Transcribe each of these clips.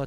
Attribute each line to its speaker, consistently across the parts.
Speaker 1: à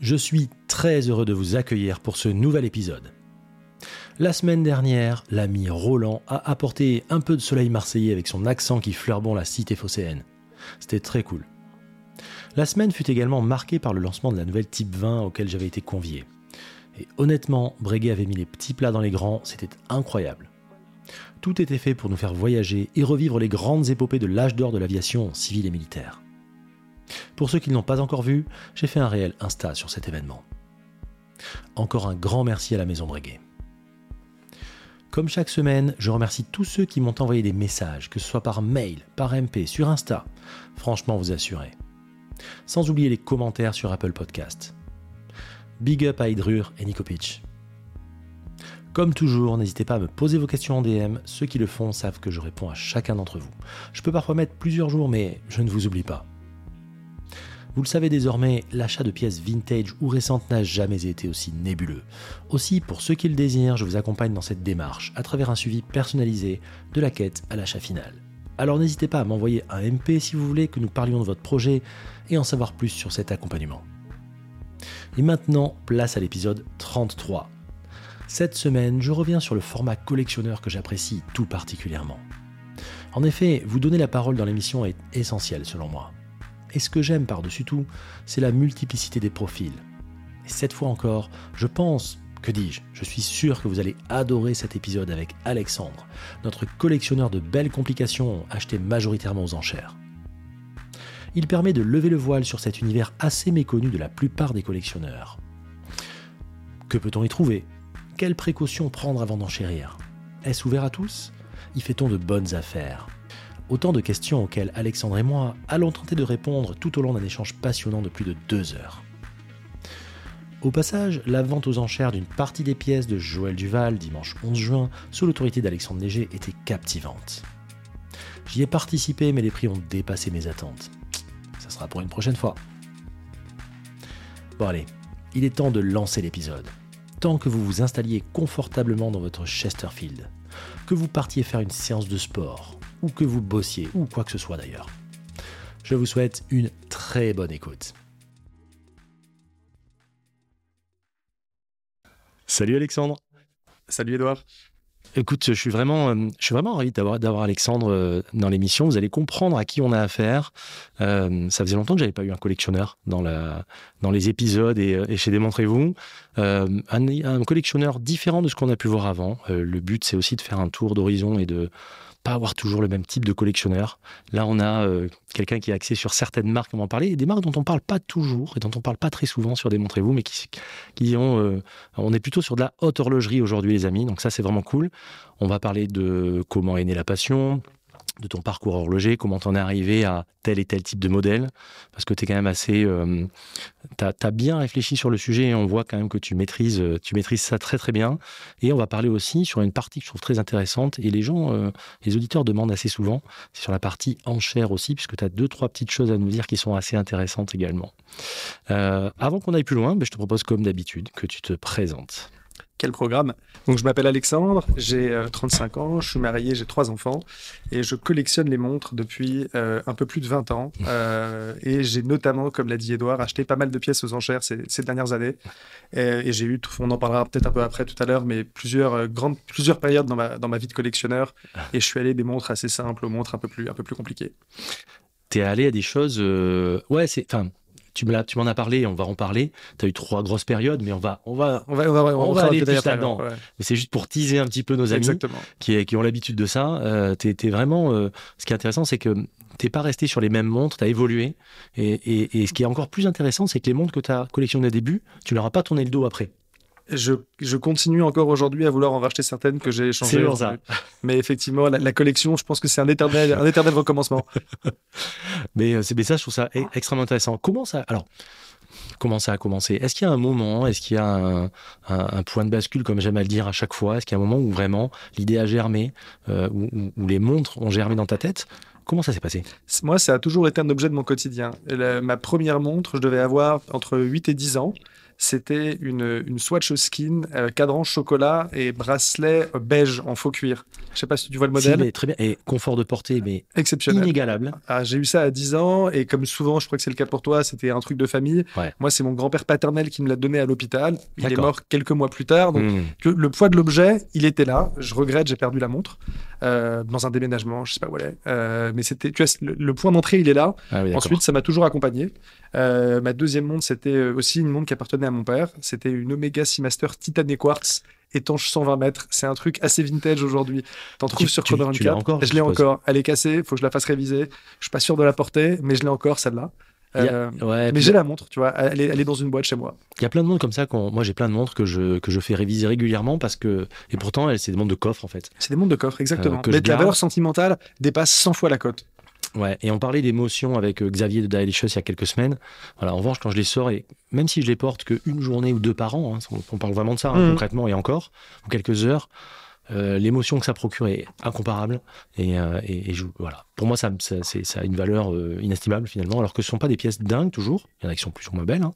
Speaker 1: Je suis très heureux de vous accueillir pour ce nouvel épisode. La semaine dernière, l'ami Roland a apporté un peu de soleil marseillais avec son accent qui fleurbon la cité phocéenne. C'était très cool. La semaine fut également marquée par le lancement de la nouvelle Type 20 auquel j'avais été convié. Et honnêtement, Breguet avait mis les petits plats dans les grands, c'était incroyable. Tout était fait pour nous faire voyager et revivre les grandes épopées de l'âge d'or de l'aviation civile et militaire. Pour ceux qui ne l'ont pas encore vu, j'ai fait un réel Insta sur cet événement. Encore un grand merci à la Maison Breguet. Comme chaque semaine, je remercie tous ceux qui m'ont envoyé des messages, que ce soit par mail, par MP, sur Insta. Franchement, vous assurez. Sans oublier les commentaires sur Apple Podcast. Big up à Hydrur et Nico Pitch. Comme toujours, n'hésitez pas à me poser vos questions en DM. Ceux qui le font savent que je réponds à chacun d'entre vous. Je peux parfois mettre plusieurs jours, mais je ne vous oublie pas. Vous le savez désormais, l'achat de pièces vintage ou récentes n'a jamais été aussi nébuleux. Aussi, pour ceux qui le désirent, je vous accompagne dans cette démarche à travers un suivi personnalisé de la quête à l'achat final. Alors n'hésitez pas à m'envoyer un MP si vous voulez que nous parlions de votre projet et en savoir plus sur cet accompagnement. Et maintenant, place à l'épisode 33. Cette semaine, je reviens sur le format collectionneur que j'apprécie tout particulièrement. En effet, vous donner la parole dans l'émission est essentiel selon moi. Et ce que j'aime par-dessus tout, c'est la multiplicité des profils. Et cette fois encore, je pense, que dis-je, je suis sûr que vous allez adorer cet épisode avec Alexandre, notre collectionneur de belles complications achetées majoritairement aux enchères. Il permet de lever le voile sur cet univers assez méconnu de la plupart des collectionneurs. Que peut-on y trouver Quelles précautions prendre avant d'enchérir Est-ce ouvert à tous Y fait-on de bonnes affaires Autant de questions auxquelles Alexandre et moi allons tenter de répondre tout au long d'un échange passionnant de plus de deux heures. Au passage, la vente aux enchères d'une partie des pièces de Joël Duval dimanche 11 juin, sous l'autorité d'Alexandre Léger, était captivante. J'y ai participé, mais les prix ont dépassé mes attentes. Ça sera pour une prochaine fois. Bon allez, il est temps de lancer l'épisode. Tant que vous vous installiez confortablement dans votre Chesterfield, que vous partiez faire une séance de sport, ou que vous bossiez, ou quoi que ce soit d'ailleurs. Je vous souhaite une très bonne écoute. Salut Alexandre.
Speaker 2: Salut Edouard.
Speaker 1: Écoute, je suis vraiment, euh, je suis vraiment ravi d'avoir, d'avoir Alexandre euh, dans l'émission. Vous allez comprendre à qui on a affaire. Euh, ça faisait longtemps que j'avais pas eu un collectionneur dans, la, dans les épisodes et, et chez Démontrez-vous. Euh, un, un collectionneur différent de ce qu'on a pu voir avant. Euh, le but, c'est aussi de faire un tour d'horizon et de pas avoir toujours le même type de collectionneur. Là, on a euh, quelqu'un qui est axé sur certaines marques, on va en parler, et des marques dont on parle pas toujours et dont on parle pas très souvent sur Démontrez-vous, mais qui, qui ont. euh, on est plutôt sur de la haute horlogerie aujourd'hui, les amis, donc ça, c'est vraiment cool. On va parler de comment est née la passion, de ton parcours horloger, comment t'en es arrivé à tel et tel type de modèle, parce que t'es quand même assez. euh, t'as as bien réfléchi sur le sujet et on voit quand même que tu maîtrises, euh, tu maîtrises ça très très bien. Et on va parler aussi sur une partie que je trouve très intéressante et les gens, euh, les auditeurs demandent assez souvent, c'est sur la partie enchère aussi, puisque tu as deux trois petites choses à nous dire qui sont assez intéressantes également. Euh, avant qu'on aille plus loin, ben, je te propose comme d'habitude que tu te présentes.
Speaker 2: Quel programme Donc je m'appelle Alexandre, j'ai euh, 35 ans, je suis marié, j'ai trois enfants et je collectionne les montres depuis euh, un peu plus de 20 ans. Euh, et j'ai notamment, comme l'a dit Edouard, acheté pas mal de pièces aux enchères ces, ces dernières années. Et, et j'ai eu, on en parlera peut-être un peu après tout à l'heure, mais plusieurs euh, grandes, plusieurs périodes dans ma, dans ma vie de collectionneur. Et je suis allé des montres assez simples aux montres un peu plus, un peu plus compliquées.
Speaker 1: T'es allé à des choses, euh, ouais, c'est, enfin, tu me l'as- tu m'en as parlé, on va en parler. T'as eu trois grosses périodes, mais on va, on va,
Speaker 2: On va, on va,
Speaker 1: On va
Speaker 2: fera un
Speaker 1: aller
Speaker 2: détail
Speaker 1: plus
Speaker 2: après,
Speaker 1: là-dedans.
Speaker 2: ouais.
Speaker 1: Mais c'est juste pour teaser un petit peu nos amis
Speaker 2: Exactement.
Speaker 1: qui, qui ont l'habitude de ça. Euh, t'es, t'es vraiment, euh, ce qui est intéressant, c'est que t'es pas resté sur les mêmes montres, t'as évolué. Et, et- et ce qui est encore plus intéressant, c'est que les montres que t'as collectionnées au début, tu leur as pas tourné le dos après.
Speaker 2: Je, je continue encore aujourd'hui à vouloir en racheter certaines que j'ai échangées.
Speaker 1: C'est lourd, ça.
Speaker 2: Mais effectivement, la, la collection, je pense que c'est un éternel, un éternel recommencement.
Speaker 1: Mais euh, c'est mais ça, je trouve ça e- extrêmement intéressant. Comment ça Alors, comment ça a commencé Est-ce qu'il y a un moment, est-ce qu'il y a un, un- un point de bascule, comme j'aime à le dire à chaque fois Est-ce qu'il y a un moment où vraiment l'idée a germé, euh, où, où- où les montres ont germé dans ta tête Comment ça s'est passé
Speaker 2: C- Moi, ça a toujours été un objet de mon quotidien. La- ma première montre, je devais avoir entre 8 et 10 ans. C'était une, une Swatch Skin, euh, cadran chocolat et bracelet euh, beige en faux cuir. Je sais pas si tu vois le
Speaker 1: Si,
Speaker 2: modèle.
Speaker 1: mais très bien. Et confort de portée, mais
Speaker 2: Exceptionnel.
Speaker 1: inégalable.
Speaker 2: Ah, j'ai eu ça à 10 ans et comme souvent, je crois que c'est le cas pour toi, c'était un truc de famille.
Speaker 1: Ouais.
Speaker 2: Moi, c'est mon grand-père paternel qui me l'a donné à l'hôpital. Il est
Speaker 1: D'accord.
Speaker 2: mort quelques mois plus tard. Donc,
Speaker 1: Hmm.
Speaker 2: le, le poids de l'objet, il était là. Je regrette, j'ai perdu la montre euh, dans un déménagement, je sais pas où elle est. Euh, mais c'était, tu vois, le, le point d'entrée, il est là.
Speaker 1: Ah oui, d'accord.
Speaker 2: Ensuite, ça m'a toujours accompagné. Euh, ma deuxième montre, c'était euh, aussi une montre qui appartenait à mon père. C'était une Omega Seamaster Titan et Quartz, étanche 120 mètres. C'est un truc assez vintage aujourd'hui. T'en trouves sur
Speaker 1: tu-
Speaker 2: Coder
Speaker 1: tu l'as
Speaker 2: 24.
Speaker 1: encore, je
Speaker 2: Je l'ai
Speaker 1: suppose.
Speaker 2: encore. Elle est cassée, faut que je la fasse réviser. Je suis pas sûr de la porter, mais je l'ai encore, celle-là.
Speaker 1: Il y a-
Speaker 2: Euh,
Speaker 1: Ouais,
Speaker 2: mais
Speaker 1: puis-
Speaker 2: j'ai la montre, tu vois. Elle est, elle est dans une boîte chez moi.
Speaker 1: Il y a plein de montres comme ça. qu'on- Moi, j'ai plein de montres que je, que je fais réviser régulièrement parce que. Et pourtant, elles, c'est des montres de coffre, en fait.
Speaker 2: C'est des montres de coffre, exactement.
Speaker 1: Euh, que je
Speaker 2: mais la
Speaker 1: garde.
Speaker 2: valeur sentimentale dépasse 100 fois la cote.
Speaker 1: Ouais. Et on parlait d'émotion avec euh, Xavier de Dialicious il y a quelques semaines. Voilà, en revanche, quand je les sors, et même si je les porte qu'une journée ou deux par an, hein, on, on parle vraiment de ça hein,
Speaker 2: Mhm.
Speaker 1: concrètement et encore, ou quelques heures, euh, l'émotion que ça procure est incomparable. Et, euh, et- et je- voilà. Pour moi, ça, me- ça- c'est- ça a une valeur euh, inestimable, finalement. Alors que ce ne sont pas des pièces dingues, toujours. Il y en a qui sont plus ou moins belles. hein,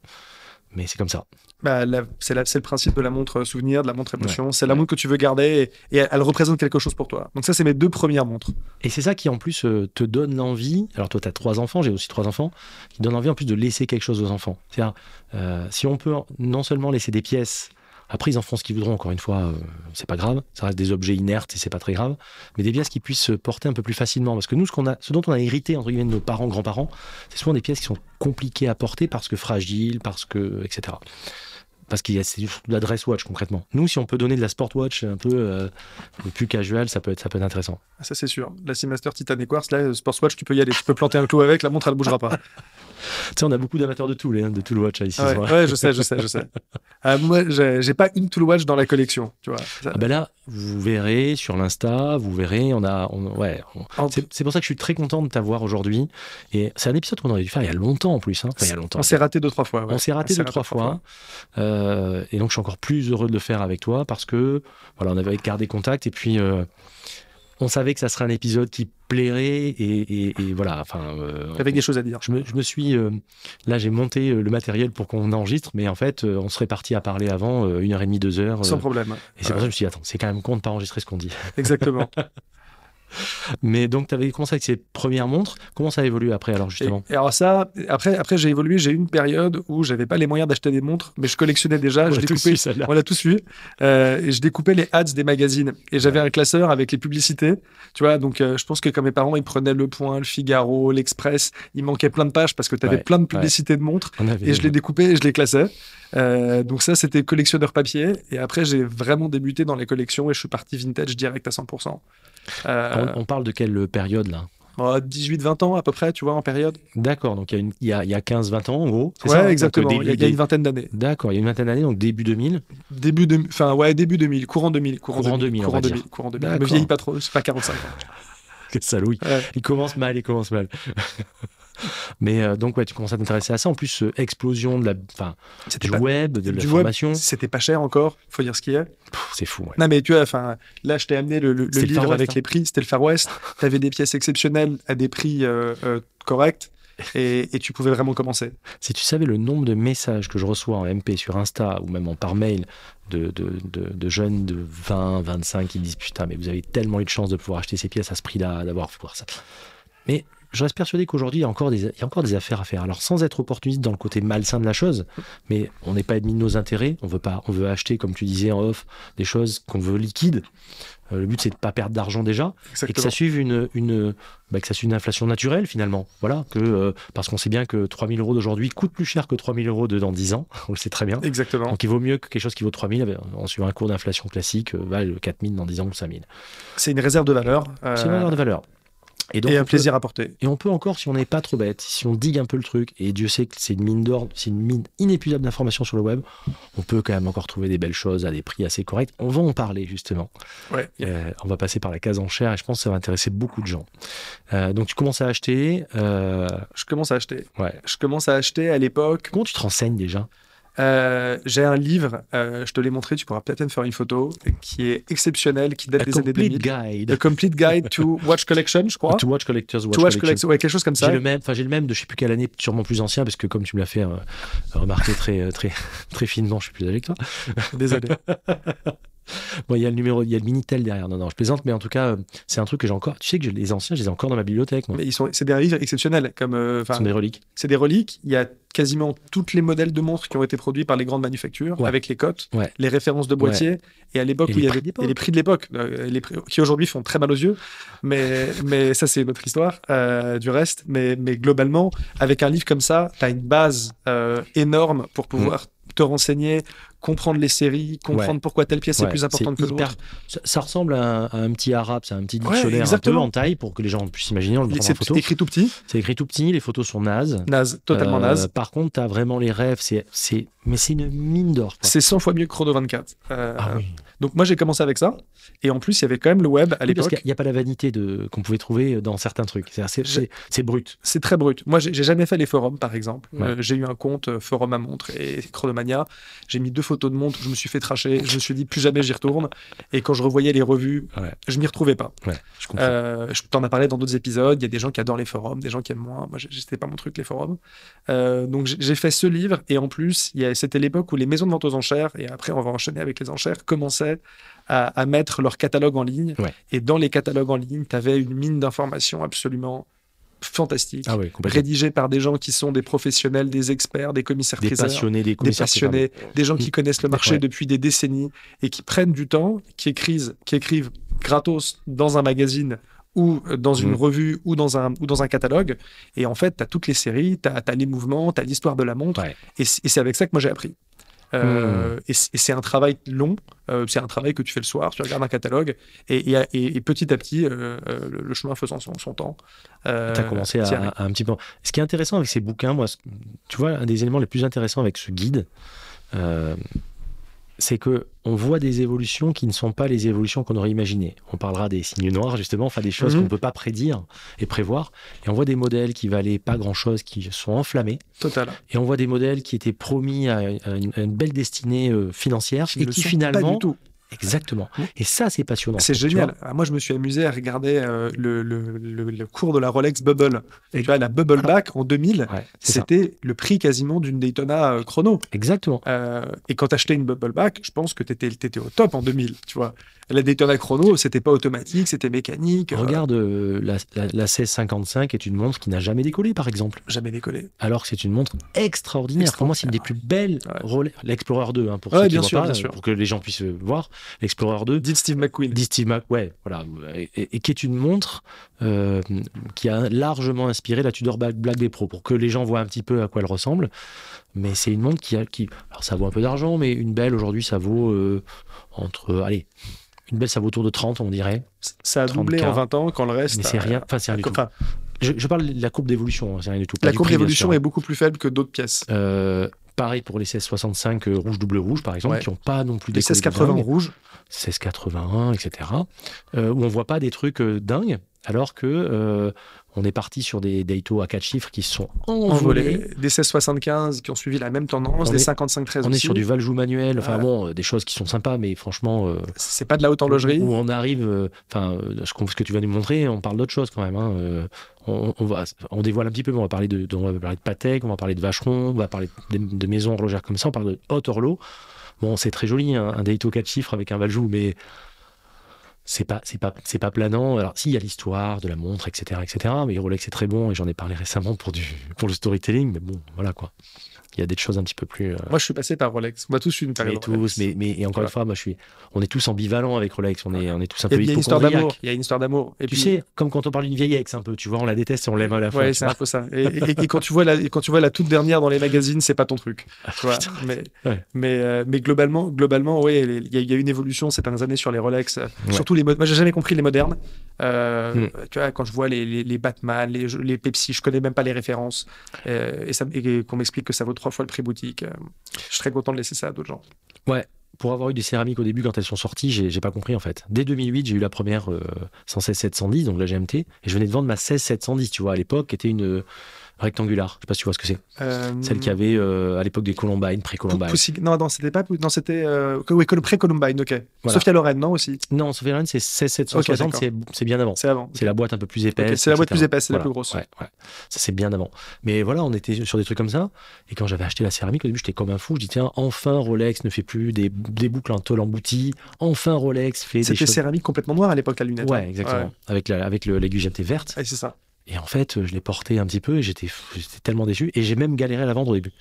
Speaker 1: mais c'est comme ça.
Speaker 2: Bah, la- c'est la- c'est le principe de la montre souvenir, de la montre émotion. C'est la
Speaker 1: ouais.
Speaker 2: montre que tu veux garder et, et elle, elle représente quelque chose pour toi. Donc ça, c'est mes deux premières montres.
Speaker 1: Et c'est ça qui, en plus, euh, te donne l'envie. Alors, toi, tu as trois enfants, j'ai aussi trois enfants, qui donne envie, en plus, de laisser quelque chose aux enfants. C'est-à-dire, euh, si on peut en- non seulement laisser des pièces, après, ils en feront ce qu'ils voudront, encore une fois, euh, c'est pas grave, ça reste des objets inertes et c'est pas très grave, mais des pièces qui puissent se porter un peu plus facilement. Parce que nous, ce, qu'on a, ce dont on a hérité, entre guillemets, de nos parents, grands-parents, c'est souvent des pièces qui sont compliquées à porter parce que fragiles, parce que. etc. Parce qu'il y a c'est surtout de la dress watch concrètement. Nous, si on peut donner de la sport watch un peu euh, plus casual, ça peut être, ça peut être intéressant.
Speaker 2: Ah, Ça, c'est sûr. La Seamaster Titan et Quartz, là, euh, Sportswatch, tu peux y aller. Tu peux planter un clou avec, la montre, elle bougera pas.
Speaker 1: Tu sais, on a beaucoup d'amateurs de Tool, hein, de Tool Watch hein, ici.
Speaker 2: Ouais,
Speaker 1: c'est vrai.
Speaker 2: ouais, je sais, je sais, je sais. Euh, moi, j'ai j'ai pas une Tool Watch dans la collection, tu vois. Ça-
Speaker 1: Ah ben là, vous verrez sur l'Insta, vous verrez, on a, on- ouais, on-
Speaker 2: en-
Speaker 1: c'est c'est pour ça que je suis très content de t'avoir aujourd'hui. Et c'est un épisode qu'on aurait dû faire il y a longtemps en plus, hein. Enfin, il y a longtemps.
Speaker 2: on s'est raté deux, trois fois. ouais.
Speaker 1: On s'est raté
Speaker 2: on s'est
Speaker 1: deux
Speaker 2: raté
Speaker 1: trois fois, Euh, et donc je suis encore plus heureux de le faire avec toi parce que voilà, on avait gardé contact et puis euh, on savait que ça serait un épisode qui plairait et, et- et voilà, enfin. euh,
Speaker 2: Avec des choses à dire.
Speaker 1: Je me, je me suis. euh, là, j'ai monté euh, le matériel pour qu'on enregistre, mais en fait, euh, on serait parti à parler avant euh, une heure et demie, deux heures.
Speaker 2: Sans
Speaker 1: euh,
Speaker 2: problème.
Speaker 1: Et c'est pour ça que je me suis dit, attends, c'est quand même con de pas enregistrer ce qu'on dit.
Speaker 2: Exactement.
Speaker 1: Mais donc, tu avais commencé avec ces premières montres. Comment ça a évolué après, alors, justement
Speaker 2: Et, et alors ça, après, après j'ai évolué, j'ai eu une période où j'avais pas les moyens d'acheter des montres, mais je collectionnais déjà,
Speaker 1: On
Speaker 2: je
Speaker 1: a tous
Speaker 2: découpais,
Speaker 1: eu celle-là.
Speaker 2: on l'a tous vu, Euh, et je découpais les ads des magazines, et j'avais un classeur avec les publicités, tu vois, donc euh, je pense que quand mes parents, ils prenaient Le Point, Le Figaro, L'Express, il manquait plein de pages parce que tu avais
Speaker 1: Ouais,
Speaker 2: plein de publicités de montres,
Speaker 1: On avait-
Speaker 2: et je les découpais et je les classais. Euh, donc ça, c'était collectionneur papier, et après j'ai vraiment débuté dans les collections, et je suis parti vintage direct à 100%. Euh,
Speaker 1: on, on parle de quelle période, là
Speaker 2: oh, 18-20 ans à peu près, tu vois, en période.
Speaker 1: D'accord, donc il y a une- il y a, il y a 15-20 ans, en gros. c'est
Speaker 2: Ouais,
Speaker 1: ça, hein, donc,
Speaker 2: exactement.
Speaker 1: euh,
Speaker 2: Il y a-
Speaker 1: début
Speaker 2: il y a
Speaker 1: des-
Speaker 2: une vingtaine d'années.
Speaker 1: D'accord, il y a une vingtaine d'années, donc début 2000.
Speaker 2: Début, de, enfin, ouais, début 2000, courant 2000. Courant,
Speaker 1: Courant 2000, on
Speaker 2: courant
Speaker 1: va
Speaker 2: 2000,
Speaker 1: dire.
Speaker 2: courant 2000. Je me
Speaker 1: D'accord.
Speaker 2: vieillis pas trop, c'est pas 45 ans.
Speaker 1: Quel salaud, il-
Speaker 2: Ouais.
Speaker 1: il commence mal, il commence mal. Mais euh, donc, ouais, tu commences à t'intéresser à ça. En plus, euh, explosion de la, enfin,
Speaker 2: C'était
Speaker 1: du
Speaker 2: pas,
Speaker 1: web, de
Speaker 2: du
Speaker 1: l'information.
Speaker 2: web, c'était pas cher encore, faut dire ce qu'il y a.
Speaker 1: Pff, C'est fou, ouais.
Speaker 2: Non, mais tu vois, enfin, là, je t'ai amené le, le- le
Speaker 1: C'était le
Speaker 2: livre
Speaker 1: Far West,
Speaker 2: avec
Speaker 1: hein.
Speaker 2: les prix, c'était le Far West. T'avais des pièces exceptionnelles à des prix euh, euh, corrects et, et tu pouvais vraiment commencer.
Speaker 1: Si tu savais le nombre de messages que je reçois en MP sur Insta ou même en par mail de, de, de- de jeunes de 20, 25 qui me disent Putain, mais vous avez tellement eu de chance de pouvoir acheter ces pièces à ce prix-là, d'avoir pouvoir ça. Mais je reste persuadé qu'aujourd'hui, il, y a encore des- il y a encore des affaires à faire. Alors, sans être opportuniste dans le côté malsain de la chose, mais on n'est pas admis de nos intérêts. On veut, pas, on veut acheter, comme tu disais en off, des choses qu'on veut liquides. Euh, le but, c'est de ne pas perdre d'argent déjà et que
Speaker 2: Exactement.
Speaker 1: ça suive une, une, bah, que ça suive une inflation naturelle finalement. Voilà, que, euh, parce qu'on sait bien que 3000 euros d'aujourd'hui coûte plus cher que 3000 euros de dans 10 ans, on le sait très bien.
Speaker 2: Exactement.
Speaker 1: Donc il vaut mieux que quelque chose qui vaut 3000 en suivant un cours d'inflation classique, euh, vaille 4000 dans 10 ans ou 5000.
Speaker 2: C'est une réserve de valeur. euh,
Speaker 1: C'est une valeur de valeur. Et donc,
Speaker 2: Et
Speaker 1: on
Speaker 2: un
Speaker 1: peut-
Speaker 2: plaisir à porter.
Speaker 1: Et on peut encore, si on n'est pas trop bête, si on digue un peu le truc, et Dieu sait que c'est une mine d'or, c'est une mine inépuisable d'informations sur le web, on peut quand même encore trouver des belles choses à des prix assez corrects. On va en parler justement.
Speaker 2: Ouais.
Speaker 1: Euh, on va passer par la case enchère et je pense que ça va intéresser beaucoup de gens. Euh, donc tu commences à acheter. euh,
Speaker 2: Je commence à acheter.
Speaker 1: ouais.
Speaker 2: Je commence à acheter à l'époque.
Speaker 1: Comment tu te renseignes déjà
Speaker 2: Euh, J'ai un livre, euh, je te l'ai montré, tu pourras peut-être me faire une photo, qui est exceptionnel, qui date
Speaker 1: A
Speaker 2: des années
Speaker 1: complete
Speaker 2: 2000. The
Speaker 1: guide.
Speaker 2: Complete Guide to Watch Collection, je crois.
Speaker 1: To watch collectors, watch,
Speaker 2: To Watch
Speaker 1: collection.
Speaker 2: Collection, ouais, quelque chose comme ça.
Speaker 1: J'ai le même, enfin j'ai le même de je sais plus quelle année, sûrement plus ancien, parce que comme tu me l'as fait euh, remarquer très euh, très très finement, je suis plus âgé que toi.
Speaker 2: Désolé.
Speaker 1: Bon, il y a le numéro, il y a le minitel derrière. Non, non, je plaisante, mais en tout cas, euh, c'est un truc que j'ai encore. Tu sais que j'ai- les anciens, je les ai encore dans ma bibliothèque. Moi.
Speaker 2: Mais ils sont, c'est des livres exceptionnels. Comme, euh,
Speaker 1: Ce
Speaker 2: enfin,
Speaker 1: sont des reliques.
Speaker 2: c'est des reliques. Il y a quasiment toutes les modèles de montres qui ont été produits par les grandes manufactures,
Speaker 1: Ouais.
Speaker 2: avec les cotes,
Speaker 1: Ouais.
Speaker 2: les références de boîtiers, et à l'époque
Speaker 1: Et
Speaker 2: où il
Speaker 1: les
Speaker 2: y
Speaker 1: prix
Speaker 2: avait
Speaker 1: d'époque.
Speaker 2: et les prix de l'époque, euh, les prix- qui aujourd'hui font très mal aux yeux, mais, mais ça c'est une autre histoire euh, du reste. Mais, mais globalement, avec un livre comme ça, tu as une base euh, énorme
Speaker 1: Mm.
Speaker 2: pour pouvoir te renseigner, comprendre les séries, comprendre pourquoi telle pièce est
Speaker 1: Ouais,
Speaker 2: plus importante que
Speaker 1: c'est hyper-
Speaker 2: l'autre.
Speaker 1: Ça, ça ressemble à un, à un petit arabe, c'est un petit
Speaker 2: Ouais,
Speaker 1: dictionnaire un peu
Speaker 2: exactement.
Speaker 1: en taille pour que les gens puissent imaginer. On le prend en
Speaker 2: C'est
Speaker 1: photo.
Speaker 2: c'est écrit tout petit,
Speaker 1: C'est écrit tout petit, les photos sont nazes.
Speaker 2: naze, totalement
Speaker 1: Euh,
Speaker 2: naze.
Speaker 1: Par contre, t'as vraiment les rêves. C'est, c'est, mais c'est une mine d'or. quoi.
Speaker 2: C'est 100 fois mieux que Chrono 24. Euh,
Speaker 1: Ah oui.
Speaker 2: Donc moi j'ai commencé avec ça et en plus il y avait quand même le web à
Speaker 1: Oui, parce
Speaker 2: l'époque.
Speaker 1: qu'il n'y a pas la vanité de, qu'on pouvait trouver dans certains trucs. C'est, c'est,
Speaker 2: Je-
Speaker 1: c'est- c'est brut.
Speaker 2: C'est très brut. Moi j'ai j'ai jamais fait les forums par exemple.
Speaker 1: Ouais.
Speaker 2: Euh, j'ai eu un compte euh, forum à montre et Chronomania. J'ai mis deux photos de montre, je me suis fait tracher, je me suis dit plus jamais j'y retourne et quand je revoyais les revues,
Speaker 1: Ouais.
Speaker 2: je m'y retrouvais pas.
Speaker 1: Ouais, je comprends.
Speaker 2: Euh, je t'en ai parlé dans d'autres épisodes. Il y a des gens qui adorent les forums, des gens qui aiment moins. Moi, j'ai- c'était pas mon truc, les forums. Euh, donc, j'ai- j'ai fait ce livre. Et en plus, il y a- c'était l'époque où les maisons de vente aux enchères, et après, on va enchaîner avec les enchères, commençaient à, à mettre leur catalogue en ligne.
Speaker 1: Ouais.
Speaker 2: Et dans les catalogues en ligne, tu avais une mine d'informations absolument fantastique.
Speaker 1: ah oui, complètement.
Speaker 2: rédigée par des gens qui sont des professionnels, des experts, des commissaires
Speaker 1: Des
Speaker 2: priseurs
Speaker 1: passionnés, des
Speaker 2: des
Speaker 1: commissaires. c'est
Speaker 2: passionnés, des gens
Speaker 1: Mm.
Speaker 2: qui connaissent le marché
Speaker 1: Ouais.
Speaker 2: depuis des décennies et qui prennent du temps, qui écrivent, qui écrivent gratos dans un magazine ou euh, dans une
Speaker 1: Mm.
Speaker 2: revue ou dans un, ou dans un catalogue. Et en fait, tu as toutes les séries, tu as, les mouvements, tu as l'histoire de la montre.
Speaker 1: Ouais. Hmm.
Speaker 2: Et c- et c'est avec ça que moi j'ai appris. Euh, Et c- et c'est un travail long, euh, c'est un travail que tu fais le soir, tu regardes un catalogue et, et- et- et petit à petit, euh, euh, le, le chemin faisant son, son temps. euh,
Speaker 1: T'as commencé
Speaker 2: t'y
Speaker 1: à,
Speaker 2: arrives.
Speaker 1: à un petit peu. Ce qui est intéressant avec ces bouquins, moi, ce- tu vois, un des éléments les plus intéressants avec ce guide, euh, c'est que on voit des évolutions qui ne sont pas les évolutions qu'on aurait imaginées. On parlera des signes noirs justement, enfin des choses
Speaker 2: Mhm.
Speaker 1: qu'on ne peut pas prédire et prévoir. Et on voit des modèles qui valaient pas grand-chose, qui sont enflammés.
Speaker 2: Total.
Speaker 1: Et on voit des modèles qui étaient promis à, à une, à une belle destinée euh, financière
Speaker 2: Ils
Speaker 1: et
Speaker 2: ne
Speaker 1: qui
Speaker 2: sont Pas
Speaker 1: finalement,
Speaker 2: du tout.
Speaker 1: exactement.
Speaker 2: Oui.
Speaker 1: Et ça, c'est passionnant.
Speaker 2: C'est
Speaker 1: Tu vois,
Speaker 2: génial. Ah, moi, je me suis amusé à regarder euh, le, le- le- le cours de la Rolex Bubble.
Speaker 1: Et-
Speaker 2: tu vois, la Bubble Back en 2000,
Speaker 1: Ouais, Ah. c'est ça.
Speaker 2: c'était le prix quasiment d'une Daytona euh, chrono.
Speaker 1: Exactement.
Speaker 2: Euh, et quand t'achetais une Bubble Back, je pense que t'étais étais au top en 2000. Tu vois, la Daytona chrono, c'était pas automatique, c'était mécanique. euh,
Speaker 1: Regarde euh, la, la, la 1655 est une montre qui n'a jamais décollé par exemple,
Speaker 2: jamais décollé.
Speaker 1: alors que c'est une montre extraordinaire. Pour moi, c'est une des plus belles
Speaker 2: Ouais.
Speaker 1: Rolex. L'Explorer 2, hein, pour
Speaker 2: Ouais,
Speaker 1: ceux qui
Speaker 2: bien
Speaker 1: voient
Speaker 2: sûr,
Speaker 1: pas,
Speaker 2: bien
Speaker 1: euh,
Speaker 2: sûr.
Speaker 1: pour que les gens puissent euh, voir. L'Explorer 2,
Speaker 2: Dites Steve McQueen.
Speaker 1: dit Steve Mac, ouais, voilà, et, et- et qui est une montre euh, qui a largement inspiré la Tudor Black Black des pros, pour que les gens voient un petit peu à quoi elle ressemble. Mais c'est une montre qui a, qui, alors ça vaut un peu d'argent, mais une belle aujourd'hui, ça vaut euh, entre, allez, une belle, ça vaut autour de 30, on dirait.
Speaker 2: Ça a doublé
Speaker 1: 30K.
Speaker 2: en 20 ans quand le reste.
Speaker 1: Mais c'est
Speaker 2: a-
Speaker 1: rien, enfin c'est rien du tout.
Speaker 2: Enfin,
Speaker 1: Je, je parle de la courbe d'évolution, hein, c'est rien du tout. pas
Speaker 2: la
Speaker 1: du
Speaker 2: courbe
Speaker 1: prix, bien
Speaker 2: d'évolution
Speaker 1: sûr.
Speaker 2: est beaucoup plus faible que d'autres pièces.
Speaker 1: Euh, pareil pour les 1665 euh, rouge double rouge, par exemple,
Speaker 2: Ouais.
Speaker 1: qui n'ont pas non plus
Speaker 2: Les
Speaker 1: des
Speaker 2: 1680 rouge,
Speaker 1: 1681, etc. euh, où on voit pas des trucs euh, dingues, alors que euh, on est parti sur des Daito à quatre chiffres qui se sont envolés.
Speaker 2: envolé. Des 1675 qui ont suivi la même tendance,
Speaker 1: On
Speaker 2: des
Speaker 1: est-
Speaker 2: 55-13
Speaker 1: On est
Speaker 2: aussi.
Speaker 1: sur du Valjou manuel, enfin
Speaker 2: Voilà.
Speaker 1: bon, euh, des choses qui sont sympas, mais franchement, euh,
Speaker 2: C'est pas de la haute horlogerie.
Speaker 1: où on arrive, euh, enfin, euh, ce, qu'on- ce que tu viens de nous montrer, on parle d'autre chose quand même. hein, euh, on, on va, on dévoile un petit peu, mais on va parler de, de- on va parler de Patek, on va parler de Vacheron, on va parler de, de maisons horlogères comme ça, on parle de haute horlo. Bon, c'est très joli, hein, un Daito 4 chiffres avec un Valjou, mais c'est pas, c'est pas, c'est pas planant. Alors, s'il y a l'histoire de la montre, etc., etc., mais Rolex c'est très bon et j'en ai parlé récemment pour du, pour le storytelling, mais bon, voilà quoi. Il y a des choses un petit peu plus. euh,
Speaker 2: Moi, je suis passé par Rolex. On a tous eu une
Speaker 1: mais
Speaker 2: période Rolex.
Speaker 1: tous, mais, mais- et encore
Speaker 2: Voilà.
Speaker 1: une fois, moi, je suis, on est tous ambivalents avec Rolex, on est, on est tous un
Speaker 2: Il y a-
Speaker 1: peu
Speaker 2: il y a une histoire d'amour.
Speaker 1: hypochondriaques.
Speaker 2: Il y a une histoire d'amour. Et
Speaker 1: Tu
Speaker 2: puis,
Speaker 1: sais, comme quand on parle d'une vieille ex un peu, tu vois, on la déteste et on l'aime à la fois.
Speaker 2: Ouais,
Speaker 1: tu
Speaker 2: c'est
Speaker 1: vois.
Speaker 2: un peu ça. Et, et- et quand tu vois la, et quand tu vois la toute dernière dans les magazines, c'est pas ton truc. Tu vois. Mais,
Speaker 1: Ouais.
Speaker 2: mais, euh, mais globalement, globalement, ouais, les- il y, a- il y a une évolution ces dernières années sur les Rolex. euh,
Speaker 1: Ouais.
Speaker 2: Surtout les, mo- moi, j'ai jamais compris les modernes. Euh,
Speaker 1: Hmm.
Speaker 2: Tu vois, quand je vois les, les, les Batman, les, jeux- les Pepsi, je connais même pas les références. Euh, et ça m- et qu'on m'explique que ça vaut trois fois le prix boutique. euh, je serais content de laisser ça à d'autres gens.
Speaker 1: Pour avoir eu des céramiques au début, quand elles sont sorties, j'ai j'ai pas compris en fait. Dès 2008, j'ai eu la première euh, 116-710, donc la GMT, et je venais de vendre ma 16-710, tu vois, à l'époque, qui était une euh, rectangulaire. Je sais pas si tu vois ce que c'est.
Speaker 2: Euh,
Speaker 1: Celle qui avait euh, à l'époque des Columbines,
Speaker 2: Pou-
Speaker 1: pré-Columbines.
Speaker 2: Poussi- Non, non, c'était pas. Pou- Non, c'était. Euh... Oui, Col- pré-Columbine, ok.
Speaker 1: Voilà.
Speaker 2: Sophia Loren, non, aussi.
Speaker 1: Non, Sophie Loren, c'est 16-760,
Speaker 2: Ok, d'accord.
Speaker 1: c'est- c'est bien avant.
Speaker 2: C'est avant.
Speaker 1: C'est la boîte un peu plus épaisse.
Speaker 2: Ok, c'est la boîte
Speaker 1: etc.
Speaker 2: plus épaisse, c'est la
Speaker 1: Voilà.
Speaker 2: plus grosse.
Speaker 1: Ouais, ouais. Ça, c'est bien avant. Mais voilà, on était sur des trucs comme ça. Et quand j'avais acheté la céramique, au début, j'étais comme un fou. Je dis, tiens, enfin, Rolex ne fait plus des, des boucles en tôle emboutie. Enfin, Rolex fait des
Speaker 2: C'était
Speaker 1: choses.
Speaker 2: céramique complètement noire à l'époque, la lunette. hein.
Speaker 1: Ouais, exactement. Avec la- Avec le- l'aiguille GMT verte.
Speaker 2: Ouais, c'est ça.
Speaker 1: Et en fait, je l'ai porté un petit peu et j'étais j'étais tellement déçu. Et j'ai même galéré à la vendre au début.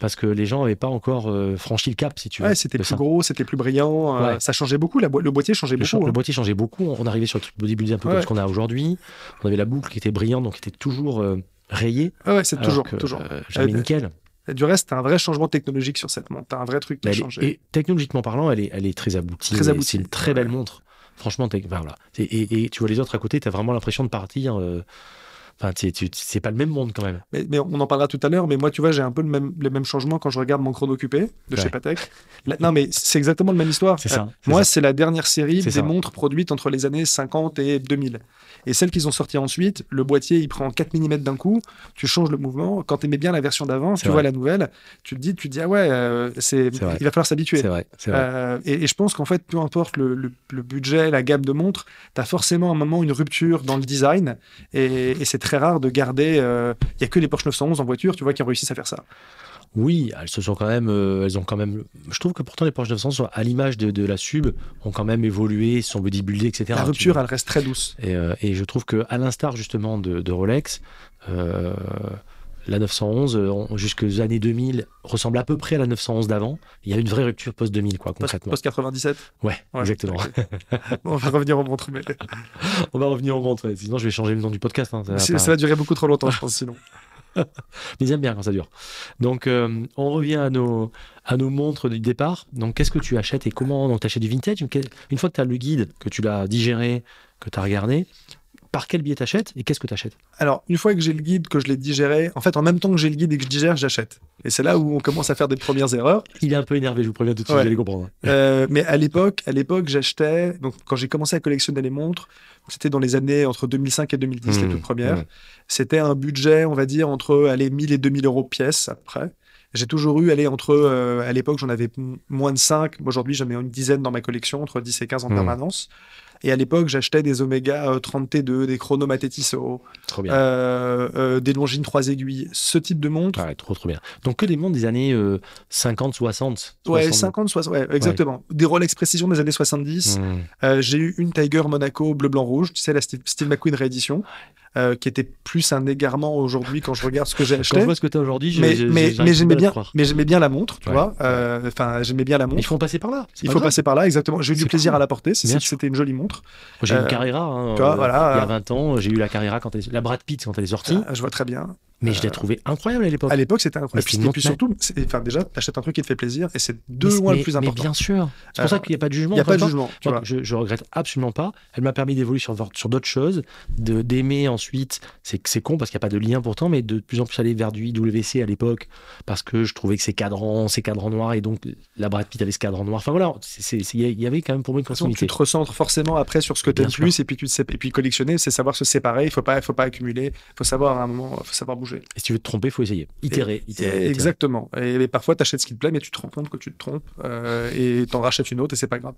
Speaker 1: Parce que les gens n'avaient pas encore euh, franchi le cap, si tu veux.
Speaker 2: Ouais, c'était
Speaker 1: de
Speaker 2: plus
Speaker 1: ça.
Speaker 2: gros, c'était plus brillant. euh,
Speaker 1: Ouais.
Speaker 2: ça changeait beaucoup. La boi- le boîtier changeait
Speaker 1: Le, cha-
Speaker 2: beaucoup.
Speaker 1: le
Speaker 2: hein.
Speaker 1: boîtier changeait beaucoup. On arrivait sur le truc bodybuildé un peu comme
Speaker 2: Ouais.
Speaker 1: ce qu'on a aujourd'hui. On avait la boucle qui était brillante, donc qui était toujours euh, rayée.
Speaker 2: Ah ouais, c'est
Speaker 1: alors
Speaker 2: toujours,
Speaker 1: que,
Speaker 2: toujours.
Speaker 1: euh, jamais
Speaker 2: Euh,
Speaker 1: nickel.
Speaker 2: Et Du reste, t'as un vrai changement technologique sur cette montre. T'as un vrai truc qui
Speaker 1: Mais Bah,
Speaker 2: a
Speaker 1: elle est-
Speaker 2: changé.
Speaker 1: et technologiquement parlant, elle est, elle est très aboutie.
Speaker 2: Très
Speaker 1: et
Speaker 2: aboutie,
Speaker 1: C'est une très belle
Speaker 2: ouais.
Speaker 1: montre. Franchement, t'es- enfin, voilà. Et, et- et tu vois les autres à côté, tu as vraiment l'impression de partir. euh, Enfin, t'es- tu- c'est pas le même monde quand même.
Speaker 2: Mais, mais on en parlera tout à l'heure. Mais moi, tu vois, j'ai un peu le même, le même changement quand je regarde mon chrono occupé de
Speaker 1: Ouais.
Speaker 2: chez Patek. La- non, mais c'est exactement la même histoire.
Speaker 1: C'est
Speaker 2: Euh,
Speaker 1: ça. c'est
Speaker 2: Moi,
Speaker 1: ça.
Speaker 2: c'est la dernière série
Speaker 1: C'est
Speaker 2: des
Speaker 1: ça.
Speaker 2: montres produites entre les années 50 et 2000. Et celles qu'ils ont sorties ensuite, le boîtier, il prend 4 mm d'un coup, tu changes le mouvement. Quand tu aimais bien la version d'avant,
Speaker 1: C'est
Speaker 2: tu
Speaker 1: vrai.
Speaker 2: vois la nouvelle, tu te dis, tu te dis ah ouais, euh, c'est,
Speaker 1: C'est vrai.
Speaker 2: il va falloir s'habituer.
Speaker 1: c'est vrai. c'est vrai.
Speaker 2: Euh, et, et je pense qu'en fait, peu importe le, le- le budget, la gamme de montres, tu as forcément à un moment une rupture dans le design. Et, et c'est très rare de garder. euh, Il n'y a que les Porsche 911 en voiture, tu vois, qui réussissent à faire ça.
Speaker 1: Oui, elles se sont quand même. euh, elles ont quand même. Je trouve que pourtant les Porsche 900, sont, à l'image de, de la Sub, ont quand même évolué, se sont bodybuildées, etc.
Speaker 2: La
Speaker 1: Tu-
Speaker 2: rupture, elle reste très douce.
Speaker 1: Et, euh, et je trouve que, à l'instar justement de, de Rolex, euh, la 911, euh, on- jusqu'aux années 2000, ressemble à peu près à la 911 d'avant. Il y a une vraie rupture post-2000, quoi, concrètement.
Speaker 2: Post 97.
Speaker 1: ouais, exactement.
Speaker 2: on va revenir aux montres, mais
Speaker 1: On va revenir au ventre, sinon je vais changer le nom du podcast. hein, ça va
Speaker 2: c'est-
Speaker 1: pas-
Speaker 2: ça va durer beaucoup trop longtemps, je pense, sinon.
Speaker 1: Mais j'aime bien quand ça dure. Donc, euh, on revient à nos, à nos montres du départ. Donc, qu'est-ce que tu achètes et comment Donc, tu achètes du vintage. Une- Une fois que tu as le guide, que tu l'as digéré, que tu as regardé, par quel billet t'achètes et qu'est-ce que tu achètes
Speaker 2: Alors, une fois que j'ai le guide, que je l'ai digéré, en fait, en même temps que j'ai le guide et que je digère, j'achète. Et c'est là où on commence à faire des premières erreurs.
Speaker 1: Il est un peu énervé, je vous préviens tout de suite,
Speaker 2: Ouais.
Speaker 1: vous allez comprendre.
Speaker 2: Euh, mais à l'époque, à l'époque, j'achetais. Donc, quand j'ai commencé à collectionner les montres, c'était dans les années entre 2005 et 2010, les
Speaker 1: Mmh,
Speaker 2: toutes premières.
Speaker 1: mmh.
Speaker 2: C'était un budget, on va dire, entre allez, 1000 et 2000 euros pièce après. J'ai toujours eu, allez, entre. euh, à l'époque, j'en avais m- moins de 5. Aujourd'hui, j'en ai une dizaine dans ma collection, entre 10 et 15 en
Speaker 1: Mmh.
Speaker 2: permanence. Et à l'époque, j'achetais des Omega euh, 30T2, des Chronomat Tissot,
Speaker 1: Trop bien.
Speaker 2: euh, euh, des Longines 3 aiguilles. Ce type de montre,
Speaker 1: Ah Ouais, trop trop bien. Donc que des montres des années euh, 50, 60.
Speaker 2: ouais,
Speaker 1: 60.
Speaker 2: 50, 60, ouais, exactement. Des Rolex Précision des années 70.
Speaker 1: Hmm.
Speaker 2: Euh, j'ai eu une Tiger Monaco bleu blanc rouge, tu sais la Steve, Steve McQueen réédition, euh, qui était plus un égarement aujourd'hui quand je regarde ce que j'ai
Speaker 1: Quand je
Speaker 2: acheté.
Speaker 1: vois ce que tu as aujourd'hui, je-
Speaker 2: mais
Speaker 1: je-
Speaker 2: mais,
Speaker 1: j'arrive
Speaker 2: mais
Speaker 1: plus à
Speaker 2: j'aimais
Speaker 1: le
Speaker 2: bien,
Speaker 1: croire.
Speaker 2: mais j'aimais bien la montre, tu
Speaker 1: Ouais.
Speaker 2: vois. Euh, Enfin, j'aimais bien la
Speaker 1: Mais Il
Speaker 2: montre.
Speaker 1: faut en passer par là. c'est
Speaker 2: Il
Speaker 1: pas
Speaker 2: faut
Speaker 1: grave.
Speaker 2: passer par là, exactement. J'ai eu du
Speaker 1: C'est
Speaker 2: plaisir
Speaker 1: cool.
Speaker 2: à la porter. c'est-
Speaker 1: Bien
Speaker 2: c'est-
Speaker 1: sûr.
Speaker 2: C'était une jolie montre.
Speaker 1: Moi, J'ai eu une
Speaker 2: Euh,
Speaker 1: Carrera. hein,
Speaker 2: tu vois,
Speaker 1: euh,
Speaker 2: voilà,
Speaker 1: Il y a
Speaker 2: euh,
Speaker 1: 20 ans, j'ai eu la Carrera quand elle, la Brad Pitt quand elle est sortie.
Speaker 2: Ah, je vois très bien.
Speaker 1: mais je l'ai
Speaker 2: euh,
Speaker 1: trouvée incroyable à l'époque.
Speaker 2: À l'époque, c'était
Speaker 1: Mais
Speaker 2: incroyable.
Speaker 1: c'est
Speaker 2: Et
Speaker 1: une
Speaker 2: puis, et puis
Speaker 1: montre-
Speaker 2: surtout, c'est- enfin, déjà, t'achètes un truc qui te fait plaisir et c'est
Speaker 1: Mais-
Speaker 2: deux loin
Speaker 1: mais,
Speaker 2: le plus
Speaker 1: mais
Speaker 2: important.
Speaker 1: bien sûr. C'est pour
Speaker 2: Euh,
Speaker 1: ça qu'il n'y a pas de jugement.
Speaker 2: Il n'y a
Speaker 1: encore
Speaker 2: pas de
Speaker 1: une
Speaker 2: jugement, tu
Speaker 1: Moi,
Speaker 2: vois.
Speaker 1: je, je regrette absolument pas. Elle m'a permis d'évoluer sur, sur d'autres choses, de d'aimer ensuite. C'est c'est con parce qu'il n'y a pas de lien pourtant, mais de plus en plus aller vers du IWC à l'époque parce que je trouvais que ces cadrans, ces cadrans noirs et donc la Brad Pitt avait ce cadran noir. Enfin voilà, c'est- c'est- c'est- il y avait quand même pour moi une
Speaker 2: Sinon,
Speaker 1: continuité.
Speaker 2: tu te recentres forcément après sur ce que tu
Speaker 1: Bien
Speaker 2: aimes
Speaker 1: sûr.
Speaker 2: plus et puis tu te sép- et puis collectionner c'est savoir se séparer il faut pas faut pas accumuler faut savoir à un moment faut savoir bouger
Speaker 1: Et si tu veux te tromper, il faut essayer, itérer,
Speaker 2: Et-
Speaker 1: itérer. itérer.
Speaker 2: Exactement. Et, et parfois, tu achètes ce qui te plaît, mais tu te rends compte que tu te trompes euh, et t'en rachètes une autre et c'est pas grave.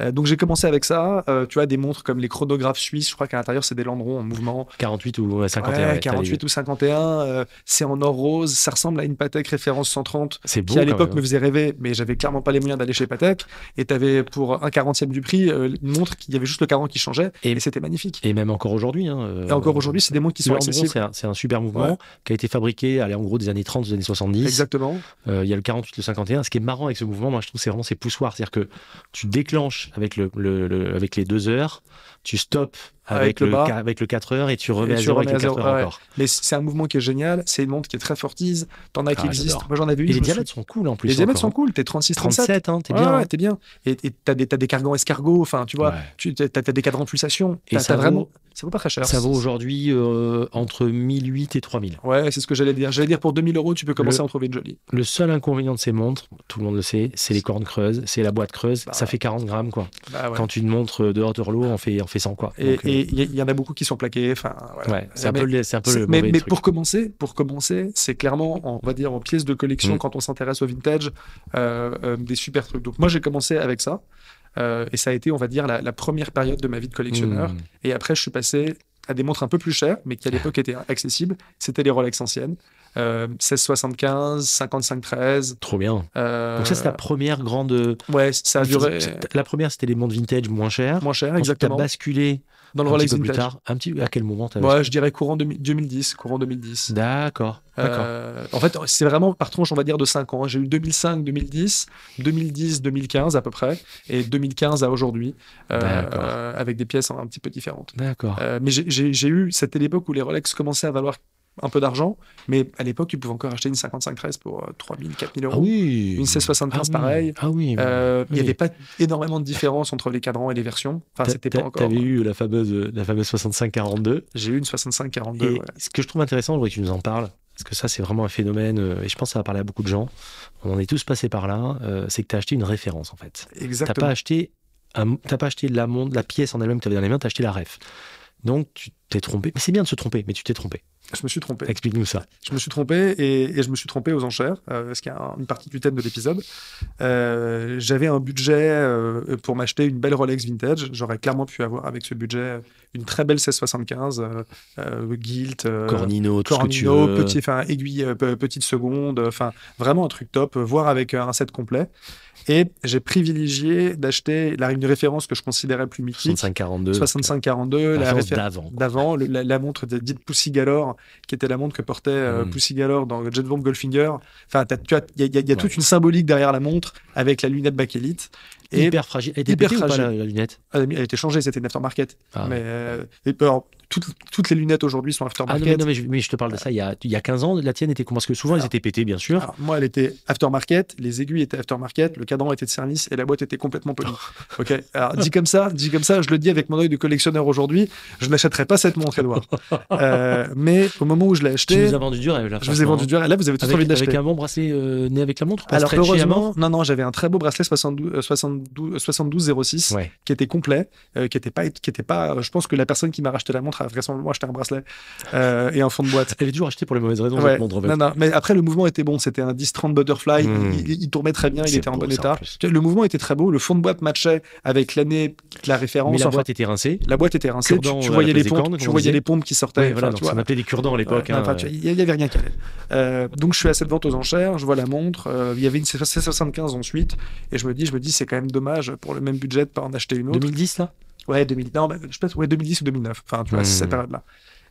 Speaker 2: Euh, donc, j'ai commencé avec ça. Euh, tu as des montres comme les chronographes suisses. Je crois qu'à l'intérieur, c'est des landrons en mouvement.
Speaker 1: 48 ou ouais, 51.
Speaker 2: Ouais,
Speaker 1: ouais, t'as les-
Speaker 2: 48 ou 51. euh, c'est en or rose. Ça ressemble à une Patek référence 130
Speaker 1: C'est beau.
Speaker 2: qui à
Speaker 1: quand
Speaker 2: l'époque
Speaker 1: même.
Speaker 2: me faisait rêver, mais j'avais clairement pas les moyens d'aller chez Patek. Et t'avais pour un quarantième du prix euh, une montre qui il y avait juste le caran qui changeait
Speaker 1: Et-
Speaker 2: et, c'était magnifique.
Speaker 1: Et même encore aujourd'hui. hein, euh,
Speaker 2: Et encore aujourd'hui, c'est des montres qui sont
Speaker 1: Landron,
Speaker 2: accessibles.
Speaker 1: c'est un, c'est un super mouvement.
Speaker 2: Ouais.
Speaker 1: qui a été fabriqué allez, en gros des années 30 aux années 70.
Speaker 2: Exactement.
Speaker 1: Euh, il y a le 48, le 51. Ce qui est marrant avec ce mouvement, moi je trouve, c'est vraiment ces poussoirs. C'est-à-dire que tu déclenches avec, le, le- le- avec les deux heures, tu stops avec,
Speaker 2: Avec le
Speaker 1: le,
Speaker 2: bas.
Speaker 1: ca- avec le 4 heures et tu remets
Speaker 2: Et
Speaker 1: à
Speaker 2: tu
Speaker 1: zéro avec le
Speaker 2: remets à
Speaker 1: 4
Speaker 2: zéro,
Speaker 1: heures
Speaker 2: ouais.
Speaker 1: encore.
Speaker 2: Mais c'est un mouvement qui est génial. C'est une montre qui est très fortise. T'en as
Speaker 1: Ah,
Speaker 2: qui existent.
Speaker 1: j'adore.
Speaker 2: Moi, j'en avais une.
Speaker 1: Et
Speaker 2: je
Speaker 1: les
Speaker 2: me souviens-
Speaker 1: diamètres sont cool en plus.
Speaker 2: les diamètres
Speaker 1: encore,
Speaker 2: sont
Speaker 1: hein.
Speaker 2: cool. T'es 36, 37.
Speaker 1: 37, hein, t'es
Speaker 2: Ouais,
Speaker 1: bien.
Speaker 2: ouais,
Speaker 1: hein.
Speaker 2: t'es bien. Et et t'as des, t'as des cargans escargots. Enfin, tu vois,
Speaker 1: Ouais.
Speaker 2: tu t'as t'as des cadrans pulsations.
Speaker 1: Et
Speaker 2: T'as-
Speaker 1: ça
Speaker 2: t'as vraiment.
Speaker 1: vaut-
Speaker 2: Ça vaut pas très cher.
Speaker 1: Ça vaut aujourd'hui euh, entre 1008 et 3000.
Speaker 2: Ouais, c'est ce que j'allais dire. J'allais dire pour 2000 euros, tu peux commencer à en trouver une jolie.
Speaker 1: Le seul inconvénient de ces montres, tout le monde le sait, c'est les cornes creuses, c'est la boîte creuse.
Speaker 2: Bah,
Speaker 1: ça fait 40 grammes, quoi.
Speaker 2: Bah ouais.
Speaker 1: Quand une montre euh, de Waterloo, on fait, on fait 100, quoi.
Speaker 2: Et
Speaker 1: Donc, euh,
Speaker 2: et il y, il y en a beaucoup qui sont plaqués. Enfin, voilà.
Speaker 1: ouais, c'est un
Speaker 2: mais-
Speaker 1: peu le, c'est un peu
Speaker 2: C'est-
Speaker 1: le
Speaker 2: mais
Speaker 1: mauvais
Speaker 2: mais
Speaker 1: truc.
Speaker 2: pour commencer, pour commencer, c'est clairement, on va dire en pièces de collection
Speaker 1: Mm.
Speaker 2: quand on s'intéresse au vintage, euh, euh, des super trucs. Donc moi j'ai commencé avec ça euh, et ça a été, on va dire, la, la première période de ma vie de collectionneur.
Speaker 1: Hmm.
Speaker 2: Et après je suis passé à des montres un peu plus chères, mais qui à l'époque étaient accessibles. C'était les Rolex anciennes, euh, 1675, 5513.
Speaker 1: Trop bien.
Speaker 2: Euh,
Speaker 1: Donc ça, c'est la première grande...
Speaker 2: ouais, ça a duré
Speaker 1: C'est- La première, c'était les montres vintage moins chères.
Speaker 2: moins cher,
Speaker 1: Ensuite, t'as
Speaker 2: exactement.
Speaker 1: basculé
Speaker 2: Dans le
Speaker 1: un petit
Speaker 2: Rolex
Speaker 1: peu plus
Speaker 2: vintage.
Speaker 1: tard. euh, Un petit... À quel moment t'as
Speaker 2: Moi, je dirais courant 2000 2010, courant 2010.
Speaker 1: basculé D'accord. D'accord.
Speaker 2: Euh, en fait, c'est vraiment par tranche, on va dire, de 5 ans. hein. J'ai eu 2005, 2010, 2010, 2015 à peu près, et 2015 à aujourd'hui, euh,
Speaker 1: D'accord.
Speaker 2: euh, avec des pièces un, un petit peu différentes.
Speaker 1: D'accord.
Speaker 2: Euh, mais j'ai- j'ai j'ai eu, c'était l'époque où les Rolex commençaient à valoir un peu d'argent, mais à l'époque, tu pouvais encore acheter une 5513 pour euh, 3000, 4000 euros.
Speaker 1: ah oui
Speaker 2: Une 1675,
Speaker 1: Ah oui.
Speaker 2: pareil.
Speaker 1: Ah oui.
Speaker 2: Euh, Il n'y
Speaker 1: Oui.
Speaker 2: avait pas énormément de différence entre les cadrans et les versions. Enfin,
Speaker 1: T'a-
Speaker 2: c'était
Speaker 1: t'a-
Speaker 2: pas encore. hein.
Speaker 1: T'avais eu la fameuse, la fameuse 65-42.
Speaker 2: J'ai eu une 6542.
Speaker 1: Et
Speaker 2: ouais.
Speaker 1: ce que je trouve intéressant, je voudrais que tu nous en parles, parce que ça, c'est vraiment un phénomène, euh, et je pense que ça va parler à beaucoup de gens. On en est tous passés par là. euh, c'est que tu as acheté une référence, en fait. T'as
Speaker 2: Exactement.
Speaker 1: pas acheté, un- t'as pas acheté la, montre- la pièce en elle-même que tu avais dans les mains, t'as acheté la ref. Donc, tu t'es trompé. Mais c'est bien de se tromper, mais tu t'es trompé.
Speaker 2: Je me suis trompé.
Speaker 1: Explique-nous ça.
Speaker 2: Je me suis trompé et, et je me suis trompé aux enchères, euh, ce qui est un- une partie du thème de l'épisode. Euh, J'avais un budget euh, pour m'acheter une belle Rolex vintage. J'aurais clairement pu avoir avec ce budget une très belle 1675 euh, euh, Gilt, euh,
Speaker 1: Cornino, tout ce que tu
Speaker 2: Cornino,
Speaker 1: veux.
Speaker 2: petit, enfin aiguille, euh, pe- petite seconde, euh, enfin vraiment un truc top, euh, voire avec euh, un set complet. Et j'ai privilégié d'acheter la une référence que je considérais plus mythique,
Speaker 1: 65-42.
Speaker 2: 6542,
Speaker 1: la
Speaker 2: la
Speaker 1: référence
Speaker 2: référence
Speaker 1: d'avant. quoi.
Speaker 2: d'avant, le- la, la montre de- dite Pussy Galore, qui était la montre que portait euh,
Speaker 1: Mm.
Speaker 2: Pussy Galore dans Jet Bomb Goldfinger. Enfin, t'as- tu as- il y a, il y a- il y a
Speaker 1: Ouais.
Speaker 2: toute une symbolique derrière la montre avec la lunette bakélite. Et
Speaker 1: Hyper fragile. Elle était
Speaker 2: hyper
Speaker 1: pétée ou pas,
Speaker 2: fragile.
Speaker 1: la, la lunette
Speaker 2: elle a mis- elle a été changée, c'était une aftermarket.
Speaker 1: Ah.
Speaker 2: mais euh, et, alors, toutes, toutes les lunettes aujourd'hui
Speaker 1: Ah
Speaker 2: sont
Speaker 1: non,
Speaker 2: aftermarket.
Speaker 1: mais, non, mais je, mais je te parle de ça il y, a, il y a 15 ans, la tienne était comment Parce que souvent, elles
Speaker 2: Alors-
Speaker 1: étaient pétées, bien sûr.
Speaker 2: Alors, moi, elle était aftermarket, les aiguilles étaient aftermarket, le cadran était de service et la boîte était complètement polie.
Speaker 1: Oh.
Speaker 2: Ok. Alors, dit comme ça, dit comme ça, je le dis avec mon œil de collectionneur aujourd'hui, je n'achèterai pas cette montre, Edouard. Euh, mais au moment où je l'ai
Speaker 1: tu
Speaker 2: achetée,
Speaker 1: nous as vendu dur. elle, là,
Speaker 2: je vous ai
Speaker 1: franchement.
Speaker 2: vendu du Là, vous avez tous
Speaker 1: Avec,
Speaker 2: envie d'acheter.
Speaker 1: avec un bon bracelet euh, né avec la montre ou pas
Speaker 2: Alors
Speaker 1: stretché à
Speaker 2: heureusement, non, non, j'avais un très beau bracelet 72, euh, 72, euh, 72 06
Speaker 1: main Ouais.
Speaker 2: qui était complet, euh, qui était pas, qui était pas. euh, je pense que la personne qui m'a racheté la montre a vraisemblablement acheté un bracelet euh, et un fond de boîte.
Speaker 1: Elle avait toujours acheté pour les mauvaises raisons,
Speaker 2: Ouais.
Speaker 1: cette montre. en fait.
Speaker 2: Non, non, mais après le mouvement était bon, c'était un 10-30 butterfly,
Speaker 1: Hmm.
Speaker 2: il, il- il tournait très bien, il
Speaker 1: C'est
Speaker 2: était en
Speaker 1: beau,
Speaker 2: bon
Speaker 1: ça, en
Speaker 2: état.
Speaker 1: plus.
Speaker 2: Tu vois, Le mouvement était très beau, le fond de boîte matchait avec l'année, la référence.
Speaker 1: Mais la
Speaker 2: enfin,
Speaker 1: boîte était rincée.
Speaker 2: la boîte était rincée, tu,
Speaker 1: Cure-dents,
Speaker 2: tu
Speaker 1: euh, à
Speaker 2: voyais
Speaker 1: la
Speaker 2: les
Speaker 1: place des
Speaker 2: pompes,
Speaker 1: cornes,
Speaker 2: tu
Speaker 1: comme on
Speaker 2: voyais
Speaker 1: disait.
Speaker 2: les pompes qui sortaient.
Speaker 1: Ouais, voilà,
Speaker 2: enfin,
Speaker 1: donc
Speaker 2: tu
Speaker 1: ça
Speaker 2: vois.
Speaker 1: m'appelait des cure-dents à l'époque.
Speaker 2: Ouais,
Speaker 1: hein.
Speaker 2: non, enfin, tu vois, Il n'y avait rien qui allait. Euh, donc je suis à cette vente aux enchères, je vois la montre, euh, il y avait une C75 ensuite, et je me dis, je me dis, c'est quand même dommage pour le même budget de pas en acheter une autre.
Speaker 1: 2010 là
Speaker 2: Ouais, 2000, non, mais je pense, ouais, 2010 ou 2009, enfin tu vois,
Speaker 1: Hmm.
Speaker 2: c'est cette période-là.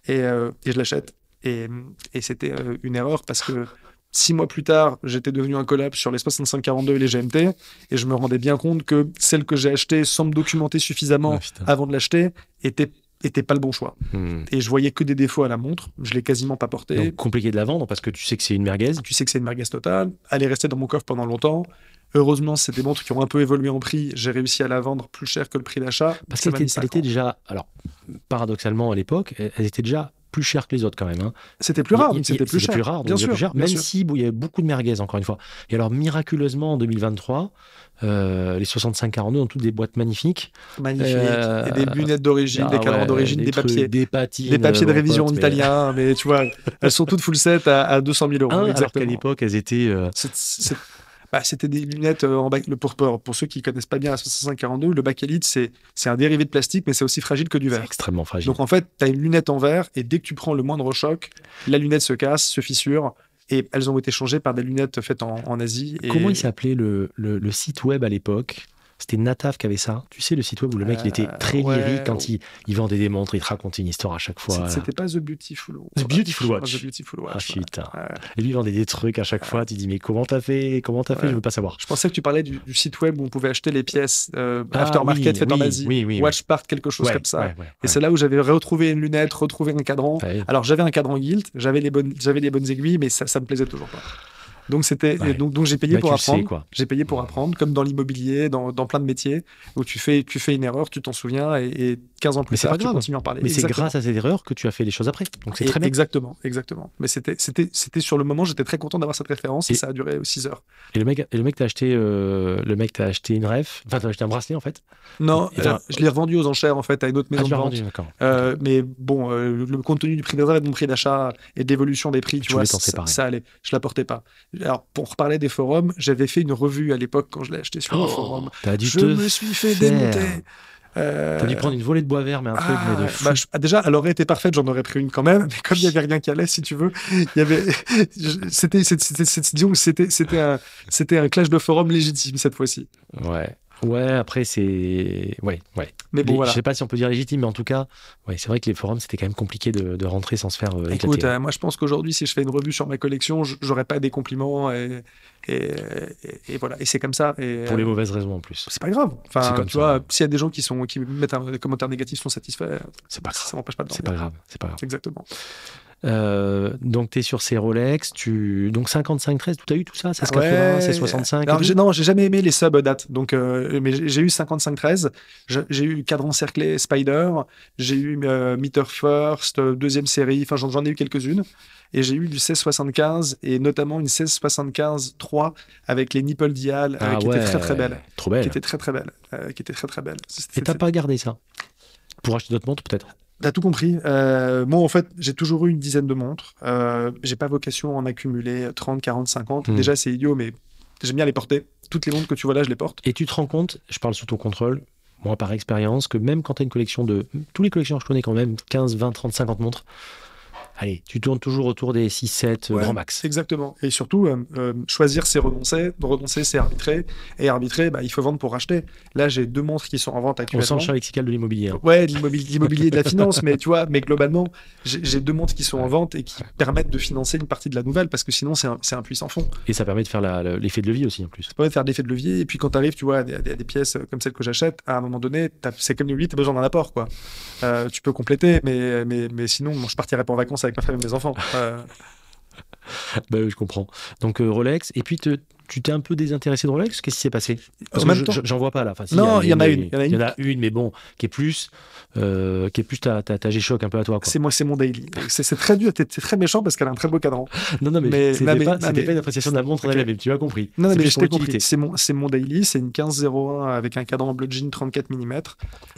Speaker 2: Et, euh, et je l'achète, et, et c'était euh, une erreur parce que six mois plus tard, j'étais devenu un collab sur les 6542 et les GMT, et je me rendais bien compte que celle que j'ai achetée sans me documenter suffisamment
Speaker 1: Ah, putain.
Speaker 2: avant de l'acheter était, était pas le bon choix.
Speaker 1: Hmm.
Speaker 2: Et je voyais que des défauts à la montre, je l'ai quasiment pas portée.
Speaker 1: Donc compliqué de la vendre parce que tu sais que c'est une merguez.
Speaker 2: Tu sais que c'est une merguez totale. Elle est restée dans mon coffre pendant longtemps. Heureusement, c'est des montres qui ont un peu évolué en prix. J'ai réussi à la vendre plus cher que le prix d'achat.
Speaker 1: Parce
Speaker 2: Ça
Speaker 1: qu'elle
Speaker 2: m'a
Speaker 1: était,
Speaker 2: mis cinq
Speaker 1: elle était
Speaker 2: ans.
Speaker 1: déjà, alors paradoxalement à l'époque, elle elle était déjà plus chère que les autres quand même. hein.
Speaker 2: C'était plus
Speaker 1: Il-
Speaker 2: rare,
Speaker 1: il-
Speaker 2: c'était plus cher.
Speaker 1: plus rare, donc
Speaker 2: Bien
Speaker 1: déjà
Speaker 2: sûr,
Speaker 1: plus cher,
Speaker 2: bien
Speaker 1: même
Speaker 2: sûr.
Speaker 1: si bon, il y avait beaucoup de merguez encore une fois. Et alors miraculeusement en 2023, euh, les 65-42 ont toutes des boîtes magnifiques.
Speaker 2: Magnifique.
Speaker 1: Euh,
Speaker 2: Et des lunettes d'origine,
Speaker 1: Ah
Speaker 2: des cadrans
Speaker 1: ouais,
Speaker 2: d'origine, des,
Speaker 1: trucs,
Speaker 2: papiers.
Speaker 1: des patines, euh,
Speaker 2: Des papiers de
Speaker 1: mon
Speaker 2: révision
Speaker 1: pote,
Speaker 2: en
Speaker 1: mais-
Speaker 2: italien, mais tu vois, elles sont toutes full set à, à 200 000 euros.
Speaker 1: Hein, alors qu'à
Speaker 2: exactement.
Speaker 1: l'époque elles étaient euh,
Speaker 2: C'est- c'est- bah, C'était des lunettes euh, en bac- le pour, pour, pour ceux qui connaissent pas bien la 6542, le bakélite, c'est c'est un dérivé de plastique, mais c'est aussi fragile que du
Speaker 1: c'est
Speaker 2: verre.
Speaker 1: extrêmement fragiles.
Speaker 2: Donc en fait, tu as une lunette en verre et dès que tu prends le moindre choc, la lunette se casse, se fissure et elles ont été changées par des lunettes faites en, en Asie. Et
Speaker 1: Comment il s'appelait le, le- le site web à l'époque C'était Nataf qui avait ça. Tu sais, le site web où le mec, il était
Speaker 2: Euh,
Speaker 1: très
Speaker 2: ouais,
Speaker 1: lyrique quand
Speaker 2: ouais.
Speaker 1: il, il vendait des montres, il te racontait une histoire à chaque fois.
Speaker 2: C'est- C'était pas The Beautiful Watch.
Speaker 1: The Beautiful Watch.
Speaker 2: The Beautiful
Speaker 1: Ah,
Speaker 2: Watch.
Speaker 1: putain.
Speaker 2: ouais. Ouais.
Speaker 1: Et lui, il vendait des trucs à chaque fois. Tu dis, mais comment t'as fait Comment t'as fait
Speaker 2: Ouais.
Speaker 1: Je veux pas savoir.
Speaker 2: Je pensais que tu parlais du, du site web où on pouvais acheter les pièces euh,
Speaker 1: Ah,
Speaker 2: aftermarket
Speaker 1: oui,
Speaker 2: faites en
Speaker 1: oui,
Speaker 2: Asie,
Speaker 1: oui, oui,
Speaker 2: watch part, quelque chose
Speaker 1: Ouais,
Speaker 2: comme ça.
Speaker 1: ouais, ouais, Bah,
Speaker 2: Et c'est là où j'avais retrouvé une lunette, retrouvé un cadran.
Speaker 1: ouais. Ouais.
Speaker 2: Alors j'avais un cadran guilt, j'avais les bonnes, j'avais les bonnes aiguilles, mais ça, ça me plaisait toujours pas. Donc c'était,
Speaker 1: Ouais.
Speaker 2: donc, donc j'ai payé
Speaker 1: Bah,
Speaker 2: pour
Speaker 1: tu le sais,
Speaker 2: apprendre.
Speaker 1: quoi.
Speaker 2: J'ai payé pour apprendre, comme dans l'immobilier, dans, dans plein de métiers où tu fais, tu fais une erreur, tu t'en souviens et, et 15 ans plus
Speaker 1: Mais c'est
Speaker 2: tard,
Speaker 1: pas
Speaker 2: tu
Speaker 1: grave.
Speaker 2: continues à en parler.
Speaker 1: Mais c'est
Speaker 2: Exactement.
Speaker 1: grâce à ces erreurs que tu as fait les choses après. Donc c'est
Speaker 2: Et-
Speaker 1: très bien.
Speaker 2: Exactement, exactement. Mais c'était, c'était, c'était sur le moment, j'étais très content d'avoir cette référence et,
Speaker 1: Et-
Speaker 2: ça a duré 6 heures.
Speaker 1: Et le mec, et le mec t'a acheté, euh, le mec t'a acheté une ref. Enfin, t'as acheté un bracelet en fait.
Speaker 2: Non,
Speaker 1: Et t'as-
Speaker 2: euh, je l'ai revendu aux enchères en fait à une autre
Speaker 1: Ah,
Speaker 2: maison
Speaker 1: tu
Speaker 2: de
Speaker 1: l'as
Speaker 2: vente.
Speaker 1: rendu, d'accord.
Speaker 2: Euh, mais bon, euh, le compte tenu du prix des rêves, de mon prix d'achat et d'évolution des prix, tu,
Speaker 1: Tu
Speaker 2: vois,
Speaker 1: voulais t'en
Speaker 2: ça,
Speaker 1: séparer.
Speaker 2: ça allait. Je la portais pas. Alors, pour reparler des forums, j'avais fait une revue à l'époque quand je l'ai acheté sur le forum.
Speaker 1: T'as dû
Speaker 2: Je
Speaker 1: te
Speaker 2: me suis fait
Speaker 1: Oh, faire.
Speaker 2: démonter. Euh,
Speaker 1: T'as dû prendre une volée de bois vert, mais un truc
Speaker 2: ah,
Speaker 1: mais de fou.
Speaker 2: bah, je- ah, déjà, elle aurait été parfaite, j'en aurais pris une quand même, mais comme il n'y avait rien qui allait, si tu veux, il y avait, je- c'était, c'était, c'était, c'était- disons que c'était, c'était un, c'était un clash de forum légitime cette fois-ci.
Speaker 1: Ouais. Ouais, après, c'est. Ouais, ouais.
Speaker 2: Mais bon,
Speaker 1: Les-
Speaker 2: voilà.
Speaker 1: Je sais pas si on peut dire légitime, mais en tout cas, ouais, c'est vrai que les forums, c'était quand même compliqué de, de rentrer sans se faire euh,
Speaker 2: Écoute,
Speaker 1: éclater.
Speaker 2: euh, moi je pense qu'aujourd'hui, si je fais une revue sur ma collection, j- j'aurais pas des compliments et, et, et- et voilà. Et c'est comme ça. Et,
Speaker 1: Pour les
Speaker 2: euh,
Speaker 1: mauvaises raisons en plus.
Speaker 2: c'est pas grave.
Speaker 1: C'est
Speaker 2: Enfin,
Speaker 1: comme
Speaker 2: tu
Speaker 1: ça,
Speaker 2: vois,
Speaker 1: ouais.
Speaker 2: s'il y a des gens qui sont qui mettent un des commentaires négatifs sont satisfaits,
Speaker 1: C'est pas grave.
Speaker 2: ça m'empêche pas de
Speaker 1: Ah, C'est
Speaker 2: dormir.
Speaker 1: pas grave. C'est pas grave.
Speaker 2: Exactement.
Speaker 1: Euh, donc, t'es sur ces Rolex, tu. Donc, 55, 13, tout as eu tout ça Ça se
Speaker 2: Ouais.
Speaker 1: 80, c'est 65.
Speaker 2: Alors,
Speaker 1: et
Speaker 2: j'ai-
Speaker 1: tout
Speaker 2: non, j'ai jamais aimé les sub dates. Donc, euh, mais j'ai j'ai eu 55-13, je- j'ai eu cadran cerclé Spider, j'ai eu euh, Meter First, euh, deuxième série. Enfin, j'en j'en ai eu quelques-unes. Et j'ai eu du 1675 et notamment une 1675-3 avec les nipples dial, euh,
Speaker 1: Ah
Speaker 2: qui
Speaker 1: ouais,
Speaker 2: était très très belle.
Speaker 1: Trop
Speaker 2: qui
Speaker 1: belle.
Speaker 2: était très très belle, euh, qui était très très belle. C'était-
Speaker 1: Et t'as pas gardé ça Pour acheter d'autres montres, peut-être
Speaker 2: T'as tout compris. Euh, moi, en fait, j'ai toujours eu une dizaine de montres. Euh, j'ai pas vocation à en accumuler 30, 40, 50.
Speaker 1: Hmm.
Speaker 2: Déjà, c'est idiot, mais j'aime bien les porter. Toutes les montres que tu vois là, je les porte.
Speaker 1: Et tu te rends compte, je parle sous ton contrôle, moi par expérience, que même quand tu as une collection de. Tous les collectionneurs que je connais quand même, 15, 20, 30, 50 montres. Allez, tu tournes toujours autour des 6, 7, euh,
Speaker 2: Ouais.
Speaker 1: grand max.
Speaker 2: Exactement. Et surtout, euh, euh, choisir, c'est renoncer. Renoncer, c'est arbitrer. Et arbitrer, bah, il faut vendre pour acheter. Là, j'ai deux montres qui sont en vente
Speaker 1: On
Speaker 2: actuellement.
Speaker 1: sent le lexical de l'immobilier. hein.
Speaker 2: Ouais, de l'immobili- de l'immobilier et de la finance, mais tu vois, mais globalement, j'ai j'ai deux montres qui sont en vente et qui permettent de financer une partie de la nouvelle parce que sinon, c'est un, c'est un puissant fond.
Speaker 1: Et ça permet de faire la- la- l'effet de levier aussi en plus.
Speaker 2: permet de faire de l'effet de levier. Et puis quand tu arrives, tu vois, à des, à des- à des pièces comme celles que j'achète, à un moment donné, t'as- c'est comme l'immobilier, tu as besoin d'un apport. quoi. Euh, tu peux compléter, mais, mais, mais sinon, bon, je partirais pas en vacances avec ma femme et mes enfants. Euh, Ah.
Speaker 1: Bah, oui, je comprends. Donc euh, Rolex, et puis te- tu t'es un peu désintéressé de Rolex Qu'est-ce qui s'est passé Parce
Speaker 2: en
Speaker 1: que
Speaker 2: même
Speaker 1: je-
Speaker 2: temps,
Speaker 1: je- j'en vois pas là. Enfin, si,
Speaker 2: Non, il y en a une,
Speaker 1: mais-
Speaker 2: il y en a
Speaker 1: Il y en a une, mais bon, qui est plus, euh, qui est plus ta, ta, ta G-Shock un peu à toi. Quoi.
Speaker 2: c'est moi, c'est mon daily. C'est c'est très dur, t'es t'es très méchant parce qu'elle a un très beau cadran.
Speaker 1: Non, non, mais,
Speaker 2: mais-
Speaker 1: c'était
Speaker 2: non, mais-
Speaker 1: pas,
Speaker 2: non,
Speaker 1: c'était
Speaker 2: mais-
Speaker 1: pas une appréciation de la montre en
Speaker 2: Ok.
Speaker 1: elle-même, tu as compris.
Speaker 2: Non,
Speaker 1: C'est
Speaker 2: mais
Speaker 1: plus
Speaker 2: je
Speaker 1: pour
Speaker 2: t'ai compris.
Speaker 1: l'utilité.
Speaker 2: C'est mon, c'est mon daily, c'est une 1501 avec un cadran bleu jean 34 mm.
Speaker 1: Moi,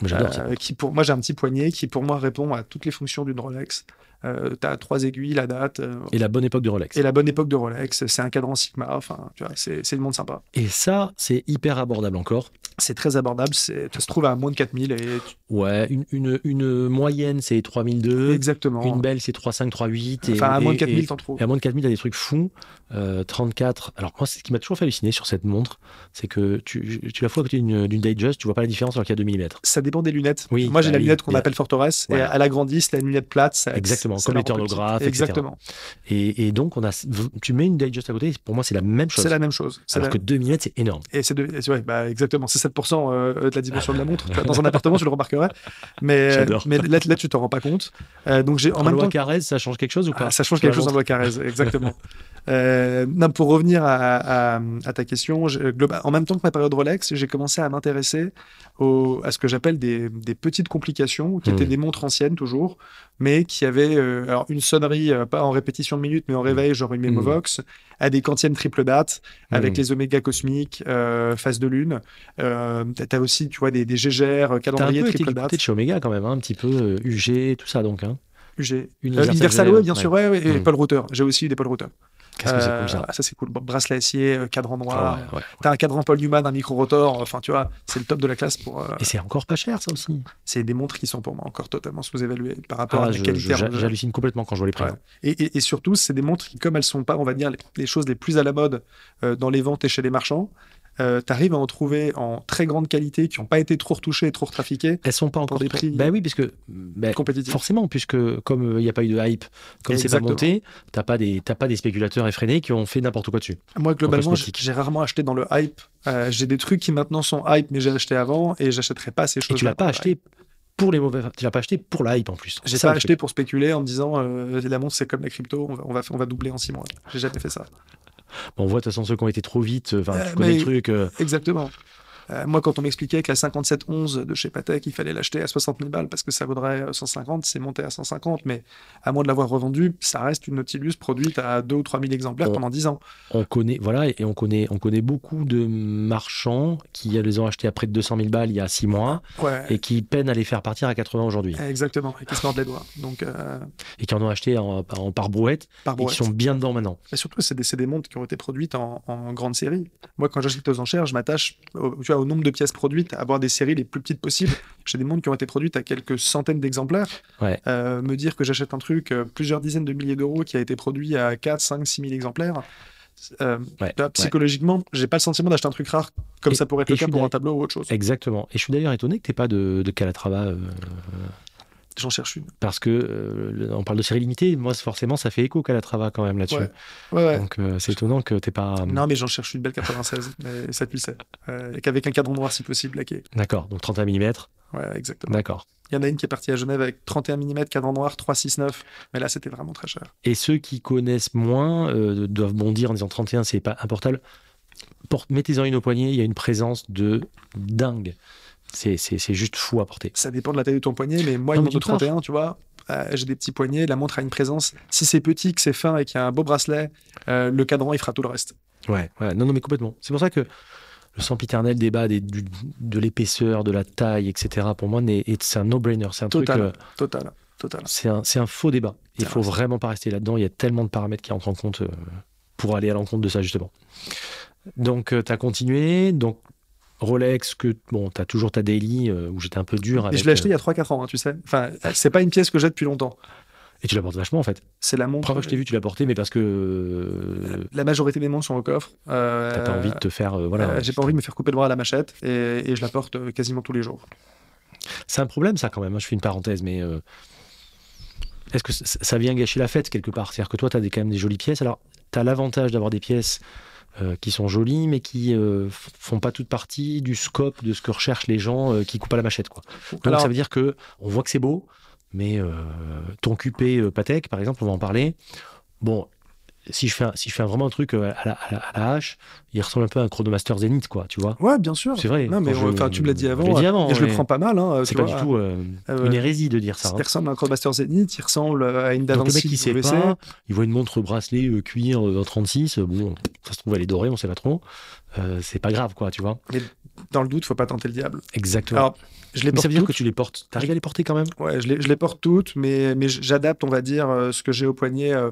Speaker 1: J'adore ça.
Speaker 2: Euh, qui pour moi j'ai un petit poignet qui pour moi répond à toutes les fonctions d'une Rolex. Euh, T'as trois aiguilles, la date euh,
Speaker 1: Et la bonne époque de Rolex.
Speaker 2: et la bonne époque de Rolex. C'est un cadran Sigma. Enfin, tu vois, c'est c'est le monde sympa.
Speaker 1: Et ça, c'est hyper abordable encore.
Speaker 2: C'est très abordable. c'est- Ça se trouve à moins de 4000 et tu-
Speaker 1: Ouais, une, une, une moyenne, c'est 3002.
Speaker 2: exactement.
Speaker 1: Une belle, c'est 3,5, 3,8. et-
Speaker 2: enfin, à moins de
Speaker 1: et-
Speaker 2: 4000,
Speaker 1: et-
Speaker 2: t'en trouves.
Speaker 1: et à moins de 4000, t'as des trucs fous. Euh, 34. Alors, moi, c'est ce qui m'a toujours fait halluciner sur cette montre, c'est que tu, tu la fous à côté d'une d'une Datejust, tu vois pas la différence alors qu'il y a 2 mm.
Speaker 2: Ça dépend des lunettes.
Speaker 1: Oui,
Speaker 2: Moi, j'ai
Speaker 1: bah
Speaker 2: la
Speaker 1: oui,
Speaker 2: lunette qu'on
Speaker 1: mais-
Speaker 2: appelle Forteresse.
Speaker 1: Ouais.
Speaker 2: Et elle agrandit, c'est la lunette plate. ça-
Speaker 1: Exactement,
Speaker 2: ça
Speaker 1: comme
Speaker 2: la
Speaker 1: les
Speaker 2: rend plus petite.
Speaker 1: turnographes, etc.
Speaker 2: Exactement.
Speaker 1: Et, et donc, on a, tu mets une Datejust à côté, pour moi, c'est la même chose.
Speaker 2: C'est la même chose. C'est
Speaker 1: alors
Speaker 2: la-
Speaker 1: que 2 mm, c'est énorme.
Speaker 2: Et c'est de- et c'est- ouais, bah, exactement. C'est 7% euh, de la dimension de la montre. Dans un appartement, tu le remarquerais. Mais, euh,
Speaker 1: J'adore.
Speaker 2: mais là, là, tu t'en rends pas compte. Euh, donc, j'ai en
Speaker 1: En,
Speaker 2: même
Speaker 1: loi
Speaker 2: temps.
Speaker 1: Carrez, ça change quelque chose ou
Speaker 2: Ah,
Speaker 1: pas
Speaker 2: ça change
Speaker 1: Sur la
Speaker 2: quelque chose dans
Speaker 1: montre
Speaker 2: loi Carrez, exactement. Euh, non, pour revenir à, à- à ta question, je- globa- en même temps que ma période Rolex, j'ai commencé à m'intéresser au- à ce que j'appelle des, des petites complications, qui
Speaker 1: Hmm.
Speaker 2: étaient des montres anciennes toujours, mais qui avaient euh, alors une sonnerie, euh, pas en répétition de minutes, mais en réveil, genre une
Speaker 1: Hmm.
Speaker 2: Memovox, à des quantièmes triple date, avec
Speaker 1: Hmm.
Speaker 2: les oméga cosmiques, euh, phase de lune. Euh, T'as as aussi, tu vois, des, des GGR, euh,
Speaker 1: T'as un
Speaker 2: calendrier
Speaker 1: peu été
Speaker 2: triple
Speaker 1: du
Speaker 2: date.
Speaker 1: côté de chez Omega quand même, hein, un petit peu euh, UG, tout ça donc. Hein.
Speaker 2: UG. Euh,
Speaker 1: Universal
Speaker 2: Universal,
Speaker 1: Genève,
Speaker 2: ouais, bien sûr, ouais, ouais, et
Speaker 1: Hmm.
Speaker 2: Paul Router. J'ai aussi eu des Paul Router.
Speaker 1: Qu'est-ce que c'est
Speaker 2: Euh,
Speaker 1: cool ça
Speaker 2: ah, c'est cool. Br- Bracelet acier, euh, cadran noir.
Speaker 1: Ah ouais, ouais.
Speaker 2: T'as un cadran Paul Newman, un micro-rotor. Enfin, tu vois, c'est le top de la classe pour. euh,
Speaker 1: Et c'est encore pas cher ça aussi.
Speaker 2: c'est des montres qui sont pour moi encore totalement sous-évaluées par rapport
Speaker 1: Ah,
Speaker 2: à la
Speaker 1: je-
Speaker 2: qualité.
Speaker 1: je- j'a- J'hallucine complètement quand je vois les prix.
Speaker 2: Ouais. Et, et- et surtout, c'est des montres qui, comme elles sont pas, on va dire, les, les choses les plus à la mode euh, dans les ventes et chez les marchands, euh, tu arrives à en trouver en très grande qualité, qui n'ont pas été trop retouchées et trop retrafiquées.
Speaker 1: Elles sont pas encore
Speaker 2: des
Speaker 1: trop-
Speaker 2: prix
Speaker 1: Ben oui, puisque ben,
Speaker 2: compétitifs.
Speaker 1: forcément, puisque comme euh, il n'y a pas eu de hype, comme c'est pas
Speaker 2: Exactement.
Speaker 1: monté, t'as pas des t'as pas des spéculateurs effrénés qui ont fait n'importe quoi dessus.
Speaker 2: Moi, globalement, j'ai
Speaker 1: cosmétique.
Speaker 2: j'ai rarement acheté dans le hype. Euh, j'ai des trucs qui maintenant sont hype, mais j'ai acheté avant et j'achèterai pas ces
Speaker 1: Et
Speaker 2: choses.
Speaker 1: tu l'as pas acheté pour les mauvais, tu l'as pas acheté pour la hype en plus.
Speaker 2: J'ai
Speaker 1: Ça,
Speaker 2: pas
Speaker 1: le
Speaker 2: acheté pour spéculer en me disant euh, la montre c'est comme la crypto, on va, on va, on va doubler en six mois. J'ai jamais fait ça.
Speaker 1: truc. Bon, on voit de toute façon ceux qui ont été trop vite. Enfin,
Speaker 2: Euh,
Speaker 1: tu connais
Speaker 2: mais-
Speaker 1: le truc. euh,
Speaker 2: Exactement. Euh, moi, quand on m'expliquait que la 5711 de chez Patek, il fallait l'acheter à 60 000 balles parce que ça vaudrait euh, 150, c'est monté à 150, mais à moins de l'avoir revendue, ça reste une Nautilus produite à 2 ou 3 000 exemplaires
Speaker 1: On-
Speaker 2: pendant 10 ans.
Speaker 1: on connaît, voilà, et on connaît, on connaît beaucoup de marchands qui les ont achetés à près de 200 000 balles il y a six mois
Speaker 2: Ouais,
Speaker 1: et qui peinent à les faire partir à 80 aujourd'hui
Speaker 2: exactement. Et qui se mordent les doigts. Donc, euh,
Speaker 1: et qui en ont acheté en, en par brouette
Speaker 2: par
Speaker 1: et qui
Speaker 2: brouette.
Speaker 1: sont bien dedans maintenant.
Speaker 2: Mais surtout, c'est des, c'est des montres qui ont été produites en, en grande série. Moi, quand j'achète aux enchères, je m'attache au, tu vois, au nombre de pièces produites, à avoir des séries les plus petites possibles. J'ai des montres qui ont été produites à quelques centaines d'exemplaires.
Speaker 1: Ouais.
Speaker 2: Euh, me dire que j'achète un truc euh, plusieurs dizaines de milliers d'euros qui a été produit à 4, 5, 6 000 exemplaires. euh,
Speaker 1: Ouais,
Speaker 2: tu vois,
Speaker 1: ouais.
Speaker 2: psychologiquement, j'ai pas le sentiment d'acheter un truc rare comme
Speaker 1: Et-
Speaker 2: ça pourrait être
Speaker 1: et
Speaker 2: le
Speaker 1: je
Speaker 2: cas
Speaker 1: suis
Speaker 2: pour un
Speaker 1: d'ac-
Speaker 2: tableau ou autre chose.
Speaker 1: Exactement. Et je suis d'ailleurs étonné que t'aies pas de, de Calatrava euh,
Speaker 2: J'en cherche une.
Speaker 1: parce que euh, on parle de série limitée. Moi, c'est- forcément, ça fait écho Calatrava quand même là-dessus.
Speaker 2: Ouais. Ouais, ouais.
Speaker 1: Donc euh, c'est étonnant que t'aies pas.
Speaker 2: Non, mais j'en cherche une belle 96, mais ça tu le sais. Euh, et qu'avec un cadran noir si possible laqué.
Speaker 1: D'accord. Donc 31 mm.
Speaker 2: Ouais, exactement.
Speaker 1: D'accord.
Speaker 2: Il y en a une qui est partie à Genève avec 31 mm cadran noir 369, mais là c'était vraiment très cher.
Speaker 1: Et ceux qui connaissent moins euh, doivent bondir en disant 31, c'est pas importable. Porte- Mettez-en une au poignet, il y a une présence de dingue. C'est, c'est, c'est juste fou à porter.
Speaker 2: Ça dépend de la taille de ton poignet, mais moi
Speaker 1: Non,
Speaker 2: une
Speaker 1: mais
Speaker 2: montre de
Speaker 1: d'une part.
Speaker 2: 31, tu vois, euh, j'ai des petits poignets, la montre a une présence. Si c'est petit, que c'est fin et qu'il y a un beau bracelet, euh, le cadran il fera tout le reste.
Speaker 1: Ouais, ouais. Non, non, mais complètement. C'est pour ça que le sempiternel débat des- du- de l'épaisseur, de la taille, etc., pour moi, n'est- est- c'est un no-brainer. C'est un
Speaker 2: Total,
Speaker 1: truc. euh,
Speaker 2: total, total.
Speaker 1: c'est, un, c'est un faux débat. Il
Speaker 2: Ah,
Speaker 1: faut
Speaker 2: c'est-
Speaker 1: vraiment pas rester là-dedans. Il y a tellement de paramètres qui entrent en compte euh, pour aller à l'encontre de ça, justement. Donc, tu as continué. Donc, Rolex, que bon, tu as toujours ta daily, euh, où j'étais un peu dur.
Speaker 2: Et
Speaker 1: Avec,
Speaker 2: je l'ai acheté
Speaker 1: euh,
Speaker 2: il y a 3-4 ans, hein, tu sais. Enfin, c'est pas une pièce que j'ai depuis longtemps.
Speaker 1: Et tu la portes vachement en fait.
Speaker 2: C'est la
Speaker 1: La première
Speaker 2: montre.
Speaker 1: fois que je t'ai vu, tu l'as portée, mais parce que euh,
Speaker 2: La majorité des montres sont au coffre. Euh,
Speaker 1: t'as pas envie de te faire. euh, voilà.
Speaker 2: euh, j'ai pas envie de me faire couper le bras à la machette et, et je la porte euh, quasiment tous les jours.
Speaker 1: C'est un problème ça quand même. hein, Je fais une parenthèse, mais euh, est-ce que c- ça vient gâcher la fête quelque part C'est-à-dire que toi, t'as des, quand même des jolies pièces. Alors, t'as l'avantage d'avoir des pièces euh, qui sont jolies, mais qui euh, f- font pas toute partie du scope de ce que recherchent les gens euh, qui coupent à la machette. Quoi. Donc,
Speaker 2: Alors-
Speaker 1: ça veut dire que on voit que c'est beau, mais euh, ton cupé euh, Patek, par exemple, on va en parler. Bon. Si je fais, un- si je fais un- vraiment un truc euh, à la, à la- à la hache, il ressemble un peu à un Chronomaster Zenith, quoi, tu vois.
Speaker 2: Ouais, bien sûr.
Speaker 1: C'est vrai.
Speaker 2: Non, mais
Speaker 1: Quand je-
Speaker 2: on- enfin, tu me l'as dit
Speaker 1: je l'ai
Speaker 2: avant.
Speaker 1: dit avant,
Speaker 2: et je le
Speaker 1: ouais.
Speaker 2: prends pas mal. Hein,
Speaker 1: C'est
Speaker 2: tu
Speaker 1: pas
Speaker 2: vois.
Speaker 1: du tout euh,
Speaker 2: Euh,
Speaker 1: une hérésie de dire ça. hein.
Speaker 2: Il ressemble à un Chronomaster Zenith, il ressemble à une Da
Speaker 1: Donc le
Speaker 2: Vinci
Speaker 1: mec qui sait
Speaker 2: WC.
Speaker 1: pas, il voit une montre bracelet euh, cuir euh, 36, euh, bon, ça se trouve elle est dorée, on sait pas trop. Euh, c'est pas grave quoi, tu vois.
Speaker 2: Dans le doute, faut pas tenter le diable.
Speaker 1: Exactement.
Speaker 2: Alors, je les
Speaker 1: mais
Speaker 2: porte
Speaker 1: ça veut dire que
Speaker 2: toutes.
Speaker 1: tu les portes, t'arrives à les porter quand même
Speaker 2: Ouais, je les, je les porte toutes, mais, mais j'adapte, on va dire, euh, ce que j'ai au poignet. euh,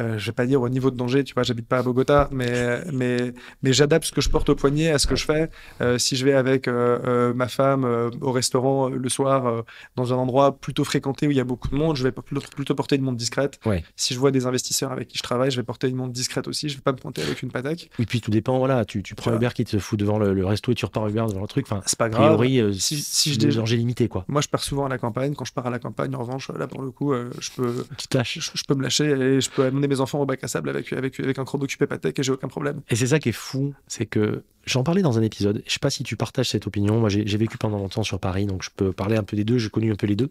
Speaker 2: euh, je vais pas dire au niveau de danger, tu vois, j'habite pas à Bogota, mais, mais, mais j'adapte ce que je porte au poignet à ce que je fais. Euh, si je vais avec euh, euh, ma femme euh, au restaurant euh, le soir, euh, dans un endroit plutôt fréquenté où il y a beaucoup de monde, je vais plutôt plutôt porter une montre discrète.
Speaker 1: Ouais.
Speaker 2: Si je vois des investisseurs avec qui je travaille, je vais porter une montre discrète aussi. Je vais pas me pointer avec une pataque.
Speaker 1: Et puis tout dépend, voilà, tu, tu prends
Speaker 2: Voilà.
Speaker 1: Uber qui te fout devant le, le resto et tu repars Uber devant le truc. Enfin,
Speaker 2: C'est pas
Speaker 1: a
Speaker 2: grave.
Speaker 1: priori, euh,
Speaker 2: si- si
Speaker 1: c'est
Speaker 2: je
Speaker 1: le
Speaker 2: dé-
Speaker 1: danger limité quoi.
Speaker 2: Moi, je pars souvent à la campagne. Quand je pars à la campagne, en revanche, là, pour le coup, euh, je, peux,
Speaker 1: Tu tâches.
Speaker 2: je, je peux me lâcher et je peux amener mes enfants au bac à sable avec, avec, avec un chrono occupé Patek et j'ai aucun problème.
Speaker 1: Et c'est ça qui est fou, c'est que j'en parlais dans un épisode. Je sais pas si tu partages cette opinion. Moi, j'ai j'ai vécu pendant longtemps sur Paris, donc je peux parler un peu des deux. J'ai connu un peu les deux,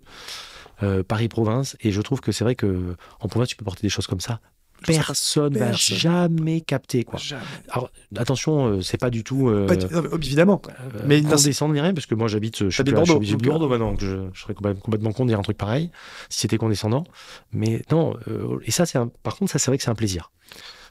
Speaker 1: Euh, Paris province, et je trouve que c'est vrai que en province, tu peux porter des choses comme ça.
Speaker 2: Je sais pas,
Speaker 1: Personne va
Speaker 2: personne.
Speaker 1: jamais capter quoi.
Speaker 2: jamais.
Speaker 1: Alors attention, euh, c'est pas du tout euh,
Speaker 2: Pas du- non, mais évidemment.
Speaker 1: euh,
Speaker 2: mais dans-
Speaker 1: condescendant ni rien, parce que moi j'habite, euh, je suis
Speaker 2: T'habites
Speaker 1: plus là, je
Speaker 2: Bordeaux,
Speaker 1: suis- j'habite
Speaker 2: donc,
Speaker 1: Bordeaux maintenant, donc je, je serais complètement, complètement con de dire un truc pareil si c'était condescendant. Mais non, euh, et ça c'est un- par contre ça c'est vrai que c'est un plaisir.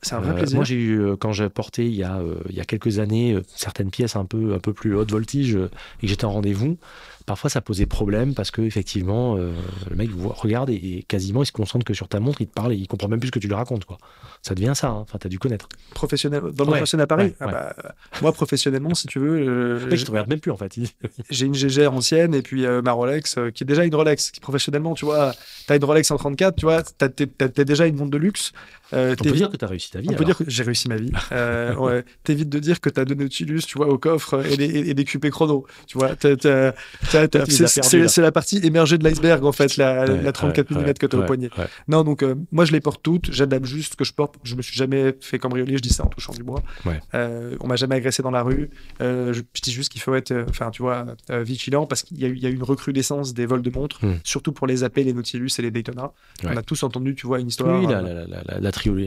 Speaker 2: C'est un vrai
Speaker 1: Euh,
Speaker 2: plaisir.
Speaker 1: Moi, j'ai eu, euh, quand j'ai porté il y, a, euh, il y a quelques années euh, certaines pièces un peu, un peu plus haute voltige euh, et que j'étais en rendez-vous, parfois ça posait problème parce que effectivement euh, le mec vous regarde et, et quasiment il se concentre que sur ta montre, il te parle et il comprend même plus ce que tu lui racontes quoi. Ça devient ça, hein. enfin t'as dû connaître.
Speaker 2: Professionnel, dans le
Speaker 1: Ouais,
Speaker 2: professionnel à Paris
Speaker 1: ouais,
Speaker 2: Ah
Speaker 1: ouais.
Speaker 2: bah, Moi, professionnellement, si tu veux, euh,
Speaker 1: Le mec, il te regarde même plus en fait. Il-
Speaker 2: j'ai une GGR ancienne et puis euh, ma Rolex, euh, qui est déjà une Rolex. Qui, professionnellement, tu vois, t'as une Rolex en 34, tu vois, t'as t'es- t'as- t'es déjà une montre de luxe. euh,
Speaker 1: On
Speaker 2: t'es-
Speaker 1: peut dire que t'as réussi ta vie.
Speaker 2: On peut
Speaker 1: alors.
Speaker 2: dire que j'ai réussi ma vie. Euh, ouais. T'évites de dire que t'as deux Nautilus, tu vois, au coffre et des, et des QP chrono. Tu vois, t'as- t'as- t'as- t'as-
Speaker 1: Tu les
Speaker 2: c'est
Speaker 1: as perdus, là.
Speaker 2: c'est- c'est la partie émergée de l'iceberg en fait, la,
Speaker 1: Ouais,
Speaker 2: la 34
Speaker 1: ouais,
Speaker 2: mm que t'as
Speaker 1: ouais,
Speaker 2: au poignet.
Speaker 1: ouais.
Speaker 2: Non, donc euh, moi je les porte toutes, j'adapte juste ce que je porte. Je me suis jamais fait cambrioler, je dis ça en touchant du bois.
Speaker 1: Ouais.
Speaker 2: Euh, on m'a jamais agressé dans la rue. Euh, je, je dis juste qu'il faut être, euh, enfin tu vois, euh, vigilant parce qu'il y, a eu- il y a eu une recrudescence des vols de montres,
Speaker 1: Hmm.
Speaker 2: surtout pour les AP, les Nautilus et les Daytona.
Speaker 1: Ouais.
Speaker 2: On a tous entendu, tu vois, une histoire.
Speaker 1: Oui,
Speaker 2: euh,
Speaker 1: la, la, la, la, la trio-
Speaker 2: la,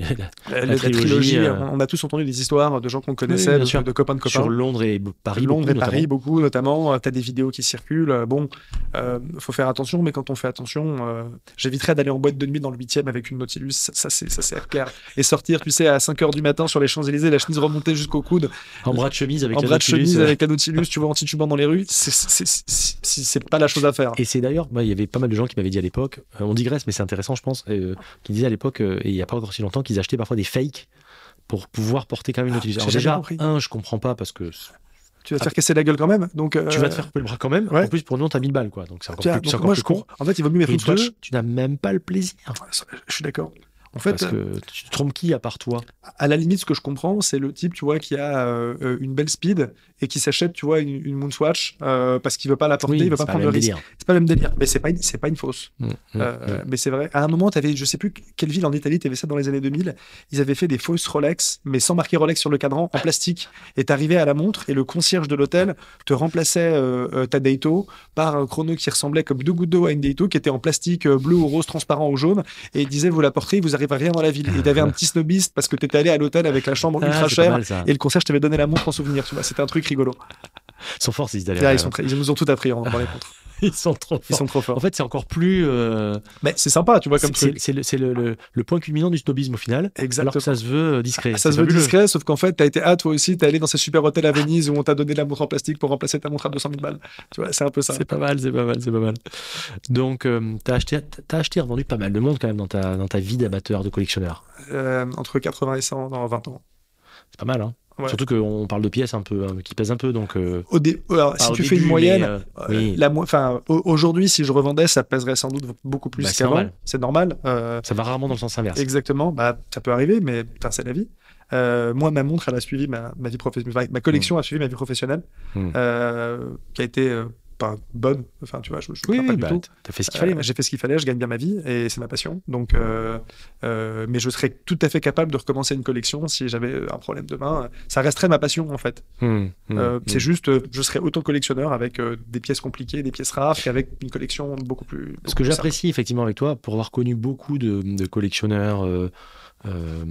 Speaker 1: La
Speaker 2: la trilogie,
Speaker 1: trilogie, euh,
Speaker 2: on on a tous entendu des histoires de gens qu'on connaissait,
Speaker 1: Oui, bien
Speaker 2: de-
Speaker 1: sûr.
Speaker 2: de, copains de copains.
Speaker 1: sur Londres et B- Paris.
Speaker 2: Londres
Speaker 1: beaucoup,
Speaker 2: et Paris, beaucoup notamment. Tu as des vidéos qui circulent. Euh, Bon, euh, faut faire attention, mais quand on fait attention, euh, j'éviterais d'aller en boîte de nuit dans le 8 avec une Nautilus. Ça, ça, c'est ça, c'est à faire. Et sortir, tu sais, à 5 h du matin sur les Champs-Élysées, la chemise remontée jusqu'au coude,
Speaker 1: notamment. En bras de chemise avec
Speaker 2: en
Speaker 1: la
Speaker 2: bras de
Speaker 1: Nautilus,
Speaker 2: chemise
Speaker 1: euh.
Speaker 2: avec la Nautilus, tu vois, en titubant dans les rues. c'est- c'est- c'est- C'est c'est- c'est pas la chose à faire.
Speaker 1: Ah. Et c'est d'ailleurs, moi, il y avait pas mal de gens qui m'avaient dit à l'époque, euh, on digresse, mais c'est intéressant, je pense, euh, qui disaient à l'époque, euh, et il n'y a pas encore si longtemps, qu'ils achetaient parfois des fakes pour pouvoir porter quand même une
Speaker 2: Ah,
Speaker 1: Nautilus.
Speaker 2: j'ai
Speaker 1: Alors
Speaker 2: jamais
Speaker 1: déjà,
Speaker 2: compris.
Speaker 1: un, je comprends pas parce que
Speaker 2: Tu vas te faire casser la gueule quand même. Donc,
Speaker 1: Ah. tu
Speaker 2: euh,
Speaker 1: vas te faire couper le bras quand même.
Speaker 2: ouais.
Speaker 1: En plus, pour nous, on t'a 1000 balles, quoi. Donc c'est encore
Speaker 2: tiens,
Speaker 1: plus, c'est
Speaker 2: donc
Speaker 1: encore
Speaker 2: moi,
Speaker 1: plus
Speaker 2: je
Speaker 1: con.
Speaker 2: comprends. En fait, il vaut mieux mettre
Speaker 1: Et
Speaker 2: une watch.
Speaker 1: deux, tu n'as même pas le plaisir.
Speaker 2: Je suis d'accord. En fait, euh,
Speaker 1: parce que tu te trompes qui à part toi
Speaker 2: à la limite, ce que je comprends, c'est le type, tu vois, qui a euh, euh, une belle speed et qui s'achète, tu vois, une, une Moonswatch euh, parce qu'il veut pas la porter,
Speaker 1: Oui,
Speaker 2: il veut
Speaker 1: c'est
Speaker 2: pas
Speaker 1: le
Speaker 2: prendre le
Speaker 1: même
Speaker 2: risque.
Speaker 1: délire.
Speaker 2: C'est pas le même délire. Mais c'est pas une, c'est pas une fausse.
Speaker 1: Mm, mm,
Speaker 2: Euh,
Speaker 1: mm.
Speaker 2: Mais c'est vrai. À un moment, t'avais, je sais plus quelle ville en Italie, t'avais ça dans les années 2000. Ils avaient fait des fausses Rolex, mais sans marquer Rolex sur le cadran, en plastique. Et t'arrivais à la montre et le concierge de l'hôtel te remplaçait euh, euh, ta Daito par un chrono qui ressemblait comme deux gouttes d'eau à une Daito qui était en plastique euh, bleu ou rose transparent ou jaune et il disait vous la porterez, vous arriverez rien dans la ville. Et t'avais un petit snobiste parce que t'étais allé à l'hôtel avec la chambre ultra
Speaker 1: Ah, c'est pas
Speaker 2: chère.
Speaker 1: mal, ça.
Speaker 2: Et le concierge t'avait donné la montre en souvenir, tu vois. C'était un truc rigolo.
Speaker 1: Ils sont forts, ces
Speaker 2: Là,
Speaker 1: Italiens.
Speaker 2: Ah, ils, sont très- ils nous ont tout appris en- dans les montres.
Speaker 1: Ils sont trop
Speaker 2: Ils
Speaker 1: forts.
Speaker 2: sont trop forts.
Speaker 1: En fait, c'est encore plus. euh,
Speaker 2: Mais c'est sympa, tu vois, comme
Speaker 1: c'est-
Speaker 2: truc.
Speaker 1: c'est c'est le, c'est le- le- le point culminant du snobisme au final. Alors que
Speaker 2: Exactement.
Speaker 1: ça se veut euh, discret.
Speaker 2: Ah, Ça
Speaker 1: C'est
Speaker 2: se veut
Speaker 1: fabuleux.
Speaker 2: discret, sauf qu'en fait, t'as été, ah, toi aussi, t'es allé dans ce super hôtel à Venise où on t'a donné la montre en plastique pour remplacer ta montre à 200 000 balles. Tu vois, c'est un peu ça.
Speaker 1: C'est pas mal, c'est pas mal, c'est pas mal. Donc, euh, t'as acheté, t'as acheté et revendu pas mal de monde quand même dans ta, dans ta vie d'amateur, de collectionneur.
Speaker 2: Euh, entre 80 et 100 dans 20 ans.
Speaker 1: C'est pas mal, hein.
Speaker 2: Ouais.
Speaker 1: Surtout qu'on parle de pièces un peu, hein, qui pèsent un peu, donc. euh,
Speaker 2: Au dé- alors,
Speaker 1: pas
Speaker 2: Bah, si
Speaker 1: au
Speaker 2: tu fais
Speaker 1: début,
Speaker 2: une
Speaker 1: mais,
Speaker 2: moyenne,
Speaker 1: euh,
Speaker 2: euh,
Speaker 1: oui.
Speaker 2: la mo- enfin, au- aujourd'hui, si je revendais, ça pèserait sans doute beaucoup plus
Speaker 1: Bah, c'est
Speaker 2: qu'avant.
Speaker 1: normal.
Speaker 2: C'est normal. euh,
Speaker 1: ça va rarement dans le sens inverse.
Speaker 2: Exactement, bah, ça peut arriver, mais putain, c'est la vie. Euh, moi, ma montre, elle a suivi ma, ma vie professionnelle. Enfin, ma
Speaker 1: Hmm.
Speaker 2: collection a suivi ma vie professionnelle,
Speaker 1: Mm.
Speaker 2: euh, qui a été euh, pas bonne. Enfin, tu vois, je, je me plains pas du
Speaker 1: bah,
Speaker 2: tout.
Speaker 1: t'as fait ce qu'il
Speaker 2: Euh,
Speaker 1: fallait. ouais.
Speaker 2: j'ai fait ce qu'il fallait, je gagne bien ma vie et c'est ma passion. Donc, euh, euh, mais je serais tout à fait capable de recommencer une collection si j'avais euh, un problème demain. Ça resterait ma passion en fait.
Speaker 1: Hum, hum,
Speaker 2: Euh,
Speaker 1: hum.
Speaker 2: C'est juste, euh, je serais autant collectionneur avec euh, des pièces compliquées, des pièces rares qu'avec une collection beaucoup
Speaker 1: Ce
Speaker 2: plus. beaucoup
Speaker 1: que
Speaker 2: plus simple.
Speaker 1: j'apprécie effectivement avec toi, pour avoir connu beaucoup de, de collectionneurs euh, euh,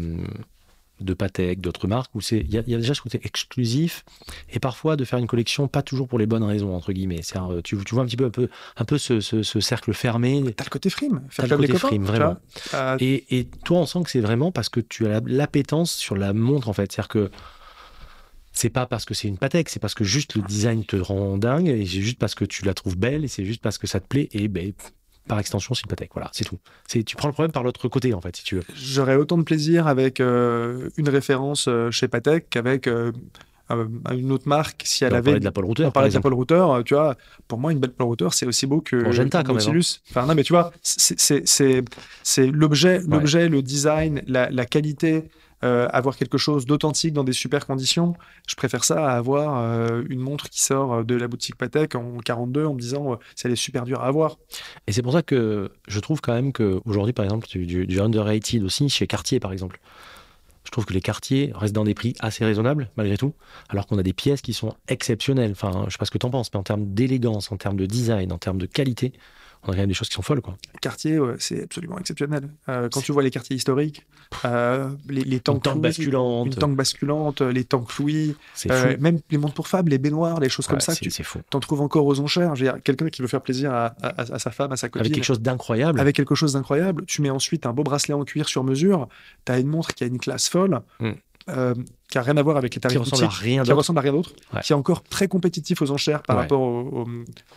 Speaker 1: de Patek, d'autres marques, où c'est il y, a- il y a déjà ce côté exclusif, et parfois de faire une collection pas toujours pour les bonnes raisons entre guillemets. C'est-à-dire, euh, tu, tu vois un petit peu un peu, un peu ce, ce- ce cercle fermé.
Speaker 2: T'as le côté frime,
Speaker 1: T'as
Speaker 2: faire
Speaker 1: le
Speaker 2: comme les
Speaker 1: côté
Speaker 2: copains,
Speaker 1: frime,
Speaker 2: tu
Speaker 1: vraiment.
Speaker 2: vois. Euh,
Speaker 1: Et, et toi, on sent que c'est vraiment parce que tu as la- l'appétence sur la montre en fait. C'est-à-dire que c'est pas parce que c'est une Patek, c'est parce que juste le design te rend dingue, et c'est juste parce que tu la trouves belle, et c'est juste parce que ça te plaît, et ben, par extension, c'est une Patek. Voilà, c'est tout. C'est tu prends le problème par l'autre côté en fait, si tu veux.
Speaker 2: J'aurais autant de plaisir avec euh, une référence euh, chez Patek qu'avec euh, euh, une autre marque si elle
Speaker 1: on
Speaker 2: avait.
Speaker 1: parlait de la Paul Router,
Speaker 2: On
Speaker 1: par
Speaker 2: parlait de la
Speaker 1: exemple.
Speaker 2: Paul Router, euh, tu vois. Pour moi, une belle Paul Router, c'est aussi beau que
Speaker 1: Bon, Genta, quand même, hein.
Speaker 2: Nautilus. Enfin, non, mais tu vois, c'est- c'est c'est- c'est l'objet, l'objet, le design, la, la qualité. euh, avoir quelque chose d'authentique dans des super conditions, je préfère ça à avoir euh, une montre qui sort de la boutique Patek en 42 en me disant euh, ça elle est super dure à avoir.
Speaker 1: Et c'est pour ça que je trouve quand même qu'aujourd'hui, par exemple, du, du, du underrated aussi, chez Cartier, par exemple. Je trouve que les Cartier restent dans des prix assez raisonnables, malgré tout, alors qu'on a des pièces qui sont exceptionnelles. Enfin, je sais pas ce que t'en penses, mais en termes d'élégance, en termes de design, en termes de qualité, on a quand même des choses qui sont folles, quoi.
Speaker 2: Cartier, ouais, c'est absolument exceptionnel. Euh, quand tu vois les quartiers historiques, euh, les, les
Speaker 1: Tant
Speaker 2: tanks
Speaker 1: tank
Speaker 2: Louis, une
Speaker 1: basculante,
Speaker 2: tank basculante, les tanks Louis,
Speaker 1: c'est
Speaker 2: euh,
Speaker 1: fou.
Speaker 2: même les montres pour femmes, les baignoires, les choses comme
Speaker 1: Ouais,
Speaker 2: ça, que
Speaker 1: c'est-
Speaker 2: tu
Speaker 1: c'est fou.
Speaker 2: t'en trouves encore aux enchères. Je veux dire, quelqu'un qui veut faire plaisir à, à- à sa femme, à sa copine,
Speaker 1: Avec quelque chose d'incroyable.
Speaker 2: avec quelque chose d'incroyable. Tu mets ensuite un beau bracelet en cuir sur mesure, tu as une montre qui a une classe folle.
Speaker 1: Mm.
Speaker 2: Euh, qui a rien à voir avec les tarifs
Speaker 1: Qui ressemble à
Speaker 2: boutiques,
Speaker 1: rien
Speaker 2: qui
Speaker 1: d'autre.
Speaker 2: ressemble à rien d'autre,
Speaker 1: Ouais.
Speaker 2: qui est encore très compétitif aux enchères par
Speaker 1: Ouais.
Speaker 2: rapport au, au-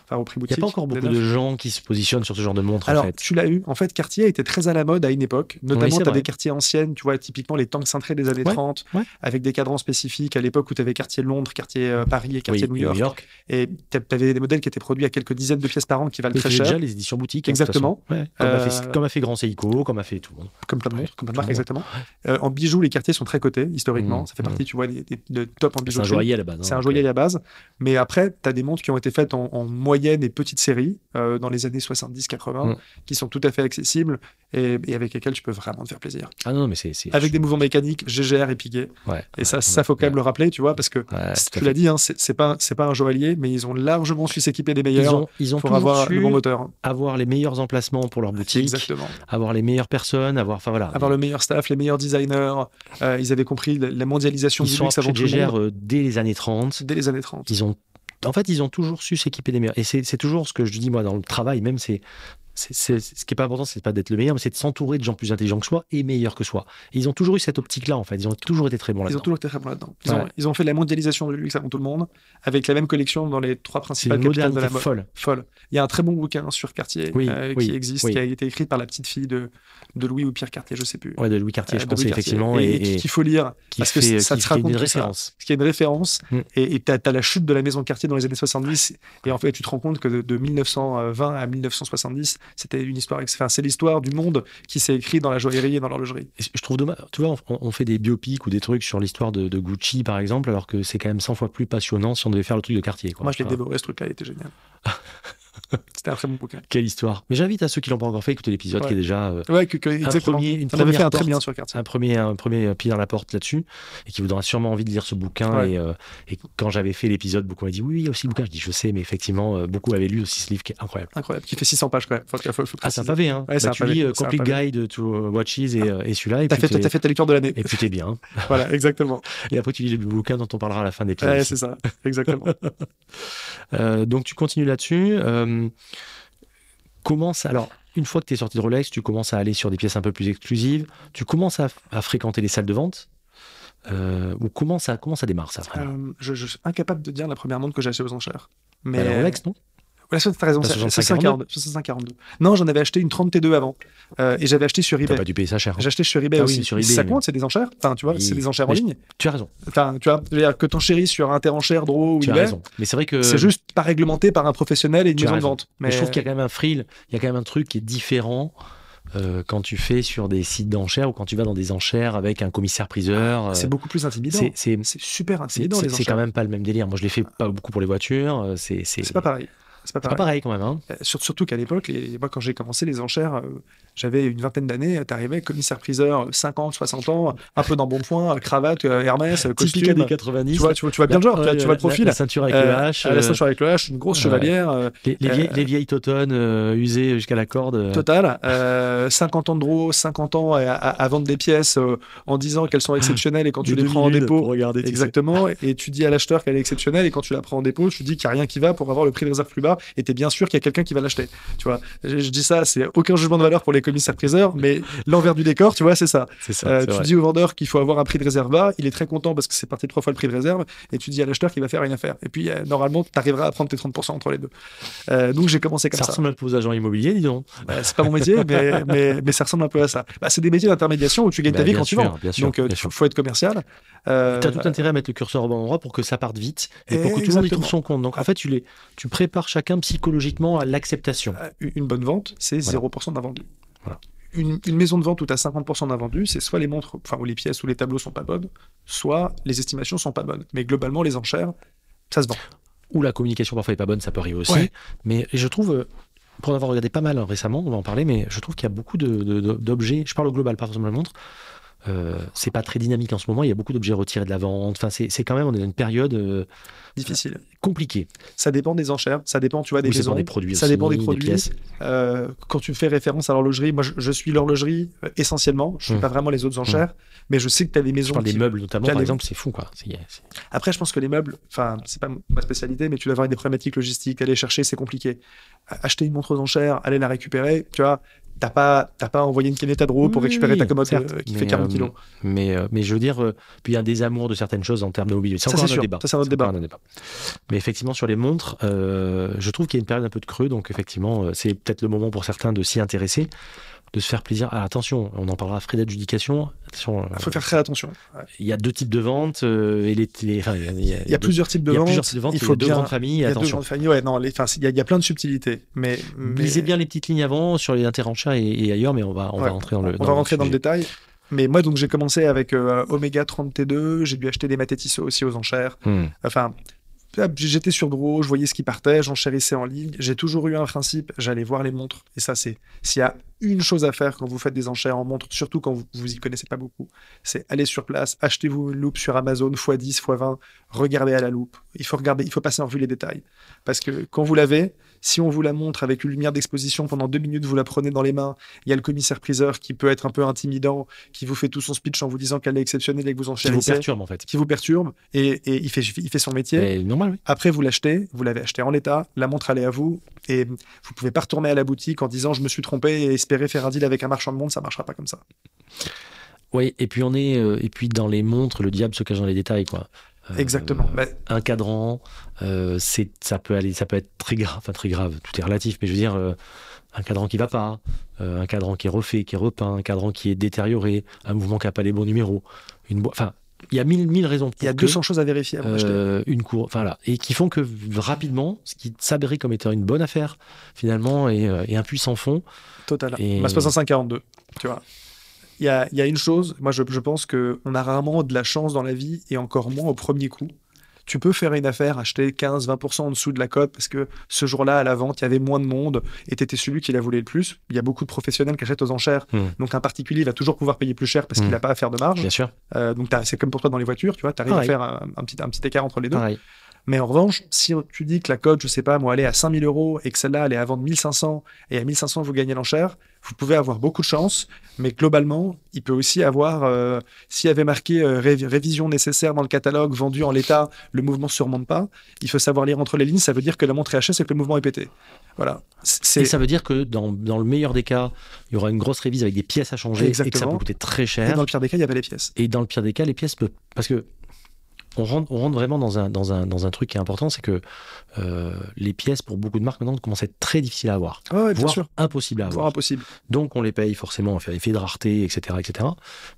Speaker 2: enfin, au prix
Speaker 1: Il n'y
Speaker 2: boutique.
Speaker 1: a pas encore
Speaker 2: des
Speaker 1: beaucoup
Speaker 2: neufs.
Speaker 1: de gens qui se positionnent sur ce genre de montre,
Speaker 2: Alors,
Speaker 1: en fait.
Speaker 2: tu l'as eu. En fait, Cartier était très à la mode à une époque. Notamment,
Speaker 1: c'est
Speaker 2: tu as
Speaker 1: vrai.
Speaker 2: des Cartier anciennes, tu vois, typiquement les tanks cintrés des années
Speaker 1: Ouais,
Speaker 2: 30,
Speaker 1: ouais.
Speaker 2: avec des cadrans spécifiques à l'époque où tu avais Cartier Londres, Cartier euh, Paris et Cartier
Speaker 1: oui,
Speaker 2: New York. Et tu avais des modèles qui étaient produits à quelques dizaines de pièces par an qui valent
Speaker 1: Mais
Speaker 2: très
Speaker 1: tu fais
Speaker 2: cher,
Speaker 1: déjà les éditions boutiques. hein, de toute
Speaker 2: Exactement.
Speaker 1: façon. Ouais. Comme, a fait,
Speaker 2: Euh,
Speaker 1: comme a fait Grand Seiko, comme a fait tout le monde.
Speaker 2: comme plein de
Speaker 1: Ouais,
Speaker 2: montres, comme plein de
Speaker 1: tout
Speaker 2: marques,
Speaker 1: le monde.
Speaker 2: exactement. Euh, en bijoux, les Cartier sont très cotés historiquement.
Speaker 1: Mmh,
Speaker 2: Ça fait partie, tu vois, des, des- de top en
Speaker 1: C'est
Speaker 2: bijoux.
Speaker 1: un joaillier à la base. hein,
Speaker 2: C'est un
Speaker 1: donc,
Speaker 2: joaillier à
Speaker 1: euh,
Speaker 2: la base. Mais après, tu as des montres qui ont été faites en, en moyenne et petite série euh, dans les années 70-80,
Speaker 1: Mm.
Speaker 2: qui sont tout à fait accessibles et, et avec lesquelles tu peux vraiment te faire plaisir.
Speaker 1: Ah non, mais c'est. c'est-
Speaker 2: Avec des mouvements mécaniques, GGR et pigué.
Speaker 1: Ouais.
Speaker 2: Et ça, ça faut quand même le rappeler, tu vois, parce que
Speaker 1: Ouais, tout à
Speaker 2: tu
Speaker 1: fait.
Speaker 2: l'as dit, hein, c'est c'est pas, c'est pas un joaillier, mais ils ont largement su s'équiper des
Speaker 1: Ils
Speaker 2: meilleurs
Speaker 1: ont, ils ont
Speaker 2: pour
Speaker 1: toujours
Speaker 2: avoir
Speaker 1: su
Speaker 2: le bon moteur. hein.
Speaker 1: avoir les meilleurs emplacements pour leur boutique,
Speaker 2: Exactement.
Speaker 1: avoir les meilleures personnes, avoir. Enfin voilà.
Speaker 2: Avoir le meilleur staff, les meilleurs designers. Euh, ils avaient compris la- la mondialisation
Speaker 1: ils
Speaker 2: du
Speaker 1: sont
Speaker 2: luxe avant
Speaker 1: entrés
Speaker 2: tout le
Speaker 1: GGR
Speaker 2: monde,
Speaker 1: euh, dès les années 30.
Speaker 2: dès les années 30.
Speaker 1: Ils ont, en fait, ils ont toujours su s'équiper des meilleurs. Et c'est c'est toujours ce que je dis, moi, dans le travail, même, c'est. c'est- c'est- ce qui est pas important, c'est pas d'être le meilleur, mais c'est de s'entourer de gens plus intelligents que soi et meilleurs que soi. Et ils ont toujours eu cette optique-là, en fait. Ils ont toujours été très bons
Speaker 2: Ils ont
Speaker 1: là-dedans.
Speaker 2: toujours été très bons là-dedans. Ils, ont,
Speaker 1: Ouais.
Speaker 2: ils ont fait la mondialisation du luxe avant tout le monde, avec la même collection dans les trois
Speaker 1: C'est
Speaker 2: principales
Speaker 1: une
Speaker 2: capitales de
Speaker 1: modernité
Speaker 2: la mode.
Speaker 1: folle.
Speaker 2: Folle. Il y a un très bon bouquin sur Cartier
Speaker 1: Oui,
Speaker 2: euh,
Speaker 1: oui,
Speaker 2: qui existe,
Speaker 1: oui.
Speaker 2: qui a été écrit par la petite fille de, de Louis ou Pierre Cartier, je sais plus.
Speaker 1: Ouais, de Louis Cartier,
Speaker 2: Euh,
Speaker 1: je
Speaker 2: de
Speaker 1: pensais
Speaker 2: Louis Cartier.
Speaker 1: effectivement, et,
Speaker 2: et
Speaker 1: et
Speaker 2: qu'il faut lire,
Speaker 1: qui
Speaker 2: parce que
Speaker 1: fait,
Speaker 2: ça
Speaker 1: qui
Speaker 2: te
Speaker 1: fait
Speaker 2: raconte
Speaker 1: une
Speaker 2: tout ça.
Speaker 1: référence.
Speaker 2: parce qu'il y a une référence,
Speaker 1: Mm.
Speaker 2: et tu as, la chute de la maison Cartier dans les années 70, et en fait tu te rends compte que de, de 1920 à 1970, c'était une histoire, ex- enfin c'est l'histoire du monde qui s'est écrite dans la joaillerie et dans l'horlogerie.
Speaker 1: Et Je trouve dommage, tu vois, on, on fait des biopics ou des trucs sur l'histoire de, de Gucci, par exemple, alors que c'est quand même 100 fois plus passionnant si on devait faire le truc de quartier.
Speaker 2: Moi je l'ai dévoré ce truc-là, il était génial. C'était un très bon bouquin.
Speaker 1: Quelle histoire. Mais j'invite à ceux qui l'ont pas encore fait à écouter l'épisode
Speaker 2: Ouais.
Speaker 1: qui est déjà euh,
Speaker 2: Ouais, que, que-
Speaker 1: un
Speaker 2: exactement.
Speaker 1: premier, une
Speaker 2: On avait
Speaker 1: première
Speaker 2: fait un très
Speaker 1: porte,
Speaker 2: bien sur Cartier.
Speaker 1: un premier, un premier pied dans la porte là-dessus, et qui vous donnera sûrement envie de lire ce bouquin.
Speaker 2: Ouais.
Speaker 1: Et, euh, et quand j'avais fait l'épisode, beaucoup m'avaient dit oui, oui, il y a aussi le bouquin. Je dis je sais, mais effectivement, euh, beaucoup avaient lu aussi ce livre qui est incroyable.
Speaker 2: Incroyable, qui fait 600 pages quand même. Faut, faut- faut
Speaker 1: Ah, c'est un
Speaker 2: préciser.
Speaker 1: pavé, hein.
Speaker 2: Ouais, Ah, c'est un
Speaker 1: tu
Speaker 2: pavé,
Speaker 1: lis euh,
Speaker 2: c'est un
Speaker 1: Complete
Speaker 2: pavé. Ah.
Speaker 1: Guide to Watches et, euh, et celui-là, et
Speaker 2: T'as
Speaker 1: puis
Speaker 2: fait,
Speaker 1: t'es-
Speaker 2: t'as fait ta lecture de l'année.
Speaker 1: et puis t'es bien.
Speaker 2: voilà, exactement.
Speaker 1: Et après, tu lis le bouquin dont on parlera à la fin de l'épisode.
Speaker 2: Ouais,
Speaker 1: aussi.
Speaker 2: c'est ça, exactement.
Speaker 1: Euh, donc tu continues là-dessus. Euh, commence alors une fois que tu es sorti de Rolex, tu commences à aller sur des pièces un peu plus exclusives. Tu commences à, à fréquenter les salles de vente. Euh, ou comment ça comment ça démarre ça vraiment
Speaker 2: Euh, je, je suis incapable de dire la première montre que j'ai achetée aux enchères. Mais
Speaker 1: Bah, la Rolex non
Speaker 2: Ouais, ça, t'as raison,
Speaker 1: Pas
Speaker 2: c'est-
Speaker 1: 65-42.
Speaker 2: 65-42. Non, j'en avais acheté une 30 T2 avant. Euh, et j'avais acheté sur
Speaker 1: T'as
Speaker 2: eBay.
Speaker 1: pas dû payer ça cher. hein.
Speaker 2: J'ai acheté sur eBay
Speaker 1: Ah oui,
Speaker 2: aussi.
Speaker 1: mais sur eBay,
Speaker 2: ça
Speaker 1: mais-
Speaker 2: compte, c'est des enchères. Enfin, tu vois,
Speaker 1: Oui.
Speaker 2: c'est des enchères en
Speaker 1: Mais je-
Speaker 2: ligne.
Speaker 1: Tu as raison.
Speaker 2: Enfin, tu vois, c'est-à-dire que t'enchéris sur un Interenchère, Draw ou
Speaker 1: Tu as
Speaker 2: eBay,
Speaker 1: raison. Mais c'est vrai que
Speaker 2: c'est juste pas réglementé par un professionnel et une
Speaker 1: Tu as
Speaker 2: maison de
Speaker 1: raison.
Speaker 2: vente.
Speaker 1: mais je trouve qu'il y a quand même un frill, il y a quand même un truc qui est différent euh, quand tu fais sur des sites d'enchères ou quand tu vas dans des enchères avec un commissaire priseur. euh,
Speaker 2: Ah, c'est beaucoup plus intimidant.
Speaker 1: c'est c'est-
Speaker 2: C'est super
Speaker 1: c'est-
Speaker 2: intimidant,
Speaker 1: c'est-
Speaker 2: les
Speaker 1: c'est quand
Speaker 2: enchères.
Speaker 1: même pas le même délire. Moi je l'ai fait pas beaucoup pour les voitures. euh, C'est c'est-
Speaker 2: C'est pas pareil. C'est pas
Speaker 1: c'est pas pareil
Speaker 2: pareil.
Speaker 1: quand même. hein.
Speaker 2: Euh, sur- Surtout qu'à l'époque, les- moi, quand j'ai commencé les enchères, euh, j'avais une vingtaine d'années, euh, t'arrivais, commissaire-priseur, 50, 60 ans, un peu dans bon point, cravate, euh, Hermès, euh,
Speaker 1: typique années
Speaker 2: costume.
Speaker 1: 90.
Speaker 2: Tu vois, tu vois, tu vois bien le genre, tu vois, tu vois le profil.
Speaker 1: La, ceinture avec le
Speaker 2: Euh,
Speaker 1: H,
Speaker 2: à
Speaker 1: euh,
Speaker 2: la ceinture avec le H, une grosse
Speaker 1: ouais.
Speaker 2: chevalière euh,
Speaker 1: les, les
Speaker 2: euh,
Speaker 1: vieilles, les vieilles teutonnes, euh, usées jusqu'à la corde. euh,
Speaker 2: totale, euh, 50 ans de draw, 50 ans à, à- à vendre des pièces euh, en disant qu'elles sont exceptionnelles et quand
Speaker 1: de
Speaker 2: tu les
Speaker 1: deux
Speaker 2: prends en
Speaker 1: minutes
Speaker 2: dépôt,
Speaker 1: pour regarder, tu sais.
Speaker 2: Exactement. Et tu dis à l'acheteur qu'elle est exceptionnelle et quand tu la prends en dépôt, tu dis qu'il n'y a rien qui va pour avoir le prix de réserve plus bas et t'es bien sûr qu'il y a quelqu'un qui va l'acheter. Tu vois, je, je dis ça, c'est aucun jugement de valeur pour les commissaires-priseurs, mais l'envers du décor, tu vois, c'est ça.
Speaker 1: C'est ça.
Speaker 2: Euh,
Speaker 1: c'est
Speaker 2: tu
Speaker 1: vrai.
Speaker 2: dis au vendeur qu'il faut avoir un prix de réserve bas, il est très content parce que c'est parti de trois fois le prix de réserve et tu dis à l'acheteur qu'il va faire une affaire. Et puis, euh, normalement, tu arriveras à prendre tes 30% entre les deux. Euh, donc, j'ai commencé comme
Speaker 1: ça
Speaker 2: ça.
Speaker 1: ressemble un peu aux agents immobiliers, dis donc.
Speaker 2: Bah, c'est pas mon métier, mais, mais, mais ça ressemble un peu à ça. Bah, c'est des métiers d'intermédiation où tu gagnes
Speaker 1: Bah,
Speaker 2: ta vie
Speaker 1: bien
Speaker 2: quand
Speaker 1: sûr,
Speaker 2: tu vends.
Speaker 1: Bien sûr.
Speaker 2: Donc, il
Speaker 1: bien sûr.
Speaker 2: faut être commercial. Euh,
Speaker 1: T'as tout intérêt à mettre le curseur au bon endroit pour que ça parte vite et pour que tout le monde y trouve
Speaker 2: Exactement.
Speaker 1: son compte. Donc en fait, tu, les, tu prépares chacun psychologiquement à l'acceptation.
Speaker 2: Euh, une bonne vente, c'est
Speaker 1: Voilà.
Speaker 2: 0% d'invendu.
Speaker 1: Voilà.
Speaker 2: Une, une maison de vente où tu as 50% d'invendu, c'est soit les montres, enfin, ou les pièces ou les tableaux sont pas bonnes, soit les estimations sont pas bonnes. Mais globalement, les enchères, ça se vend.
Speaker 1: Ou la communication parfois n'est pas bonne, ça peut arriver aussi.
Speaker 2: Ouais.
Speaker 1: Mais je trouve, euh, pour en avoir regardé pas mal hein, récemment, on va en parler, mais je trouve qu'il y a beaucoup de- de- de- d'objets, je parle au global, pas forcément la montre, euh, c'est pas très dynamique en ce moment, il y a beaucoup d'objets retirés de la vente, enfin, c'est c'est quand même, on est dans une période euh,
Speaker 2: Difficile.
Speaker 1: compliquée.
Speaker 2: Ça dépend des enchères, ça dépend, tu vois, des
Speaker 1: Oui, ça
Speaker 2: maisons.
Speaker 1: dépend des produits
Speaker 2: ça
Speaker 1: aussi,
Speaker 2: dépend des produits.
Speaker 1: pièces.
Speaker 2: Euh, quand tu fais référence à l'horlogerie, moi, je, je suis l'horlogerie euh, essentiellement. Je suis
Speaker 1: Mm.
Speaker 2: pas vraiment les autres enchères, mais je sais que tu as des
Speaker 1: Je
Speaker 2: maisons.
Speaker 1: parle des
Speaker 2: qui-
Speaker 1: meubles notamment,
Speaker 2: t'as
Speaker 1: par
Speaker 2: les-
Speaker 1: exemple, c'est fou quoi. C'est- c'est-
Speaker 2: Après, je pense que les meubles, enfin, c'est pas ma spécialité, mais tu dois avoir des problématiques logistiques, aller chercher, c'est compliqué. acheter une montre aux enchères, aller la récupérer, tu vois, t'as pas, t'as pas envoyé une canette à Drouot pour
Speaker 1: Oui,
Speaker 2: récupérer ta
Speaker 1: oui,
Speaker 2: commode
Speaker 1: certes,
Speaker 2: euh, qui
Speaker 1: mais,
Speaker 2: fait 40
Speaker 1: euh,
Speaker 2: kilos.
Speaker 1: Mais, euh, mais je veux dire, euh, puis il y a un désamour de certaines choses en termes de mobilité. C'est
Speaker 2: Ça,
Speaker 1: encore un
Speaker 2: c'est
Speaker 1: autre
Speaker 2: sûr.
Speaker 1: débat.
Speaker 2: Ça, c'est un autre
Speaker 1: encore
Speaker 2: débat.
Speaker 1: Mais effectivement, sur les montres, euh, je trouve qu'il y a une période un peu de creux. Donc, effectivement, euh, c'est peut-être le moment pour certains de s'y intéresser, de se faire plaisir. Ah, attention, on en parlera frais d'adjudication. Attention,
Speaker 2: Il faut
Speaker 1: euh,
Speaker 2: faire très attention. Ouais.
Speaker 1: il y a deux types de ventes. euh, et les, les- enfin, il y a, il y a-
Speaker 2: Il y a plusieurs types de
Speaker 1: il y a
Speaker 2: ventes.
Speaker 1: plusieurs types de ventes.
Speaker 2: Il
Speaker 1: Il
Speaker 2: faut
Speaker 1: y a deux
Speaker 2: bien-
Speaker 1: grandes familles.
Speaker 2: Il y a deux
Speaker 1: attention.
Speaker 2: grandes familles. Ouais, non, les- enfin, il y, a- il y a plein de subtilités. Mais, mais-
Speaker 1: Lisez bien les petites lignes avant sur les interenchères et, et ailleurs, mais on va, on
Speaker 2: Ouais.
Speaker 1: va rentrer dans le.
Speaker 2: on va rentrer dans le détail. Mais moi, donc, j'ai commencé avec euh, Omega 30 T2. J'ai dû acheter des Maté Tissot aussi aux enchères.
Speaker 1: détail.
Speaker 2: Enfin, ah, j'étais sur gros, je voyais ce qui partait, j'enchérissais en ligne. J'ai toujours eu un principe, j'allais voir les montres. Et ça, c'est s'il y a une chose à faire quand vous faites des enchères en montres, surtout quand vous, vous y connaissez pas beaucoup, c'est aller sur place, achetez-vous une loupe sur Amazon x10, x20, regardez à la loupe. Il faut regarder, il faut passer en revue les détails. Parce que quand vous l'avez, si on vous la montre avec une lumière d'exposition pendant deux minutes, vous la prenez dans les mains, il y a le commissaire-priseur qui peut être un peu intimidant, qui vous fait tout son speech en vous disant qu'elle est exceptionnelle et que vous
Speaker 1: Qui vous
Speaker 2: enchérissez,
Speaker 1: perturbe en fait.
Speaker 2: qui vous perturbe, et, et il, fait, il fait son métier.
Speaker 1: Mais normal, oui.
Speaker 2: Après, vous l'achetez, vous l'avez acheté en l'état, la montre elle est à vous, et vous pouvez pas retourner à la boutique en disant je me suis trompé et espérer faire un deal avec un marchand de monde, ça marchera pas comme ça.
Speaker 1: Oui, et puis on est, euh, et puis dans les montres, le diable se cache dans les détails, quoi. Euh,
Speaker 2: Exactement. Bah,
Speaker 1: un cadran, euh, c'est, ça peut aller, ça peut être très grave, enfin très grave, tout est relatif, mais je veux dire, euh, un cadran qui va pas, euh, un cadran qui est refait, qui est repeint, un cadran qui est détérioré, un mouvement qui n'a pas les bons numéros, une boi- enfin, il y a mille, mille raisons pour
Speaker 2: il y a
Speaker 1: que,
Speaker 2: 200 choses à vérifier avant d'acheter.
Speaker 1: euh, une cour, enfin là, et qui font que rapidement, ce qui s'avérait comme étant une bonne affaire finalement et, euh, et un puissant fond,
Speaker 2: Total.
Speaker 1: et-
Speaker 2: Ma 65-42, tu vois. Il y a, il y a une chose, moi je, je pense qu'on a rarement de la chance dans la vie et encore moins au premier coup. Tu peux faire une affaire, acheter 15-20% en dessous de la cote parce que ce jour-là, à la vente, il y avait moins de monde et tu étais celui qui la voulait le plus. Il y a beaucoup de professionnels qui achètent aux enchères.
Speaker 1: Mm.
Speaker 2: Donc un particulier va toujours pouvoir payer plus cher parce
Speaker 1: Mm.
Speaker 2: qu'il n'a pas à faire de marge.
Speaker 1: bien sûr,
Speaker 2: Euh, donc t'as- c'est comme pour toi dans les voitures, tu vois, tu arrives à
Speaker 1: Pareil.
Speaker 2: faire un, un petit, un petit écart entre les deux.
Speaker 1: pareil.
Speaker 2: Mais en revanche, si tu dis que la cote, je sais pas, moi, elle est à 5000 euros et que celle-là, elle est à vendre 1500 et à 1500, vous gagnez l'enchère, vous pouvez avoir beaucoup de chance, mais globalement, il peut aussi avoir, euh, s'il y avait marqué euh, ré- révision nécessaire dans le catalogue, vendu en l'état, le mouvement ne se remonte pas, il faut savoir lire entre les lignes, ça veut dire que la montre est hachée, c'est que le mouvement est pété. Voilà.
Speaker 1: Et
Speaker 2: C'est
Speaker 1: ça veut dire que dans, dans le meilleur des cas, il y aura une grosse révise avec des pièces à changer et que ça
Speaker 2: Exactement.
Speaker 1: peut coûter très
Speaker 2: et
Speaker 1: cher.
Speaker 2: dans le pire des cas, il y avait les pièces.
Speaker 1: Et dans le pire des cas, les pièces peuvent. Parce que on rentre, on rentre vraiment dans un, dans, un, dans un truc qui est important, c'est que euh, les pièces, pour beaucoup de marques maintenant, commencent à être très difficiles à avoir.
Speaker 2: Ouais, ouais, Eh, bien
Speaker 1: voire
Speaker 2: sûr.
Speaker 1: impossibles à avoir.
Speaker 2: Voire impossible.
Speaker 1: Donc on les paye forcément à faire effet de rareté, etc. etc.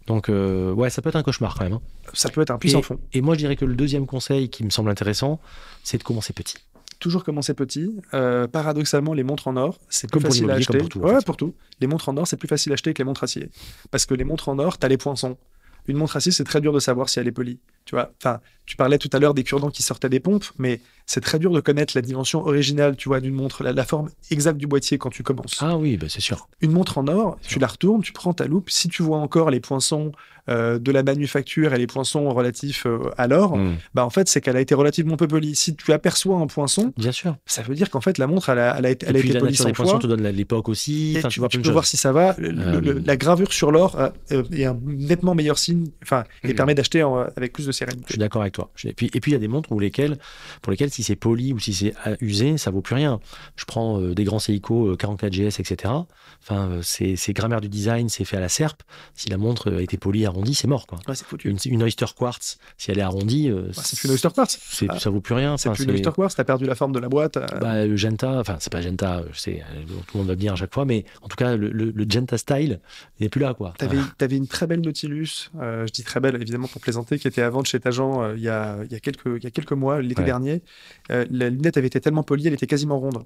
Speaker 1: Donc euh, ouais, ça peut être un cauchemar quand même. hein.
Speaker 2: Ça peut être un puissant fond.
Speaker 1: Et moi je dirais que le deuxième conseil qui me semble intéressant, c'est de commencer petit.
Speaker 2: toujours commencer petit. Euh, paradoxalement, les montres en or, c'est plus
Speaker 1: Comme pour
Speaker 2: facile à
Speaker 1: l'immobilier,
Speaker 2: acheter.
Speaker 1: comme pour tout, en
Speaker 2: Ouais,
Speaker 1: fait.
Speaker 2: pour tout. Les montres en or, c'est plus facile à acheter que les montres acier. Parce que les montres en or, t'as les poinçons. Une montre acier, c'est très dur de savoir si elle est polie. Tu vois, enfin, tu parlais tout à l'heure des cure-dents qui sortaient des pompes, mais c'est très dur de connaître la dimension originale, tu vois, d'une montre, la, la forme exacte du boîtier quand tu commences.
Speaker 1: Ah oui, bah, c'est sûr.
Speaker 2: Une montre en or, tu
Speaker 1: Sûr.
Speaker 2: la retournes, tu prends ta loupe. Si tu vois encore les poinçons euh, de la manufacture et les poinçons relatifs euh, à l'or,
Speaker 1: Mm.
Speaker 2: bah en fait, c'est qu'elle a été relativement peu polie. Si tu aperçois un poinçon,
Speaker 1: Bien sûr.
Speaker 2: ça veut dire qu'en fait la montre elle a, elle a été,
Speaker 1: et
Speaker 2: elle a
Speaker 1: puis
Speaker 2: été
Speaker 1: la
Speaker 2: polie
Speaker 1: nature des
Speaker 2: 100
Speaker 1: poinçons
Speaker 2: fois
Speaker 1: te donne la- l'époque aussi.
Speaker 2: et
Speaker 1: Enfin,
Speaker 2: tu,
Speaker 1: tu vois
Speaker 2: tu
Speaker 1: plein de
Speaker 2: peux
Speaker 1: choses.
Speaker 2: voir si ça va Le- le-
Speaker 1: Euh,
Speaker 2: le- la gravure sur l'or euh, euh, est un nettement meilleur signe enfin et
Speaker 1: Mm.
Speaker 2: permet d'acheter en- euh, avec plus de
Speaker 1: Je
Speaker 2: sérénité
Speaker 1: suis d'accord avec toi. Je- Et puis, et puis il y a des montres où lesquelles, pour lesquelles, si c'est poli ou si c'est euh, usé, ça vaut plus rien. Je prends euh, des grands Seiko euh, 44GS, etc. Enfin, euh, c'est c'est grammaire du design, c'est fait à la serpe. Si la montre euh, a été polie, arrondie, c'est mort. Quoi.
Speaker 2: Ouais, c'est foutu
Speaker 1: Une, une Oyster Quartz, si elle est arrondie, euh,
Speaker 2: Bah, c'est plus une Oyster Quartz
Speaker 1: c'est-
Speaker 2: Ah.
Speaker 1: ça vaut plus rien.
Speaker 2: c'est
Speaker 1: Enfin,
Speaker 2: plus une Oyster Quartz t'as perdu la forme de la boîte euh,
Speaker 1: bah, le Genta, enfin c'est pas Genta, je sais, euh, tout le monde va bien à chaque fois, mais en tout cas le, le- le Genta style n'est plus là quoi.
Speaker 2: T'avais, t'avais une très belle Nautilus, euh, je dis très belle évidemment pour plaisanter, qui était à vendre chez Tajan euh, il, y a, il, y a quelques, il y a quelques mois, l'été
Speaker 1: Ouais.
Speaker 2: dernier. Euh, la lunette avait été tellement polie, elle était quasiment ronde.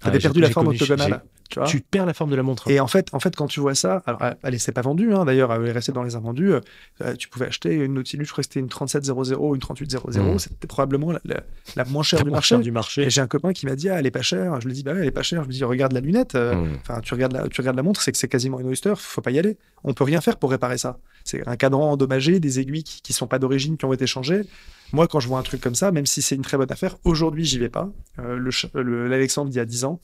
Speaker 1: Ah,
Speaker 2: T'avais
Speaker 1: j'ai-
Speaker 2: perdu la
Speaker 1: j'ai
Speaker 2: forme
Speaker 1: connu-
Speaker 2: octogonale. Tu vois
Speaker 1: Tu perds la forme de la montre.
Speaker 2: Et en fait, en fait, quand tu vois ça, alors, euh, allez, c'est pas vendu, hein, d'ailleurs, elle est restée dans les invendus. euh, euh, tu pouvais acheter une Nautilus, je crois que c'était une 3700 ou une 3800.
Speaker 1: Mm.
Speaker 2: C'était probablement la, la- la moins
Speaker 1: La
Speaker 2: chère du
Speaker 1: moins
Speaker 2: marché.
Speaker 1: chère du marché.
Speaker 2: Et j'ai un copain qui m'a dit, ah, elle est pas chère. Je lui dis, bah ouais, elle est pas chère. Je lui dis, regarde la lunette. euh,
Speaker 1: Mm.
Speaker 2: Enfin, tu regardes la, tu regardes la montre, c'est que c'est quasiment une oyster. Faut pas y aller. On peut rien faire pour réparer ça. C'est un cadran endommagé, des aiguilles qui, qui sont pas d'origine, qui ont été changées. Moi, quand je vois un truc comme ça, même si c'est une très bonne affaire, aujourd'hui, j'y vais pas. Euh, le ch- le- L'Alexandre, il y a 10 ans,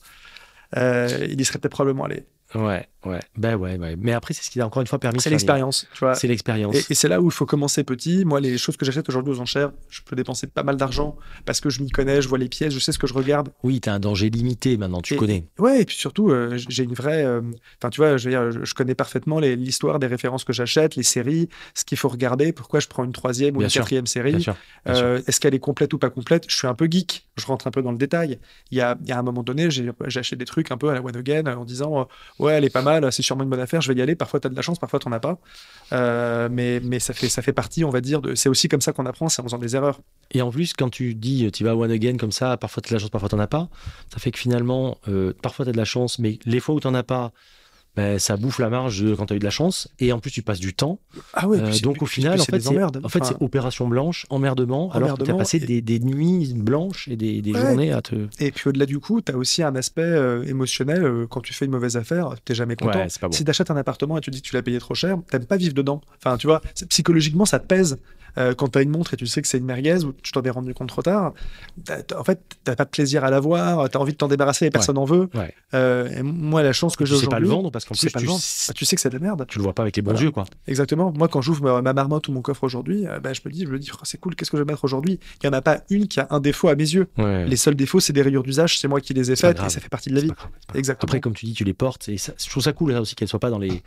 Speaker 2: euh, il y euh, serait peut-être probablement allé.
Speaker 1: Ouais, ouais. Ben ouais, ouais. Mais après, c'est ce qui a encore une fois permis. de
Speaker 2: C'est
Speaker 1: faire vivre.
Speaker 2: l'expérience, tu vois.
Speaker 1: C'est l'expérience.
Speaker 2: Et, et c'est là où il faut commencer petit. Moi, les choses que j'achète aujourd'hui aux enchères, je peux dépenser pas mal d'argent parce que je m'y connais, je vois les pièces, je sais ce que je regarde.
Speaker 1: Oui, t'as un danger limité maintenant, tu
Speaker 2: Et-
Speaker 1: connais.
Speaker 2: Ouais, et puis surtout, euh, j- j'ai une vraie. euh, Enfin, tu vois, je veux dire, je- je connais parfaitement les- l'histoire des références que j'achète, les séries, ce qu'il faut regarder, pourquoi je prends une troisième ou
Speaker 1: Bien
Speaker 2: une
Speaker 1: sûr,
Speaker 2: quatrième
Speaker 1: Bien
Speaker 2: série.
Speaker 1: sûr. bien sûr.
Speaker 2: Euh, Est-ce qu'elle est complète ou pas complète Je suis un peu geek, je rentre un peu dans le détail. Il y a, il y a un moment donné, j'ai j'ai acheté des trucs un peu à la One Again euh, en disant euh, Ouais, elle est pas mal, c'est sûrement une bonne affaire, je vais y aller. Parfois, tu as de la chance, parfois, tu n'en as pas. Euh, mais mais ça, fait, ça fait partie, on va dire, de- c'est aussi comme ça qu'on apprend, c'est en faisant des erreurs.
Speaker 1: Et en plus, quand tu dis euh, tu vas one again comme ça, parfois t'as de la chance, parfois t'en as pas, ça fait que finalement, euh, parfois t'as de la chance, mais les fois où t'en as pas, ben, ça bouffe la marge de quand t'as eu de la chance. Et en plus, tu passes du temps.
Speaker 2: Ah ouais,
Speaker 1: Euh, donc au final, en fait, c'est en fait, c'est opération blanche, emmerdement, alors que t'as
Speaker 2: Emmerdement
Speaker 1: passé des,
Speaker 2: et-
Speaker 1: des nuits blanches et des, des
Speaker 2: Ouais.
Speaker 1: journées à te.
Speaker 2: Et puis au-delà du coup, tu as aussi un aspect euh, émotionnel. euh, quand tu fais une mauvaise affaire, t'es jamais content.
Speaker 1: c'est pas
Speaker 2: Si t'achètes un appartement et tu dis que tu l'as payé trop cher, t'aimes pas vivre dedans. Enfin, tu vois, c'est- psychologiquement, ça pèse. Euh, quand t'as une montre et tu sais que c'est une merguez ou tu t'en es rendu compte trop tard, t'as- t'as- en fait, t'as pas de plaisir à l'avoir, t'as envie de t'en débarrasser et personne en veut.
Speaker 1: Ouais.
Speaker 2: Euh, et moi, la chance que j'ai
Speaker 1: Tu sais pas le
Speaker 2: aujourd'hui,
Speaker 1: vendre parce qu'en
Speaker 2: tu
Speaker 1: plus,
Speaker 2: sais pas
Speaker 1: tu,
Speaker 2: le vendre.
Speaker 1: sais-
Speaker 2: bah, tu sais que c'est de la merde.
Speaker 1: tu le vois pas avec les bons
Speaker 2: Voilà.
Speaker 1: yeux, quoi.
Speaker 2: Exactement. Moi, quand j'ouvre ma, ma marmotte ou mon coffre aujourd'hui, euh, bah, je me dis, je me dis, Oh, c'est cool, qu'est-ce que je vais mettre aujourd'hui Il y en a pas une qui a un défaut à mes yeux.
Speaker 1: Ouais.
Speaker 2: Les seuls défauts, c'est des rayures d'usage, c'est moi qui les ai
Speaker 1: C'est pas
Speaker 2: faites
Speaker 1: grave.
Speaker 2: et ça fait partie de la
Speaker 1: C'est
Speaker 2: vie.
Speaker 1: pas grave, c'est pas grave.
Speaker 2: Exactement.
Speaker 1: Après, comme tu dis, tu les portes. Et ça- je trouve ça cool là aussi qu'elles soient pas dans les,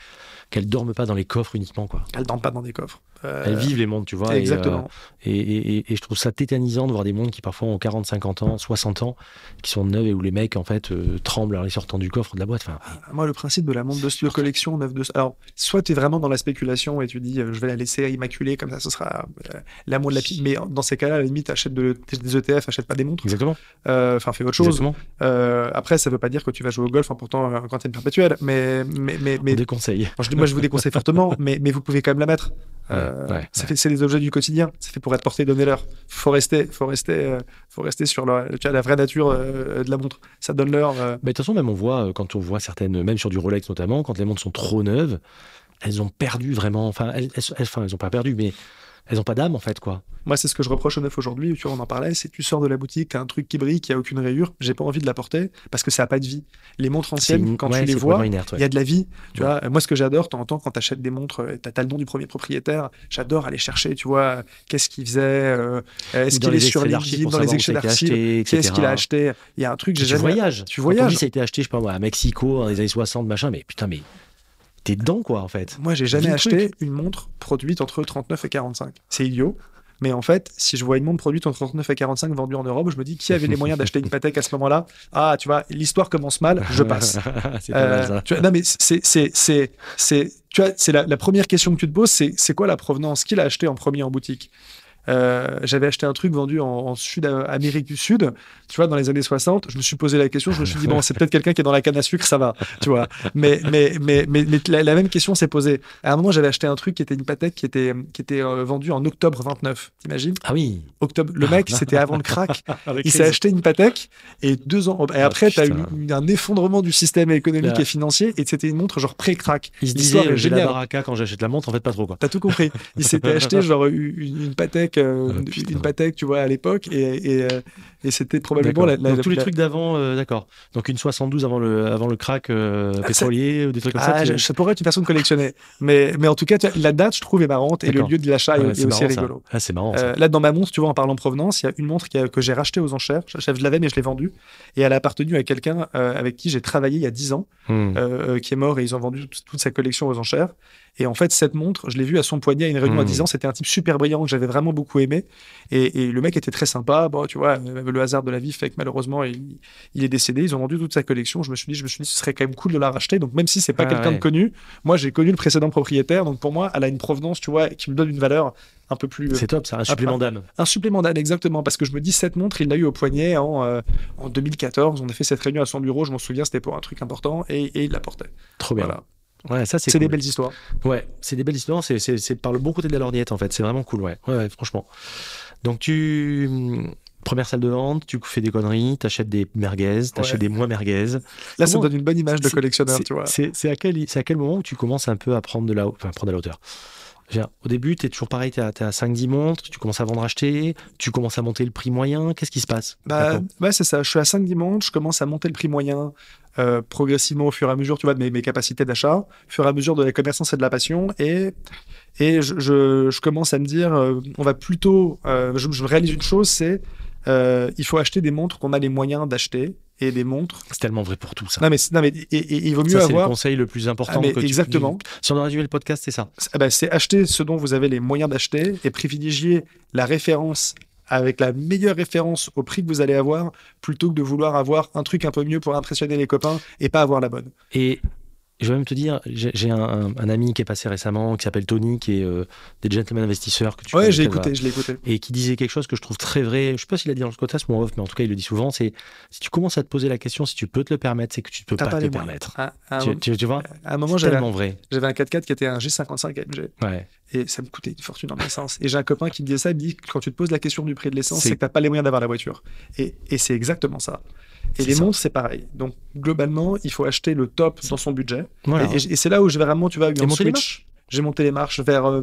Speaker 1: qu'elles dorment pas dans les coffres uniquement, quoi.
Speaker 2: elles dorment pas dans des coffres. Euh,
Speaker 1: Elles vivent les mondes, tu vois. et, euh,
Speaker 2: Exactement.
Speaker 1: Et, et- et- et je trouve ça tétanisant de voir des mondes qui parfois ont 40, 50 ans, 60 ans, qui sont neufs et où les mecs en fait euh, tremblent en les sortant du coffre de la boîte. Enfin,
Speaker 2: Ah, Moi, le principe de la montre de de collection neuf de. Alors, soit tu es vraiment dans la spéculation et tu dis, euh, je vais la laisser immaculée, comme ça, ce sera euh, l'amour de la pile. Mais dans ces cas-là, à la limite, achète de- des ETF, achète pas des montres.
Speaker 1: exactement.
Speaker 2: Euh, Enfin, fais autre chose.
Speaker 1: Exactement.
Speaker 2: Euh, après, ça veut pas dire que tu vas jouer au golf en portant euh, un quantième perpétuel. Mais, mais, mais, mais-
Speaker 1: On déconseille.
Speaker 2: enfin, je- moi, je vous déconseille fortement, mais, mais vous pouvez quand même la mettre. Euh,
Speaker 1: Ouais, ouais,
Speaker 2: ça
Speaker 1: ouais.
Speaker 2: fait- C'est les objets du quotidien. C'est fait pour être porté, donner l'heure. Faut rester, faut rester, euh, faut rester sur la, tu vois, la vraie nature euh, de la montre. Ça donne l'heure. euh,
Speaker 1: Mais de toute façon, même on voit, euh, quand on voit certaines, même sur du Rolex notamment, quand les montres sont trop neuves, elles ont perdu vraiment. Enfin, elles, elles, elles- enfin, elles ont pas perdu, mais elles ont pas d'âme en fait, quoi.
Speaker 2: Moi, c'est ce que je reproche aux neufs aujourd'hui. Tu vois, on en parlait. C'est tu sors de la boutique, t'as un truc qui brille, qui a aucune rayure. J'ai pas envie de la porter parce que ça a pas de vie. Les montres
Speaker 1: C'est
Speaker 2: anciennes,
Speaker 1: une-
Speaker 2: quand
Speaker 1: ouais,
Speaker 2: tu les
Speaker 1: c'est
Speaker 2: vois,
Speaker 1: complètement inerte,
Speaker 2: il
Speaker 1: ouais.
Speaker 2: y a de la vie. Tu
Speaker 1: Ouais.
Speaker 2: vois, Euh, moi, ce que j'adore, t'entends quand t'achètes des montres, euh, t'as t'as le nom du premier propriétaire. J'adore aller chercher. Tu vois, euh, qu'est-ce qu'il faisait euh, euh, Est-ce
Speaker 1: Ou dans
Speaker 2: qu'il est
Speaker 1: les extraits
Speaker 2: sur LinkedIn,
Speaker 1: d'archives pour
Speaker 2: dans les
Speaker 1: savoir où
Speaker 2: extraits
Speaker 1: ça a été
Speaker 2: d'archives
Speaker 1: acheté,
Speaker 2: Qu'est-ce
Speaker 1: etc.
Speaker 2: qu'il a acheté Il y a un truc. J'ai
Speaker 1: Tu
Speaker 2: jamais...
Speaker 1: voyages.
Speaker 2: Tu
Speaker 1: Quand on dit
Speaker 2: voyages.
Speaker 1: ça a été acheté, je sais pas moi, à Mexico dans les années 60, machin, mais putain, mais t'es dedans, quoi, en fait.
Speaker 2: Moi, j'ai
Speaker 1: Dis
Speaker 2: jamais
Speaker 1: le
Speaker 2: acheté une montre produite entre 39 et 45. C'est idiot. Mais en fait, si je vois une montre produite entre 39 et 45 vendue en Europe, je me dis qui avait les moyens d'acheter une Patek à ce moment-là Ah, tu vois, l'histoire commence mal, je passe.
Speaker 1: c'est pas mal,
Speaker 2: Euh,
Speaker 1: ça.
Speaker 2: tu vois, non, mais c'est, c'est, c'est, c'est, tu vois, c'est la, la première question que tu te poses, c'est, c'est quoi la provenance Qui l'a acheté en premier en boutique Euh, j'avais acheté un truc vendu en, en Sud euh, Amérique du Sud, tu vois, dans les années 60. Je me suis posé la question, je me suis dit bon, c'est peut-être quelqu'un qui est dans la canne à sucre, ça va, tu vois. Mais mais mais mais, mais la, la même question s'est posée. À un moment, j'avais aché un truc qui était une Patek qui était qui était euh, vendue en octobre 29. T'imagines
Speaker 1: Ah oui.
Speaker 2: Octobre. Le mec, c'était avant le crack. Il s'est
Speaker 1: s'est
Speaker 2: acheté une Patek et deux ans. Et
Speaker 1: Ah,
Speaker 2: après, tu as eu
Speaker 1: putain.
Speaker 2: eu un effondrement du système économique
Speaker 1: Là.
Speaker 2: et financier et c'était une montre genre pré-crack.
Speaker 1: Il se
Speaker 2: L'histoire
Speaker 1: disait, euh,
Speaker 2: est
Speaker 1: j'ai la
Speaker 2: géniale.
Speaker 1: baraka quand j'achète la montre, en fait, pas trop, quoi.
Speaker 2: T'as tout compris. Il s'était acheté genre une, une- une Patek, euh,
Speaker 1: Ah,
Speaker 2: une-
Speaker 1: putain.
Speaker 2: une Patek, tu vois, à l'époque et, et, euh, et c'était
Speaker 1: D'accord.
Speaker 2: probablement la, la-
Speaker 1: Donc, tous les
Speaker 2: la-
Speaker 1: trucs d'avant, euh, d'accord. Donc une 72 avant le, avant le crack euh, pétrolier ou des trucs comme
Speaker 2: Ah,
Speaker 1: ça.
Speaker 2: je- ça pourrait être une façon de collectionner. Mais, mais en tout cas, tu vois, la date, je trouve, est marrante et le
Speaker 1: D'accord. Ah
Speaker 2: lieu de l'achat est- est, aussi
Speaker 1: marrant, ça.
Speaker 2: rigolo.
Speaker 1: Ah, c'est marrant. ça.
Speaker 2: Euh, là, dans ma montre, tu vois, en parlant provenance, il y a une montre qui a- que j'ai rachetée aux enchères. Je, je l'avais, mais je l'ai vendue. Et elle a appartenu à quelqu'un euh, avec qui j'ai travaillé il y a 10 ans,
Speaker 1: Hmm.
Speaker 2: euh, euh, qui est mort et ils ont vendu toute- toute sa collection aux enchères. Et en fait, cette montre, je l'ai vue à son poignet à une réunion à
Speaker 1: Mm.
Speaker 2: 10 ans. C'était un type super brillant que j'avais vraiment beaucoup aimé. Et, et le mec était très sympa. Bon, tu vois, euh, le hasard de la vie fait que malheureusement, il, il est décédé. Ils ont vendu toute sa collection. Je me suis dit, je me suis dit, ce serait quand même cool de la racheter. Donc, même si c'est pas
Speaker 1: Ah,
Speaker 2: quelqu'un
Speaker 1: ouais.
Speaker 2: de connu, moi, j'ai connu le précédent propriétaire. Donc, pour moi, elle a une provenance, tu vois, qui me donne une valeur un peu plus. euh,
Speaker 1: C'est top, ça, un supplément d'âme.
Speaker 2: Un supplément d'âme, exactement, parce que je me dis, cette montre, il l'a eu au poignet en, euh, en 2014. On a fait cette réunion à son bureau, je m'en souviens, c'était pour un truc important, et, et il la portait.
Speaker 1: Trop Oh, bien.
Speaker 2: Voilà.
Speaker 1: Ouais, ça,
Speaker 2: C'est
Speaker 1: c'est cool.
Speaker 2: des belles histoires.
Speaker 1: Ouais, c'est des belles histoires. C'est, c'est, c'est par le bon côté de la lorgnette, en fait. C'est vraiment cool, ouais. Ouais, ouais, franchement. Donc, tu. hum, Première salle de vente, tu fais des conneries, t'achètes des merguez, t'achètes
Speaker 2: Ouais.
Speaker 1: des moins merguez.
Speaker 2: Là, ça
Speaker 1: Comment-
Speaker 2: me donne une bonne image de
Speaker 1: C'est-
Speaker 2: collectionneur,
Speaker 1: C'est-
Speaker 2: tu vois.
Speaker 1: C'est c'est à, quel, c'est à quel moment où tu commences un peu à prendre de la, hau- enfin, prendre de la hauteur Je veux dire, Au début, tu es toujours pareil, tu es à, t'es à 5-10 montres, tu commences à vendre, acheter, tu commences à monter le prix moyen. Qu'est-ce qui se passe
Speaker 2: Bah,
Speaker 1: D'accord.
Speaker 2: ouais, c'est ça. Je suis à 5 dimanches, je commence à monter le prix moyen euh, progressivement au fur et à mesure, tu vois, de mes, mes capacités d'achat, au fur et à mesure de la connaissance et de la passion. Et, et je, je- je commence à me dire, euh, on va plutôt. euh, je, je réalise une chose, c'est euh, il faut acheter des montres qu'on a les moyens d'acheter et des montres.
Speaker 1: C'est tellement vrai pour tout ça.
Speaker 2: Non, mais, c'est- non, mais et, et- et il vaut mieux
Speaker 1: ça, c'est le
Speaker 2: avoir.
Speaker 1: conseil le plus important.
Speaker 2: Ah, mais
Speaker 1: que tu-
Speaker 2: exactement.
Speaker 1: Si on a résumé le podcast, c'est ça.
Speaker 2: C'est- ah bah, c'est acheter ce dont vous avez les moyens d'acheter et privilégier la référence avec la meilleure référence au prix que vous allez avoir plutôt que de vouloir avoir un truc un peu mieux pour impressionner les copains et pas avoir la bonne.
Speaker 1: Et je vais même te dire, j'ai j'ai un, un- un ami qui est passé récemment, qui s'appelle Tony, qui est euh, des gentlemen investisseurs que tu connais,
Speaker 2: ouais, j'ai
Speaker 1: peut-être,
Speaker 2: écouté, je l'ai écouté.
Speaker 1: et qui disait quelque chose que je trouve très vrai. Je sais pas s'il a dit dans le podcast ou en off, mais en tout cas, il le dit souvent. C'est si tu commences à te poser la question, si tu peux te le permettre, c'est que tu ne peux
Speaker 2: T'as
Speaker 1: pas,
Speaker 2: pas
Speaker 1: te
Speaker 2: les
Speaker 1: le
Speaker 2: moyens. Ah Euh,
Speaker 1: permettre.
Speaker 2: À, à un,
Speaker 1: Tu, tu- tu vois,
Speaker 2: à un moment,
Speaker 1: c'est
Speaker 2: j'avais un,
Speaker 1: tellement vrai.
Speaker 2: j'avais un 4x4 qui était un G55 AMG
Speaker 1: Ouais.
Speaker 2: et ça me coûtait une fortune en essence. Et j'ai un copain qui me disait ça, il me dit quand tu te poses la question du prix de l'essence,
Speaker 1: C'est-
Speaker 2: c'est que t'as pas les moyens d'avoir la voiture. Et, et c'est exactement ça. Et
Speaker 1: C'est
Speaker 2: les
Speaker 1: ça.
Speaker 2: montres, c'est pareil. Donc globalement, il faut acheter le top dans son budget.
Speaker 1: Voilà.
Speaker 2: Et, et- et c'est là où j'ai vraiment, tu vois, eu
Speaker 1: T'as
Speaker 2: un
Speaker 1: monté les
Speaker 2: switch. J'ai monté les marches vers euh,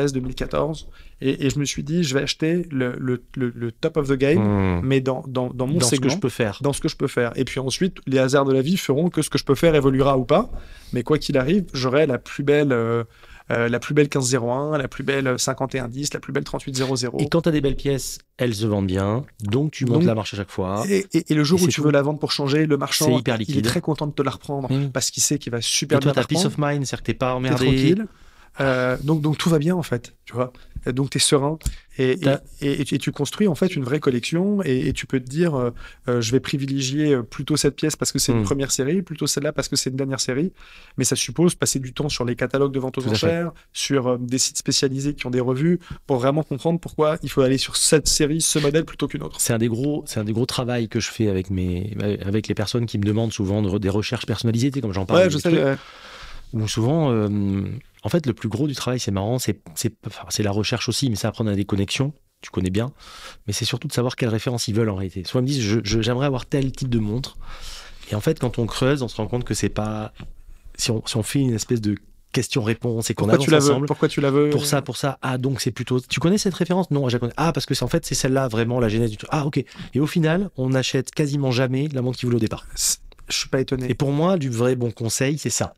Speaker 2: 2013-2014 et, et je me suis dit, je vais acheter le, le- le- le top of the game,
Speaker 1: Mmh.
Speaker 2: mais dans, dans, dans mon
Speaker 1: Dans ce
Speaker 2: segment,
Speaker 1: que je peux faire.
Speaker 2: dans ce que je peux faire. Et puis ensuite, les hasards de la vie feront que ce que je peux faire évoluera ou pas. Mais quoi qu'il arrive, j'aurai la plus belle, euh, euh, la plus belle 1501, la plus belle euh, 5110, la plus belle 3800.
Speaker 1: Et quand tu as des belles pièces, elles se vendent bien. Donc tu montes
Speaker 2: Donc-
Speaker 1: la marche à chaque fois.
Speaker 2: Et, et- et le jour
Speaker 1: Ah. Et
Speaker 2: où
Speaker 1: c'est
Speaker 2: tu
Speaker 1: tout.
Speaker 2: veux la vendre pour changer, le marchand,
Speaker 1: C'est hyper
Speaker 2: il est
Speaker 1: liquide.
Speaker 2: très content de te la reprendre
Speaker 1: Mmh.
Speaker 2: parce qu'il sait qu'il va super
Speaker 1: Et toi,
Speaker 2: bien
Speaker 1: tu
Speaker 2: la
Speaker 1: as peace
Speaker 2: reprendre.
Speaker 1: of mind, c'est-à-dire que tu pas
Speaker 2: t'es
Speaker 1: emmerdé.
Speaker 2: tranquille. Euh, donc, donc tout va bien en fait, tu vois. Et donc t'es serein et, et,
Speaker 1: T'as-
Speaker 2: et- et tu- et tu construis en fait une vraie collection et, et tu peux te dire euh, euh, je vais privilégier euh, plutôt cette pièce parce que c'est
Speaker 1: Mm.
Speaker 2: une première série, plutôt celle-là parce que c'est une dernière série. Mais ça suppose passer du temps sur les catalogues de vente aux
Speaker 1: Tout à fait.
Speaker 2: enchères, sur euh, des sites spécialisés qui ont des revues pour vraiment comprendre pourquoi il faut aller sur cette série, ce modèle plutôt qu'une autre.
Speaker 1: C'est un des gros, c'est un des gros travails que je fais avec mes, avec les personnes qui me demandent souvent de re- des recherches personnalisées, tu sais, comme j'en parle.
Speaker 2: Ouais, je sais. euh, ouais.
Speaker 1: Ou souvent, euh, en fait, le plus gros du travail, c'est marrant, c'est, c'est, enfin, c'est la recherche aussi, mais c'est apprendre à des connexions. Tu connais bien, mais c'est surtout de savoir quelles références ils veulent en réalité. Soit ils me disent, je- je- j'aimerais avoir tel type de montre, et en fait, quand on creuse, on se rend compte que c'est pas, si on, si on fait une espèce de question-réponse et qu'on
Speaker 2: Pourquoi
Speaker 1: avance
Speaker 2: tu la veux
Speaker 1: ensemble,
Speaker 2: Pourquoi tu la veux
Speaker 1: pour ça, pour ça. Ah, donc c'est plutôt. Tu connais cette référence Non, je la connais. Ah, parce que c'est en fait c'est celle-là vraiment la genèse du truc. Ah, ok. Et au final, on n'achète quasiment jamais la montre qu'il voulait au départ.
Speaker 2: C'est- Je suis pas étonné.
Speaker 1: Et pour moi, du vrai bon conseil, c'est ça.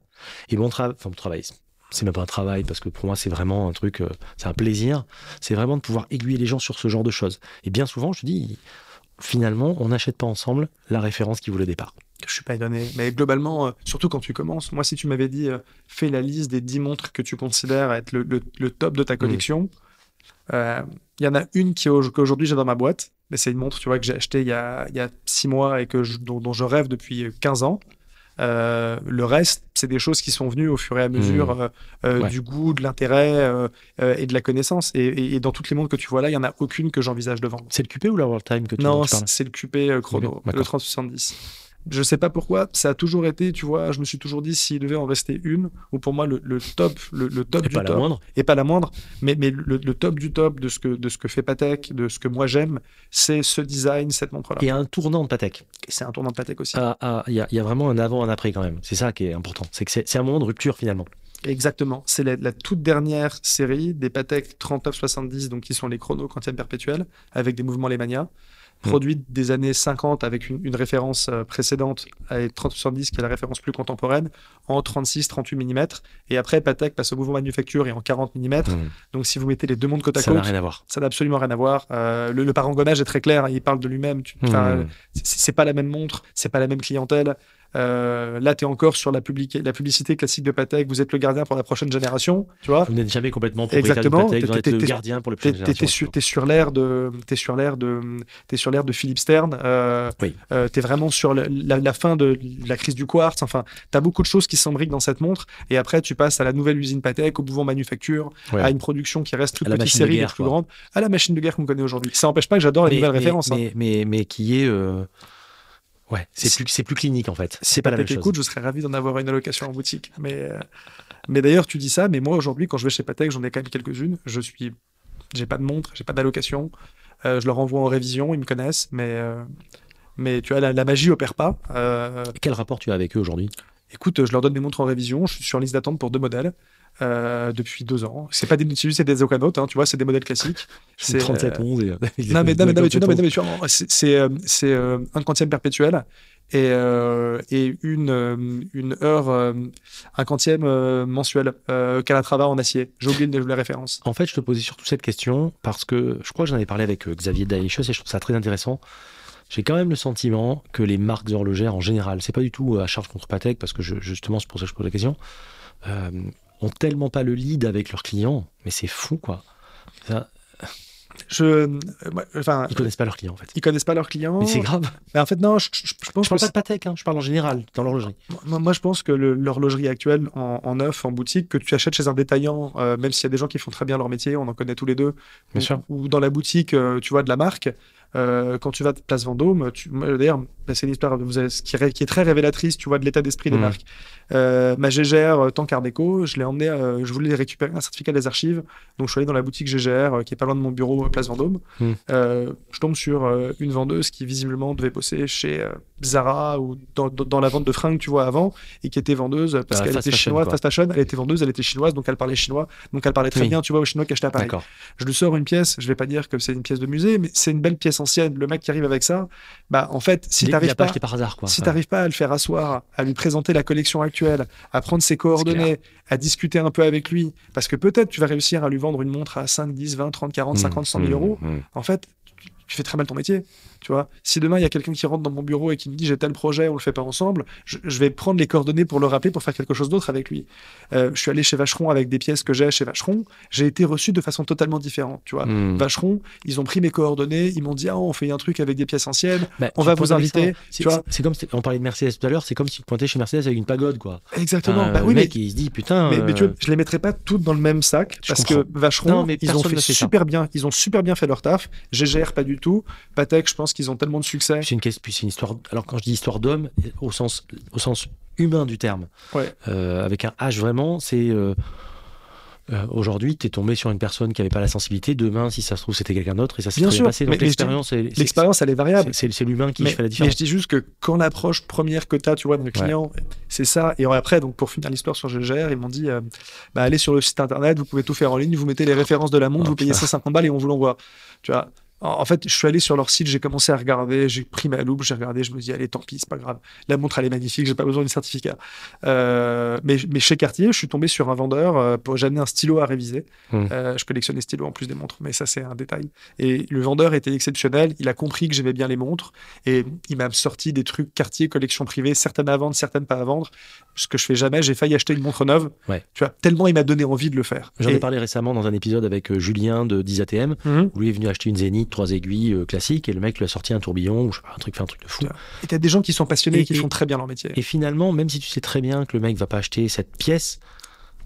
Speaker 1: Et mon travail, enfin mon travail, c'est- c'est même pas un travail parce que pour moi c'est vraiment un truc, euh, c'est un plaisir. C'est vraiment de pouvoir aiguiller les gens sur ce genre de choses. Et bien souvent, je te dis, finalement, on n'achète pas ensemble la référence qu'ils voulaient au départ.
Speaker 2: Je suis pas étonné. Mais globalement, euh, surtout quand tu commences, moi, si tu m'avais dit, euh, fais la liste des 10 montres que tu considères être le, le- le top de ta collection, euh, il y en a une qui au- qu'aujourd'hui j'ai dans ma boîte. Mais c'est une montre, tu vois, que j'ai achetée il y a, il y a 6 mois et que je- dont, dont je rêve depuis 15 ans. Euh, le reste, c'est des choses qui sont venues au fur et à mesure euh, euh,
Speaker 1: Ouais.
Speaker 2: du goût, de l'intérêt euh, euh, et de la connaissance. Et, et- et dans toutes les montres que tu vois là, il n'y en a aucune que j'envisage de vendre.
Speaker 1: C'est le QP ou la World Time que tu, dont
Speaker 2: Non,
Speaker 1: tu parles
Speaker 2: c'est le QP euh, chrono,
Speaker 1: D'accord.
Speaker 2: le 3070. Je sais pas pourquoi, ça a toujours été, tu vois, je me suis toujours dit s'il devait en rester une, ou pour moi le, le top, le, le top
Speaker 1: Et
Speaker 2: du
Speaker 1: pas la
Speaker 2: top,
Speaker 1: moindre.
Speaker 2: et pas la moindre, mais, mais le, le top du top de ce que, de ce que fait Patek, de ce que moi j'aime, c'est ce design, cette montre-là.
Speaker 1: Et un tournant de Patek.
Speaker 2: Et c'est un tournant de Patek aussi.
Speaker 1: Ah, ah, Il y, a- il y a vraiment un avant, un après quand même. C'est ça qui est important. C'est que c'est c'est un moment de rupture finalement.
Speaker 2: Exactement, c'est la, la toute dernière série des Patek 3970, donc qui sont les chronos quantième perpétuelle, avec des mouvements Lemania,
Speaker 1: Hmm.
Speaker 2: produite des années 50 avec une, une référence euh, précédente à 3970 qui est la référence plus contemporaine, en 36-38 mm, et après Patek passe au mouvement manufacture et en 40 mm. Donc si vous mettez les deux mondes côte à
Speaker 1: Hmm. Ça n'a
Speaker 2: côte,
Speaker 1: rien à voir.
Speaker 2: ça n'a absolument rien à voir. Euh, le, le parangonnage est très clair, hein. il parle de lui-même. Tu- enfin,
Speaker 1: Mm.
Speaker 2: c'est- c'est pas la même montre, c'est pas la même clientèle. Euh, là, tu es encore sur la, publica- la publicité classique de Patek, vous êtes le gardien pour la prochaine génération, tu vois.
Speaker 1: Vous n'êtes jamais complètement propriétaire du
Speaker 2: Exactement.
Speaker 1: Patek, vous en
Speaker 2: T'es-
Speaker 1: êtes le
Speaker 2: t'es-
Speaker 1: gardien pour les
Speaker 2: T'es
Speaker 1: prochaines
Speaker 2: t'es
Speaker 1: générations.
Speaker 2: sur, t'es sur l'air de, t'es sur l'air de, t'es sur l'air de Philippe Stern. Euh,
Speaker 1: Oui.
Speaker 2: euh, t'es vraiment sur la, la- la fin de la crise du quartz. Enfin, t'as beaucoup de choses qui s'embriquent dans cette montre. Et après, tu passes à la nouvelle usine Patek, au mouvement manufacture,
Speaker 1: Ouais.
Speaker 2: à Ah, une production qui reste toute
Speaker 1: À la
Speaker 2: petite
Speaker 1: machine de
Speaker 2: série,
Speaker 1: guerre,
Speaker 2: mais plus
Speaker 1: quoi.
Speaker 2: grande, à la machine de guerre qu'on connaît aujourd'hui. Ça n'empêche pas que j'adore les
Speaker 1: mais,
Speaker 2: nouvelles
Speaker 1: mais-
Speaker 2: références. hein.
Speaker 1: mais, mais- mais qui est. euh, Ouais, c'est
Speaker 2: Si-
Speaker 1: plus, c'est plus clinique en fait. C'est
Speaker 2: Si
Speaker 1: pas la même
Speaker 2: Patek
Speaker 1: chose.
Speaker 2: écoute, je serais ravi d'en avoir une allocation en boutique. Mais, euh, mais d'ailleurs, tu dis ça, mais moi aujourd'hui, quand je vais chez Patek, j'en ai quand même quelques-unes. Je suis, j'ai pas de montre, j'ai pas d'allocation. Euh, je leur envoie en révision, ils me connaissent, mais euh, mais tu vois, la, la magie opère pas. Euh,
Speaker 1: Quel rapport tu as avec eux aujourd'hui
Speaker 2: Écoute, je leur donne des montres en révision. Je suis sur liste d'attente pour deux modèles. euh, depuis deux ans. C'est pas des Nautilus, c'est des Okanotes, hein, tu vois, c'est des modèles classiques.
Speaker 1: C'est euh,
Speaker 2: C'est euh,
Speaker 1: 37 11 et...
Speaker 2: Non mais, non, mais, non, mais tu- non, mais- non, mais tu vois, c'est- c'est euh, c'est, euh, un quantième perpétuel et, euh, et une, euh, une heure, euh, un quantième euh, mensuel, euh, Calatrava en acier. J'ai oublié de la référence.
Speaker 1: En fait, je te posais surtout cette question parce que je crois que j'en avais parlé avec euh, Xavier Delicious et je trouve ça très intéressant. J'ai quand même le sentiment que les marques horlogères en général, c'est pas du tout euh, à charge contre Patek parce que je- justement c'est pour ça que je pose la question, euh, ont tellement pas le lead avec leurs clients, mais c'est fou quoi. Ça,
Speaker 2: Je, euh, ouais, enfin,
Speaker 1: ils connaissent pas leurs clients en fait.
Speaker 2: ils connaissent pas leurs clients.
Speaker 1: Mais c'est grave.
Speaker 2: Mais en fait, non, je, je- je pense
Speaker 1: Je parle
Speaker 2: que
Speaker 1: pas de Patek, hein, je parle en général dans l'horlogerie.
Speaker 2: c'est- moi, moi, je pense que le- l'horlogerie actuelle en, en neuf, en boutique, que tu achètes chez un détaillant, euh, même s'il y a des gens qui font très bien leur métier, on en connaît tous les deux,
Speaker 1: Bien
Speaker 2: ou,
Speaker 1: sûr.
Speaker 2: ou dans la boutique, euh, tu vois, de la marque. euh, quand tu vas de Place Vendôme, tu, moi, d'ailleurs, bah, c'est une histoire vous avez- ce qui, ré- qui est très révélatrice, tu vois, de l'état d'esprit des
Speaker 1: Mhm.
Speaker 2: marques. Euh, ma GGR euh, Tank Art Déco, je l'ai emmené, je voulais récupérer un certificat des archives, donc je suis allé dans la boutique GGR euh, qui est pas loin de mon bureau, euh, Place Vendôme.
Speaker 1: Mhm.
Speaker 2: Euh, je tombe sur euh, une vendeuse qui visiblement devait bosser chez euh, Zara ou dans, dans- dans la vente de fringues, tu vois, avant, et qui était vendeuse euh, parce
Speaker 1: Ah,
Speaker 2: qu'elle
Speaker 1: fast
Speaker 2: était
Speaker 1: fashion,
Speaker 2: chinoise,
Speaker 1: quoi.
Speaker 2: fast fashion, elle était vendeuse, elle était chinoise, donc elle parlait chinois, donc elle parlait très
Speaker 1: Oui.
Speaker 2: bien, tu vois, aux Chinois qui achetaient à Paris.
Speaker 1: D'accord.
Speaker 2: Je lui sors une pièce, je vais pas dire que c'est une pièce de musée, mais c'est une belle pièce ancienne. Le mec qui arrive avec ça, bah en fait, si
Speaker 1: Il- il
Speaker 2: t'arrives
Speaker 1: a pas
Speaker 2: pas,
Speaker 1: acheté par hasard quoi.
Speaker 2: si
Speaker 1: Ouais.
Speaker 2: t'arrives pas à le faire asseoir, à lui présenter la collection actuelle, à prendre ses coordonnées, à discuter un peu avec lui, parce que peut-être tu vas réussir à lui vendre une montre à 5, 10, 20, 30,
Speaker 1: Mmh,
Speaker 2: 40, 50, 100 000 euros.
Speaker 1: Mm, mm.
Speaker 2: En fait, tu- tu fais très mal ton métier, tu vois. Si demain il y a quelqu'un qui rentre dans mon bureau et qui me dit j'ai tel projet, on le fait pas ensemble, je, je vais prendre les coordonnées pour le rappeler pour faire quelque chose d'autre avec lui. Euh, je suis allé chez Vacheron avec des pièces que j'ai chez Vacheron, j'ai été reçu de façon totalement différente, tu vois.
Speaker 1: Mm.
Speaker 2: Vacheron, ils ont pris mes coordonnées, ils m'ont dit ah, on fait un truc avec des pièces anciennes.
Speaker 1: Bah,
Speaker 2: on
Speaker 1: tu
Speaker 2: va
Speaker 1: pointes
Speaker 2: vous inviter,
Speaker 1: Alexandre. C'est-
Speaker 2: tu vois.
Speaker 1: c'est- C'est comme si- on parlait de Mercedes tout à l'heure, c'est comme si tu pointais chez Mercedes avec une pagode quoi.
Speaker 2: Exactement.
Speaker 1: Putain,
Speaker 2: bah
Speaker 1: le
Speaker 2: oui, mais,
Speaker 1: Euh, mec, il se dit putain.
Speaker 2: mais- mais tu
Speaker 1: euh,
Speaker 2: vois, je les mettrais pas toutes dans le même sac
Speaker 1: Je
Speaker 2: parce
Speaker 1: comprends.
Speaker 2: que Vacheron,
Speaker 1: Non, mais
Speaker 2: ils ont
Speaker 1: personne
Speaker 2: fait
Speaker 1: ne fait ça.
Speaker 2: super bien, ils ont super bien fait leur taf. GGR pas du tout. Patek, je pense qu'ils ont tellement de succès.
Speaker 1: C'est une, question- puis c'est une histoire. Alors, quand je dis histoire d'homme, au sens, au sens humain du terme,
Speaker 2: Ouais.
Speaker 1: Euh, avec un H vraiment, c'est. euh, euh, Aujourd'hui, tu es tombé sur une personne qui n'avait pas la sensibilité. Demain, si ça se trouve, c'était quelqu'un d'autre et ça s'est
Speaker 2: Bien
Speaker 1: très bien
Speaker 2: sûr,
Speaker 1: passé. Donc,
Speaker 2: mais- mais je dis-
Speaker 1: l'expérience, elle- c'est-
Speaker 2: L'expérience, elle est variable.
Speaker 1: c'est- c'est c'est l'humain qui
Speaker 2: mais,
Speaker 1: fait la
Speaker 2: mais
Speaker 1: différence.
Speaker 2: je dis juste que quand l'approche première que tu as, tu vois, d'un client, c'est ça. Et après, donc pour finir l'histoire sur GGR, ils m'ont dit euh, bah, allez sur le site internet, vous pouvez tout faire en ligne, vous mettez les références de la montre,
Speaker 1: Oh,
Speaker 2: vous payez
Speaker 1: putain.
Speaker 2: 150 balles et on vous l'envoie. Tu vois. En en fait, je suis allé sur leur site, j'ai commencé à regarder, j'ai pris ma loupe, j'ai regardé, je me dis allez, tant pis, c'est pas grave. La montre, elle est magnifique, j'ai pas besoin de certificat. Euh, mais, mais chez Cartier, je suis tombé sur un vendeur euh, pour j'amenais un stylo à réviser.
Speaker 1: Hmm.
Speaker 2: Euh, je collectionne les stylos en plus des montres, mais ça c'est un détail. Et le vendeur était exceptionnel, il a compris que j'aimais bien les montres et il m'a sorti des trucs quartier, collection privée, certaines à vendre, certaines pas à vendre. Ce que je fais jamais, j'ai failli acheter une montre neuve.
Speaker 1: Ouais.
Speaker 2: Tu vois, tellement il m'a donné envie de le faire.
Speaker 1: J'en
Speaker 2: Et-
Speaker 1: ai parlé récemment dans un épisode avec euh, Julien de 10 ATM.
Speaker 2: Mhm.
Speaker 1: Où lui est venu acheter une zénith, trois aiguilles euh, classiques, et le mec lui a sorti un tourbillon, ou je sais pas, un truc, fait un truc de fou.
Speaker 2: Et t'as des gens qui sont passionnés et,
Speaker 1: Et-
Speaker 2: qui
Speaker 1: et-
Speaker 2: font très bien leur métier.
Speaker 1: Et finalement, même si tu sais très bien que le mec va pas acheter cette pièce,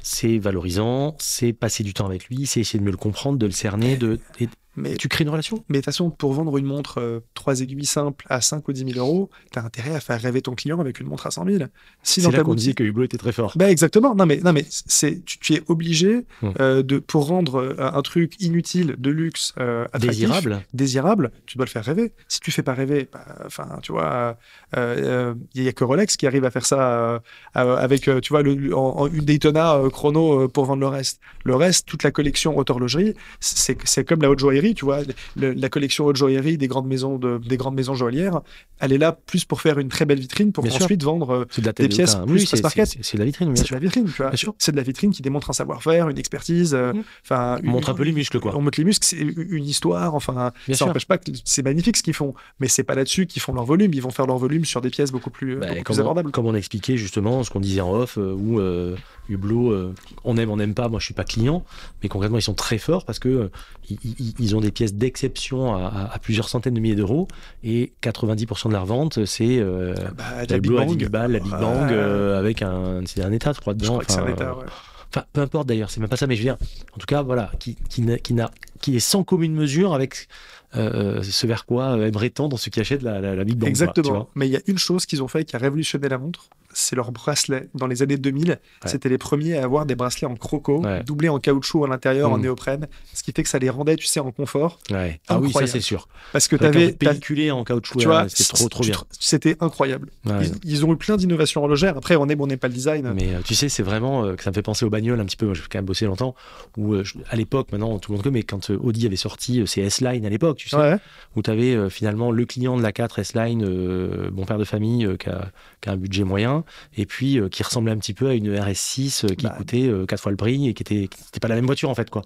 Speaker 1: c'est valorisant, c'est passer du temps avec lui, c'est essayer de mieux le comprendre, de le cerner, de et
Speaker 2: mais
Speaker 1: tu crées une relation.
Speaker 2: Mais de toute façon, pour vendre une montre euh, trois aiguilles simples à 5 ou 10 000 euros, t'as intérêt à faire rêver ton client avec une montre à 100 000. Si dans ta boutique-
Speaker 1: que Hublot était très fort.
Speaker 2: Ben exactement. Non mais non mais c'est tu, tu es obligé
Speaker 1: Hmm.
Speaker 2: euh, de pour rendre euh, un truc inutile de luxe euh, attractif,
Speaker 1: Désirable.
Speaker 2: désirable, tu dois le faire rêver. Si tu fais pas rêver, bah, enfin tu vois, il euh, y, a que Rolex qui arrive à faire ça euh, euh, avec euh, tu vois le- le- en, en une Daytona euh, chrono euh, pour vendre le reste. Le reste, toute la collection haute horlogerie, c'est c'est comme la haute joaillerie, tu vois, Le- la collection haute joaillerie des grandes maisons de, des grandes maisons joaillières, elle est là plus pour faire une très belle vitrine pour
Speaker 1: Bien sûr.
Speaker 2: ensuite vendre euh,
Speaker 1: C'est de la
Speaker 2: Des
Speaker 1: télé-
Speaker 2: pièces
Speaker 1: enfin,
Speaker 2: plus
Speaker 1: oui, c'est-
Speaker 2: passe-parquet.
Speaker 1: c'est- C'est de la vitrine, bien
Speaker 2: c'est de
Speaker 1: sûr.
Speaker 2: la vitrine, tu vois.
Speaker 1: Bien sûr.
Speaker 2: C'est de la vitrine qui démontre un savoir-faire, une expertise. euh,
Speaker 1: Mm.
Speaker 2: Enfin,
Speaker 1: On montre un peu les muscles, quoi.
Speaker 2: On montre les muscles, c'est une histoire. Enfin,
Speaker 1: Bien
Speaker 2: ça
Speaker 1: sûr.
Speaker 2: n'empêche pas que c'est magnifique ce qu'ils font, mais c'est pas là-dessus qu'ils font leur volume. Ils vont faire leur volume sur des pièces beaucoup plus, euh,
Speaker 1: Bah,
Speaker 2: beaucoup plus
Speaker 1: comme, on,
Speaker 2: abordables.
Speaker 1: comme on expliquait justement ce qu'on disait en off, euh, où euh, Hublot, euh, on aime, on n'aime pas, moi je suis pas client, mais concrètement ils sont très forts parce que euh, ils, ils- ils ont des pièces d'exception à, à- à plusieurs centaines de milliers d'euros et 90% de la revente c'est euh,
Speaker 2: Bah, de
Speaker 1: la
Speaker 2: la Big
Speaker 1: Hublot à
Speaker 2: Bang,
Speaker 1: 10 000 balles, la Big
Speaker 2: Ouais.
Speaker 1: Bang, euh, avec un, c'est un état je crois
Speaker 2: je
Speaker 1: dedans.
Speaker 2: crois que c'est un
Speaker 1: enfin,
Speaker 2: état. ouais.
Speaker 1: Enfin, peu importe d'ailleurs, c'est même pas ça, mais je veux dire, en tout cas, voilà, qui, qui, n'a, qui, n'a- qui est sans commune mesure avec euh, ce vers quoi aimerait tendre ceux qui achètent la, la, la Big Bang. quoi, bah, tu
Speaker 2: Exactement.
Speaker 1: vois.
Speaker 2: mais il y a une chose qu'ils ont fait qui a révolutionné la montre, c'est leurs bracelets. Dans les années 2000, c'était les premiers à avoir des bracelets en croco,
Speaker 1: Ouais.
Speaker 2: doublés en caoutchouc à l'intérieur, en
Speaker 1: Mm.
Speaker 2: néoprène, ce qui fait que ça les rendait, tu sais, en confort.
Speaker 1: Ouais. Ah oui, ça
Speaker 2: Incroyable.
Speaker 1: c'est sûr.
Speaker 2: Parce que
Speaker 1: Avec un
Speaker 2: t'avais,
Speaker 1: peu de pelliculé en caoutchouc,
Speaker 2: tu
Speaker 1: là,
Speaker 2: vois,
Speaker 1: c'était trop trop
Speaker 2: tu
Speaker 1: bien.
Speaker 2: te- C'était incroyable.
Speaker 1: Ouais.
Speaker 2: Ils, ils ont eu plein d'innovations horlogères. Après, on est bon, on n'est pas le design.
Speaker 1: Ah Mais euh, tu sais, c'est vraiment euh, que ça me fait penser aux bagnoles un petit peu. Moi, j'ai quand même bossé longtemps. Où euh, je- à l'époque, maintenant tout le monde connaît, mais quand euh, Audi avait sorti euh, ses S-Line à l'époque, tu sais,
Speaker 2: Ouais.
Speaker 1: où tu avais finalement le client de la 4 S-Line, euh, bon père de famille euh, qui, a, qui a un budget moyen, et puis euh, qui ressemblait un petit peu à une RS6 euh, qui
Speaker 2: Bah.
Speaker 1: coûtait 4 fois le prix et qui était, qui était pas la même voiture en fait, quoi.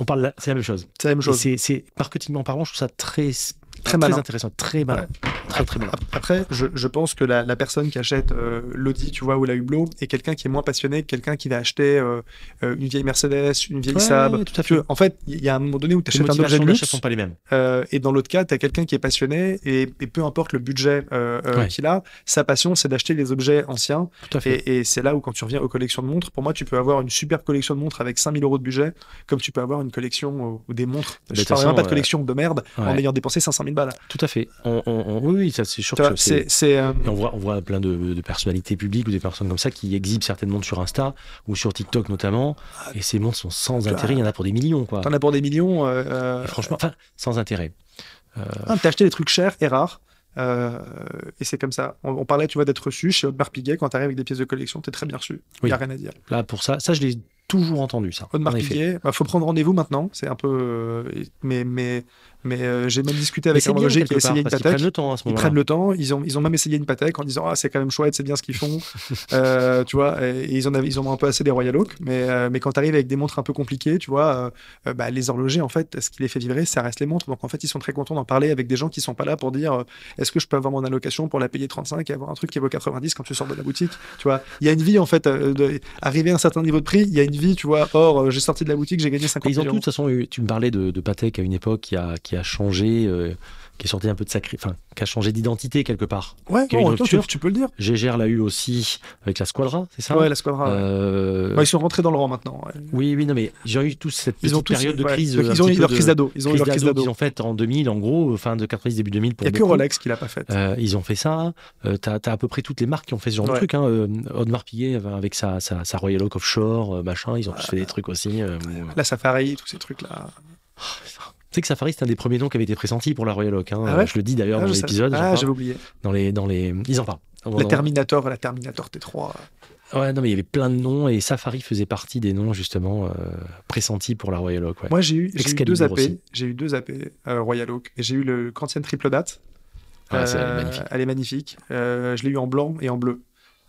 Speaker 1: On parle, là- c'est la même chose.
Speaker 2: C'est la même
Speaker 1: Et
Speaker 2: chose.
Speaker 1: C'est, c'est marketingment parlant, je trouve ça très, très,
Speaker 2: malin.
Speaker 1: intéressant, très malin, très très malin.
Speaker 2: Ap- Après, je, je pense que la, la personne qui achète euh, l'Audi, tu vois, ou la Hublot, est quelqu'un qui est moins passionné que quelqu'un qui va acheter euh, euh, une vieille Mercedes, une vieille Saab.
Speaker 1: tout à
Speaker 2: Tu vois, en fait, il y a un moment donné où tu
Speaker 1: Les
Speaker 2: achètes un objet
Speaker 1: motivations
Speaker 2: de
Speaker 1: d'achat
Speaker 2: luxe,
Speaker 1: sont pas les mêmes.
Speaker 2: euh, et dans l'autre cas, tu as quelqu'un qui est passionné, et, et peu importe le budget euh, euh,
Speaker 1: Ouais.
Speaker 2: qu'il a, sa passion, c'est d'acheter les objets anciens.
Speaker 1: Tout à fait.
Speaker 2: Et, et c'est là où, quand tu reviens aux collections de montres, pour moi, tu peux avoir une superbe collection de montres avec 5000 euros de budget, comme tu peux avoir une collection euh, ou des montres.
Speaker 1: De
Speaker 2: je
Speaker 1: toute
Speaker 2: parle
Speaker 1: façon,
Speaker 2: même pas
Speaker 1: euh,
Speaker 2: de collection de merde en
Speaker 1: ouais.
Speaker 2: ayant dépensé 500 000 balles.
Speaker 1: Tout à fait. On, on- on- oui, oui, ça c'est sûr
Speaker 2: Tu
Speaker 1: que
Speaker 2: vois,
Speaker 1: c'est.
Speaker 2: c'est. c'est, euh,
Speaker 1: Et On voit, on voit plein de, de personnalités publiques ou des personnes comme ça qui exhibent certainement sur Insta ou sur TikTok notamment. Et ces montres sont sans
Speaker 2: Ah.
Speaker 1: intérêt. Il y en a pour des millions, quoi.
Speaker 2: T'en as pour des millions. euh, euh,
Speaker 1: Et franchement, enfin, sans intérêt.
Speaker 2: Ah, t'as acheté des trucs chers et rares. euh, et c'est comme ça. On, on parlait, tu vois, d'être reçu chez Audemars Piguet. Quand t'arrives avec des pièces de collection, t'es très bien reçu. Il
Speaker 1: Oui.
Speaker 2: y a rien à dire.
Speaker 1: Là, pour ça, ça, je l'ai toujours entendu, ça.
Speaker 2: Audemars
Speaker 1: en effet.
Speaker 2: Piguet, bah, faut prendre rendez-vous maintenant. C'est un peu. euh, mais mais, mais euh, j'ai même discuté
Speaker 1: Mais
Speaker 2: avec un
Speaker 1: c'est bien
Speaker 2: horloger qui
Speaker 1: quelque
Speaker 2: a
Speaker 1: part,
Speaker 2: essayé une
Speaker 1: parce qu'ils prennent
Speaker 2: Patek.
Speaker 1: le temps à ce
Speaker 2: Ils
Speaker 1: moment-là.
Speaker 2: prennent le temps, ils ont, ils ont même essayé une Patek en disant Ah, c'est quand même chouette, c'est bien ce qu'ils font. Euh, tu vois, et, et ils, en avaient, ils en ont un peu assez des Royal Oak, mais, euh, mais quand tu arrives avec des montres un peu compliquées, tu vois, euh, euh, bah, les horlogers, en fait, ce qui les fait vibrer, ça reste les montres. Donc en fait, ils sont très contents d'en parler avec des gens qui sont pas là pour dire euh, Est-ce que je peux avoir mon allocation pour la payer 35 et avoir un truc qui vaut 90 quand tu sors de la boutique Tu vois, il y a une vie, en fait, euh, de- arriver à un certain niveau de prix, il y a une vie, tu vois. Or, euh, j'ai sorti de la boutique, j'ai gagné
Speaker 1: Mais
Speaker 2: 50
Speaker 1: ils ont tous, de
Speaker 2: euros.
Speaker 1: toute façon, eu- tu me parlais de, de Patek à une époque qui a, qui a changé, euh, qui est sorti un peu de sacré, enfin, qui a changé d'identité quelque part.
Speaker 2: Ouais,
Speaker 1: qu'il y a
Speaker 2: bon,
Speaker 1: une
Speaker 2: toi, tu,
Speaker 1: rupture.
Speaker 2: tu peux le dire.
Speaker 1: Gégère l'a eu aussi avec la Squadra, c'est ça
Speaker 2: ouais, la Squadra. Ah ouais.
Speaker 1: Ah Euh,
Speaker 2: Bon, ils sont rentrés dans le rang maintenant. ouais.
Speaker 1: Oui, oui, non, mais j'ai eu tous cette
Speaker 2: Ils
Speaker 1: petite
Speaker 2: ont tous
Speaker 1: période de
Speaker 2: ouais.
Speaker 1: crise.
Speaker 2: Donc,
Speaker 1: euh, un
Speaker 2: ils ont
Speaker 1: petit
Speaker 2: eu
Speaker 1: peu
Speaker 2: leur
Speaker 1: de-
Speaker 2: crise d'ado. Ils ont eu
Speaker 1: crise
Speaker 2: leur crise
Speaker 1: d'ado qu'ils
Speaker 2: d'ado.
Speaker 1: ont faite en 2000, en gros, euh, fin de 90-2000
Speaker 2: Il
Speaker 1: pour
Speaker 2: n'y a que
Speaker 1: beaucoup.
Speaker 2: Rolex qui l'a pas faite.
Speaker 1: Euh, ils ont fait ça. Euh, t'as, t'as à peu près toutes les marques qui ont fait ce genre de
Speaker 2: Ouais.
Speaker 1: truc. Hein. Euh, Audemars Piguet euh, avec sa, sa, sa Royal Oak Offshore, euh, machin, ils ont tous fait des trucs aussi. euh, où-
Speaker 2: La Safari, tous ces trucs-là.
Speaker 1: Tu sais que Safari, c'est un des premiers noms qui avait été pressenti pour la Royal Oak. hein.
Speaker 2: Ah ouais
Speaker 1: je le dis d'ailleurs dans
Speaker 2: je sais-
Speaker 1: l'épisode. j'en
Speaker 2: ah,
Speaker 1: parle.
Speaker 2: j'avais oublié.
Speaker 1: dans les, dans les... Ils en parlent. On
Speaker 2: La
Speaker 1: en-
Speaker 2: Terminator, la Terminator T3.
Speaker 1: Ouais, non, mais il y avait plein de noms et Safari faisait partie des noms justement euh, pressentis pour la Royal Oak. ouais.
Speaker 2: Moi, j'ai eu, j'ai eu
Speaker 1: Excalibur
Speaker 2: deux AP.
Speaker 1: aussi.
Speaker 2: J'ai eu deux AP euh, Royal Oak. Et j'ai eu le Quantienne triple date.
Speaker 1: Ah, c'est
Speaker 2: Euh,
Speaker 1: magnifique.
Speaker 2: Elle est magnifique. Euh, je l'ai eu en blanc et en bleu.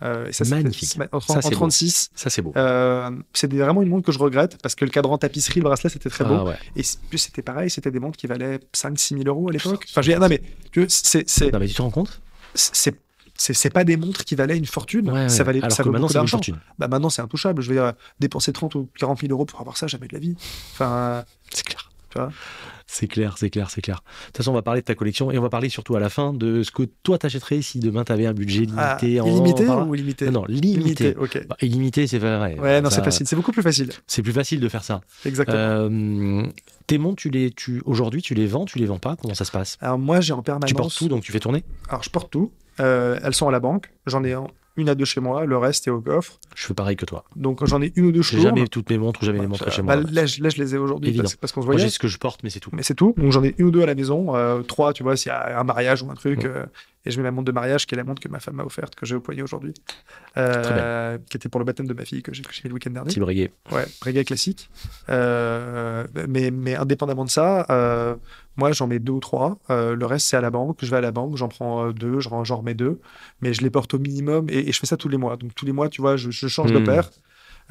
Speaker 2: Euh, et ça, c'était-
Speaker 1: Magnifique.
Speaker 2: c'est ma- En,
Speaker 1: Ça,
Speaker 2: en
Speaker 1: c'est beau.
Speaker 2: 36.
Speaker 1: Ça, c'est beau.
Speaker 2: Euh, c'est des- vraiment une montre que je regrette parce que le cadran tapisserie, le bracelet, c'était très beau.
Speaker 1: Ah, ouais.
Speaker 2: Et c- plus, c'était pareil, c'était des montres qui valaient 5-6 000 euros à l'époque. Enfin, je veux dire, non, mais tu vois, c'est- c'est-
Speaker 1: Non, mais tu te rends compte
Speaker 2: c'est c'est c'est pas des montres qui valaient une fortune.
Speaker 1: Ouais,
Speaker 2: Ça
Speaker 1: ouais.
Speaker 2: valait,
Speaker 1: Alors
Speaker 2: ça
Speaker 1: que
Speaker 2: vaut
Speaker 1: maintenant,
Speaker 2: beaucoup
Speaker 1: c'est une
Speaker 2: d'argent.
Speaker 1: fortune.
Speaker 2: Bah maintenant, c'est intouchable. Je veux dire, dépenser 30 ou 40 000 euros pour avoir ça, jamais de la vie. Enfin,
Speaker 1: C'est clair.
Speaker 2: Tu vois
Speaker 1: C'est clair, c'est clair, c'est clair. De toute façon, on va parler de ta collection et on va parler surtout à la fin de ce que toi t'achèterais si demain t'avais un budget
Speaker 2: ah,
Speaker 1: limité. en...
Speaker 2: illimité
Speaker 1: par là. Ah
Speaker 2: ou illimité
Speaker 1: Non, non, limité.
Speaker 2: ok.
Speaker 1: Bah, illimité, c'est vrai.
Speaker 2: Ouais, non,
Speaker 1: Ça,
Speaker 2: c'est facile. C'est beaucoup plus facile.
Speaker 1: C'est plus facile de faire ça.
Speaker 2: Exactement.
Speaker 1: Euh, tes montres, tu les, tu, aujourd'hui, tu les vends, tu les vends pas Comment ça se passe
Speaker 2: Alors moi, j'ai en
Speaker 1: Tu
Speaker 2: permanence.
Speaker 1: portes tout, donc tu fais tourner
Speaker 2: Alors je porte tout. Euh, elles sont à la banque. J'en ai en- une à deux chez moi. Le reste est au coffre.
Speaker 1: Je fais pareil que toi.
Speaker 2: Donc j'en ai une ou deux
Speaker 1: J'ai
Speaker 2: chez Euh,
Speaker 1: jamais toutes mes montres ou jamais les
Speaker 2: Bah,
Speaker 1: montres chez moi.
Speaker 2: là, je, là, je les ai aujourd'hui
Speaker 1: Évident.
Speaker 2: parce, parce qu'on se
Speaker 1: Moi,
Speaker 2: voyait.
Speaker 1: j'ai ce que je porte, mais c'est tout.
Speaker 2: mais c'est tout. Donc j'en ai une ou deux à la maison, euh, trois, tu vois, s'il y a un mariage ou un truc.
Speaker 1: Mm.
Speaker 2: euh, et je mets ma montre de mariage, qui est la montre que ma femme m'a offerte, que j'ai au poignet aujourd'hui,
Speaker 1: Très
Speaker 2: euh, qui était pour le baptême de ma fille que j'ai que j'ai mis le week-end dernier.
Speaker 1: Petit briguet.
Speaker 2: Ouais, reggae classique. Euh, mais, mais indépendamment de ça, euh, moi j'en mets deux ou trois. Euh, le reste c'est à la banque. Je vais à la banque, j'en prends euh, deux, je ren- j'en remets deux. Mais je les porte au minimum et, et je fais ça tous les mois. Donc tous les mois, tu vois, je, je change de
Speaker 1: Hmm.
Speaker 2: paire.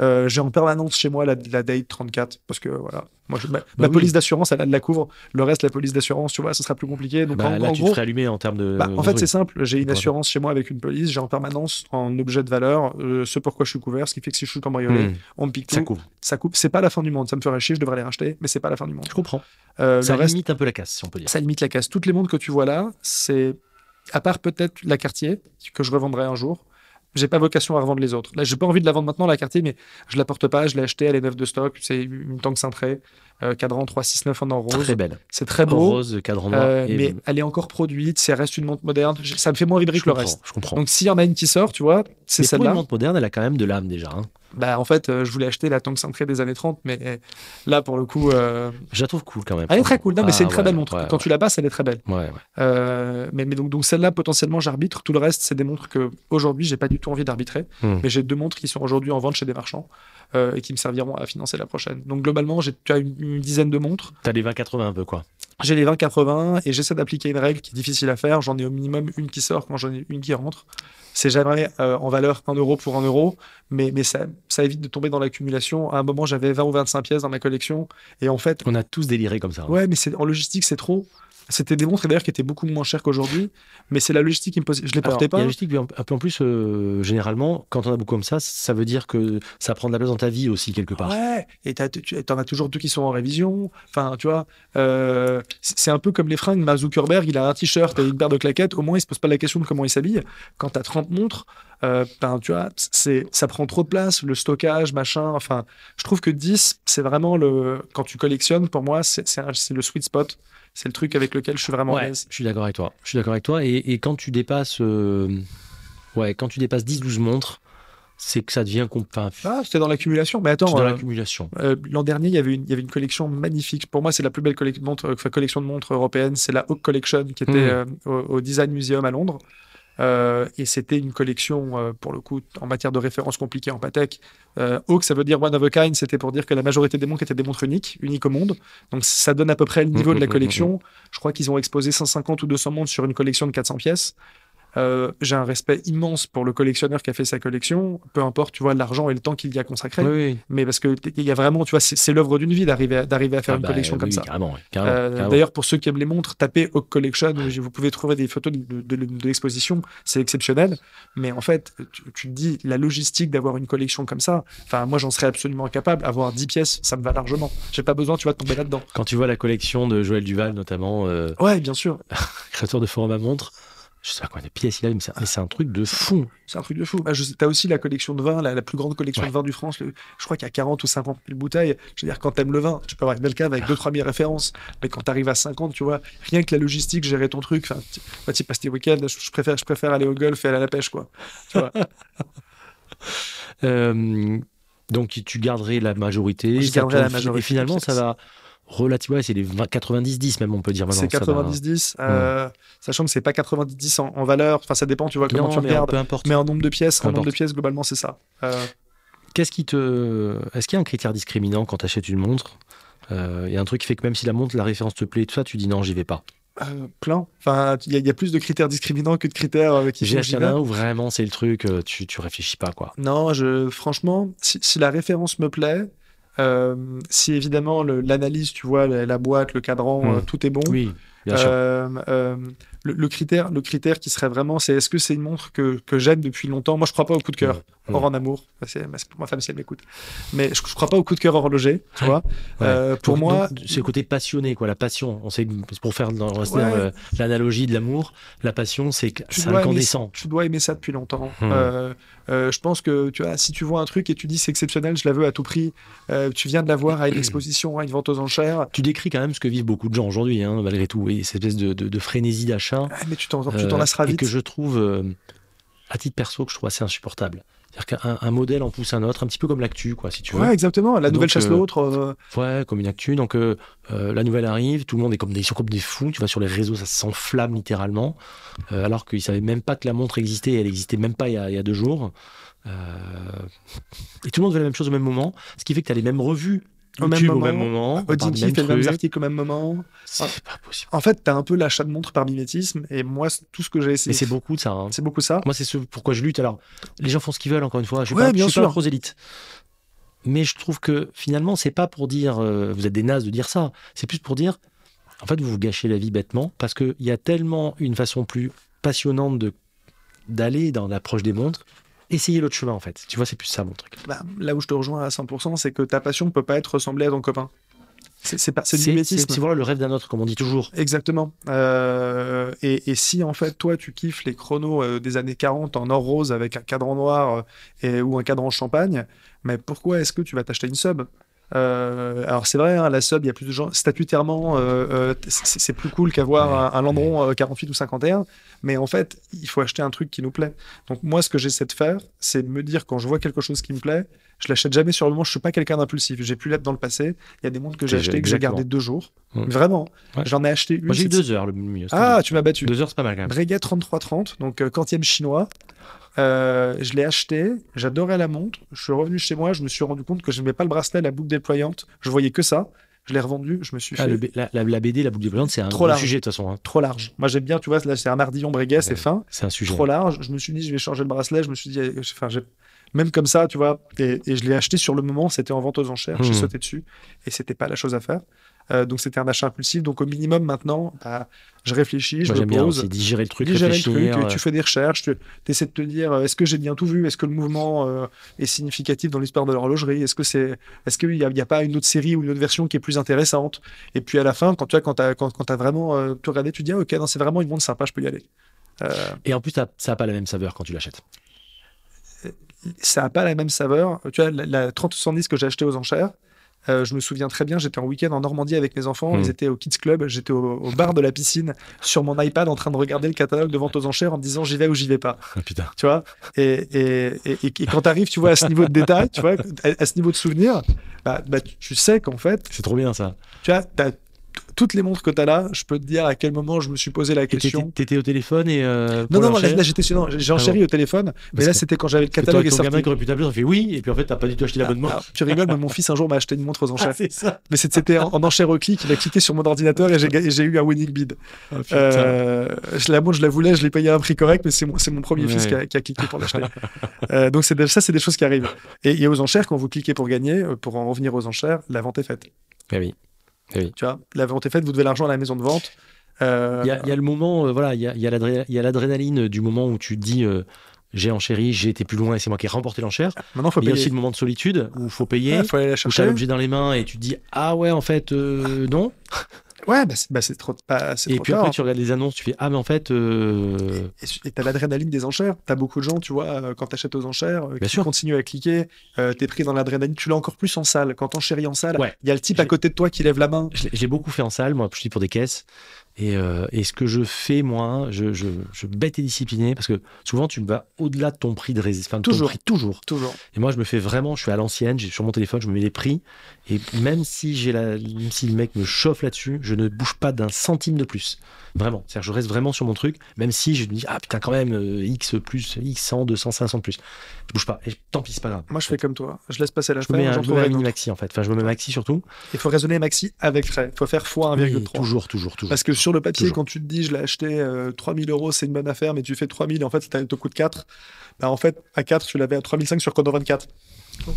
Speaker 2: Euh, j'ai en permanence chez moi la, la date 34 parce que voilà, moi je- ma, ma
Speaker 1: Bah oui.
Speaker 2: police d'assurance elle, elle la couvre. Le reste, la police d'assurance, tu vois, ce sera plus compliqué. Donc
Speaker 1: Bah,
Speaker 2: en,
Speaker 1: là,
Speaker 2: en
Speaker 1: tu te
Speaker 2: gros,
Speaker 1: ferais allumer en termes de.
Speaker 2: bah, en
Speaker 1: de
Speaker 2: fait,
Speaker 1: bruit.
Speaker 2: c'est simple. J'ai une
Speaker 1: Voilà.
Speaker 2: assurance chez moi avec une police. J'ai en permanence en objet de valeur euh, ce pourquoi je suis couvert, ce qui fait que si je suis cambriolé,
Speaker 1: Hmm,
Speaker 2: on me pique
Speaker 1: Ça
Speaker 2: tout
Speaker 1: couvre.
Speaker 2: ça coupe. C'est pas la fin du monde. Ça me ferait chier, je devrais les racheter, mais c'est pas la fin du monde.
Speaker 1: Je comprends.
Speaker 2: Euh,
Speaker 1: Ça
Speaker 2: le reste,
Speaker 1: limite un peu la casse, si on peut dire.
Speaker 2: ça limite la casse. Toutes les montres que tu vois là, c'est à part peut-être la quartier que je revendrai un jour. j'ai pas vocation à revendre les autres. Là, j'ai pas envie de la vendre maintenant, la quartier, mais je la porte pas, je l'ai achetée, elle est neuve de stock, c'est une tank cintrée, euh, cadran 369 en or rose.
Speaker 1: Très belle.
Speaker 2: C'est très beau,
Speaker 1: Rose, cadran noir.
Speaker 2: euh,
Speaker 1: et-
Speaker 2: mais elle est encore produite, ça reste une montre moderne, je- ça me fait moins envie de rire
Speaker 1: je
Speaker 2: que le
Speaker 1: comprends.
Speaker 2: reste.
Speaker 1: Je comprends.
Speaker 2: Donc s'il y en a une qui sort, tu vois,
Speaker 1: Mais
Speaker 2: c'est
Speaker 1: pour une
Speaker 2: celle-là.
Speaker 1: montre moderne, elle a quand même de l'âme déjà. hein.
Speaker 2: Bah en fait, euh, je voulais acheter la tank cintrée des années 30, mais euh, là pour le coup, euh,
Speaker 1: Je la trouve cool quand même.
Speaker 2: elle est très cool. Non, mais
Speaker 1: Ah,
Speaker 2: c'est une très
Speaker 1: ouais,
Speaker 2: belle montre.
Speaker 1: ouais,
Speaker 2: Quand tu la passes, elle est très belle.
Speaker 1: ouais, ouais.
Speaker 2: Euh, mais, mais donc, donc celle-là, potentiellement, j'arbitre. Tout le reste, c'est des montres que aujourd'hui, j'ai pas du tout envie d'arbitrer.
Speaker 1: Hmm.
Speaker 2: Mais j'ai deux montres qui sont aujourd'hui en vente chez des marchands euh, et qui me serviront à financer la prochaine. Donc globalement, j'ai tu as une, une dizaine de montres.
Speaker 1: T'as les 20-80 un peu quoi.
Speaker 2: J'ai les 20-80 et j'essaie d'appliquer une règle qui est difficile à faire. J'en ai au minimum une qui sort quand j'en ai une qui rentre. C'est jamais euh, en valeur 1 euro pour 1 euro, mais, mais ça, ça évite de tomber dans l'accumulation. À un moment, j'avais 20 ou 25 pièces dans ma collection et en fait,
Speaker 1: On a tous déliré comme ça. hein.
Speaker 2: Ouais, mais c'est en logistique, c'est trop. C'était des montres d'ailleurs qui étaient beaucoup moins chères qu'aujourd'hui, mais c'est la logistique qui me posait. Je les
Speaker 1: Alors,
Speaker 2: portais
Speaker 1: il y a
Speaker 2: pas.
Speaker 1: juste que, un peu en plus, euh, généralement, quand on a beaucoup comme ça, ça veut dire que ça prend de la place dans ta vie aussi quelque part.
Speaker 2: Ouais, et t'as- tu- t'en as toujours deux qui sont en révision. Enfin, tu vois, euh, c'est c'est un peu comme les fringues. Mark Zuckerberg, il a un t-shirt et une paire de claquettes. Au moins, il se pose pas la question de comment il s'habille. Quand t'as 30 montres, euh, ben, tu vois, c'est, ça prend trop de place, le stockage, machin. Enfin, je trouve que 10, c'est vraiment le. Quand tu collectionnes, pour moi, c'est c'est un- c'est le sweet spot. C'est le truc avec lequel je suis vraiment à
Speaker 1: Ouais,
Speaker 2: l'aise.
Speaker 1: je suis d'accord avec toi. Je suis d'accord avec toi. Et, et quand tu dépasses, euh, ouais, quand tu dépasses 10-12 montres, c'est que ça devient com- enfin, f-
Speaker 2: Ah, c'était dans l'accumulation. Mais
Speaker 1: c'est
Speaker 2: attends.
Speaker 1: dans
Speaker 2: euh,
Speaker 1: l'accumulation.
Speaker 2: Euh, L'an dernier, il y, avait une, il y avait une collection magnifique. Pour moi, c'est la plus belle collec- montre- euh, enfin, collection de montres européenne. C'est la Hawk Collection qui était
Speaker 1: Mm.
Speaker 2: euh, au, au Design Museum à Londres. Euh, et c'était une collection, euh, pour le coup, en matière de référence compliquée en Patek. Euh, Hawk, ça veut dire one of a kind. C'était pour dire que la majorité des montres étaient des montres uniques, uniques au monde. Donc ça donne à peu près le niveau
Speaker 1: Mm,
Speaker 2: de la
Speaker 1: mm, mm,
Speaker 2: collection. Je crois qu'ils ont exposé 150 ou 200 montres sur une collection de 400 pièces. Euh, J'ai un respect immense pour le collectionneur qui a fait sa collection. Peu importe, tu vois, l'argent et le temps qu'il y a consacré
Speaker 1: oui.
Speaker 2: mais parce que t- il y a vraiment, tu vois, c'est c'est l'œuvre d'une vie d'arriver à, d'arriver à faire
Speaker 1: Ah
Speaker 2: une
Speaker 1: bah,
Speaker 2: collection
Speaker 1: oui,
Speaker 2: comme
Speaker 1: oui,
Speaker 2: ça.
Speaker 1: Carrément, ouais, carrément,
Speaker 2: Euh,
Speaker 1: carrément.
Speaker 2: D'ailleurs, pour ceux qui aiment les montres, tapez Hawk Collection, euh, vous pouvez trouver des photos de, de- de l'exposition, c'est exceptionnel. Mais en fait, tu, tu te dis, la logistique d'avoir une collection comme ça, enfin, moi j'en serais absolument incapable. Avoir 10 pièces, ça me va largement. J'ai pas besoin, tu vois, de tomber là-dedans.
Speaker 1: Quand tu vois la collection de Joël Duval, notamment euh,
Speaker 2: Ouais, bien sûr,
Speaker 1: créateur de Forum à Montre, je sais pas combien de pièces il a, mais c'est- mais c'est un truc de fou.
Speaker 2: c'est un truc de fou. Bah, je sais- T'as aussi la collection de vin, la, la plus grande collection
Speaker 1: Ouais.
Speaker 2: de vin du France. le- je crois qu'il y a 40 ou 50 000 bouteilles. Je veux dire, quand t'aimes le vin, tu peux avoir une belle
Speaker 1: Ah.
Speaker 2: cave avec 2-3 000 références. Mais quand t'arrives à 50, tu vois, rien que la logistique, gérer ton truc. Enfin, tu- moi, tu passes tes week-ends, je, je préfère, je préfère aller au golf et aller à la pêche, quoi.
Speaker 1: Euh, donc tu garderais la majorité.
Speaker 2: Je
Speaker 1: ça
Speaker 2: garderais la
Speaker 1: tourne-
Speaker 2: majorité,
Speaker 1: Et finalement,
Speaker 2: c'est-
Speaker 1: ça va relativement. ouais, c'est les 20 90-10 même, on peut dire maintenant.
Speaker 2: c'est
Speaker 1: ça bah, va-
Speaker 2: 90-10, euh, sachant que c'est pas 90-10 en, en valeur. Enfin, ça dépend, tu vois, comment
Speaker 1: Non,
Speaker 2: tu
Speaker 1: mais
Speaker 2: regardes.
Speaker 1: peu importe.
Speaker 2: Mais en nombre de pièces,
Speaker 1: Peu
Speaker 2: en nombre de
Speaker 1: importe.
Speaker 2: pièces, globalement, c'est ça. Euh,
Speaker 1: Qu'est-ce qui te. Est-ce qu'il y a un critère discriminant quand tu achètes une montre Euh, Il y a un truc qui fait que même si la montre, la référence te plaît, et tout ça, tu dis non, j'y vais pas.
Speaker 2: euh, plein. Enfin, il y, a- il y a plus de critères discriminants que de critères euh, qui
Speaker 1: J'ai
Speaker 2: font
Speaker 1: acheté
Speaker 2: que j'y vais.
Speaker 1: un où vraiment c'est le truc, euh, tu, tu réfléchis pas quoi.
Speaker 2: Non, je, franchement, si, si la référence me plaît, euh, si évidemment le- l'analyse, tu vois, la, la boîte, le cadran,
Speaker 1: Mm.
Speaker 2: euh, tout est bon.
Speaker 1: Oui, bien sûr.
Speaker 2: Euh, euh, le, le critère, le critère qui serait vraiment, c'est est-ce que c'est une montre que, que j'aime depuis longtemps Moi, je crois pas au coup de cœur,
Speaker 1: Mm.
Speaker 2: hors en amour. Ça, C'est c'est pour ma femme si elle m'écoute. Mais je, je crois pas au coup de cœur horloger, tu vois.
Speaker 1: Ouais.
Speaker 2: Euh, pour
Speaker 1: Donc,
Speaker 2: moi,
Speaker 1: donc, c'est le côté passionné quoi, la passion. On sait que pour faire dans, rester
Speaker 2: Ouais.
Speaker 1: dans le- euh, l'analogie de l'amour, la passion c'est que
Speaker 2: Tu
Speaker 1: c'est
Speaker 2: dois aimer
Speaker 1: incandescent.
Speaker 2: tu dois aimer ça depuis longtemps.
Speaker 1: Hmm.
Speaker 2: Euh, euh, je pense que tu vois, si tu vois un truc et tu dis c'est exceptionnel, je la veux à tout prix, euh, tu viens de la voir à une exposition, à une vente aux enchères,
Speaker 1: Tu décris quand même ce que vivent beaucoup de gens aujourd'hui, hein, malgré tout, et cette espèce de, de- de frénésie d'achat.
Speaker 2: Ah, mais tu t'en tu
Speaker 1: euh,
Speaker 2: t'en lasseras
Speaker 1: Et
Speaker 2: vite.
Speaker 1: que je trouve, euh, à titre perso, que je trouve assez insupportable. C'est-à-dire qu'un un modèle en pousse un autre, un petit peu comme l'actu, quoi, si tu veux.
Speaker 2: Ouais, exactement. La
Speaker 1: Donc,
Speaker 2: nouvelle chasse
Speaker 1: euh,
Speaker 2: l'autre. euh,
Speaker 1: Ouais, comme une actu. Donc euh, euh, la nouvelle arrive, tout le monde est comme des, ils sont comme des fous. Tu vas sur les réseaux, ça s'enflamme littéralement. euh, alors qu'ils savaient même pas que la montre existait. Elle existait même pas il y a, il y a deux jours. Euh, Et tout le monde veut la même chose au même moment, ce qui fait que tu as les mêmes revues
Speaker 2: Au même
Speaker 1: YouTube au
Speaker 2: moment,
Speaker 1: même moment. on parle
Speaker 2: Audi
Speaker 1: du
Speaker 2: qui fait les
Speaker 1: truc.
Speaker 2: mêmes articles au même moment.
Speaker 1: C'est pas possible.
Speaker 2: En fait, t'as un peu l'achat de montre par mimétisme. Et moi, c'est tout ce que j'ai
Speaker 1: Mais
Speaker 2: essayé,
Speaker 1: c'est beaucoup de ça. hein.
Speaker 2: c'est beaucoup ça.
Speaker 1: Moi, c'est ce pourquoi je lutte. Alors, les gens font ce qu'ils veulent, encore une fois. Je suis
Speaker 2: Ouais,
Speaker 1: pas,
Speaker 2: bien
Speaker 1: je suis pas
Speaker 2: sûr.
Speaker 1: un prosélyte. Mais je trouve que finalement, c'est pas pour dire euh, vous êtes des nazes de dire ça. C'est plus pour dire en fait, vous vous gâchez la vie bêtement parce qu'il y a tellement une façon plus passionnante de d'aller dans l'approche des montres. Essayez l'autre chemin, en fait. Tu vois, c'est plus ça mon truc.
Speaker 2: Bah, là où je te rejoins à 100%, c'est que ta passion peut pas être ressemblée à ton copain. C'est c'est pas- c'est du mimétisme.
Speaker 1: c'est voir le rêve d'un autre, comme on dit toujours.
Speaker 2: Exactement. Euh, et, et si en fait toi tu kiffes les chronos euh, des années 40 en or rose avec un cadran noir euh, et, ou un cadran champagne, mais pourquoi est-ce que tu vas t'acheter une sub Euh, Alors c'est vrai, hein, la sub, il y a plus de gens statutairement, euh, euh, t- c'est c'est plus cool qu'avoir un, un Landron euh, 48 ou 51, mais en fait il faut acheter un truc qui nous plaît. Donc moi ce que j'essaie de faire, c'est de me dire quand je vois quelque chose qui me plaît, je l'achète jamais sur le moment. Je suis pas quelqu'un d'impulsif. J'ai pu l'être dans le passé. Il y a des montres que j'ai
Speaker 1: Et
Speaker 2: achetées que j'ai
Speaker 1: exactement.
Speaker 2: gardées deux jours.
Speaker 1: Ouais.
Speaker 2: Vraiment.
Speaker 1: Ouais.
Speaker 2: J'en ai acheté une.
Speaker 1: Moi, j'ai eu
Speaker 2: cette-
Speaker 1: deux heures, le mieux. c'est
Speaker 2: Ah,
Speaker 1: pas
Speaker 2: tu m'as battu.
Speaker 1: mal. deux heures, c'est pas mal quand même.
Speaker 2: Breguet 3330, donc euh, quantième chinois. Euh, je l'ai acheté, j'adorais la montre. Je suis revenu chez moi, je me suis rendu compte que je n'aimais pas le bracelet, à la boucle déployante. Je voyais que ça. Je l'ai revendu, je me suis
Speaker 1: Ah,
Speaker 2: fait
Speaker 1: le B- la, la- la BD, la boucle développante, c'est un
Speaker 2: Trop
Speaker 1: gros
Speaker 2: large.
Speaker 1: sujet de toute façon. hein.
Speaker 2: trop large. Moi j'aime bien, tu vois, là c'est un mardillon Breguet, c'est
Speaker 1: Ouais.
Speaker 2: fin,
Speaker 1: C'est un sujet.
Speaker 2: trop large. Je me suis dit, je vais changer le bracelet. Je me suis dit, eh, enfin, j'ai- même comme ça, tu vois. Et, et je l'ai acheté sur le moment, c'était en vente aux enchères, j'ai
Speaker 1: Mhm.
Speaker 2: sauté dessus et c'était pas la chose à faire. Euh, donc c'était un achat impulsif. Donc au minimum maintenant, bah, je réfléchis, je
Speaker 1: Moi,
Speaker 2: me
Speaker 1: j'aime bien
Speaker 2: pose.
Speaker 1: aussi digérer le truc,
Speaker 2: Digérer le
Speaker 1: réfléchir.
Speaker 2: truc,
Speaker 1: euh,
Speaker 2: tu fais des recherches, tu essaies de te dire euh, est-ce que j'ai bien tout vu, est-ce que le mouvement euh, est significatif dans l'histoire de l'horlogerie, est-ce que c'est, est-ce qu'il n'y a, il y a pas une autre série ou une autre version qui est plus intéressante Et puis à la fin, quand tu as, quand t'as- quand, quand t'as vraiment euh, tout regardé, tu dis ah, ok, non, c'est vraiment une montre sympa, je peux y aller. Euh,
Speaker 1: Et en plus, ça n'a pas la même saveur quand tu l'achètes.
Speaker 2: ça n'a pas la même saveur. Tu vois, la, la 3070 que j'ai achetée aux enchères, euh, je me souviens très bien, j'étais en week-end en Normandie avec mes enfants,
Speaker 1: Mm.
Speaker 2: ils étaient au Kids Club, j'étais au, au bar de la piscine sur mon iPad en train de regarder le catalogue de vente aux enchères en me disant j'y vais ou j'y vais pas.
Speaker 1: Ah, putain.
Speaker 2: tu vois et, et, et, et quand tu arrives tu vois à ce niveau de détail tu vois à, à ce niveau de souvenir bah, bah, tu, tu sais qu'en fait
Speaker 1: C'est trop bien ça.
Speaker 2: tu vois t'as t- toutes les montres que tu as là je peux te dire à quel moment je me suis posé la
Speaker 1: Et t'étais-
Speaker 2: question
Speaker 1: t'étais au téléphone et. euh,
Speaker 2: non
Speaker 1: pour
Speaker 2: non, non,
Speaker 1: l'enchaîner
Speaker 2: là j'étais non, j'ai enchéri au téléphone mais
Speaker 1: Parce
Speaker 2: là
Speaker 1: que-
Speaker 2: c'était quand j'avais le
Speaker 1: Parce que toi,
Speaker 2: catalogue
Speaker 1: avec
Speaker 2: et
Speaker 1: ton gamin
Speaker 2: sorti
Speaker 1: qui aurait pu t'appeler, on fait oui, et puis en fait, t'as pas du tout acheté l'abonnement. Ah,
Speaker 2: Alors, Ah. tu rigoles mais mon fils un jour m'a acheté une montre aux enchères
Speaker 1: c'est ça.
Speaker 2: mais c'était en, en enchère au clic il a cliqué sur mon ordinateur et j'ai ga- et j'ai eu un winning bid
Speaker 1: Ah,
Speaker 2: Euh, je- la montre, je la voulais, je l'ai payé à un prix correct, mais c'est mon, c'est mon premier
Speaker 1: Ouais.
Speaker 2: fils qui a, qui a cliqué pour l'acheter. Euh, donc c'est des- ça, c'est des choses qui arrivent. Et, et aux enchères, quand vous cliquez pour gagner, euh, pour en revenir aux enchères, la vente est faite.
Speaker 1: Eh oui.
Speaker 2: Tu vois, la vente est faite, vous devez l'argent à la maison de vente. Euh,
Speaker 1: Il y, a- il y a le moment, euh, voilà, il y a, il y a l'adré- il y a l'adrénaline euh, du moment où tu te dis euh, j'ai enchéri, j'ai été plus loin et c'est moi qui ai remporté l'enchère.
Speaker 2: Maintenant, faut
Speaker 1: Mais Il y a
Speaker 2: payer.
Speaker 1: aussi le moment de solitude où il Ah, faut
Speaker 2: Il
Speaker 1: payer,
Speaker 2: faut aller
Speaker 1: où
Speaker 2: la
Speaker 1: t'as
Speaker 2: chercher.
Speaker 1: l'objet dans les mains et tu te dis ah ouais, en fait, euh, non.
Speaker 2: Ouais, bah, c'est bah, c'est trop, pas- c'est
Speaker 1: Et
Speaker 2: trop
Speaker 1: puis
Speaker 2: tard.
Speaker 1: après, tu regardes les annonces, tu fais ah, mais en fait, euh,
Speaker 2: Et su- Et t'as l'adrénaline des enchères. T'as beaucoup de gens, tu vois, euh, quand t'achètes aux enchères, euh,
Speaker 1: Bien
Speaker 2: qui
Speaker 1: sûr.
Speaker 2: continuent à cliquer, euh, t'es pris dans l'adrénaline. Tu l'as encore plus en salle. Quand t'enchéris en salle, il
Speaker 1: Ouais.
Speaker 2: y a le type à
Speaker 1: J'ai-
Speaker 2: côté de toi qui lève la main.
Speaker 1: Je l'ai- J'ai beaucoup fait en salle, moi, je suis pour des caisses. Et, euh, et ce que je fais, moi, je, je, je bête et discipliné, parce que souvent, tu vas au-delà de ton prix de réserve. Enfin, de ton
Speaker 2: Toujours.
Speaker 1: prix, toujours.
Speaker 2: Toujours.
Speaker 1: Et moi, je me fais vraiment, je suis à l'ancienne, j'ai- sur mon téléphone, je me mets les prix. Et même si, j'ai la, même si le mec me chauffe là-dessus, je ne bouge pas d'un centime de plus. Vraiment. C'est-à-dire, je reste vraiment sur mon truc, même si je me dis, ah putain, quand même, euh, X plus, X 100, 200, 500 de plus. Je bouge pas. Et tant pis, c'est pas grave.
Speaker 2: Moi, je fais comme toi. Je laisse passer la
Speaker 1: Je me mets un, je me mets un
Speaker 2: j'en trouverai une
Speaker 1: mini
Speaker 2: autre.
Speaker 1: maxi, en fait. Enfin, je me mets maxi surtout.
Speaker 2: Il faut raisonner maxi avec frais. Il faut faire fois
Speaker 1: Oui,
Speaker 2: 1,3.
Speaker 1: toujours, toujours, toujours.
Speaker 2: Parce que sur le papier,
Speaker 1: Toujours.
Speaker 2: quand tu te dis, je l'ai acheté euh, 3000 euros, c'est une bonne affaire, mais tu fais 3000 et en fait, ça te coûte 4. Bah, en fait, à 4, tu l'avais à 3005 sur Condor 24.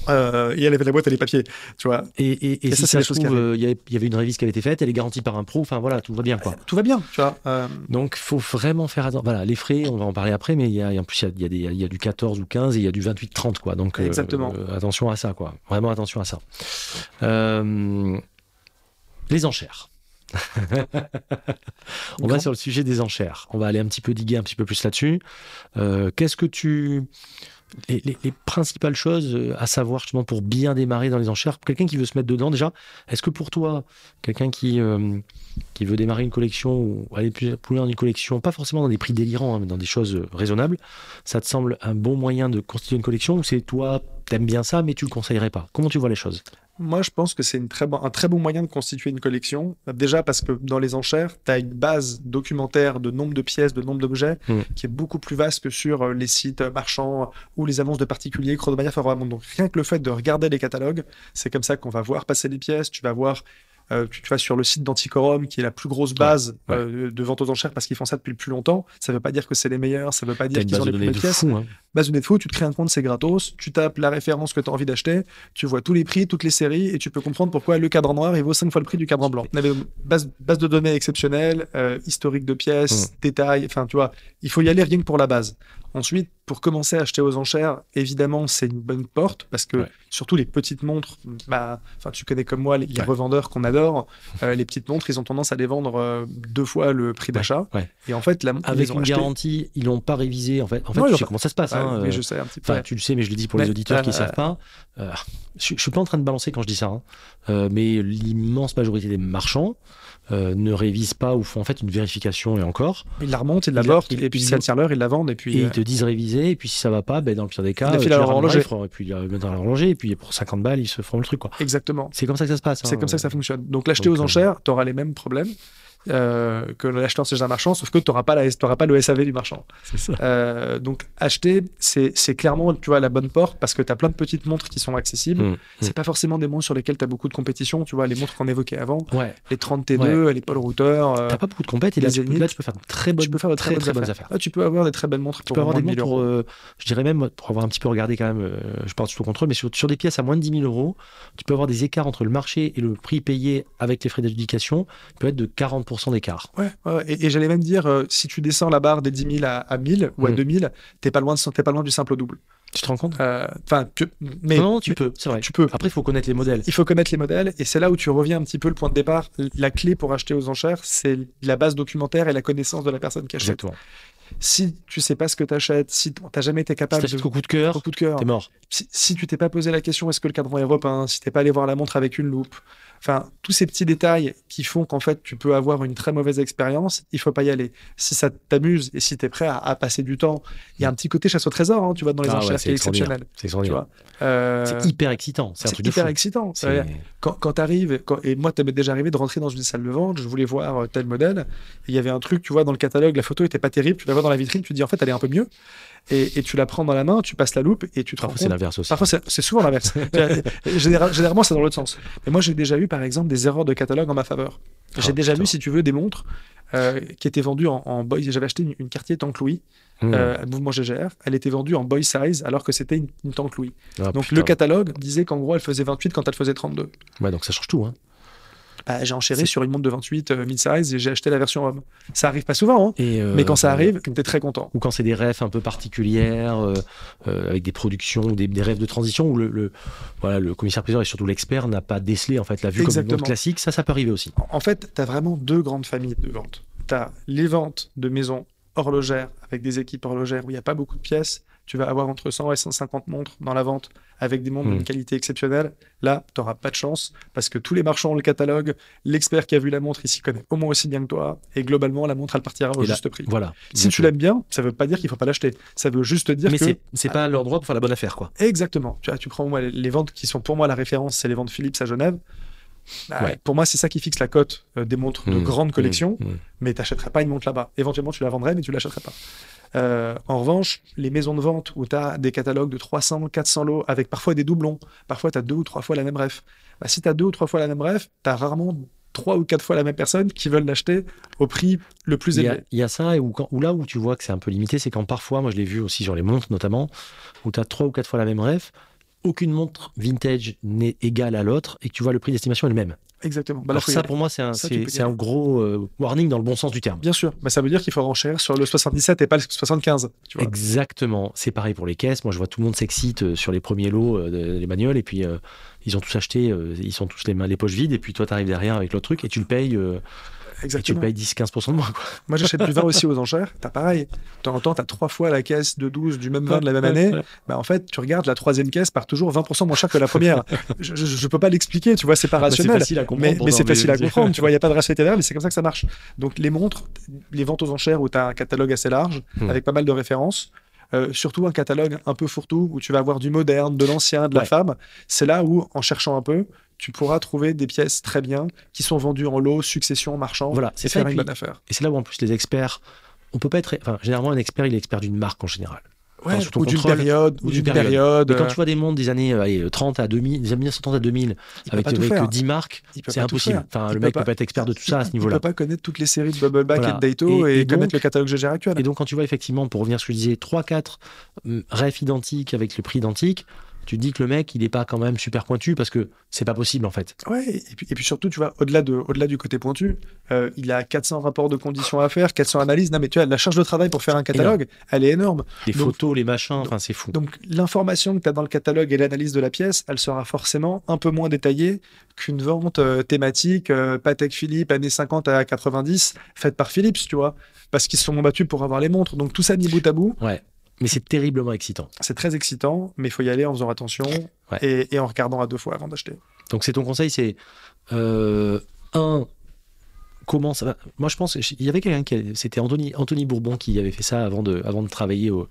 Speaker 2: Euh, et elle avait la boîte et les papiers. Tu vois,
Speaker 1: Et, et, et
Speaker 2: Et
Speaker 1: si
Speaker 2: ça, c'est
Speaker 1: ça
Speaker 2: des
Speaker 1: se
Speaker 2: choses qui
Speaker 1: trouve, euh, il y avait- il y avait une révise qui avait été faite, elle est garantie par un pro, enfin voilà, tout va bien quoi.
Speaker 2: tout va bien. Tu vois, euh,
Speaker 1: Donc faut vraiment faire attention. Voilà, les frais, on va en parler après, mais il y a, et en plus, il y a, il y a des- il y a du 14 ou 15 et il y a du 28-30 quoi. Donc euh,
Speaker 2: Exactement.
Speaker 1: euh, attention à ça quoi, vraiment attention à ça. Euh, les enchères. On va
Speaker 2: grand-
Speaker 1: sur le sujet des enchères. On va aller un petit peu diguer un petit peu plus là-dessus. Euh, Qu'est-ce que tu... Les, les- les principales choses euh, à savoir justement pour bien démarrer dans les enchères, pour quelqu'un qui veut se mettre dedans déjà, est-ce que pour toi, quelqu'un qui, euh, qui veut démarrer une collection ou aller plus, plus loin dans une collection, pas forcément dans des prix délirants, hein, mais dans des choses euh, raisonnables, ça te semble un bon moyen de constituer une collection ou c'est toi, t'aimes bien ça, mais tu le conseillerais pas Comment tu vois les choses
Speaker 2: Moi, je pense que c'est une très bon- un très bon moyen de constituer une collection. Déjà parce que dans les enchères, tu as une base documentaire de nombre de pièces, de nombre d'objets,
Speaker 1: Mm.
Speaker 2: qui est beaucoup plus vaste que sur euh, les sites euh, marchands ou les annonces de particuliers, Chronomania, Favorable. Donc rien que le fait de regarder les catalogues, c'est comme ça qu'on va voir passer les pièces. Tu vas voir, euh, tu, tu vas sur le site d'Anticorum, qui est la plus grosse base
Speaker 1: Ouais, ouais.
Speaker 2: euh, de vente aux enchères parce qu'ils font ça depuis le plus longtemps. Ça ne veut pas dire que c'est les meilleurs, ça ne veut pas
Speaker 1: T'as
Speaker 2: dire
Speaker 1: une
Speaker 2: qu'ils
Speaker 1: base
Speaker 2: ont
Speaker 1: de
Speaker 2: les
Speaker 1: données
Speaker 2: meilleures
Speaker 1: de
Speaker 2: pièces.
Speaker 1: fou, hein.
Speaker 2: Bazounetfo, tu te crées un compte, c'est gratos, tu tapes la référence que tu as envie d'acheter, tu vois tous les prix, toutes les séries, et tu peux comprendre pourquoi le cadran noir, il vaut 5 fois le prix du cadran blanc. On avait une base, base de données exceptionnelle, euh, historique de pièces,
Speaker 1: Mmh.
Speaker 2: détails, enfin, tu vois, il faut y aller rien que pour la base. Ensuite, pour commencer à acheter aux enchères, évidemment, c'est une bonne porte parce que
Speaker 1: Ouais.
Speaker 2: surtout les petites montres, bah, enfin, tu connais comme moi les, les
Speaker 1: Ouais.
Speaker 2: revendeurs qu'on adore. euh, les petites montres, ils ont tendance à les vendre euh, deux fois le prix d'achat.
Speaker 1: ouais.
Speaker 2: Et en fait, la montre,
Speaker 1: Avec
Speaker 2: ils ont
Speaker 1: une
Speaker 2: acheté-
Speaker 1: garantie, ils l'ont pas révisé. En fait, en fait
Speaker 2: Non, ils
Speaker 1: tu
Speaker 2: l'ont
Speaker 1: sais
Speaker 2: pas-
Speaker 1: comment ça se passe.
Speaker 2: Ouais,
Speaker 1: hein,
Speaker 2: mais
Speaker 1: euh,
Speaker 2: je sais un petit peu.
Speaker 1: Enfin, tu le sais, mais je le dis pour
Speaker 2: Mais,
Speaker 1: les auditeurs qui
Speaker 2: euh,
Speaker 1: ne savent pas. euh, je, je suis pas en train de balancer quand je dis ça, hein. Euh, mais l'immense majorité des marchands euh, ne révisent pas ou font en fait une vérification et encore.
Speaker 2: Ils la remontent, ils
Speaker 1: il a-
Speaker 2: la portent,
Speaker 1: il-
Speaker 2: et puis
Speaker 1: ils
Speaker 2: si ça
Speaker 1: ont-
Speaker 2: tient l'heure, ils la vendent, et puis.
Speaker 1: et
Speaker 2: euh,
Speaker 1: ils te disent réviser, et puis si ça va pas, ben, dans le pire des cas,
Speaker 2: la
Speaker 1: euh, tu
Speaker 2: file à
Speaker 1: les ramènes
Speaker 2: l'horloger.
Speaker 1: dans l'horloger, et puis euh, dans l'horloger, et puis pour 50 balles, ils se feront le truc. quoi.
Speaker 2: Exactement.
Speaker 1: C'est comme ça que ça se passe.
Speaker 2: C'est
Speaker 1: hein.
Speaker 2: comme ça que ça fonctionne. Donc, l'acheter
Speaker 1: donc,
Speaker 2: aux
Speaker 1: euh,
Speaker 2: enchères, tu auras les mêmes problèmes euh, que l'acheteur chez un marchand, sauf que tu n'auras pas, la- t'auras pas le SAV du marchand.
Speaker 1: C'est ça.
Speaker 2: Euh, donc acheter, c'est c'est clairement tu vois, la bonne porte parce que tu as plein de petites montres qui sont accessibles.
Speaker 1: Mm,
Speaker 2: C'est pas forcément des montres sur lesquelles tu as beaucoup de compétition. Tu vois, les montres qu'on évoquait avant,
Speaker 1: Ouais.
Speaker 2: les 30 T2, les Paul Router. euh,
Speaker 1: T'as pas beaucoup de compètes, et là,
Speaker 2: les
Speaker 1: tu peux,
Speaker 2: Zenith,
Speaker 1: là, tu peux faire de très bonnes,
Speaker 2: tu peux faire de
Speaker 1: très, très bonnes affaires.
Speaker 2: Ah, tu peux avoir des très belles montres
Speaker 1: Tu
Speaker 2: pour
Speaker 1: peux avoir des
Speaker 2: moins
Speaker 1: montres
Speaker 2: de 1000
Speaker 1: pour,
Speaker 2: euros.
Speaker 1: euh, je dirais même, pour avoir un petit peu regardé quand même, euh, je parle sous contrôle, mais sur, sur des pièces à moins de 10 000 euros, tu peux avoir des écarts entre le marché et le prix payé avec les frais d'adjudication, qui peut être de 40% d'écart.
Speaker 2: Ouais, ouais, ouais. Et, et j'allais même dire, euh, si tu descends la barre des 10 000 à, à 1000 ou à
Speaker 1: Mm.
Speaker 2: 2000, t'es pas, loin de- t'es pas loin du simple au double.
Speaker 1: Tu te rends compte
Speaker 2: Euh, Enfin, tu- mais,
Speaker 1: Non, non, tu
Speaker 2: mais
Speaker 1: peux, c'est vrai.
Speaker 2: tu peux.
Speaker 1: Après, il faut connaître les modèles.
Speaker 2: Il faut connaître les modèles et c'est là où tu reviens un petit peu le point de départ. La clé pour acheter aux enchères, c'est la base documentaire et la connaissance de la personne qui achète.
Speaker 1: Exactement.
Speaker 2: si tu sais pas ce que tu achètes, si t- t'as jamais été
Speaker 1: Si
Speaker 2: capable
Speaker 1: t'achètes
Speaker 2: de
Speaker 1: au coup de cœur,
Speaker 2: au coup de cœur,
Speaker 1: t'es mort.
Speaker 2: si, si tu t'es pas posé la question est-ce que le cadran est européen, si t'es pas allé voir la montre avec une loupe, enfin tous ces petits détails qui font qu'en fait tu peux avoir une très mauvaise expérience, il faut pas y aller. Si ça t'amuse et si tu es prêt à, à passer du temps, il y a un petit côté chasse au trésor, hein, tu vois dans les
Speaker 1: Ah ouais,
Speaker 2: enchères qui est
Speaker 1: extraordinaire.
Speaker 2: exceptionnel.
Speaker 1: C'est extraordinaire.
Speaker 2: Euh,
Speaker 1: C'est hyper excitant. C'est un
Speaker 2: c'est
Speaker 1: truc de
Speaker 2: hyper
Speaker 1: fou.
Speaker 2: excitant.
Speaker 1: C'est-
Speaker 2: Ouais quand, quand t'arrives, quand- et moi, t'as m'est déjà arrivé de rentrer dans une salle de vente, je voulais voir euh, tel modèle, et il y avait un truc, tu vois, dans le catalogue, la photo était pas terrible, tu la vois dans la vitrine, tu te dis en fait, elle est un peu mieux, et, et tu la prends dans la main, tu passes la loupe, et tu te rends
Speaker 1: Parfois, c'est
Speaker 2: compte.
Speaker 1: l'inverse aussi.
Speaker 2: Parfois, c'est c'est souvent l'inverse. Général- généralement, c'est dans l'autre sens. Mais moi, j'ai déjà eu, par exemple, des erreurs de catalogue en ma faveur. J'ai
Speaker 1: Ah,
Speaker 2: déjà
Speaker 1: putain.
Speaker 2: vu, si tu veux, des montres euh, qui étaient vendues en, en boy. J'avais acheté une, une quartier Tank Louis,
Speaker 1: Mmh.
Speaker 2: euh, à Mouvement GGR. Elle était vendue en boy size, alors que c'était une, une Tank Louis.
Speaker 1: Ah,
Speaker 2: Donc,
Speaker 1: putain.
Speaker 2: le catalogue disait qu'en gros, elle faisait 28 quand elle faisait 32.
Speaker 1: Ouais, donc ça change tout. Hein.
Speaker 2: Bah, j'ai
Speaker 1: C'est-
Speaker 2: enchéré sur une montre de 28 euh, mid-size et j'ai acheté la version homme. Ça arrive pas souvent, hein,
Speaker 1: Et, euh,
Speaker 2: mais quand ça
Speaker 1: euh,
Speaker 2: arrive, t'es très content.
Speaker 1: ou quand c'est des rêves un peu particulières, euh, euh, avec des productions ou des, des rêves de transition où le, le- voilà, le commissaire-priseur et surtout l'expert n'a pas décelé en fait la vue comme une
Speaker 2: Exactement.
Speaker 1: vente classique, ça, ça peut arriver aussi.
Speaker 2: En- En fait, t'as vraiment deux grandes familles de ventes. T'as les ventes de maisons horlogères avec des équipes horlogères où il n'y a pas beaucoup de pièces. Tu vas avoir entre 100 et 150 montres dans la vente avec des montres
Speaker 1: Mm.
Speaker 2: d'une qualité exceptionnelle. Là, t'auras pas de chance parce que tous les marchands ont le catalogue. L'expert qui a vu la montre, il s'y connaît au moins aussi bien que toi. Et globalement, la montre, elle partira au
Speaker 1: Et là-
Speaker 2: juste prix.
Speaker 1: Voilà.
Speaker 2: Si tu l'aimes bien, ça veut pas dire qu'il faut pas l'acheter. Ça veut juste dire
Speaker 1: mais
Speaker 2: que
Speaker 1: c'est c'est pas leur droit pour faire la bonne affaire, quoi.
Speaker 2: Exactement. Tu, vois, tu prends moi, les- les ventes qui sont pour moi la référence, c'est les ventes Philips à Genève. Bah,
Speaker 1: Ouais.
Speaker 2: Pour moi, c'est ça qui fixe la cote euh, des montres de
Speaker 1: Mmh,
Speaker 2: grande collection,
Speaker 1: Mmh, mmh.
Speaker 2: mais tu n'achèterais pas une montre là-bas. Éventuellement, tu la vendrais, mais tu l'achèterais pas. Euh, en revanche, les maisons de vente où tu as des catalogues de 300, 400 lots, avec parfois des doublons, parfois tu as deux ou trois fois la même ref. Bah, si tu as deux ou trois fois la même ref, tu as rarement trois ou quatre fois la même personne qui veulent l'acheter au prix le plus
Speaker 1: Il y, a,
Speaker 2: élevé.
Speaker 1: il y a ça, et où, quand- où là où tu vois que c'est un peu limité, c'est quand parfois, moi je l'ai vu aussi sur les montres notamment, où tu as trois ou quatre fois la même ref, aucune montre vintage n'est égale à l'autre, et que tu vois le prix d'estimation est le même.
Speaker 2: Exactement. Bah, là,
Speaker 1: Alors
Speaker 2: faut y
Speaker 1: ça,
Speaker 2: aller.
Speaker 1: pour moi, c'est un,
Speaker 2: Ça, tu
Speaker 1: c'est-
Speaker 2: peux y
Speaker 1: c'est un
Speaker 2: aller.
Speaker 1: gros euh, warning dans le bon sens du terme.
Speaker 2: Bien sûr. Bah, ça veut dire qu'il faut renchérir sur le 77 et pas le 75. Tu vois.
Speaker 1: Exactement. C'est pareil pour les caisses. Moi, je vois tout le monde s'excite euh, sur les premiers lots euh, de- des bagnoles et puis euh, ils ont tous acheté, euh, ils sont tous les mains les poches vides et puis toi, t'arrives derrière avec l'autre truc et tu le payes, euh, et tu le
Speaker 2: Exactement.
Speaker 1: payes 10-15% de moins. quoi.
Speaker 2: Moi, j'achète du vin aussi aux enchères. T'as pareil. De temps en temps, t'as trois fois la caisse de 12 du même vin de la même année. Bah, en fait, tu regardes, la troisième caisse part toujours 20% moins cher que la première. je, je, je peux pas l'expliquer, tu vois, c'est pas
Speaker 1: Bah, C'est
Speaker 2: rationnel.
Speaker 1: facile à comprendre. hein,
Speaker 2: Mais, mais
Speaker 1: pourtant,
Speaker 2: c'est facile à comprendre, tu vois, il n'y a pas de rationalité derrière, mais c'est comme ça que ça marche. Donc les montres, les ventes aux enchères où tu as un catalogue assez large,
Speaker 1: Hmm.
Speaker 2: avec pas mal de références, euh, surtout un catalogue un peu fourre-tout, où tu vas avoir du moderne, de l'ancien, de la
Speaker 1: Ouais.
Speaker 2: femme, c'est là où, en cherchant un peu, tu pourras trouver des pièces très bien, qui sont vendues en lot, succession, marchand,
Speaker 1: Voilà,
Speaker 2: et
Speaker 1: c'est ça.
Speaker 2: faire
Speaker 1: Et,
Speaker 2: une
Speaker 1: puis-
Speaker 2: bonne affaire.
Speaker 1: et c'est là où en plus les experts, on peut pas être. Enfin, généralement, un expert, il est expert d'une marque en général. enfin,
Speaker 2: Ouais,
Speaker 1: sous ton
Speaker 2: ou d'une
Speaker 1: contrôle.
Speaker 2: période,
Speaker 1: ou
Speaker 2: ou
Speaker 1: d'une
Speaker 2: d'une période.
Speaker 1: Mais quand
Speaker 2: euh,
Speaker 1: tu vois des montres des années euh, allez, 30 à 2000, des années 1930 à 2000,
Speaker 2: il peut
Speaker 1: avec,
Speaker 2: pas tout
Speaker 1: avec
Speaker 2: faire.
Speaker 1: 10 marques,
Speaker 2: Il peut
Speaker 1: c'est
Speaker 2: pas tout
Speaker 1: impossible.
Speaker 2: faire.
Speaker 1: Enfin,
Speaker 2: Il
Speaker 1: le
Speaker 2: peut
Speaker 1: mec
Speaker 2: pas-
Speaker 1: peut pas être expert de tout ça à ce
Speaker 2: Il peut
Speaker 1: niveau-là.
Speaker 2: pas connaître toutes les séries de Bubbleback
Speaker 1: Voilà.
Speaker 2: et de Daito
Speaker 1: Et-
Speaker 2: et,
Speaker 1: et donc-
Speaker 2: connaître le catalogue GG actuel.
Speaker 1: Et donc, quand tu vois effectivement, pour revenir à ce que je disais, 3-4 refs identiques avec le prix identique, tu te dis que le mec, il n'est pas quand même super pointu parce que c'est pas possible en fait.
Speaker 2: Ouais, et puis, et puis surtout, tu vois, au-delà de, au-delà du côté pointu, euh, il a 400 rapports de conditions à faire, 400 analyses. Non, mais tu vois, la charge de travail pour faire un catalogue, elle est énorme.
Speaker 1: Les
Speaker 2: Donc-
Speaker 1: photos, les machins, enfin, c'est fou.
Speaker 2: Donc, l'information que tu as dans le catalogue et l'analyse de la pièce, elle sera forcément un peu moins détaillée qu'une vente euh, thématique euh, Patek Philippe années 50 à 90 faite par Philips, tu vois, parce qu'ils se sont battus pour avoir les montres. Donc, tout ça mis bout à bout,
Speaker 1: Ouais. Mais c'est terriblement excitant.
Speaker 2: c'est très excitant, mais il faut y aller en faisant attention
Speaker 1: Ouais.
Speaker 2: et, et en regardant à deux fois avant d'acheter.
Speaker 1: Donc, c'est ton conseil, c'est. euh, un. Comment ça va Moi, je pense. Il y avait quelqu'un qui. a- C'était Anthony, Anthony Bourbon qui avait fait ça avant de, avant de travailler, au,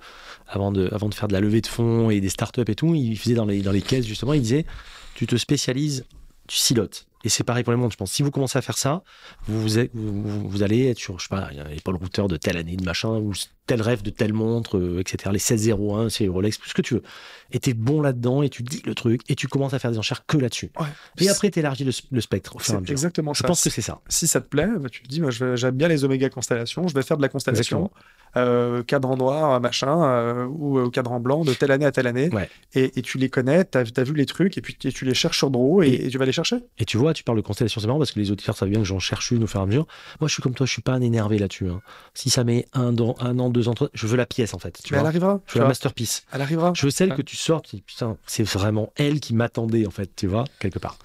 Speaker 1: avant, de, avant de faire de la levée de fonds et des startups et tout. Il faisait dans les, dans les caisses, justement. Il disait tu te spécialises, tu silotes. Et c'est pareil pour les montres, je pense. Si vous commencez à faire ça, vous, vous, êtes- vous- vous- vous allez être sur, je sais pas, un épaule routeur de telle année, de machin, ou tel rêve de telle montre, euh, etc. Les 1601, c'est Rolex, tout ce que tu veux. Et t'es bon là-dedans, et tu dis le truc, et tu commences à faire des enchères que là-dessus.
Speaker 2: Ouais.
Speaker 1: Et après, t'élargis le, s- le spectre au fur et à
Speaker 2: C'est
Speaker 1: mesure.
Speaker 2: exactement
Speaker 1: Je
Speaker 2: ça.
Speaker 1: pense que c'est ça.
Speaker 2: si ça te plaît, bah, tu te dis, moi, je- j'aime bien les oméga constellations, je vais faire de la constellation, euh, cadran noir, machin, euh, ou euh, cadran blanc de telle année à telle année.
Speaker 1: Ouais.
Speaker 2: Et, et tu les connais, tu as, vu les trucs, et puis tu, tu les cherches sur Draw, et, et tu vas les chercher.
Speaker 1: Et tu vois, tu parles de constellation, c'est marrant parce que les auditeurs savent bien que j'en cherche une au fur et à mesure. Moi, je suis comme toi, je suis pas un énervé là-dessus. hein. Si ça met un, dans, un an, deux ans, trois, je veux la pièce en fait. Tu
Speaker 2: Mais elle
Speaker 1: vois
Speaker 2: arrivera.
Speaker 1: je
Speaker 2: tu
Speaker 1: veux la
Speaker 2: vois.
Speaker 1: masterpiece.
Speaker 2: Elle arrivera.
Speaker 1: Je veux celle
Speaker 2: Ouais.
Speaker 1: que tu sors, tu dis, putain, c'est vraiment elle qui m'attendait, en fait, tu vois, quelque part.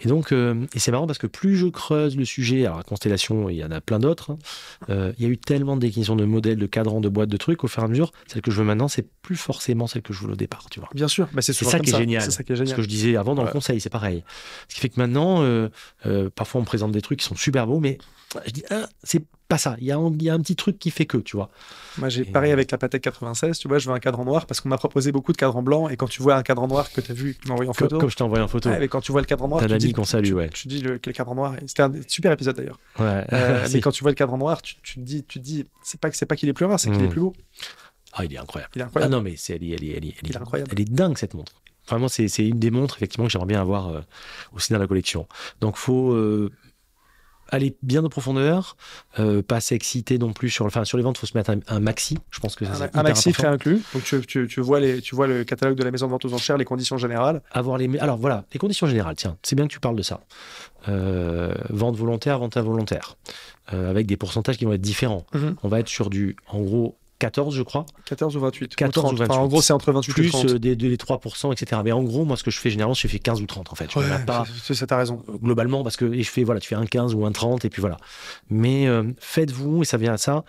Speaker 1: Et donc, euh, et c'est marrant parce que plus je creuse le sujet, alors la Constellation, il y en a plein d'autres, hein, euh, il y a eu tellement de déclinaisons de modèles, de cadrans, de boîtes, de trucs, au fur et à mesure, celle que je veux maintenant, c'est plus forcément celle que je voulais au départ, tu vois.
Speaker 2: Bien sûr. Bah, c'est
Speaker 1: C'est
Speaker 2: souvent
Speaker 1: ça
Speaker 2: comme
Speaker 1: qui est génial.
Speaker 2: C'est ça qui est
Speaker 1: Ce
Speaker 2: génial.
Speaker 1: que je disais avant dans le
Speaker 2: Ouais.
Speaker 1: conseil, c'est pareil. Ce qui fait que maintenant, euh, euh, parfois on me présente des trucs qui sont super beaux, mais je dis, ah, c'est pas ça. Il y, a un, il y a un petit truc qui fait que, tu vois.
Speaker 2: Moi, j'ai
Speaker 1: Et-
Speaker 2: pareil avec la Patek 96, tu vois, je veux un cadran noir parce qu'on m'a proposé beaucoup de cadrans blancs, et quand tu vois un cadran noir que tu as vu, que tu m'as envoyé en
Speaker 1: Comme,
Speaker 2: photo.
Speaker 1: comme je t'ai envoyé en photo.
Speaker 2: ouais, mais quand tu vois le cadran noir,
Speaker 1: T'as un
Speaker 2: tu
Speaker 1: ami
Speaker 2: dis,
Speaker 1: qu'on salue,
Speaker 2: tu-
Speaker 1: ouais.
Speaker 2: tu dis le, que le cadran noir. est- C'était un super épisode d'ailleurs.
Speaker 1: Ouais.
Speaker 2: Euh,
Speaker 1: Si.
Speaker 2: mais quand tu vois le cadran noir, tu, tu te dis, tu te dis, c'est pas que c'est pas qu'il est plus rare, c'est qu'il
Speaker 1: Mm.
Speaker 2: est plus beau.
Speaker 1: Ah, il est incroyable.
Speaker 2: Il est
Speaker 1: Ah
Speaker 2: incroyable.
Speaker 1: non, mais c'est, elle, est, elle, est, elle, est, elle,
Speaker 2: Il est
Speaker 1: est,
Speaker 2: incroyable.
Speaker 1: elle est dingue cette montre. Vraiment, c'est, c'est une des montres effectivement que j'aimerais bien avoir euh, aussi dans la collection. Donc, faut euh, aller bien en profondeur, euh, pas s'exciter non plus sur, enfin, sur les ventes, faut se mettre un, un maxi. Je pense que ça,
Speaker 2: Un-
Speaker 1: Ah c'est
Speaker 2: un
Speaker 1: hyper
Speaker 2: maxi
Speaker 1: important.
Speaker 2: frais inclus. Donc tu, tu- tu vois les, tu vois le catalogue de la maison de vente aux enchères, les conditions générales.
Speaker 1: Avoir les, alors voilà, les conditions générales. Tiens, c'est bien que tu parles de ça. Euh, vente volontaire, vente involontaire, Euh, avec des pourcentages qui vont être différents.
Speaker 2: Mhm.
Speaker 1: On va être sur du, en gros, 14, je crois.
Speaker 2: 14 ou 28.
Speaker 1: 14 ou
Speaker 2: 30. Enfin, en
Speaker 1: 28.
Speaker 2: gros, c'est entre 28 et
Speaker 1: plus
Speaker 2: 30.
Speaker 1: euh, des, des 3%, etc. Mais en gros, moi, ce que je fais généralement, je fais 15 ou 30 en fait. Je
Speaker 2: Ouais,
Speaker 1: me mets pas,
Speaker 2: c'est- c'est ta raison.
Speaker 1: globalement parce que et je fais voilà tu fais un 15 ou un 30 et puis voilà mais euh, faites-vous et ça vient à ça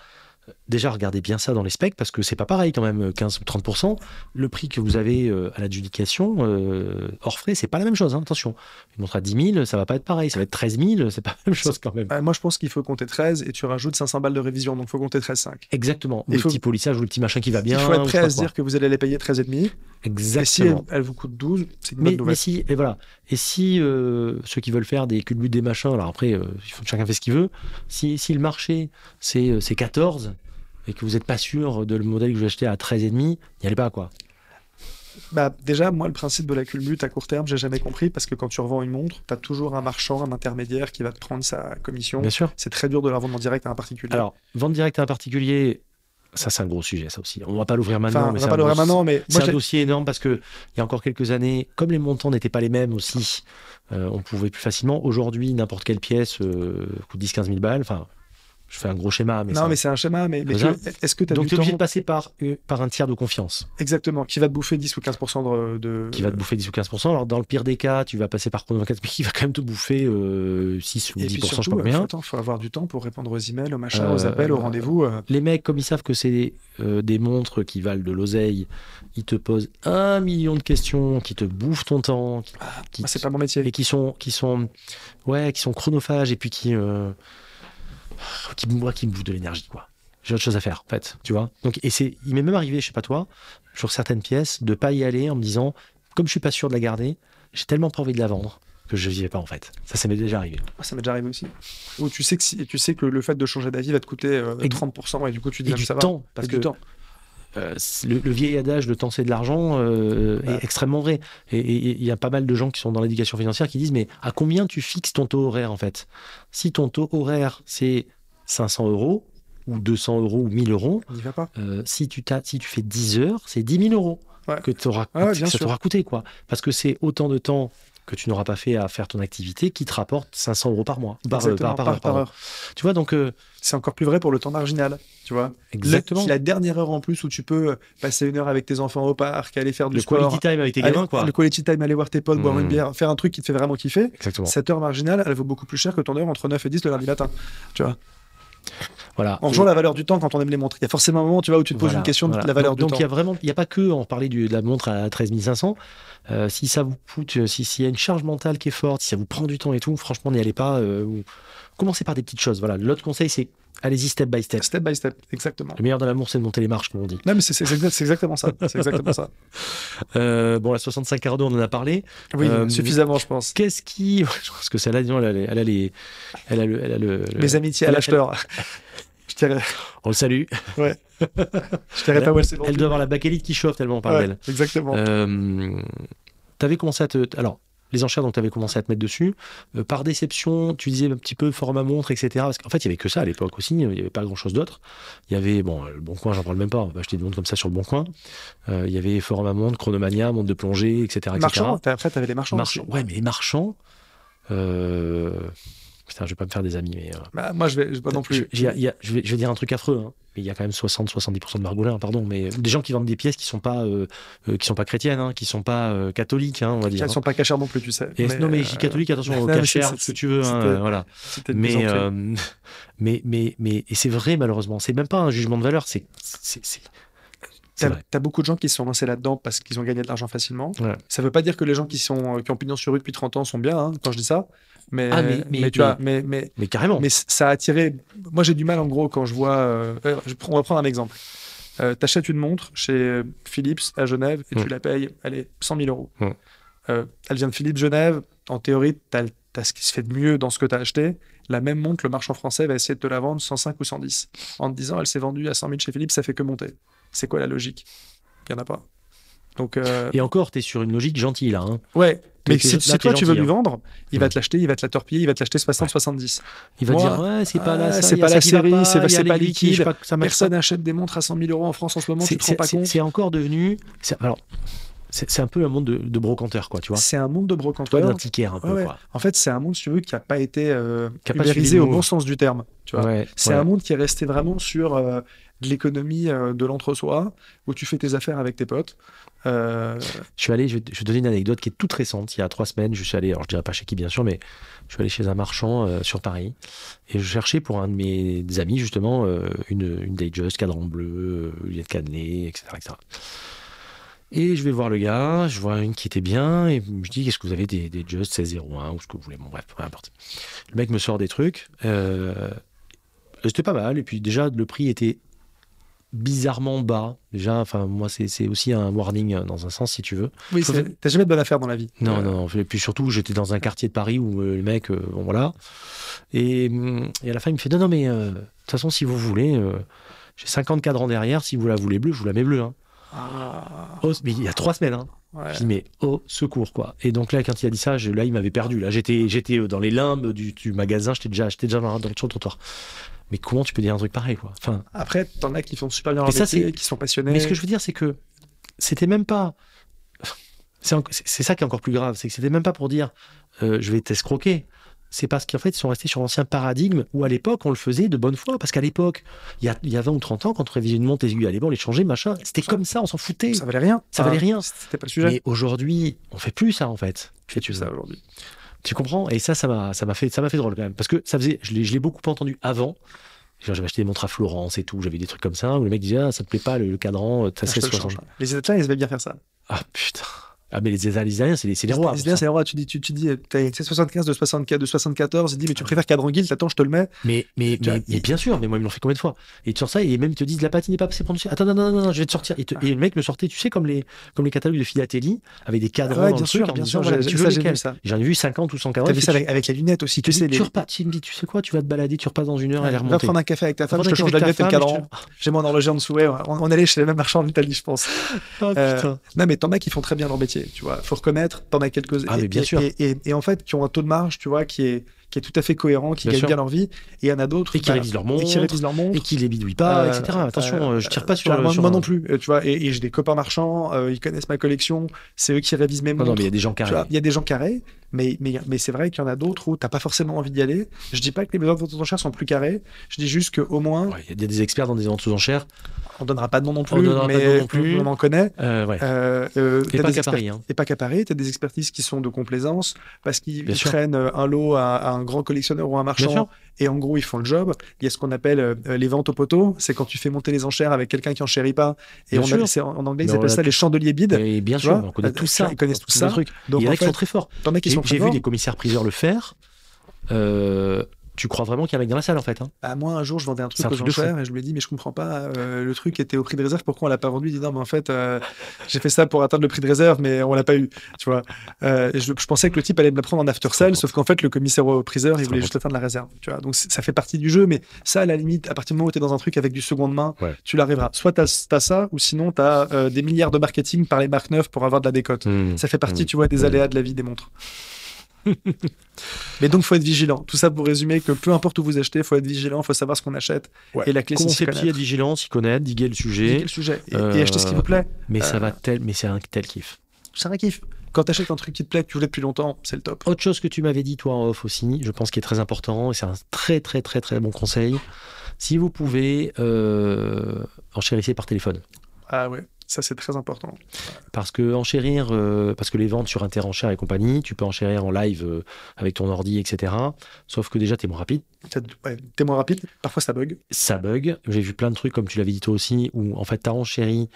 Speaker 1: euh, déjà regardez bien ça dans les specs parce que c'est pas pareil quand même euh, 15 ou 30 le prix que vous avez euh, à l'adjudication euh, hors frais c'est pas la même chose hein, attention une montre à 10 000 ça va pas être pareil ça va être 13 000 c'est pas la même chose quand même
Speaker 2: Euh, moi, je pense qu'il faut compter 13 et tu rajoutes 500 balles de révision, donc faut compter 13,5.
Speaker 1: exactement
Speaker 2: Il
Speaker 1: le
Speaker 2: faut-
Speaker 1: petit polissage ou le petit machin qui va bien
Speaker 2: Il faut être
Speaker 1: ou je sais
Speaker 2: prêt à
Speaker 1: pas
Speaker 2: se
Speaker 1: quoi.
Speaker 2: dire que vous allez les payer 13,5. Et si
Speaker 1: exactement
Speaker 2: elle, elle vous coûte 12, c'est une
Speaker 1: mais,
Speaker 2: bonne
Speaker 1: mais
Speaker 2: nouvelle.
Speaker 1: si, et voilà. Et si euh, ceux qui veulent faire des culbutes, des machins, alors après, euh, il faut- chacun fait ce qu'il veut. Si, si le marché, c'est euh, c'est 14 et que vous n'êtes pas sûr de le modèle que vous achetez à 13,5, n'y allez pas, quoi.
Speaker 2: Bah, déjà, moi, le principe de la culbute à court terme, j'ai jamais compris parce que quand tu revends une montre, tu as toujours un marchand, un intermédiaire qui va te prendre sa commission.
Speaker 1: Bien sûr.
Speaker 2: C'est très dur de la vendre en direct à un particulier.
Speaker 1: Alors, vente directe à un particulier, ça, c'est un gros sujet, ça aussi. On va pas l'ouvrir maintenant.
Speaker 2: enfin,
Speaker 1: mais
Speaker 2: on
Speaker 1: c'est
Speaker 2: va
Speaker 1: un
Speaker 2: pas le
Speaker 1: gros-
Speaker 2: voir maintenant, mais moi,
Speaker 1: C'est un
Speaker 2: j'ai-
Speaker 1: dossier énorme parce que il y a encore quelques années, comme les montants n'étaient pas les mêmes aussi, euh, on pouvait plus facilement. Aujourd'hui, n'importe quelle pièce euh, coûte 10-15 000 balles. Enfin, je fais un gros schéma, mais,
Speaker 2: non,
Speaker 1: ça-
Speaker 2: mais c'est un schéma. Mais, mais
Speaker 1: Rosa,
Speaker 2: que- est-ce que tu as
Speaker 1: donc
Speaker 2: du
Speaker 1: tu es
Speaker 2: temps
Speaker 1: obligé de passer par, euh, par un tiers de confiance.
Speaker 2: exactement qui va te bouffer 10 ou 15% de, de-
Speaker 1: qui va te bouffer 10 ou 15%. Alors, dans le pire des cas, tu vas passer par Chrono 24, mais qui va quand même te bouffer euh, 6 ou
Speaker 2: Et
Speaker 1: 10%,
Speaker 2: puis
Speaker 1: je sais
Speaker 2: surtout,
Speaker 1: pas
Speaker 2: euh, faut-
Speaker 1: combien.
Speaker 2: attends, faut avoir du temps pour répondre aux emails, aux machins,
Speaker 1: Euh,
Speaker 2: aux appels, aux
Speaker 1: euh,
Speaker 2: rendez-vous. euh.
Speaker 1: Les mecs, comme ils savent que c'est euh, des montres qui valent de l'oseille, ils te posent un million de questions, qui te bouffent ton temps, qui, qui-
Speaker 2: Ah, Moi, c'est pas mon métier.
Speaker 1: et qui sont, qui sont, ouais, qui sont chronophages et puis qui, euh, qui, me- moi, qui me bouffent de l'énergie, quoi. J'ai autre chose à faire, en fait, tu vois. Donc, et c'est, il m'est même arrivé, je sais pas toi, sur certaines pièces, de pas y aller en me disant, comme je suis pas sûr de la garder, j'ai tellement pas envie de la vendre que je n'y vais pas, en fait. Ça, ça m'est déjà arrivé.
Speaker 2: Ah, Ça m'est déjà arrivé aussi. Ou tu sais que si- tu sais que le fait de changer d'avis va te coûter euh,
Speaker 1: Et du-
Speaker 2: 30% et du coup tu
Speaker 1: Et
Speaker 2: dis non, mais
Speaker 1: du
Speaker 2: ça va.
Speaker 1: temps, parce
Speaker 2: Et
Speaker 1: que
Speaker 2: du temps.
Speaker 1: euh, c'est- le, le vieil adage le temps c'est de l'argent euh,
Speaker 2: Bah.
Speaker 1: est extrêmement vrai. Et- Et et il y a pas mal de gens qui sont dans l'éducation financière qui disent mais à combien tu fixes ton taux horaire en fait Si ton taux horaire c'est 500 euros ou 200 euros ou 1000 euros,
Speaker 2: On n'y va pas.
Speaker 1: euh, si, tu t'as- si tu fais 10 heures, c'est 10 000 euros
Speaker 2: Ouais.
Speaker 1: que, t'auras-
Speaker 2: Ah ouais,
Speaker 1: que
Speaker 2: bien
Speaker 1: ça
Speaker 2: sûr.
Speaker 1: t'aura coûté. quoi. Parce que c'est autant de temps que tu n'auras pas fait à faire ton activité qui te rapporte 500 euros par mois. Par, euh,
Speaker 2: Exactement,
Speaker 1: par- par heure, pardon. Tu vois, donc... euh,
Speaker 2: C'est encore plus vrai pour le temps marginal, tu vois. Le-
Speaker 1: exactement.
Speaker 2: La dernière heure en plus où tu peux passer une heure avec tes enfants au parc, aller faire du
Speaker 1: Le
Speaker 2: sport,
Speaker 1: quality time avec tes
Speaker 2: aller-
Speaker 1: gamins, quoi.
Speaker 2: le quality time, aller voir tes potes, boire
Speaker 1: Mm.
Speaker 2: une bière, faire un truc qui te fait vraiment kiffer.
Speaker 1: Exactement.
Speaker 2: Cette heure marginale, elle vaut beaucoup plus cher que ton heure entre 9 et 10 le lundi matin.
Speaker 1: Voilà.
Speaker 2: En jouant la valeur du temps quand on aime les montres. Il y a forcément un moment, tu vois, où tu te poses
Speaker 1: Voilà,
Speaker 2: une question
Speaker 1: voilà.
Speaker 2: de la valeur
Speaker 1: donc,
Speaker 2: du
Speaker 1: donc, il y a
Speaker 2: temps.
Speaker 1: vraiment, il n'y a pas que, on parlait du- de la montre à 13 500. Euh, si ça vous coûte, euh, si- s'il y a une charge mentale qui est forte, si ça vous prend du temps et tout, franchement, n'y allez pas. euh, ou- Commencez par des petites choses. Voilà. L'autre conseil, c'est allez-y step by step.
Speaker 2: Step by step, exactement.
Speaker 1: Le meilleur de l'amour, c'est de monter les marches, comme on dit.
Speaker 2: Non, mais c'est c'est exact- c'est exactement ça. C'est exactement ça.
Speaker 1: Euh, bon, la 65 cardo, on en a parlé.
Speaker 2: Oui,
Speaker 1: Euh,
Speaker 2: suffisamment, je pense.
Speaker 1: Qu'est-ce qui. Je pense que celle-là, disons, elle a les. Elle a, les, elle a le. Elle a le, le-
Speaker 2: Mes amitiés à
Speaker 1: elle-
Speaker 2: l'acheteur. je dirais,
Speaker 1: On le salue.
Speaker 2: je dirais pas où elle s'est
Speaker 1: Elle
Speaker 2: vendue.
Speaker 1: doit avoir la bague élite qui chauffe tellement on parle
Speaker 2: Ouais,
Speaker 1: d'elle.
Speaker 2: Exactement.
Speaker 1: Euh, t'avais commencé à te. t- Alors, les enchères dont tu avais commencé à te mettre dessus, euh, par déception, tu disais un petit peu format montre, etc. Parce qu'en fait, il y avait que ça à l'époque aussi, il n'y avait pas grand chose d'autre. Il y avait, bon, euh, le Bon Coin, j'en parle même pas, on va pas acheter des montres comme ça sur le Bon Coin. Euh, il y avait format montre, chronomania, montre de plongée, etc. etc.
Speaker 2: Marchand, t'as- après, t'avais les marchands.
Speaker 1: Euh, Marchand.
Speaker 2: aussi.
Speaker 1: Ouais, mais les marchands. euh, Putain, je vais pas me faire des amis, mais. euh,
Speaker 2: Bah, moi, je vais je- pas non plus.
Speaker 1: je- il y a- il y a- je, vais, je vais dire un truc affreux, hein, mais il y a quand même 60-70% de margoulins, pardon, mais des gens qui vendent des pièces qui sont pas euh, euh, qui sont pas chrétiennes, hein, qui sont pas euh, catholiques, hein, on va dire. hein.
Speaker 2: Elles sont pas cachères non plus, tu sais.
Speaker 1: Et non mais
Speaker 2: euh,
Speaker 1: je dis catholique, attention,
Speaker 2: non,
Speaker 1: au
Speaker 2: mais
Speaker 1: cachère,
Speaker 2: c'est-
Speaker 1: ce que tu veux, hein,
Speaker 2: c'était-
Speaker 1: euh, voilà.
Speaker 2: c'était une
Speaker 1: Mais,
Speaker 2: plaisanterie.
Speaker 1: euh, mais mais mais et c'est vrai malheureusement, c'est même pas un jugement de valeur, c'est c'est c'est- c'est
Speaker 2: T'as
Speaker 1: vrai.
Speaker 2: t'as beaucoup de gens qui se sont lancés là-dedans parce qu'ils ont gagné de l'argent facilement.
Speaker 1: Ouais.
Speaker 2: Ça veut pas dire que les gens qui, sont, euh, qui ont pignon sur rue depuis 30 ans sont bien, hein, quand je dis ça. Mais,
Speaker 1: Ah, mais- mais-
Speaker 2: tu vois, mais, mais,
Speaker 1: Mais carrément.
Speaker 2: mais ça a attiré. Moi, j'ai du mal, en gros, quand je vois. euh, euh, je prends- on va prendre un exemple. Euh, T'achètes une montre chez Philips à Genève et
Speaker 1: Mm.
Speaker 2: tu la payes, allez, 100 000 euros.
Speaker 1: Mm.
Speaker 2: Euh, elle vient de Philips Genève. En théorie, t'as as ce qui se fait de mieux dans ce que t'as acheté. La même montre, le marchand français va essayer de te la vendre 105 ou 110 en te disant elle s'est vendue à 100 000 chez Philips, ça fait que monter. C'est quoi la logique Il n'y en a pas. Donc, euh,
Speaker 1: Et encore, t'es sur une logique gentille là. hein.
Speaker 2: ouais.
Speaker 1: t'es-
Speaker 2: Mais
Speaker 1: t'es-
Speaker 2: si,
Speaker 1: là,
Speaker 2: si
Speaker 1: t'es
Speaker 2: toi tu veux
Speaker 1: gentil,
Speaker 2: lui vendre, il va
Speaker 1: Mm.
Speaker 2: te l'acheter, il va te la torpiller, il va te l'acheter 60, 70.
Speaker 1: Il va
Speaker 2: Moi,
Speaker 1: dire ouais, c'est pas là,
Speaker 2: ah,
Speaker 1: ça,
Speaker 2: c'est
Speaker 1: il y a
Speaker 2: pas
Speaker 1: ça
Speaker 2: la
Speaker 1: qui va
Speaker 2: série,
Speaker 1: pas,
Speaker 2: c'est-
Speaker 1: il y a
Speaker 2: c'est
Speaker 1: les
Speaker 2: pas
Speaker 1: liquides, je sais
Speaker 2: liquide,
Speaker 1: pas, ça marche pas.
Speaker 2: Personne n'achète des montres à 100 000 euros en France en ce moment, tu
Speaker 1: C'est-
Speaker 2: te rends
Speaker 1: C'est
Speaker 2: pas
Speaker 1: c'est-
Speaker 2: compte.
Speaker 1: c'est encore devenu. c'est- Alors, c'est c'est un peu un monde de, de brocanteurs, quoi, tu vois.
Speaker 2: C'est un monde de
Speaker 1: Toi, d'un
Speaker 2: brocanteurs.
Speaker 1: ticker un peu,
Speaker 2: Ouais, ouais.
Speaker 1: quoi.
Speaker 2: En fait, c'est un monde, si tu veux, qui n'a pas été euh,
Speaker 1: Qui a pas suivi
Speaker 2: ubérisé
Speaker 1: le
Speaker 2: au
Speaker 1: move.
Speaker 2: bon sens du terme. Tu vois.
Speaker 1: Ouais,
Speaker 2: C'est
Speaker 1: ouais.
Speaker 2: un monde qui est resté vraiment sur euh, de l'économie euh, de l'entre-soi, où tu fais tes affaires avec tes potes. Euh,
Speaker 1: Je suis allé, je vais te je vais te donner une anecdote qui est toute récente. Il y a trois semaines, je suis allé, alors je dirais pas chez qui bien sûr, mais je suis allé chez un marchand euh, sur Paris et je cherchais pour un de mes amis justement euh, une, une Datejust, cadran bleu, euh, lunettes cannelées, etc., etc. Et je vais voir le gars, je vois une qui était bien et je dis est-ce que vous avez des, des Just 1601 ou ce que vous voulez, bon bref, peu importe. Le mec me sort des trucs, euh, c'était pas mal et puis déjà le prix était bizarrement bas. Déjà, enfin moi c'est c'est aussi un warning euh, dans un sens si tu veux.
Speaker 2: Oui,
Speaker 1: Faut
Speaker 2: c'est- t'as jamais de bonne affaire dans la vie.
Speaker 1: Non,
Speaker 2: Euh,
Speaker 1: non, non. Et puis surtout, j'étais dans un quartier de Paris où euh, le mec, euh, bon voilà. Et, hum, et à la fin, il me fait Non, non, mais euh, de toute façon, si vous voulez, euh, j'ai 50 cadrans derrière. Si vous la voulez bleue, je vous la mets bleue. hein.
Speaker 2: Ah,
Speaker 1: Oh, mais il y a trois semaines. Hein.
Speaker 2: ouais.
Speaker 1: Je dis Mais au secours, quoi. Et donc là, quand il a dit ça, je- là, il m'avait perdu. Là, j'étais j'étais euh, dans les limbes du, du magasin. J'étais déjà, j'étais déjà dans, dans le sur le trottoir. Mais comment tu peux dire un truc pareil, quoi Enfin,
Speaker 2: Après, t'en as qui font super bien leur
Speaker 1: Mais ça,
Speaker 2: métier,
Speaker 1: c'est-
Speaker 2: qui sont passionnés.
Speaker 1: Mais ce que je veux dire, c'est que c'était même pas. C'est en- c'est- c'est ça qui est encore plus grave, c'est que c'était même pas pour dire euh, je vais t'escroquer. C'est parce qu'en fait, ils sont restés sur l'ancien paradigme où à l'époque, on le faisait de bonne foi. Parce qu'à l'époque, il y a, il y a 20 ou 30 ans, quand on révisait une montre, aiguë, allez, bon, on les changeait, machin. C'était comme ça, on s'en foutait.
Speaker 2: Ça valait rien.
Speaker 1: Ça valait
Speaker 2: Enfin,
Speaker 1: rien.
Speaker 2: C'était pas le sujet.
Speaker 1: Mais aujourd'hui, on fait plus ça, en fait.
Speaker 2: fais
Speaker 1: tu
Speaker 2: tu
Speaker 1: veux.
Speaker 2: ça aujourd'hui
Speaker 1: Tu comprends Et ça, ça m'a, ça m'a fait, ça m'a fait drôle quand même, parce que ça faisait, je l'ai, je l'ai beaucoup entendu avant. Genre, J'avais acheté des montres à Florence et tout, j'avais des trucs comme ça où le mec disait ah, ça te plaît pas le, le cadran, euh, t'as
Speaker 2: Ah, je te le
Speaker 1: 16-60.
Speaker 2: change. Les athlètes, ils avaient bien faire ça.
Speaker 1: Ah putain. Ah, mais les Alsaciens, c'est les, c'est les rois.
Speaker 2: Les Italiens, c'est les rois. Tu dis, tu, tu dis, euh, t'as- c'est 75 de 64, de 74. Il dit, mais tu préfères Cadranguil, t'attends, je te le mets.
Speaker 1: Mais, mais,
Speaker 2: Tu
Speaker 1: mais,
Speaker 2: vois,
Speaker 1: mais
Speaker 2: il-
Speaker 1: bien sûr, mais moi, ils me l'ont fait combien de fois Ils te sortent ça et même ils te disent la patine n'est pas passée pour dessus. Attends, non, non, non, non, je vais te sortir. Et, te- et le mec me sortait, tu sais, comme les, comme les catalogues de philatélie, avec des cadrans
Speaker 2: Ouais,
Speaker 1: dans
Speaker 2: bien
Speaker 1: le truc,
Speaker 2: sûr,
Speaker 1: en
Speaker 2: bien
Speaker 1: disant,
Speaker 2: sûr.
Speaker 1: voilà,
Speaker 2: j'ai-
Speaker 1: tu
Speaker 2: j'ai-
Speaker 1: veux
Speaker 2: ça, J'ai
Speaker 1: lesquels
Speaker 2: vu ça.
Speaker 1: J'en ai vu 50 ou 140.
Speaker 2: T'as vu
Speaker 1: et
Speaker 2: ça
Speaker 1: tu-
Speaker 2: avec, avec les lunettes aussi.
Speaker 1: tu,
Speaker 2: Tu sais,
Speaker 1: dis,
Speaker 2: les.
Speaker 1: tu repars, tu me dis, tu sais quoi, tu vas te balader, tu repasses dans une heure, elle est
Speaker 2: Va
Speaker 1: remontée.
Speaker 2: prendre un café avec ta femme,
Speaker 1: Prends
Speaker 2: je te
Speaker 1: un
Speaker 2: change
Speaker 1: café
Speaker 2: la
Speaker 1: avec
Speaker 2: lunette et
Speaker 1: ta
Speaker 2: le
Speaker 1: femme
Speaker 2: cadran.
Speaker 1: et
Speaker 2: J'ai mon horloger en dessous. ouais, ouais. on, on allait chez les mêmes marchands en Italie, je pense.
Speaker 1: tu- Ah,
Speaker 2: Euh,
Speaker 1: putain.
Speaker 2: Non, mais t'en as qui font très bien leur métier, tu vois. Faut reconnaître, t'en as quelques
Speaker 1: Ah,
Speaker 2: et-
Speaker 1: mais bien
Speaker 2: et,
Speaker 1: sûr.
Speaker 2: Et, et- et en fait, qui ont un taux de marge, tu vois, qui est, qui est tout à fait cohérent, qui
Speaker 1: Bien
Speaker 2: gagnent
Speaker 1: sûr.
Speaker 2: bien leur vie. Et il y en a d'autres
Speaker 1: Et qui
Speaker 2: bah,
Speaker 1: révisent leur
Speaker 2: et qui
Speaker 1: montre,
Speaker 2: révisent leur monde.
Speaker 1: et qui les bidouille pas,
Speaker 2: Euh,
Speaker 1: etc. Attention,
Speaker 2: euh,
Speaker 1: euh, je tire pas
Speaker 2: Tu vois,
Speaker 1: sur. le-
Speaker 2: moi,
Speaker 1: sur
Speaker 2: moi
Speaker 1: un-
Speaker 2: non plus, euh, tu vois. Et, et j'ai des copains marchands, euh, ils connaissent ma collection, c'est eux qui révisent mes
Speaker 1: Ah Non, non,
Speaker 2: montres.
Speaker 1: mais il y a des gens
Speaker 2: Tu vois,
Speaker 1: carrés.
Speaker 2: il y a des gens carrés, mais, mais, mais c'est vrai qu'il y en a d'autres où t'as pas forcément envie d'y aller. Je dis pas que les maisons de vente aux enchères sont plus carrées, je dis juste qu'au moins,
Speaker 1: Ouais, Il y a des experts dans des ventes sous enchères.
Speaker 2: on donnera pas de nom non
Speaker 1: On
Speaker 2: plus,
Speaker 1: donnera pas de
Speaker 2: mais
Speaker 1: nom non plus.
Speaker 2: on en connaît.
Speaker 1: Euh, ouais.
Speaker 2: Euh, euh,
Speaker 1: Et
Speaker 2: t'as
Speaker 1: pas
Speaker 2: des
Speaker 1: qu'à
Speaker 2: experts-
Speaker 1: Paris. hein.
Speaker 2: et pas qu'à Paris, tu as des expertises qui sont de complaisance parce qu'ils
Speaker 1: Bien
Speaker 2: ils
Speaker 1: sûr.
Speaker 2: prennent euh, un lot à, à un grand collectionneur ou un
Speaker 1: Bien sûr.
Speaker 2: marchand et en gros ils font le job. Il y a ce qu'on appelle euh, euh, les ventes au poteau, c'est quand tu fais monter les enchères avec quelqu'un qui enchérit pas. Et
Speaker 1: Bien
Speaker 2: on a-
Speaker 1: sûr.
Speaker 2: c'est- en en anglais
Speaker 1: Mais on
Speaker 2: ils appellent
Speaker 1: l'a
Speaker 2: ça les chandeliers bides.
Speaker 1: Et bien
Speaker 2: tu
Speaker 1: sûr,
Speaker 2: vois,
Speaker 1: on connaît
Speaker 2: euh,
Speaker 1: tout ça.
Speaker 2: ils connaissent
Speaker 1: on
Speaker 2: tout
Speaker 1: connaît
Speaker 2: ça.
Speaker 1: le truc.
Speaker 2: Donc
Speaker 1: il y en
Speaker 2: en
Speaker 1: a qui sont
Speaker 2: fait,
Speaker 1: très forts.
Speaker 2: t'en as qui
Speaker 1: J'ai-
Speaker 2: sont
Speaker 1: J'ai
Speaker 2: très
Speaker 1: vu
Speaker 2: forts.
Speaker 1: les commissaires priseurs le faire. Euh, tu crois vraiment qu'il y a un mec dans la salle en fait hein
Speaker 2: Bah, moi, un jour, je vendais un truc
Speaker 1: C'est un
Speaker 2: aux
Speaker 1: truc de fou.
Speaker 2: enchères et je me dis, mais je comprends pas, euh, le truc était au prix de réserve, pourquoi on l'a pas vendu Il dit, non, mais en fait, euh, j'ai fait ça pour atteindre le prix de réserve, mais on l'a pas eu. Tu vois, Euh, et je, je pensais que le type allait me la prendre en after sale, sauf qu'en fait, le commissaire au priseur, il
Speaker 1: C'est
Speaker 2: voulait
Speaker 1: important.
Speaker 2: juste atteindre la réserve. Tu vois, donc c'est- ça fait partie du jeu, mais ça, à la limite, à partir du moment où tu es dans un truc avec du seconde main,
Speaker 1: Ouais.
Speaker 2: tu l'arriveras. Soit tu as, ça, ou sinon, tu as des milliards de marketing par les marques neuves pour avoir de la décote. Ça fait partie,
Speaker 1: Mm.
Speaker 2: tu vois, des
Speaker 1: Mm.
Speaker 2: aléas de la vie des montres. Mais donc, faut être vigilant. Tout ça pour résumer que peu importe où vous achetez, faut être vigilant, faut savoir ce qu'on achète.
Speaker 1: Ouais.
Speaker 2: Et la clé, c'est de s'y
Speaker 1: Commencer petit,
Speaker 2: connaître.
Speaker 1: être vigilant, s'y connaître, diguer le
Speaker 2: Dis
Speaker 1: sujet.
Speaker 2: quel sujet et,
Speaker 1: Euh,
Speaker 2: et acheter ce qui vous plaît.
Speaker 1: Mais ça
Speaker 2: Euh.
Speaker 1: va tel, mais c'est un tel kiff.
Speaker 2: C'est un kiff. Quand t'achètes un truc qui te plaît, que tu voulais depuis longtemps, c'est le top.
Speaker 1: Autre chose que tu m'avais dit toi en off aussi, je pense qui est très important et c'est un très très très très bon conseil. Si vous pouvez euh, enchérisser par téléphone,
Speaker 2: Ah ouais, ça c'est très important.
Speaker 1: parce que enchérir, euh, parce que les ventes sur Interenchère et compagnie, tu peux enchérir en live euh, avec ton ordi, etc. Sauf que déjà t'es moins rapide.
Speaker 2: T'as- ouais, T'es moins rapide, parfois ça bug.
Speaker 1: ça bug. J'ai vu plein de trucs, comme tu l'avais dit toi aussi, où en fait, t'as renchéri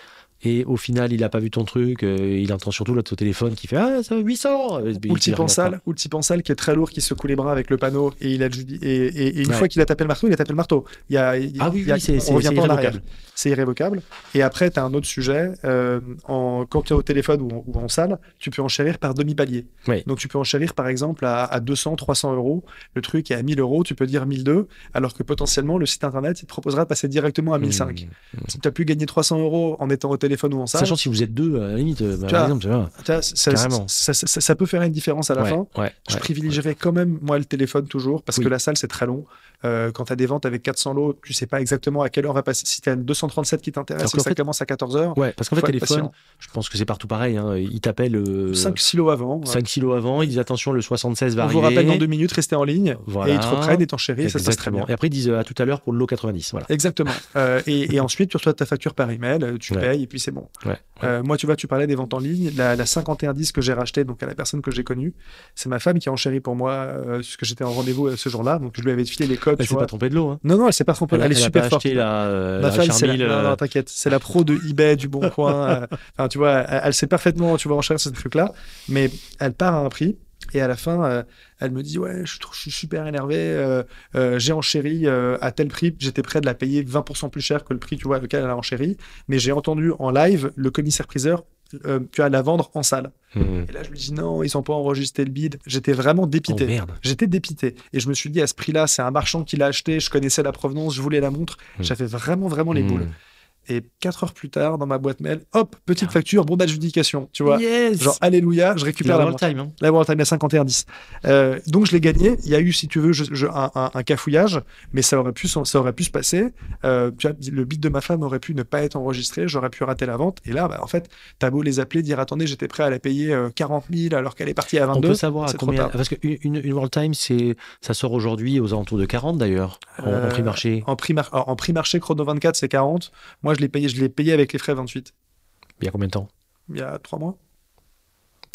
Speaker 1: et au final, il a pas vu ton truc, euh, il entend surtout l'autre au téléphone qui fait Ah, ça va 800 euh, il
Speaker 2: Ou le type
Speaker 1: arrive
Speaker 2: en
Speaker 1: à
Speaker 2: salle, ou le type en salle qui est très lourd, qui secoue les bras avec le panneau et il a et, et, et une
Speaker 1: Ouais.
Speaker 2: fois qu'il a tapé le marteau, il a tapé le marteau. Il y a, il-
Speaker 1: pas. Ah oui,
Speaker 2: il y a-
Speaker 1: oui, c'est
Speaker 2: on
Speaker 1: c'est-
Speaker 2: revient
Speaker 1: c'est
Speaker 2: pas en arrière.
Speaker 1: irrévocable.
Speaker 2: c'est irrévocable. Et après, tu as un autre sujet. euh, en, quand tu es au téléphone ou en, ou en salle, tu peux enchérir par demi-palier.
Speaker 1: Oui.
Speaker 2: Donc, tu peux enchérir, par exemple, à, à 200, 300 euros. Le truc est à 1000 euros, tu peux dire 1002, alors que potentiellement, le site internet, il te proposera de passer
Speaker 1: Hmm.
Speaker 2: directement à 1005. Si tu as pu gagner 300 euros en étant au téléphone ou en
Speaker 1: Hmm.
Speaker 2: salle,
Speaker 1: Sachant si vous êtes deux, à la limite, euh, bah, par
Speaker 2: Tu vois,
Speaker 1: exemple, tu vois.
Speaker 2: tu vois, ça, ça,
Speaker 1: carrément.
Speaker 2: ça- ça- ça peut faire une différence à la
Speaker 1: ouais,
Speaker 2: fin.
Speaker 1: ouais,
Speaker 2: Je
Speaker 1: ouais.
Speaker 2: privilégierais quand même, moi, le téléphone toujours, parce
Speaker 1: Oui.
Speaker 2: que la salle, c'est très long. Euh, quand tu as des ventes avec 400 lots, tu sais pas exactement à quelle heure va passer. Si tu as 237 qui
Speaker 1: Alors
Speaker 2: t'intéresse et
Speaker 1: qu'en
Speaker 2: que ça
Speaker 1: fait-
Speaker 2: commence à 14 heures,
Speaker 1: Ouais, parce qu'en fait,
Speaker 2: Faut être
Speaker 1: téléphone,
Speaker 2: patient.
Speaker 1: je pense que c'est partout pareil. hein. Il t'appelle
Speaker 2: 5 silos avant. ouais.
Speaker 1: 5 kilos avant, il dit attention, le 76 va
Speaker 2: On vous
Speaker 1: arriver.
Speaker 2: rappelle dans deux minutes, restez en ligne.
Speaker 1: Voilà.
Speaker 2: Et ils te reprennent et t'enchéris, ça se passe très bien.
Speaker 1: Exactement. Et après, ils disent euh, à tout à l'heure pour le lot 90. Voilà.
Speaker 2: Exactement. Euh, et, et ensuite, tu reçois ta facture par email, euh, tu
Speaker 1: Ouais.
Speaker 2: payes et puis c'est bon.
Speaker 1: Ouais.
Speaker 2: Euh, moi, tu vois, tu parlais des ventes en ligne. La, la 5110 que j'ai rachetée, donc à la personne que j'ai connue, c'est ma femme qui a enchéri pour moi, euh, puisque j'étais en rendez-vous euh, ce jour-là. Donc, je lui avais filé les codes.
Speaker 1: Elle
Speaker 2: tu
Speaker 1: s'est
Speaker 2: vois.
Speaker 1: pas trompée de lot. Hein.
Speaker 2: Non, non, elle s'est pas trompée. Elle,
Speaker 1: a-
Speaker 2: est
Speaker 1: a
Speaker 2: super
Speaker 1: pas
Speaker 2: forte.
Speaker 1: acheté la, euh,
Speaker 2: Ma
Speaker 1: la
Speaker 2: femme, c'est la...
Speaker 1: Charmille, euh,
Speaker 2: non, non, t'inquiète, c'est la pro de eBay, du Bon Coin. euh, Enfin, tu vois, elle, elle sait parfaitement, tu vois, enchérir ce truc-là. Mais elle part à un prix. Et à la fin, euh, elle me dit Ouais, je, suis trop- je suis super énervé. euh, euh, j'ai enchéri euh, à tel prix. J'étais prêt de la payer 20% plus cher que le prix, tu vois, lequel elle a enchéri. Mais j'ai entendu en live le commissaire-priseur, euh, tu as la vendre en salle.
Speaker 1: Hmm.
Speaker 2: Et là, je lui dis Non, ils ont pas enregistré le bid. J'étais vraiment
Speaker 1: Oh
Speaker 2: dépité.
Speaker 1: merde.
Speaker 2: J'étais dépité et je me suis dit à ce prix-là, c'est un marchand qui l'a acheté, je connaissais la provenance, je voulais la montre,
Speaker 1: Mm.
Speaker 2: j'avais vraiment vraiment les
Speaker 1: Hmm.
Speaker 2: boules. Et quatre heures plus tard, dans ma boîte mail, hop, petite facture, bon d'adjudication, tu vois.
Speaker 1: Ah. Yes
Speaker 2: Genre, alléluia, je récupère la montre.
Speaker 1: time. Hein.
Speaker 2: La World Time à 51-10. Euh, donc je l'ai gagné. Il y a eu, si tu veux, je- je- un, un- un cafouillage, mais ça aurait pu, ça aurait pu se passer. Euh, tu vois, le beat de ma femme aurait pu ne pas être enregistré. J'aurais pu rater la vente. Et là, bah, en fait, t'as beau les appeler, dire attendez, j'étais prêt à la payer euh, 40 000 alors qu'elle est partie à
Speaker 1: On
Speaker 2: 22.
Speaker 1: peut savoir à
Speaker 2: c'est trop
Speaker 1: combien.
Speaker 2: tard.
Speaker 1: Parce qu'une une, une World Time, c'est ça sort aujourd'hui aux alentours de 40 d'ailleurs, en, en
Speaker 2: Euh,
Speaker 1: prix marché.
Speaker 2: En prix, mar- alors, en prix marché chrono 24, c'est 40. Moi, je l'ai payé, je l'ai payé avec les frais 28
Speaker 1: Il y a combien de temps
Speaker 2: il y a trois mois.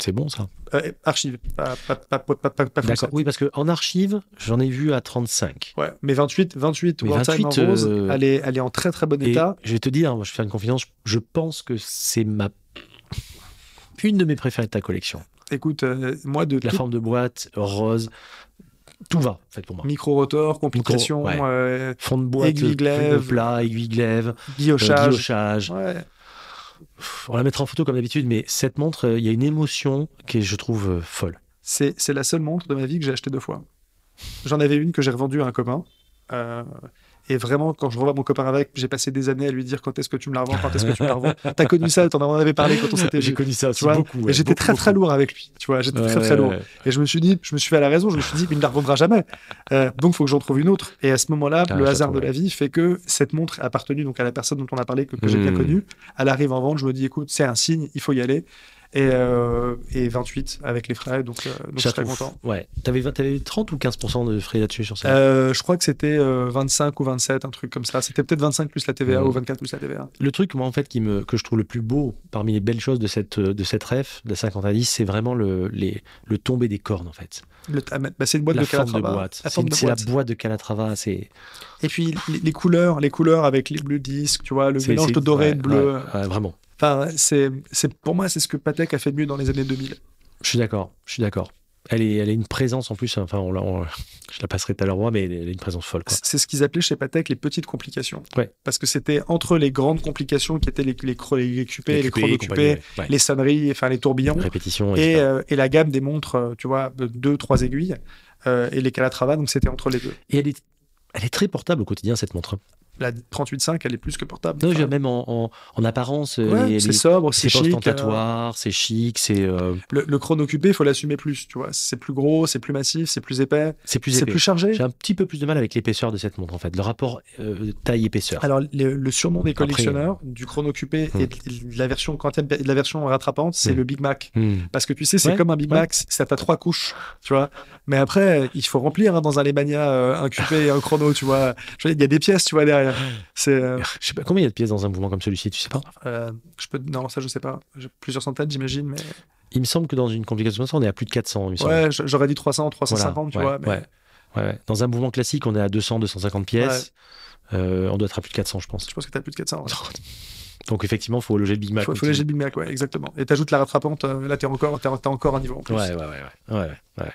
Speaker 1: C'est bon ça
Speaker 2: Euh, archive, pas, pas, pas, pas, pas, pas, pas
Speaker 1: D'accord.
Speaker 2: français.
Speaker 1: Oui, parce qu'en archive, j'en ai vu à 35.
Speaker 2: Ouais, mais 28, 28,
Speaker 1: Mais
Speaker 2: World Time
Speaker 1: 28,
Speaker 2: en rose,
Speaker 1: euh,
Speaker 2: elle, est, elle est en très très bon
Speaker 1: Et
Speaker 2: état.
Speaker 1: hein, je vais te dire, moi, je vais faire une confidence, je pense que c'est ma une de mes préférées de ta collection.
Speaker 2: Écoute, euh, moi, de
Speaker 1: La
Speaker 2: tout-
Speaker 1: forme de boîte, rose, tout va, en fait, pour moi.
Speaker 2: micro-rotor, complication,
Speaker 1: ouais.
Speaker 2: euh,
Speaker 1: Fond de boîte,
Speaker 2: Aiguille
Speaker 1: le-
Speaker 2: glaive.
Speaker 1: le plat, aiguille glaive, euh,
Speaker 2: guillochage.
Speaker 1: guillochage.
Speaker 2: Ouais.
Speaker 1: On la mettra en photo comme d'habitude, mais cette montre, euh, il y a une émotion qui est, je trouve, euh, folle.
Speaker 2: C'est c'est la seule montre de ma vie que j'ai achetée deux fois. J'en avais une que j'ai revendue à un copain. euh, et vraiment, quand je revois mon copain avec, j'ai passé des années à lui dire quand est-ce que tu me la revends, quand est-ce que tu me la revends. T'as connu ça, t'en en avais parlé quand on s'était
Speaker 1: J'ai
Speaker 2: vu.
Speaker 1: connu ça aussi
Speaker 2: tu vois,
Speaker 1: beaucoup. ouais,
Speaker 2: et j'étais
Speaker 1: beaucoup,
Speaker 2: très très
Speaker 1: beaucoup.
Speaker 2: lourd avec lui, tu vois, j'étais très très
Speaker 1: Ouais,
Speaker 2: lourd.
Speaker 1: ouais,
Speaker 2: Et je me suis dit, je me suis fait à la raison, je me suis dit, il ne la revendra jamais. Euh, donc, il faut que j'en trouve une autre. Et à ce moment-là,
Speaker 1: Ah,
Speaker 2: le
Speaker 1: je
Speaker 2: hasard
Speaker 1: la
Speaker 2: de
Speaker 1: trouve,
Speaker 2: la vie fait que cette montre appartenue donc à la personne dont on a parlé, que, que j'ai bien
Speaker 1: Hmm.
Speaker 2: connue. Elle arrive en vente, je me dis, écoute, c'est un signe, il faut y aller. Et, euh, et 28 avec les frais, donc, euh, donc je
Speaker 1: Je
Speaker 2: suis
Speaker 1: la
Speaker 2: très
Speaker 1: trouve-
Speaker 2: content.
Speaker 1: Ouais. T'avais, t'avais 30 ou 15% de frais là-dessus sur ça.
Speaker 2: Euh, je crois que c'était euh, 25 ou 27, un truc comme ça. C'était peut-être 25 plus la TVA
Speaker 1: Hmm.
Speaker 2: ou 24 plus la TVA.
Speaker 1: Le truc, moi, en fait, qui me, que je trouve le plus beau parmi les belles choses de cette, euh, de cette ref, de la 50 à 10, c'est vraiment le, les, le tomber des cornes, en fait.
Speaker 2: Le- ah, mais- bah, c'est une boîte
Speaker 1: la
Speaker 2: de
Speaker 1: forme de
Speaker 2: Calatrava.
Speaker 1: boîte.
Speaker 2: La
Speaker 1: C'est,
Speaker 2: forme de
Speaker 1: c'est la
Speaker 2: boîte.
Speaker 1: boîte de Calatrava. C'est,
Speaker 2: Et puis les, les couleurs, les couleurs avec les bleus disques, tu vois, le
Speaker 1: c'est-
Speaker 2: mélange
Speaker 1: c'est-
Speaker 2: de doré et
Speaker 1: ouais,
Speaker 2: de bleu.
Speaker 1: ouais, ouais, vraiment.
Speaker 2: Enfin, c'est, c'est, pour moi, c'est ce que Patek a fait de mieux dans les années 2000.
Speaker 1: Je suis d'accord. Je suis d'accord. Elle est, elle est une présence en plus. Enfin, on, l'a- on- je la passerai tout à l'heure, moi, mais elle est une présence folle. Quoi.
Speaker 2: C'est c'est ce qu'ils appelaient chez Patek les petites complications.
Speaker 1: Ouais.
Speaker 2: Parce que c'était entre les grandes complications qui étaient les, les, cro- les cupés,
Speaker 1: coupés,
Speaker 2: les,
Speaker 1: compagnie,
Speaker 2: chrono cupés,
Speaker 1: ouais, ouais.
Speaker 2: les sonneries, enfin les tourbillons,
Speaker 1: répétitions.
Speaker 2: et,
Speaker 1: etc.
Speaker 2: euh, et la gamme des montres, euh, tu vois, de deux, trois aiguilles, euh, et les Calatrava, donc c'était entre les deux.
Speaker 1: Et elle est, elle est très portable au quotidien, cette montre. hein.
Speaker 2: La 38.5, elle est plus que portable.
Speaker 1: Non,
Speaker 2: Enfin,
Speaker 1: je- même en, en, en apparence, euh,
Speaker 2: ouais,
Speaker 1: les-
Speaker 2: c'est
Speaker 1: les-
Speaker 2: sobre, c'est
Speaker 1: c'est pas
Speaker 2: chic. euh,
Speaker 1: ostentatoire, c'est chic, c'est euh,
Speaker 2: le, le chrono cupé, il faut l'assumer plus, tu vois. C'est plus gros, c'est plus massif, c'est plus épais,
Speaker 1: c'est plus
Speaker 2: c'est
Speaker 1: épais.
Speaker 2: plus chargé.
Speaker 1: J'ai un petit peu plus de mal avec l'épaisseur de cette montre, en fait. Le rapport euh, taille-épaisseur.
Speaker 2: Alors, le, le surnom des
Speaker 1: Après, euh,
Speaker 2: collectionneurs du chrono cupé
Speaker 1: Hmm.
Speaker 2: et de, de la version quantième, de la version rattrapante, c'est
Speaker 1: Hmm.
Speaker 2: le Big Mac.
Speaker 1: Hmm.
Speaker 2: Parce que tu sais, c'est
Speaker 1: Ouais,
Speaker 2: comme un Big
Speaker 1: ouais.
Speaker 2: Mac, ça t'a trois couches, tu vois. Mais après, il faut remplir hein, dans un Lemania euh, un cupé et un chrono, tu vois. Je veux dire, Il y a des pièces, tu vois, derrière. C'est, euh,
Speaker 1: Je sais pas combien il y a de pièces dans un mouvement comme celui-ci, tu sais pas.
Speaker 2: euh, je peux, non, ça, je sais pas. J'ai plusieurs centaines, j'imagine, mais
Speaker 1: Il me semble que dans une complication comme ça, on est à plus de 400. Il me semble.
Speaker 2: ouais, j- j'aurais dit 300,
Speaker 1: Voilà,
Speaker 2: 350, tu
Speaker 1: ouais,
Speaker 2: vois. mais-
Speaker 1: ouais, ouais, ouais. Dans un mouvement classique, on est à 200, 250 pièces. Euh, on doit être à plus de 400, je pense.
Speaker 2: Je pense que t'as plus de 400. Il
Speaker 1: Donc effectivement, faut loger le Big Mac.
Speaker 2: faut,
Speaker 1: au
Speaker 2: faut léger
Speaker 1: petit-
Speaker 2: le Big Mac, ouais, exactement. Et t'ajoutes la rattrapante, euh, là, t'es encore, t'es, t'as encore un niveau en plus.
Speaker 1: Ouais, ouais, ouais, ouais. ouais, ouais, ouais.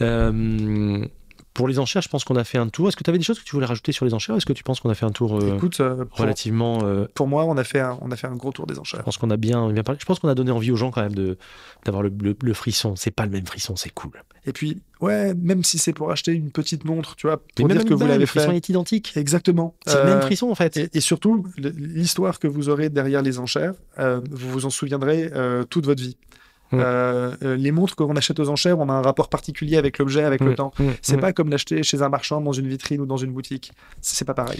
Speaker 1: Euh, pour les enchères, je pense qu'on a fait un tour. Est-ce que tu avais des choses que tu voulais rajouter sur les enchères Est-ce que tu penses qu'on a fait un tour euh,
Speaker 2: Écoute, euh, pour,
Speaker 1: relativement euh,
Speaker 2: pour moi, on a, fait un, on a fait un gros tour des
Speaker 1: Je
Speaker 2: enchères.
Speaker 1: pense qu'on a bien, bien parlé. Je pense qu'on a donné envie aux gens quand même de d'avoir le, le- le frisson. C'est pas le même frisson, c'est cool.
Speaker 2: Et puis, ouais, même si c'est pour acheter une petite montre, tu vois,
Speaker 1: Mais
Speaker 2: pour
Speaker 1: même
Speaker 2: dire
Speaker 1: une
Speaker 2: que vous
Speaker 1: balle,
Speaker 2: l'avez
Speaker 1: le frisson
Speaker 2: fait.
Speaker 1: est identique.
Speaker 2: Exactement.
Speaker 1: C'est le même
Speaker 2: Euh,
Speaker 1: frisson en fait.
Speaker 2: Et, et surtout, le- l'histoire que vous aurez derrière les enchères, euh, vous vous en souviendrez euh, toute votre vie.
Speaker 1: Mm.
Speaker 2: Euh, euh, les montres qu'on achète aux enchères, on a un rapport particulier avec l'objet, avec
Speaker 1: Mm.
Speaker 2: le temps.
Speaker 1: Mm.
Speaker 2: C'est
Speaker 1: Mm.
Speaker 2: pas comme l'acheter chez un marchand, dans une vitrine ou dans une boutique. C'est c'est pas pareil.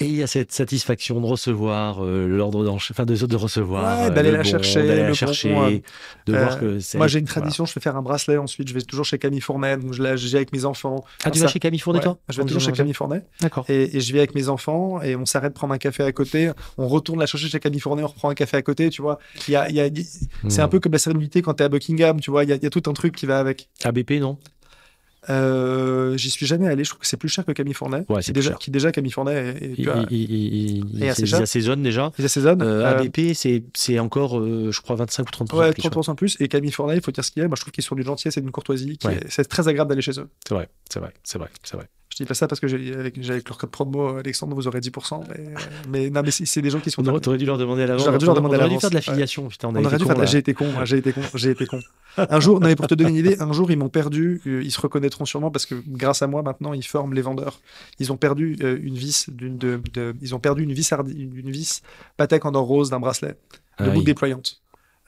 Speaker 1: Et il y a cette satisfaction de recevoir euh, l'ordre d'enchère, enfin de, de recevoir,
Speaker 2: Ouais,
Speaker 1: euh,
Speaker 2: d'aller
Speaker 1: le
Speaker 2: la
Speaker 1: bon,
Speaker 2: chercher,
Speaker 1: d'aller la
Speaker 2: le bon,
Speaker 1: chercher,
Speaker 2: euh,
Speaker 1: de voir
Speaker 2: euh,
Speaker 1: que c'est.
Speaker 2: Moi, j'ai une
Speaker 1: voilà.
Speaker 2: tradition, je fais faire un bracelet ensuite. Je vais toujours chez Camille Fournet, donc je l'ai- j'ai avec mes enfants.
Speaker 1: Ah, tu
Speaker 2: ça-
Speaker 1: vas chez Camille Fournet,
Speaker 2: Ouais,
Speaker 1: toi
Speaker 2: Je vais
Speaker 1: On
Speaker 2: toujours
Speaker 1: dit
Speaker 2: chez
Speaker 1: comme ça.
Speaker 2: Camille Fournet.
Speaker 1: D'accord.
Speaker 2: Et, et je vais avec mes enfants et on s'arrête prendre un café à côté. On retourne la chercher chez Camille Fournet, on reprend un café à côté, tu vois. Il y a- il y a- il- C'est
Speaker 1: Hmm.
Speaker 2: un peu comme la célébrité quand t'es à Buckingham, tu vois. Il y, a- il y a tout un truc qui va avec.
Speaker 1: ABP, non
Speaker 2: Euh, J'y suis jamais allé. Je trouve que c'est plus cher que Camille Fournet.
Speaker 1: Ouais,
Speaker 2: qui
Speaker 1: c'est
Speaker 2: déjà,
Speaker 1: plus cher.
Speaker 2: qui déjà Camille Fournet. Et, et,
Speaker 1: Il,
Speaker 2: tu vois,
Speaker 1: il, il, il-
Speaker 2: et
Speaker 1: il-
Speaker 2: assaisonne.
Speaker 1: il assaisonne déjà.
Speaker 2: ils assaisonnent.
Speaker 1: Euh,
Speaker 2: Euh,
Speaker 1: ABP, c'est c'est encore, euh, je crois, 25 ou 30
Speaker 2: Ouais, 30% plus. Et Camille Fournet, il faut dire ce qu'il y a. Moi, je trouve qu'ils sont d'une gentillesse et d'une courtoisie. qui
Speaker 1: Ouais.
Speaker 2: est- C'est très agréable d'aller chez eux.
Speaker 1: C'est vrai, c'est vrai, c'est vrai, c'est vrai.
Speaker 2: Je dis pas ça parce que j'ai- avec, j'ai- avec leur code promo, Alexandre, vous aurez 10%. Mais, mais non, mais c'est c'est des gens qui sont.
Speaker 1: On aurait, t'aurais dû leur demander à l'avance.
Speaker 2: J'aurais dû leur demander à
Speaker 1: On aurait dû
Speaker 2: l'avance,
Speaker 1: faire de la
Speaker 2: ouais.
Speaker 1: filiation. Putain, on, a
Speaker 2: On
Speaker 1: été
Speaker 2: aurait dû
Speaker 1: cons,
Speaker 2: faire de la
Speaker 1: là.
Speaker 2: j'ai été con, moi, j'ai été con, j'ai été con. Un jour, non mais pour te donner une idée, un jour ils m'ont perdu, euh, ils se reconnaîtront sûrement parce que grâce à moi maintenant ils forment les vendeurs. Ils ont perdu euh, une vis d'une de, de- ils ont perdu une vis hardi- une vis Patek en or rose d'un bracelet de
Speaker 1: Ah
Speaker 2: boucle
Speaker 1: oui.
Speaker 2: déployante.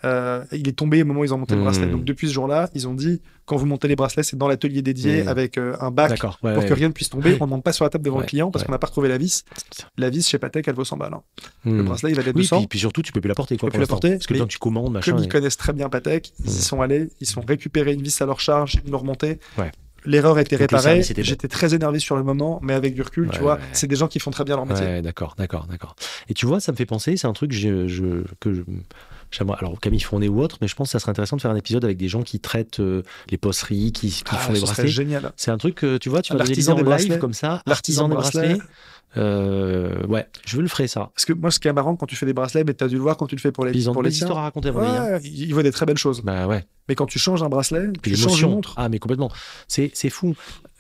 Speaker 2: Euh, il est tombé au moment où ils ont monté le
Speaker 1: Hmm.
Speaker 2: bracelet. Donc depuis ce jour-là, ils ont dit quand vous montez les bracelets, c'est dans l'atelier dédié
Speaker 1: Hmm.
Speaker 2: avec euh, un bac
Speaker 1: D'accord. ouais,
Speaker 2: pour
Speaker 1: ouais,
Speaker 2: que rien ne puisse tomber. On ne monte pas sur la table devant
Speaker 1: Ouais,
Speaker 2: le client parce
Speaker 1: ouais.
Speaker 2: qu'on n'a pas retrouvé la vis.
Speaker 1: Putain.
Speaker 2: La vis chez Patek, elle vaut 100 balles. hein.
Speaker 1: Hmm.
Speaker 2: Le bracelet, il valait
Speaker 1: Oui,
Speaker 2: 200.
Speaker 1: puis, puis surtout, tu peux plus la porter. Quoi,
Speaker 2: peux
Speaker 1: pour
Speaker 2: plus la
Speaker 1: l'instant.
Speaker 2: porter,
Speaker 1: Parce que
Speaker 2: mais
Speaker 1: quand tu commandes, machin.
Speaker 2: comme
Speaker 1: et-
Speaker 2: ils connaissent très bien Patek, ils y
Speaker 1: Mm.
Speaker 2: sont allés, ils ont récupéré une vis à leur charge, ils l'ont remontée.
Speaker 1: Ouais.
Speaker 2: L'erreur a été
Speaker 1: Donc le
Speaker 2: réparée.
Speaker 1: service était bon.
Speaker 2: J'étais très énervé sur le moment, mais avec du recul,
Speaker 1: Ouais,
Speaker 2: tu vois,
Speaker 1: ouais.
Speaker 2: c'est des gens qui font très bien leur métier.
Speaker 1: Ouais, d'accord, d'accord, d'accord. Et tu vois, ça me fait penser, c'est un truc je, je- que je- j'aimerais. Alors, Camille Fournet ou autre, mais je pense que ça serait intéressant de faire un épisode avec des gens qui traitent euh, les posseries, qui, qui
Speaker 2: Ah,
Speaker 1: font les
Speaker 2: ce serait
Speaker 1: bracelets.
Speaker 2: génial.
Speaker 1: C'est un truc que tu vois, tu vas donner des
Speaker 2: L'artisan
Speaker 1: idées en
Speaker 2: des
Speaker 1: live
Speaker 2: bracelets.
Speaker 1: comme ça,
Speaker 2: L'artisan
Speaker 1: artisan des
Speaker 2: des bracelets.
Speaker 1: bracelets. Euh, ouais, je veux le ferai ça.
Speaker 2: Parce que moi, ce qui est marrant quand tu fais des bracelets, mais t'as dû le voir quand tu le fais pour les,
Speaker 1: Puis ils ont
Speaker 2: pour
Speaker 1: des
Speaker 2: les tiens.
Speaker 1: histoires à raconter à mon avis, hein.
Speaker 2: Ouais, il il voit des très belles choses.
Speaker 1: Bah ouais.
Speaker 2: Mais quand tu changes un bracelet,
Speaker 1: Puis
Speaker 2: tu changes une
Speaker 1: l'émotion.
Speaker 2: montre.
Speaker 1: Ah, mais complètement. C'est c'est fou.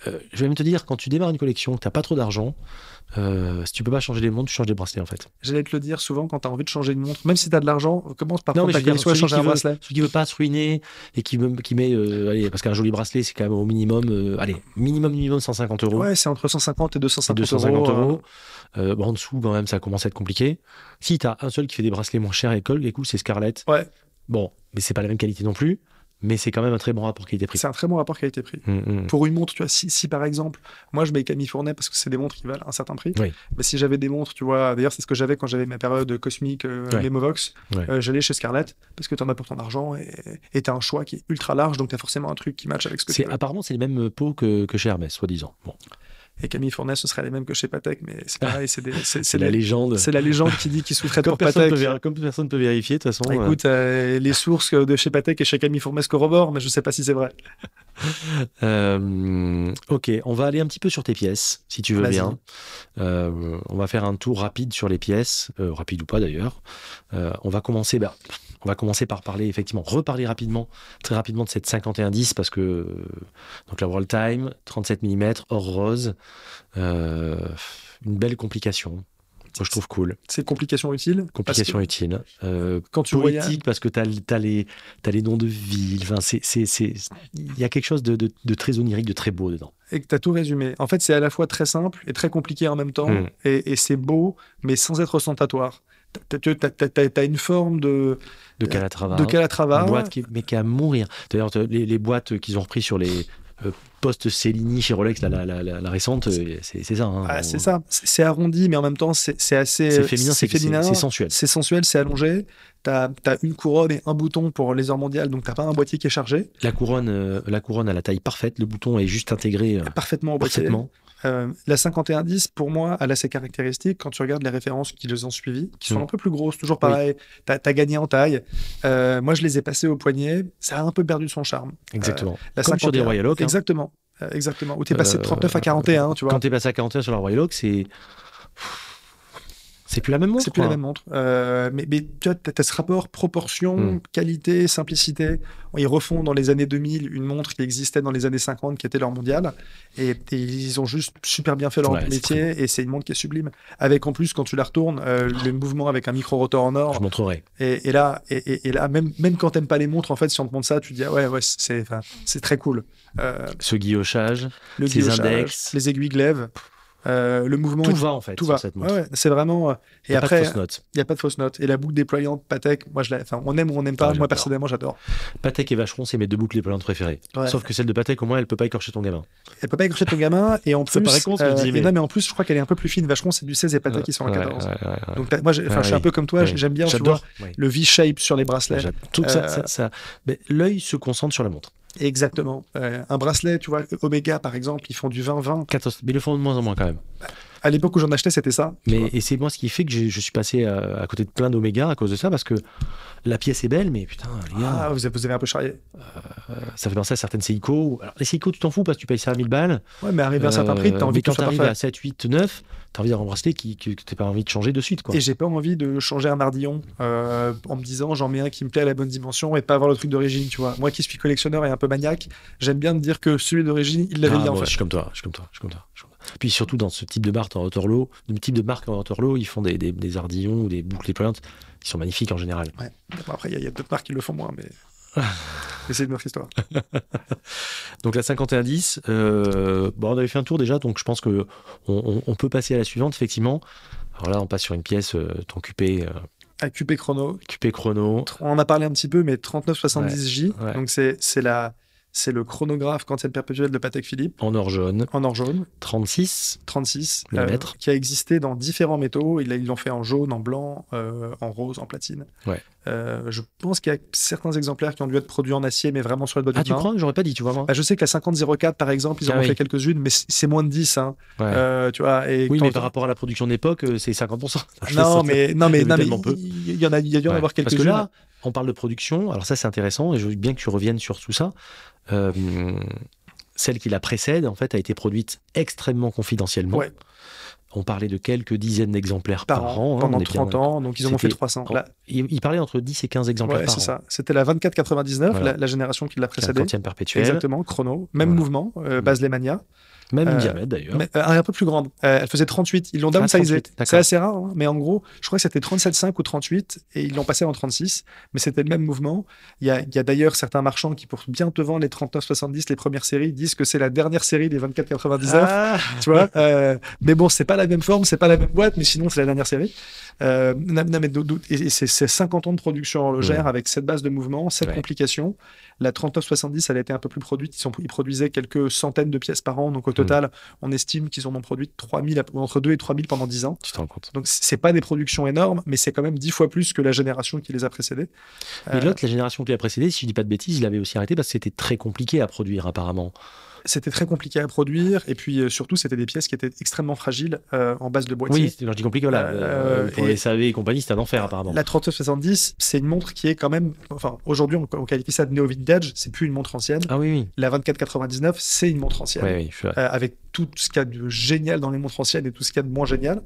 Speaker 1: Euh, je vais même te dire, quand tu démarres une collection, que t'as pas trop d'argent, euh, si tu peux pas changer des montres, tu changes des bracelets en fait.
Speaker 2: J'allais te le dire souvent quand t'as envie de changer une montre, même si t'as de l'argent, commence par
Speaker 1: Non, mais je
Speaker 2: prendre ta
Speaker 1: veux dire,
Speaker 2: collection et
Speaker 1: celui
Speaker 2: changer
Speaker 1: qui
Speaker 2: un
Speaker 1: veut-
Speaker 2: bracelet.
Speaker 1: Celui qui veut pas se ruiner et qui, me- qui met, euh, allez, parce qu'un joli bracelet, c'est quand même au minimum, euh, allez, minimum, minimum 150 euros.
Speaker 2: Ouais, c'est entre 150 et 250,
Speaker 1: 250
Speaker 2: hein.
Speaker 1: euros. Euh, bah, en dessous, quand même, ça commence à être compliqué. Si t'as un seul qui fait des bracelets moins chers et colle, écoute, c'est Scarlett.
Speaker 2: Ouais.
Speaker 1: Bon, mais c'est pas la même qualité non plus, mais c'est quand même un très bon rapport qualité-prix.
Speaker 2: hein. C'est un très bon rapport qualité-prix.
Speaker 1: Hum, hum.
Speaker 2: Pour une montre, tu vois, si, si par exemple, moi je mets Camille Fournet parce que c'est des montres qui valent un certain prix,
Speaker 1: Oui.
Speaker 2: mais si j'avais des montres, tu vois, d'ailleurs c'est ce que j'avais quand j'avais ma période cosmique, euh,
Speaker 1: Ouais.
Speaker 2: Memovox,
Speaker 1: Ouais.
Speaker 2: euh, j'allais chez Scarlett parce que t'en as pour ton argent et et t'as un choix qui est ultra large, donc t'as forcément un truc qui match avec ce que tu
Speaker 1: C'est
Speaker 2: veux.
Speaker 1: apparemment c'est les mêmes pots que, que chez Hermès, soi-disant. Bon,
Speaker 2: Et Camille Fournet, ce serait les mêmes que chez Patek, mais c'est pareil, c'est des- c'est-
Speaker 1: Ah. c'est
Speaker 2: c'est
Speaker 1: la
Speaker 2: des-
Speaker 1: légende.
Speaker 2: c'est la légende qui dit qu'ils sous-traitent
Speaker 1: Comme
Speaker 2: pour
Speaker 1: personne,
Speaker 2: Patek.
Speaker 1: peut vér- comme personne peut vérifier, de toute façon.
Speaker 2: Ah,
Speaker 1: euh,
Speaker 2: Écoute, euh, les sources de chez Patek et chez Camille Fourmes corroborent, mais je sais pas si c'est vrai.
Speaker 1: euh, ok, on va aller un petit peu sur tes pièces, si tu veux
Speaker 2: Vas-y.
Speaker 1: bien. Euh, on va faire un tour rapide sur les pièces, euh, rapide ou pas d'ailleurs. Euh, on va commencer, bah, on va commencer par parler effectivement, reparler rapidement, très rapidement de cette 5110 parce que euh, donc la World Time, 37 mm, or rose, euh, une belle complication. Moi, je trouve cool.
Speaker 2: C'est complication utile.
Speaker 1: Complication
Speaker 2: parce
Speaker 1: utile. Euh,
Speaker 2: que Quand tu
Speaker 1: poétique
Speaker 2: voyages,
Speaker 1: parce que tu as, les, t'as les noms de villes. Enfin, c'est- c'est- c'est- Il y a quelque chose de, de- de très onirique, de très beau dedans.
Speaker 2: et que tu as tout résumé, en fait, c'est à la fois très simple et très compliqué en même temps,
Speaker 1: Mm.
Speaker 2: et, et c'est beau, mais sans être ostentatoire. T'as- T'as t'as- t'as- t'as une forme de,
Speaker 1: De
Speaker 2: Euh,
Speaker 1: Calatrava.
Speaker 2: de
Speaker 1: Une
Speaker 2: Calatrava.
Speaker 1: boîte qui, mais qui a à mourir. D'ailleurs, te- les, les boîtes qu'ils ont repris sur les euh, postes Cellini chez Rolex, la, la, la, la- la récente, euh, c'est c'est ça. hein.
Speaker 2: Ah, c'est
Speaker 1: On-
Speaker 2: ça. C'est c'est arrondi, mais en même temps, c'est c'est assez.
Speaker 1: C'est
Speaker 2: euh,
Speaker 1: féminin, c'est c'est-
Speaker 2: féminin.
Speaker 1: c'est sensuel.
Speaker 2: C'est sensuel, c'est allongé. T'as as une couronne et un bouton pour les heures mondiales, donc t'as pas un boîtier qui est chargé,
Speaker 1: La couronne, euh, la couronne a la taille parfaite, le bouton est juste intégré euh,
Speaker 2: parfaitement au boîtier.
Speaker 1: parfaitement.
Speaker 2: Euh, la 5110, pour moi, elle a ses caractéristiques. Quand tu regardes les références qui les ont suivies, qui sont
Speaker 1: Mm.
Speaker 2: un peu plus grosses, toujours pareil, t'as as gagné en taille. Euh, moi, je les ai passées au poignet. Ça a un peu perdu son charme.
Speaker 1: Exactement.
Speaker 2: La
Speaker 1: Comme sur des
Speaker 2: 51,
Speaker 1: Royal Oak. hein.
Speaker 2: Exactement. Euh, exactement. Où t'es passé de
Speaker 1: Euh,
Speaker 2: 39 à 41, tu vois.
Speaker 1: Quand t'es passé à 41 sur la Royal Oak, c'est. C'est plus la même montre.
Speaker 2: C'est plus la
Speaker 1: quoi.
Speaker 2: même montre. Euh, mais, mais tu vois, t'as t'as ce rapport proportion,
Speaker 1: Mm.
Speaker 2: qualité, simplicité. Ils refont dans les années 2000 une montre qui existait dans les années 50, qui était leur mondiale. Et, et ils ont juste super bien fait leur
Speaker 1: Ouais, c'est
Speaker 2: métier. Et c'est une montre qui est sublime. Avec en plus, quand tu la retournes, euh,
Speaker 1: Ah.
Speaker 2: le mouvement avec un micro-rotor en
Speaker 1: Je
Speaker 2: or.
Speaker 1: montrerai.
Speaker 2: Et, et là, et, et- et là même, même quand t'aimes pas les montres, en fait, si on te montre ça, tu te dis, ah ouais, ouais c'est enfin, c'est très cool. Euh,
Speaker 1: Ce guillochage,
Speaker 2: le
Speaker 1: Ces
Speaker 2: guillochage,
Speaker 1: index.
Speaker 2: les aiguilles glaives, euh, le mouvement.
Speaker 1: tout va en fait
Speaker 2: tout
Speaker 1: sur
Speaker 2: va.
Speaker 1: cette
Speaker 2: Ouais,
Speaker 1: montre.
Speaker 2: ouais, c'est vraiment. euh,
Speaker 1: Y
Speaker 2: Et
Speaker 1: a pas de
Speaker 2: après,
Speaker 1: fausses notes.
Speaker 2: il n'y a pas de fausse note. Et la boucle déployante, Patek, moi, je la... enfin, on aime ou on n'aime
Speaker 1: Ah,
Speaker 2: pas.
Speaker 1: j'adore.
Speaker 2: moi, personnellement, j'adore.
Speaker 1: Patek et Vacheron, c'est mes deux boucles déployantes préférées.
Speaker 2: Ouais.
Speaker 1: Sauf que celle de Patek, au moins, elle peut pas écorcher ton gamin.
Speaker 2: Elle peut pas écorcher ton gamin. Et en plus,
Speaker 1: Ça paraît con, ce que je dis,
Speaker 2: et
Speaker 1: mais- Euh,
Speaker 2: non, mais en plus, je crois qu'elle est un peu plus fine. Vacheron, c'est du 16 et Patek, qui sont en
Speaker 1: Ouais,
Speaker 2: 14.
Speaker 1: ouais, ouais, ouais.
Speaker 2: Donc, t'as- moi, j'ai- enfin,
Speaker 1: Ouais,
Speaker 2: je suis un
Speaker 1: oui.
Speaker 2: peu comme toi.
Speaker 1: Ouais.
Speaker 2: J'aime bien tu vois,
Speaker 1: J'adore. Ouais.
Speaker 2: le V-shape sur les bracelets.
Speaker 1: J'adore. Tout ça,
Speaker 2: Euh,
Speaker 1: ça, ça- mais L'œil se concentre sur la montre.
Speaker 2: Exactement. Euh, un bracelet, tu vois, Omega, par exemple, ils font du 20-20.
Speaker 1: 14, mais ils le font de moins en moins quand même.
Speaker 2: À l'époque où j'en achetais, c'était ça. tu vois.
Speaker 1: Mais, et c'est moi ce qui fait que j'ai- je suis passé à, à côté de plein d'Oméga à cause de ça, parce que la pièce est belle, mais putain, les gars,
Speaker 2: Ah, vous avez vous avez un peu charrié. Ah.
Speaker 1: ça fait penser à certaines Seiko. où- Alors, les Seiko, tu t'en fous parce que tu payes ça à 1000 balles.
Speaker 2: Ouais, mais arrivé Eh à un certain prix,
Speaker 1: Euh,
Speaker 2: t'as envie
Speaker 1: mais
Speaker 2: de
Speaker 1: quand
Speaker 2: tout
Speaker 1: t'arrives
Speaker 2: parfait.
Speaker 1: à 7, 8, 9, t'as envie d'avoir un bracelet qui, que que t'as pas envie de changer de suite. Quoi.
Speaker 2: Et j'ai pas envie de changer un ardillon euh, en me disant j'en mets un qui me plaît à la bonne dimension et pas avoir le truc d'origine, tu vois. Moi qui suis collectionneur et un peu maniaque, j'aime bien me dire que celui d'origine, il l'avait
Speaker 1: Ah,
Speaker 2: bien
Speaker 1: moi,
Speaker 2: en
Speaker 1: Je
Speaker 2: fait.
Speaker 1: suis comme toi, je suis comme toi, je suis comme toi. je suis comme toi. Puis surtout dans ce type de marque en Waterloo, de type de marque en Waterloo, ils font des, des, des ardillons ou des boucles déployantes qui sont magnifiques en général.
Speaker 2: Bon, après, il y a- il y a, d'autres marques qui le font moins, mais. mais c'est une autre histoire.
Speaker 1: Donc la 5110, euh, bon, on avait fait un tour déjà, donc je pense que on, on- on peut passer à la suivante effectivement. Alors là, on passe sur une pièce, euh, ton QP, euh,
Speaker 2: À QP Chrono,
Speaker 1: QP chrono.
Speaker 2: on en a parlé un petit peu, mais 3970J,
Speaker 1: Ouais, ouais.
Speaker 2: donc c'est c'est la. C'est le chronographe quantienne perpétuelle de Patek Philippe
Speaker 1: En or jaune,
Speaker 2: en or jaune,
Speaker 1: 36,
Speaker 2: 36,
Speaker 1: Millimètres.
Speaker 2: euh, qui a existé dans différents métaux. Ils l'a- ils l'ont fait en jaune, en blanc, euh, en rose, en platine.
Speaker 1: Ouais.
Speaker 2: Euh, je pense qu'il y a certains exemplaires qui ont dû être produits en acier, mais vraiment sur le doigt
Speaker 1: Ah,
Speaker 2: d'une
Speaker 1: tu
Speaker 2: main.
Speaker 1: crois J'aurais pas dit, tu vois, moi.
Speaker 2: Bah, je sais que la 5004, par exemple, ils en
Speaker 1: Ah
Speaker 2: ont
Speaker 1: oui.
Speaker 2: fait quelques-unes, mais c- c'est moins de 10. hein.
Speaker 1: Ouais.
Speaker 2: Euh, tu vois, et
Speaker 1: oui,
Speaker 2: quand-
Speaker 1: mais par rapport à la production d'époque, euh, c'est 50%. Je fais ça.
Speaker 2: Non,
Speaker 1: Il
Speaker 2: mais, non,
Speaker 1: y
Speaker 2: mais,
Speaker 1: en a
Speaker 2: non, mais
Speaker 1: tellement peu.
Speaker 2: il il y en a, il y a dû en
Speaker 1: Ouais.
Speaker 2: avoir
Speaker 1: Parce que
Speaker 2: quelques-unes.
Speaker 1: là, on parle de production. Alors ça, c'est intéressant. Et je veux bien que tu reviennes sur tout ça. Euh, celle qui la précède, en fait, a été produite extrêmement confidentiellement.
Speaker 2: Ouais.
Speaker 1: On parlait de quelques dizaines d'exemplaires par, an. hein,
Speaker 2: pendant
Speaker 1: on est bien
Speaker 2: 30 ans. Donc, ils en ont fait
Speaker 1: C'était-
Speaker 2: 300.
Speaker 1: en-
Speaker 2: Là,
Speaker 1: Il, il parlait entre 10 et 15 exemplaires
Speaker 2: ouais,
Speaker 1: par an.
Speaker 2: c'est ça. C'était la 2499,
Speaker 1: Voilà.
Speaker 2: la, la génération qui l'a
Speaker 1: C'est la
Speaker 2: précédée.
Speaker 1: 40e perpétuelle.
Speaker 2: Exactement, chrono. Même
Speaker 1: Voilà. Mmh.
Speaker 2: mouvement, euh, Baz Lemania.
Speaker 1: Même une
Speaker 2: Euh,
Speaker 1: diamètre d'ailleurs.
Speaker 2: Mais, euh, un peu plus grande. Euh, elle faisait 38. Ils l'ont
Speaker 1: Ah,
Speaker 2: downsizée.
Speaker 1: 38, d'accord.
Speaker 2: C'est assez rare, hein, mais en gros, je crois que c'était 37,5 ou 38 et ils l'ont passé en 36. Mais c'était le même mouvement. Il y a, il y a d'ailleurs certains marchands qui, pour bien te vendre les 39,70, les premières séries, disent que c'est la dernière série des 24,99.
Speaker 1: Ah
Speaker 2: Tu vois Euh, Mais bon, c'est pas la même forme, c'est pas la même boîte, mais sinon, c'est la dernière série. Euh, non, non, mais d'où- d'où- et et c'est c'est 50 ans de production horlogère
Speaker 1: Ouais.
Speaker 2: avec cette base de mouvement, cette
Speaker 1: Ouais.
Speaker 2: complication. La 3970, elle a été un peu plus produite. Ils, sont- ils produisaient quelques centaines de pièces par an.
Speaker 1: Mm.
Speaker 2: Donc, au total, on estime qu'ils en ont produit 3000, à- entre 2 et 3000 pendant 10 ans.
Speaker 1: Tu te rends compte.
Speaker 2: Donc, c- c'est pas des productions énormes, mais c'est quand même 10 fois plus que la génération qui les a précédées.
Speaker 1: Mais
Speaker 2: Euh,
Speaker 1: l'autre, la génération qui l'a précédée, si je dis pas de bêtises, il avait aussi arrêté parce que c'était très compliqué à produire apparemment.
Speaker 2: C'était très compliqué à produire. Et puis, euh, surtout, c'était des pièces qui étaient extrêmement fragiles euh, en base de boîtier.
Speaker 1: Oui, c'est- alors je dis compliqué, voilà.
Speaker 2: Euh,
Speaker 1: euh, pour
Speaker 2: et-
Speaker 1: les SAV et compagnie, c'est un enfer apparemment.
Speaker 2: La 3970, c'est une montre qui est quand même. Enfin, aujourd'hui, on, on qualifie ça de néo-vintage. C'est plus une montre ancienne.
Speaker 1: Ah oui, oui.
Speaker 2: La 2499, c'est une montre ancienne.
Speaker 1: Ouais, oui, je suis-
Speaker 2: Euh, avec tout ce qu'il y a de génial dans les montres anciennes et tout ce qu'il y a de moins génial.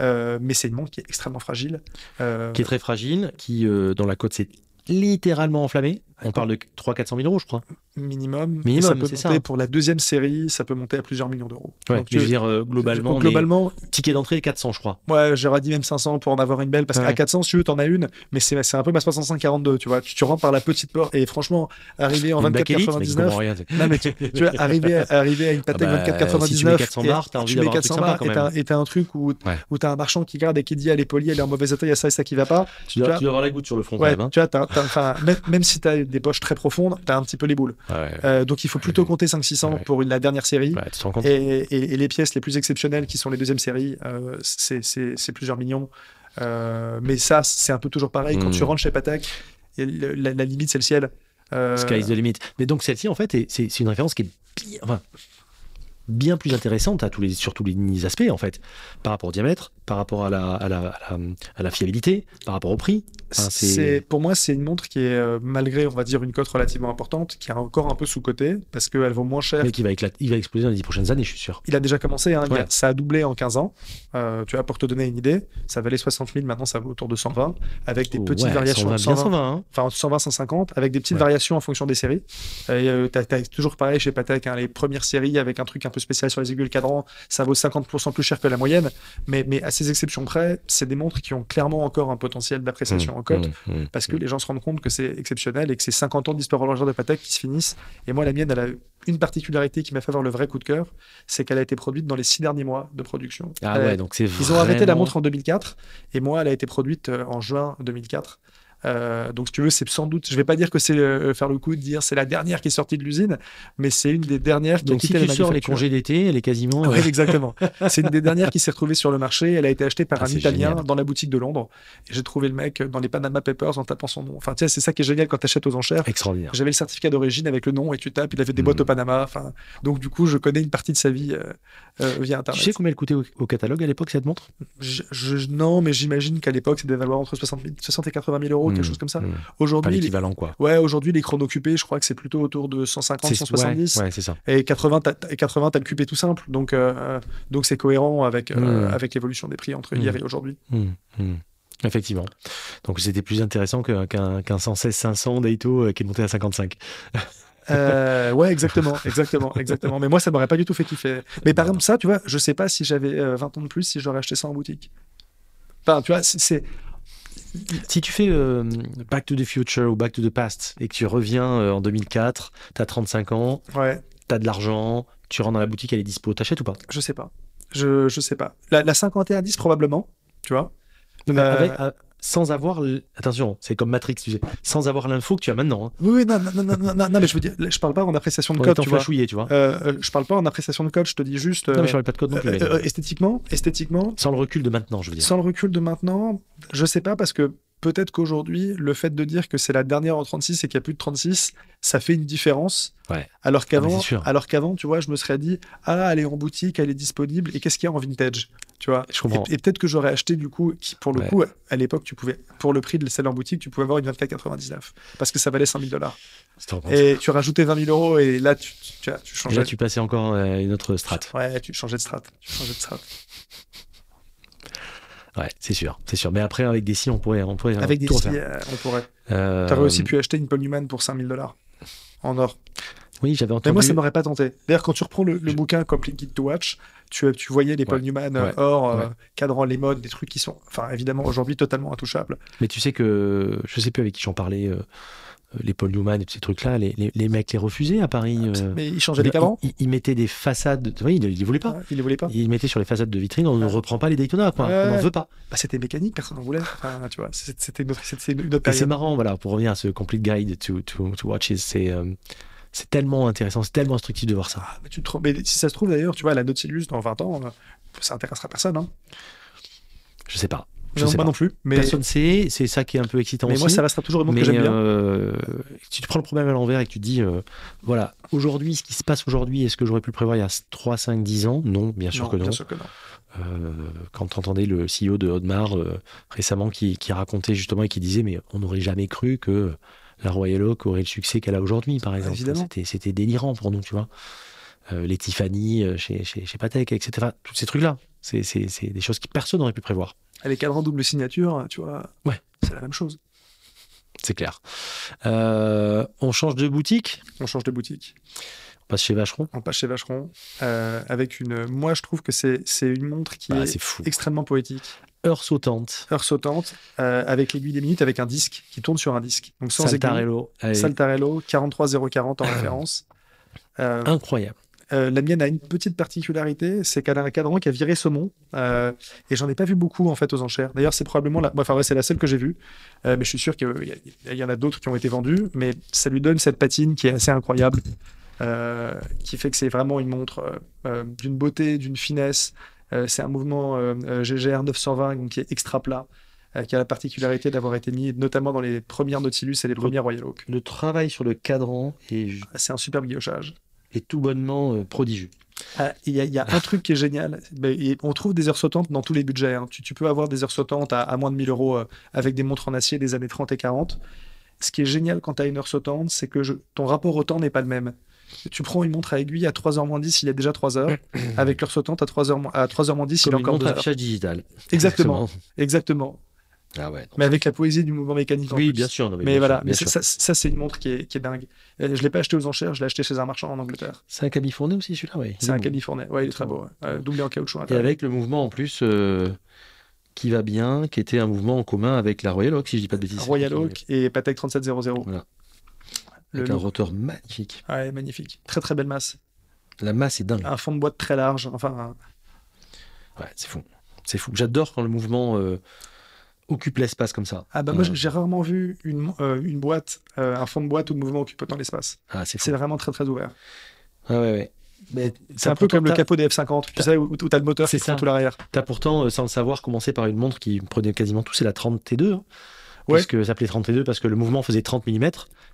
Speaker 2: Euh, mais c'est une montre qui est extrêmement fragile. Euh,
Speaker 1: Qui est très fragile, qui euh, dans la côte s'est littéralement enflammée. On parle de 300-400 000 euros, je crois.
Speaker 2: minimum.
Speaker 1: Minimum,
Speaker 2: Et ça peut
Speaker 1: c'est
Speaker 2: monter
Speaker 1: ça. hein.
Speaker 2: pour la deuxième série, ça peut monter à plusieurs millions d'euros.
Speaker 1: Ouais,
Speaker 2: Donc,
Speaker 1: mais je
Speaker 2: tu-
Speaker 1: veux dire, euh, globalement,
Speaker 2: donc,
Speaker 1: on est-
Speaker 2: globalement,
Speaker 1: ticket d'entrée 400, je crois.
Speaker 2: ouais, j'aurais dit même 500 pour en avoir une belle, parce
Speaker 1: Ouais.
Speaker 2: qu'à 400, si tu veux, t'en as une, mais c'est c'est un peu ma 6542, tu vois. Tu, tu rentres par la petite porte, et franchement, arriver en
Speaker 1: Une Bac Elite, mais qui
Speaker 2: 24,99,
Speaker 1: comprend rien, c'est-
Speaker 2: Non, mais tu, tu vois, arriver à, arriver à une Patek
Speaker 1: Ah bah,
Speaker 2: 24,99.
Speaker 1: si tu mets 400
Speaker 2: et-
Speaker 1: bars, t'as
Speaker 2: tu
Speaker 1: envie
Speaker 2: mets
Speaker 1: d'avoir un
Speaker 2: 400
Speaker 1: truc sympa
Speaker 2: bars
Speaker 1: quand
Speaker 2: et
Speaker 1: même.
Speaker 2: t'as- Et t'as un truc où,
Speaker 1: Ouais.
Speaker 2: où t'as un marchand qui regarde et qui dit elle est polie, elle est en mauvais état, il y a ça et ça qui va pas.
Speaker 1: Tu dois,
Speaker 2: vois-
Speaker 1: tu dois avoir la goutte sur le front
Speaker 2: Ouais,
Speaker 1: quand même. hein.
Speaker 2: tu vois, t'as- t'as- enfin, même, même si t'as des poches très profondes, t'as un petit peu les boules.
Speaker 1: hein. Ouais, ouais,
Speaker 2: Euh, donc il faut plutôt compter 5-600
Speaker 1: Ouais.
Speaker 2: pour la dernière série.
Speaker 1: ouais, tu te rends compte.
Speaker 2: Et, et- et les pièces les plus exceptionnelles qui sont les deuxièmes séries, euh, c'est- c'est c'est plusieurs millions. Euh, mais ça, c'est un peu toujours pareil. Quand
Speaker 1: Mm.
Speaker 2: tu rentres chez Patek, et le- la, la limite, c'est le ciel. Euh,
Speaker 1: Sky's the limit. Mais donc celle-ci, en fait, est- c'est c'est une référence qui est bien, enfin, bien plus intéressante à tous les, sur tous les aspects, en fait, par rapport au diamètre, par rapport à la, à la, à la, à la fiabilité, par rapport au prix. Enfin, c'est-
Speaker 2: c'est pour moi c'est une montre qui est euh, malgré on va dire une cote relativement importante qui est encore un peu sous cotée parce qu'elle vaut moins cher.
Speaker 1: Mais qui va éclater, il va exploser dans les 10 prochaines années, je suis sûr.
Speaker 2: Il a déjà commencé, hein, il a-
Speaker 1: Ouais.
Speaker 2: ça a doublé en 15 ans. Euh, tu vois, pour te donner une idée, ça valait 60 000, maintenant ça vaut autour de 120, avec des
Speaker 1: Oh,
Speaker 2: petites
Speaker 1: ouais,
Speaker 2: variations.
Speaker 1: 120, bien
Speaker 2: 120,
Speaker 1: 120, hein.
Speaker 2: enfin 120, 150, avec des petites
Speaker 1: Ouais.
Speaker 2: variations en fonction des séries. Et, euh, t'as, t'as toujours pareil chez Patek, hein, les premières séries avec un truc un peu spécial sur les aiguilles, le cadran, ça vaut 50% plus cher que la moyenne. Mais, mais à ces exceptions près, c'est des montres qui ont clairement encore un potentiel d'appréciation en cote.
Speaker 1: Mm, mm, mm.
Speaker 2: parce que les gens se rendent compte que c'est exceptionnel et que c'est 50 ans d'histoire horlogère de Patek qui se finissent. Et moi, la mienne, elle a une particularité qui m'a fait avoir le vrai coup de cœur, c'est qu'elle a été produite dans les six derniers mois de production.
Speaker 1: Ah
Speaker 2: Elle a-
Speaker 1: ouais, donc c'est
Speaker 2: Ils ont arrêté la
Speaker 1: vraiment-
Speaker 2: montre en 2004 et moi, elle a été produite euh, en juin 2004. Euh, donc, si tu veux, c'est sans doute. Je vais pas dire que c'est euh, faire le coup de dire c'est la dernière qui est sortie de l'usine, mais c'est une des dernières qui a
Speaker 1: Donc si
Speaker 2: quitté
Speaker 1: tu
Speaker 2: la
Speaker 1: sors les
Speaker 2: manufacture.
Speaker 1: congés d'été, elle est quasiment. euh,
Speaker 2: Ouais, exactement. C'est une des dernières qui s'est retrouvée sur le marché. Elle a été achetée par
Speaker 1: Ah,
Speaker 2: un
Speaker 1: c'est
Speaker 2: Italien
Speaker 1: génial.
Speaker 2: dans la boutique de Londres. Et j'ai trouvé le mec dans les Panama Papers en tapant son nom. Enfin, tu sais, c'est ça qui est génial quand t'achètes aux enchères.
Speaker 1: Extraordinaire.
Speaker 2: J'avais le certificat d'origine avec le nom et tu tapes. Il avait des
Speaker 1: Mm.
Speaker 2: boîtes au Panama. Enfin, donc du coup, je connais une partie de sa vie euh, euh, via
Speaker 1: Tu
Speaker 2: Internet.
Speaker 1: sais combien elle coûtait au, au catalogue à l'époque cette montre
Speaker 2: Je- je- non, mais j'imagine qu'à l'époque, ça devait valoir entre 60, 000 60 et 80 000 euros, quelque
Speaker 1: Mm,
Speaker 2: chose comme ça.
Speaker 1: mm. Pas
Speaker 2: Aujourd'hui, les-
Speaker 1: l'équivalent quoi.
Speaker 2: ouais, aujourd'hui, les chrones occupés, je crois que c'est plutôt autour de 150,
Speaker 1: C'est
Speaker 2: 170.
Speaker 1: ouais, ouais, c'est ça.
Speaker 2: Et 80, t'as- t'as- 80, t'as le cupé tout simple. Donc, euh, donc c'est cohérent avec, euh,
Speaker 1: Mm.
Speaker 2: avec l'évolution des prix entre
Speaker 1: Mm.
Speaker 2: hier et aujourd'hui.
Speaker 1: Hmm, hmm. Effectivement. Donc c'était plus intéressant que- qu'un qu'un 116-500 Daito euh, qui est monté à 55.
Speaker 2: Euh, ouais, exactement, exactement, exactement. Mais moi, ça m'aurait pas du tout fait kiffer. Mais par exemple, ça, tu vois, je sais pas si j'avais euh, 20 ans de plus, si j'aurais acheté ça en boutique. Enfin, tu vois, c'est- c'est.
Speaker 1: Si tu fais euh, Back to the Future ou Back to the Past et que tu reviens euh, en 2004, t'as 35 ans,
Speaker 2: Ouais,
Speaker 1: t'as de l'argent, tu rentres dans la boutique, elle est dispo, t'achètes ou pas
Speaker 2: je sais pas. Je, je sais pas. La, la 5110, probablement, tu vois. Euh,
Speaker 1: Avec, euh, Sans avoir. l- Attention, c'est comme Matrix, tu sais. Sans avoir l'info que tu as maintenant. hein.
Speaker 2: Oui, oui, non, non, non, non, non, non, mais je veux dire, là, je parle pas en appréciation de
Speaker 1: On
Speaker 2: code,
Speaker 1: est en
Speaker 2: tu vois.
Speaker 1: flashouillé, tu vois.
Speaker 2: Euh, euh, je parle pas en appréciation de code, je te dis juste.
Speaker 1: non, mais
Speaker 2: euh,
Speaker 1: je parlais pas de code non plus. mais-
Speaker 2: euh, euh, esthétiquement, esthétiquement,
Speaker 1: Sans le recul de maintenant, je veux dire.
Speaker 2: Sans le recul de maintenant, je sais pas parce que peut-être qu'aujourd'hui, le fait de dire que c'est la dernière en 36 et qu'il n'y a plus de 36, ça fait une différence.
Speaker 1: Ouais.
Speaker 2: Alors
Speaker 1: Ah, mais
Speaker 2: qu'avant,
Speaker 1: c'est sûr.
Speaker 2: alors qu'avant, tu vois, je me serais dit ah elle est en boutique, elle est disponible et qu'est-ce qu'il y a en vintage, tu vois.
Speaker 1: Je comprends.
Speaker 2: Et, et peut-être que j'aurais acheté du coup, qui, pour le
Speaker 1: Ouais.
Speaker 2: coup, à l'époque, tu pouvais pour le prix de celle en boutique, tu pouvais avoir une 24,99 parce que ça valait 5000 dollars.
Speaker 1: Tu te rends compte.
Speaker 2: Et tu rajoutais 20 000 euros et là tu, tu, tu vois, tu
Speaker 1: Et là,
Speaker 2: changeais.
Speaker 1: tu passais encore euh, une autre strate.
Speaker 2: Ouais, tu changeais de strat. Tu changeais de strat.
Speaker 1: Ouais, c'est sûr, c'est sûr. Mais après, avec des scies, on pourrait, on pourrait
Speaker 2: Avec des
Speaker 1: tout
Speaker 2: scies,
Speaker 1: refaire.
Speaker 2: euh, on pourrait.
Speaker 1: Euh,
Speaker 2: T'aurais aussi pu acheter une pomme humaine pour 5000 dollars en or.
Speaker 1: Oui, j'avais entendu.
Speaker 2: Mais moi, ça m'aurait pas tenté. D'ailleurs, quand tu reprends le, le
Speaker 1: Je-
Speaker 2: bouquin Complete Guide to Watch, tu, euh, tu voyais les Paul Newman euh,
Speaker 1: Ouais.
Speaker 2: or, euh,
Speaker 1: Ouais.
Speaker 2: cadrant les modes, des trucs qui sont, enfin, évidemment, aujourd'hui totalement intouchables.
Speaker 1: Mais tu sais que je sais plus avec qui j'en parlais, euh, les Paul Newman et tous ces trucs-là, les, les, les mecs les refusaient à Paris. euh,
Speaker 2: Mais ils changeaient les
Speaker 1: ils-
Speaker 2: cadrans.
Speaker 1: ils, ils mettaient des façades. Oui, ils ils voulaient pas.
Speaker 2: hein, Ils les voulaient pas.
Speaker 1: Ils mettaient sur les façades de vitrines, on ne
Speaker 2: Ouais.
Speaker 1: reprend pas les Daytona, quoi.
Speaker 2: Ouais,
Speaker 1: on n'en
Speaker 2: ouais.
Speaker 1: veut pas.
Speaker 2: Bah, c'était mécanique, personne n'en voulait. Enfin, tu vois, c'est- c'était une autre, c'était une autre
Speaker 1: Et c'est
Speaker 2: période.
Speaker 1: marrant, voilà, pour revenir à ce Complete Guide to, to, to Watches, c'est euh, c'est tellement intéressant, c'est tellement instructif de voir ça.
Speaker 2: Ah, mais tu te trompes. Mais si ça se trouve d'ailleurs, tu vois, la Nautilus dans 20 ans, euh, ça intéressera personne. Hein.
Speaker 1: Je sais pas. Je
Speaker 2: Non,
Speaker 1: sais
Speaker 2: moi
Speaker 1: pas.
Speaker 2: non plus. Mais,
Speaker 1: Personne sait, c'est ça qui est un peu excitant
Speaker 2: mais moi,
Speaker 1: aussi.
Speaker 2: ça restera toujours une montre
Speaker 1: mais
Speaker 2: que j'aime bien.
Speaker 1: euh, si tu prends le problème à l'envers et que tu te dis, euh, voilà, aujourd'hui, ce qui se passe aujourd'hui, est-ce que j'aurais pu le prévoir il y a 3, 5, 10 ans Non, bien sûr
Speaker 2: Non,
Speaker 1: que non.
Speaker 2: Bien sûr que non.
Speaker 1: Euh, quand tu entendais le CEO de Audemars euh, récemment qui, qui racontait justement et qui disait mais on n'aurait jamais cru que la Royal Oak aurait le succès qu'elle a aujourd'hui par exemple.
Speaker 2: Évidemment.
Speaker 1: C'était- C'était délirant pour nous, tu vois. Euh, les Tiffany euh, chez, chez, chez Patek, etc. Enfin, Tous ces trucs-là. C'est c'est- c'est des choses que personne n'aurait pu prévoir.
Speaker 2: Les cadrans double signature, tu vois,
Speaker 1: Ouais.
Speaker 2: c'est la même chose.
Speaker 1: C'est clair. Euh, on change de boutique.
Speaker 2: On change de boutique.
Speaker 1: On passe chez Vacheron.
Speaker 2: On passe chez Vacheron euh, avec une. Moi, je trouve que c'est c'est une montre qui
Speaker 1: Bah,
Speaker 2: est
Speaker 1: C'est fou.
Speaker 2: extrêmement poétique,
Speaker 1: Heure sautante.
Speaker 2: heure sautante, euh, avec l'aiguille des minutes, avec un disque qui tourne sur un disque. Donc sans aiguille.
Speaker 1: Saltarello. Elle est
Speaker 2: Saltarello, 43040 en référence. Euh,
Speaker 1: Incroyable.
Speaker 2: euh, la mienne a une petite particularité, c'est qu'elle a un cadran qui a viré saumon, euh, et j'en ai pas vu beaucoup en fait aux enchères. D'ailleurs, c'est probablement la, bon, enfin ouais, c'est la seule que j'ai vue, Euh, mais je suis sûr qu'il y, a- il y en a d'autres qui ont été vendues, mais ça lui donne cette patine qui est assez incroyable, euh, qui fait que c'est vraiment une montre euh, euh, d'une beauté, d'une finesse. Euh, c'est un mouvement euh, euh, GGR 920 donc, qui est extra plat, euh, qui a la particularité d'avoir été mis notamment dans les premières Nautilus et les premières Royal Oak.
Speaker 1: Le travail sur le cadran est,
Speaker 2: C'est un superbe guillochage.
Speaker 1: tout bonnement euh, prodigieux.
Speaker 2: Ah, Il y, a- il y a un truc qui est génial. Ben, et On trouve des heures sautantes dans tous les budgets. hein. Tu, tu peux avoir des heures sautantes à, à moins de 1000 euros euh, avec des montres en acier des années 30 et 40. Ce qui est génial quand tu as une heure sautante, c'est que je- ton rapport au temps n'est pas le même. Tu prends une montre à aiguille à 3h moins 10, il y a déjà 3 heures. Avec l'heure sautante à 3h moins, à 3h moins 10, il y
Speaker 1: Comme
Speaker 2: a
Speaker 1: une
Speaker 2: encore
Speaker 1: montre
Speaker 2: 2
Speaker 1: à
Speaker 2: heures.
Speaker 1: affichage digital.
Speaker 2: Exactement. Exactement.
Speaker 1: Ah ouais.
Speaker 2: Mais avec la poésie du mouvement mécanique. en
Speaker 1: Oui,
Speaker 2: plus.
Speaker 1: bien sûr. non, mais
Speaker 2: Mais
Speaker 1: bien
Speaker 2: voilà,
Speaker 1: sûr,
Speaker 2: mais
Speaker 1: bien
Speaker 2: c'est-
Speaker 1: sûr.
Speaker 2: ça, ça, c'est une montre qui est, qui est dingue. Euh, Je l'ai pas acheté aux enchères, je l'ai acheté chez un marchand en Angleterre.
Speaker 1: C'est un califourné aussi, celui-là, oui.
Speaker 2: C'est un californien. Ouais, il est très beau. ouais. Euh, doublé en caoutchouc. à
Speaker 1: Et
Speaker 2: l'intérieur.
Speaker 1: avec le mouvement en plus euh, qui va bien, qui était un mouvement en commun avec la Royal Oak, si je dis pas de bêtises.
Speaker 2: Royal Oak et Patek 3700.
Speaker 1: Voilà.
Speaker 2: Le
Speaker 1: Avec un
Speaker 2: look.
Speaker 1: rotor magnifique.
Speaker 2: Ouais, magnifique. Très très belle masse.
Speaker 1: La masse est dingue.
Speaker 2: Un fond de boîte très large. Enfin,
Speaker 1: Ouais, c'est fou. C'est fou. J'adore quand le mouvement euh, occupe l'espace comme ça.
Speaker 2: ah bah moi
Speaker 1: Ouais.
Speaker 2: j'ai rarement vu une, euh, une boîte, euh, un fond de boîte ou de mouvement occupant l'espace.
Speaker 1: Ah, c'est fou.
Speaker 2: C'est vraiment très très ouvert.
Speaker 1: Ah ouais, ouais. Mais
Speaker 2: C'est un peu comme le capot des F50, tu sais, où, où t'as le moteur
Speaker 1: C'est
Speaker 2: qui prend
Speaker 1: ça.
Speaker 2: tout l'arrière.
Speaker 1: T'as pourtant, euh, sans le savoir, commencé par une montre qui prenait quasiment tout, c'est la 30 T2. hein.
Speaker 2: Ouais.
Speaker 1: Parce que ça s'appelait 30 T2 parce que le mouvement faisait 30 mm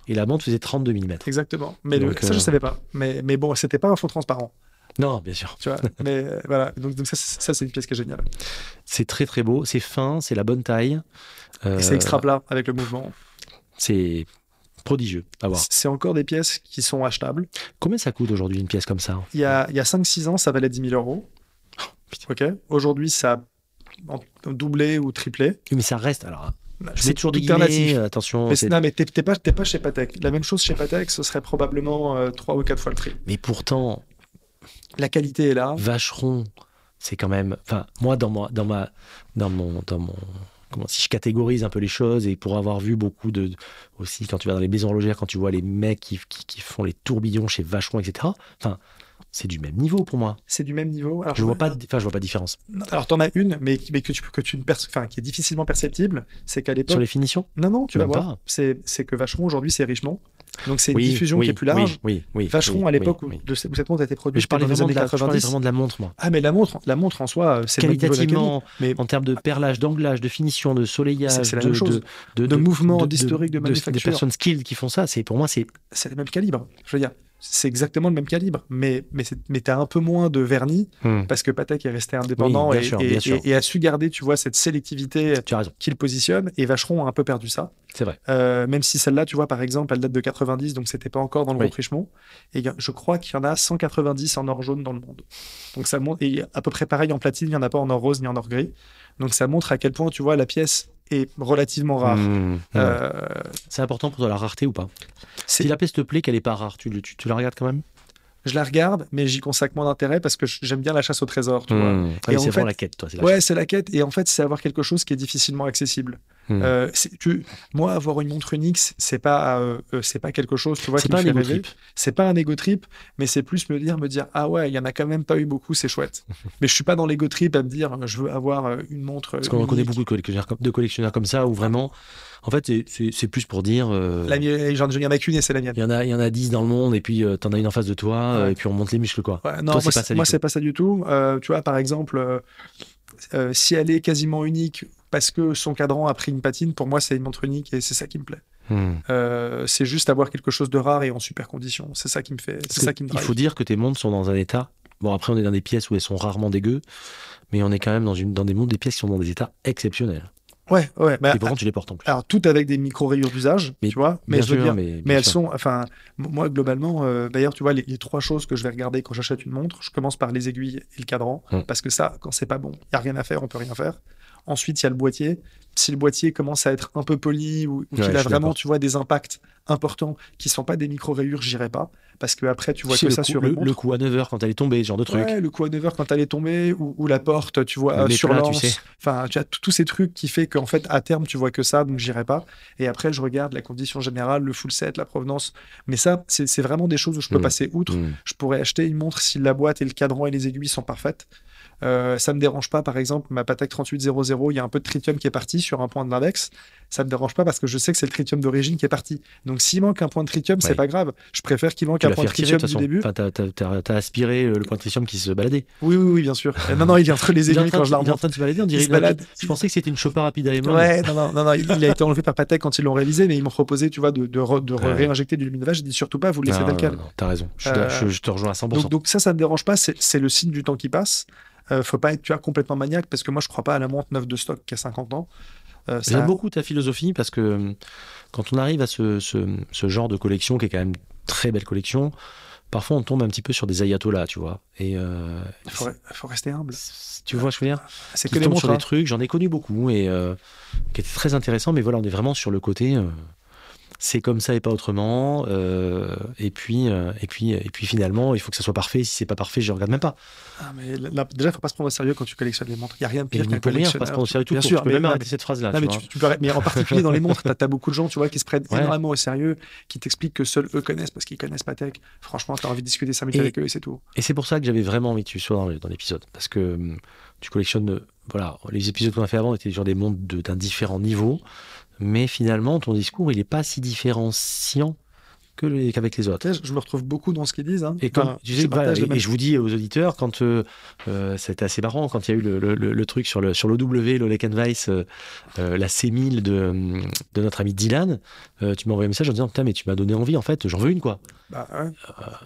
Speaker 1: et la montre faisait 32 mm.
Speaker 2: Exactement. Mais le-
Speaker 1: Donc,
Speaker 2: ça je
Speaker 1: euh,
Speaker 2: savais pas. Mais, mais bon, c'était pas un fond transparent,
Speaker 1: Non, bien sûr.
Speaker 2: tu vois. mais euh, voilà, donc, donc ça, c'est- ça, c'est une pièce qui est géniale.
Speaker 1: C'est très très beau, c'est fin, c'est la bonne taille. Euh,
Speaker 2: Et c'est extra plat avec le mouvement.
Speaker 1: C'est prodigieux à voir.
Speaker 2: C'est encore des pièces qui sont achetables.
Speaker 1: Combien ça coûte aujourd'hui une pièce comme ça
Speaker 2: Il y a, il y a 5-6 ans, ça valait 10 000 euros. Ok. Aujourd'hui, ça a en- doublé ou triplé.
Speaker 1: Mais ça reste, alors, je
Speaker 2: C'est
Speaker 1: mets Bah, toujours
Speaker 2: tout
Speaker 1: des
Speaker 2: relatif.
Speaker 1: guillemets, attention.
Speaker 2: Mais,
Speaker 1: c'est-
Speaker 2: c'est- non, mais t'es t'es pas, t'es pas chez Patek. La même chose chez Patek, ce serait probablement 3 ou 4 fois le prix.
Speaker 1: Mais pourtant,
Speaker 2: La qualité est là.
Speaker 1: Vacheron, c'est quand même. Enfin, moi, dans ma, dans ma, dans mon, dans mon, comment si je catégorise un peu les choses et pour avoir vu beaucoup de aussi quand tu vas dans les maisons horlogères, quand tu vois les mecs qui, qui, qui font les tourbillons chez Vacheron, etc. Enfin, c'est du même niveau pour moi.
Speaker 2: C'est du même niveau. Alors,
Speaker 1: Je vois pas, de- enfin, je vois pas de différence
Speaker 2: non, Alors, t'en as une, mais, mais que tu, que tu ne perçois- enfin, qui est difficilement perceptible. C'est qu'à
Speaker 1: sur
Speaker 2: l'époque.
Speaker 1: les finitions.
Speaker 2: Non, non, tu vas
Speaker 1: Même
Speaker 2: voir.
Speaker 1: pas.
Speaker 2: C'est c'est que Vacheron, aujourd'hui, c'est Richemont. Donc, c'est une
Speaker 1: oui,
Speaker 2: diffusion
Speaker 1: oui,
Speaker 2: qui est plus large.
Speaker 1: Oui, oui, oui,
Speaker 2: Vacheron,
Speaker 1: oui,
Speaker 2: à l'époque
Speaker 1: oui,
Speaker 2: où,
Speaker 1: oui.
Speaker 2: de- où cette montre a été
Speaker 1: Mais
Speaker 2: produite,
Speaker 1: je parlais,
Speaker 2: c'était dans
Speaker 1: vraiment
Speaker 2: les
Speaker 1: de la,
Speaker 2: années
Speaker 1: je parlais
Speaker 2: 90.
Speaker 1: vraiment de la montre, moi.
Speaker 2: Ah, mais la montre, la montre en soi, euh, c'est le même niveau de la qualité.
Speaker 1: Qualitativement,
Speaker 2: Mais
Speaker 1: en termes de perlage, d'anglage, de finition, de soleillage,
Speaker 2: C'est- c'est la
Speaker 1: de,
Speaker 2: même chose.
Speaker 1: de,
Speaker 2: De mouvement, d'historique, de
Speaker 1: des
Speaker 2: manufacture.
Speaker 1: personnes skilled qui font ça, c'est pour moi, c'est
Speaker 2: c'est le même calibre. Je veux dire, c'est exactement le même calibre, mais, mais, c'est- mais t'as un peu moins de vernis
Speaker 1: Hmm.
Speaker 2: parce que Patek est resté indépendant
Speaker 1: Oui, bien
Speaker 2: et,
Speaker 1: sûr,
Speaker 2: et-
Speaker 1: bien sûr.
Speaker 2: et- et a su garder, tu vois, cette sélectivité
Speaker 1: Tu as raison,
Speaker 2: qu'il positionne. Et Vacheron a un peu perdu ça.
Speaker 1: c'est vrai.
Speaker 2: Euh, même si celle-là, tu vois, par exemple, elle date de 90, donc c'était pas encore dans le
Speaker 1: Oui.
Speaker 2: reprichement. Et il y a- je crois qu'il y en a 190 en or jaune dans le monde. Donc ça montre, et à peu près pareil en platine, il n'y en a pas en or rose ni en or gris. Donc ça montre à quel point, tu vois, la pièce est relativement rare.
Speaker 1: Hmm.
Speaker 2: Euh,
Speaker 1: C'est important pour toi la rareté ou pas
Speaker 2: c'est-
Speaker 1: Si la pièce te plaît, qu'elle est pas rare, tu, le- tu- tu la regardes quand même
Speaker 2: Je la regarde, mais j'y consacre moins d'intérêt parce que je- j'aime bien la chasse au trésor, tu vois.
Speaker 1: Hmm. Ah oui,
Speaker 2: Et en
Speaker 1: C'est vraiment
Speaker 2: fait-
Speaker 1: la quête, toi. c'est la
Speaker 2: Ouais, c'est la quête. Et en fait, c'est avoir quelque chose qui est difficilement accessible.
Speaker 1: Hmm.
Speaker 2: Euh, c'est- tu, moi, avoir une montre unique, c'est- c'est pas, euh, euh, c'est pas quelque chose, tu vois,
Speaker 1: C'est
Speaker 2: qui
Speaker 1: pas un
Speaker 2: me fait
Speaker 1: ego
Speaker 2: rêver.
Speaker 1: trip.
Speaker 2: C'est pas un ego trip, mais c'est plus me dire, me dire, ah ouais, il y en a quand même pas eu beaucoup, c'est chouette. mais je suis pas dans l'ego trip à me dire, euh, je veux avoir euh, une montre. euh,
Speaker 1: Parce qu'on en
Speaker 2: unique.
Speaker 1: connaît beaucoup de collectionneurs, comme- de collectionneurs comme ça, où vraiment, en fait, c'est- c'est c'est plus pour dire. euh,
Speaker 2: La mienne, j'en- il y en a qu'une et c'est la mienne.
Speaker 1: il y en a, il y en a 10 dans le monde, et puis euh, t'en as une en face de toi, euh,
Speaker 2: Ouais.
Speaker 1: et puis on monte les muscles, quoi.
Speaker 2: Ouais, non,
Speaker 1: Toi, c'est
Speaker 2: moi,
Speaker 1: pas
Speaker 2: c'est-
Speaker 1: ça du
Speaker 2: moi,
Speaker 1: tout.
Speaker 2: c'est pas ça du tout. Euh, tu vois, par exemple, euh, euh, si elle est quasiment unique parce que son cadran a pris une patine, pour moi, c'est une montre unique et c'est ça qui me plaît. Euh, c'est juste avoir quelque chose de rare et en super condition. C'est ça qui me fait, c'est
Speaker 1: Parce
Speaker 2: ça
Speaker 1: que
Speaker 2: qui me
Speaker 1: il
Speaker 2: drive.
Speaker 1: faut dire que tes montres sont dans un état. Bon, après, on est dans des pièces où elles sont rarement dégueu, mais on est quand même dans, une, dans des montres, des pièces qui sont dans des états exceptionnels.
Speaker 2: Ouais, ouais. bah,
Speaker 1: et pourtant, tu les portes en plus.
Speaker 2: alors, tout avec des micro rayures d'usage,
Speaker 1: Mais
Speaker 2: tu vois. Mais
Speaker 1: Bien
Speaker 2: je
Speaker 1: sûr,
Speaker 2: veux dire,
Speaker 1: mais,
Speaker 2: Mais
Speaker 1: bien
Speaker 2: elles
Speaker 1: sûr.
Speaker 2: sont, enfin, m- moi globalement, euh, d'ailleurs, tu vois, les, les trois choses que je vais regarder quand j'achète une montre, je commence par les aiguilles et le cadran,
Speaker 1: Mm.
Speaker 2: parce que ça, quand c'est pas bon, il y a rien à faire, on peut rien faire. Ensuite, il y a le boîtier. Si le boîtier commence à être un peu poli ou, ou
Speaker 1: Ouais,
Speaker 2: qu'il
Speaker 1: je
Speaker 2: a
Speaker 1: suis
Speaker 2: vraiment,
Speaker 1: d'accord.
Speaker 2: tu vois, des impacts importants qui sont pas des micro rayures, j'irai pas, parce que après, tu vois
Speaker 1: Tu sais,
Speaker 2: que
Speaker 1: le
Speaker 2: ça
Speaker 1: coup,
Speaker 2: sur
Speaker 1: le,
Speaker 2: une montre.
Speaker 1: le coup à 9h quand elle est tombée, ce genre de truc.
Speaker 2: Ouais, le coup à 9h quand elle est tombée, ou, ou la porte, tu vois,
Speaker 1: Le
Speaker 2: euh,
Speaker 1: nez
Speaker 2: sur
Speaker 1: plein,
Speaker 2: l'anse.
Speaker 1: tu sais.
Speaker 2: Enfin, tu as tous tous ces trucs qui fait qu'en fait, à terme, tu vois que ça, donc j'irai pas. Et après, je regarde la condition générale, le full set, la provenance. Mais ça, c'est c'est vraiment des choses où je peux
Speaker 1: Mm.
Speaker 2: passer outre.
Speaker 1: Mm.
Speaker 2: Je pourrais acheter une montre si la boîte et le cadran et les aiguilles sont parfaites. Euh, ça me dérange pas, par exemple, ma Patek 3800, il y a un peu de tritium qui est parti sur un point de l'index. Ça me dérange pas parce que je sais que c'est le tritium d'origine qui est parti. Donc s'il manque un point de tritium,
Speaker 1: Ouais.
Speaker 2: c'est pas grave. Je préfère qu'il manque
Speaker 1: Tu
Speaker 2: un
Speaker 1: l'as
Speaker 2: point
Speaker 1: fait
Speaker 2: de
Speaker 1: retirer, de
Speaker 2: tritium
Speaker 1: toute
Speaker 2: du
Speaker 1: façon.
Speaker 2: début.
Speaker 1: Enfin, t'as, t'as- t'as- t'as aspiré euh, le point de tritium qui se baladait.
Speaker 2: Oui, oui, oui, bien sûr. Euh, non, non, il est entre les
Speaker 1: il est, en
Speaker 2: aiguilles
Speaker 1: train,
Speaker 2: quand je la
Speaker 1: il est en
Speaker 2: remonte.
Speaker 1: train de se balader, on
Speaker 2: Il
Speaker 1: dirait
Speaker 2: se
Speaker 1: une-
Speaker 2: balade.
Speaker 1: Je pensais que c'était une chopa rapide à aimant.
Speaker 2: Ouais, non, non, non, non, il, il a été enlevé par Patek quand ils l'ont réalisé, mais ils m'ont proposé, tu vois, de, de, re- de re-
Speaker 1: Ouais.
Speaker 2: réinjecter du lumine vache. J'ai dit surtout pas, vous le laissez
Speaker 1: Non,
Speaker 2: tel
Speaker 1: non,
Speaker 2: quel.
Speaker 1: Ah, non, non, t'as raison. Je, te-
Speaker 2: Euh,
Speaker 1: je- je te rejoins à 100%.
Speaker 2: Donc, donc ça, ça ne me dérange pas. C'est c'est le signe du temps qui passe. Euh, faut pas être, tu vois, complètement maniaque parce que moi, je crois pas à la montre neuve de stock qui a 50 ans. Euh, ça-
Speaker 1: J'aime beaucoup ta philosophie parce que euh, quand on arrive à ce, ce- ce genre de collection qui est quand même très belle collection, parfois on tombe un petit peu sur des ayatollahs, tu vois. Et euh,
Speaker 2: faut, re- faut rester humble.
Speaker 1: c'est- tu vois ce que je veux dire
Speaker 2: C'est que
Speaker 1: Qui
Speaker 2: les
Speaker 1: tombent
Speaker 2: montres.
Speaker 1: sur des
Speaker 2: hein.
Speaker 1: trucs, j'en ai connu beaucoup et euh, qui étaient très intéressants, mais voilà, on est vraiment sur le côté. euh, c'est comme ça et pas autrement. euh, et puis, euh, et puis, et puis finalement, il faut que ça soit parfait. Si c'est pas parfait, je regarde même pas.
Speaker 2: Ah, mais là- là, déjà, faut pas se prendre au sérieux quand tu collectionnes les montres. Il y a rien de
Speaker 1: Et
Speaker 2: pire
Speaker 1: il n'y
Speaker 2: qu'un
Speaker 1: peut rien. faut Pas se
Speaker 2: collectionneur.
Speaker 1: prendre au sérieux tout
Speaker 2: Bien
Speaker 1: court.
Speaker 2: sûr,
Speaker 1: je peux
Speaker 2: mais-
Speaker 1: même
Speaker 2: non,
Speaker 1: arrêter cette phrase-là.
Speaker 2: Non,
Speaker 1: tu
Speaker 2: mais,
Speaker 1: vois.
Speaker 2: tu- tu peux arrêter- mais en particulier dans les montres, t'as as beaucoup de gens, tu vois, qui se prennent
Speaker 1: Ah, Ouais.
Speaker 2: énormément au sérieux, qui t'expliquent que seuls eux connaissent parce qu'ils connaissent Patek. Franchement, t'as envie de discuter 5 minutes
Speaker 1: Et-
Speaker 2: avec eux et c'est tout.
Speaker 1: Et c'est pour ça que j'avais vraiment envie que tu sois dans le- dans l'épisode. Parce que hum, tu collectionnes. euh, Voilà, les épisodes qu'on a fait avant étaient sur des mondes de- d'un différent niveau. Mais finalement, ton discours, il n'est pas si différenciant que les- qu'avec les autres.
Speaker 2: Tu sais, je je me retrouve beaucoup dans ce qu'ils disent. hein.
Speaker 1: Et, comme,
Speaker 2: Enfin,
Speaker 1: tu
Speaker 2: je
Speaker 1: sais, voilà,
Speaker 2: partage
Speaker 1: et-
Speaker 2: les mêmes-
Speaker 1: et je vous dis aux auditeurs, quand euh, euh, c'était assez marrant, quand il y a eu le, le- le- le truc sur le sur l'OW, le Lake and Vice, euh, euh, la C1000 de, hum, de notre ami Dylan, euh, tu m'as envoyé un message en disant Putain, mais tu m'as donné envie, en fait, j'en veux une, quoi.
Speaker 2: Bah, ouais.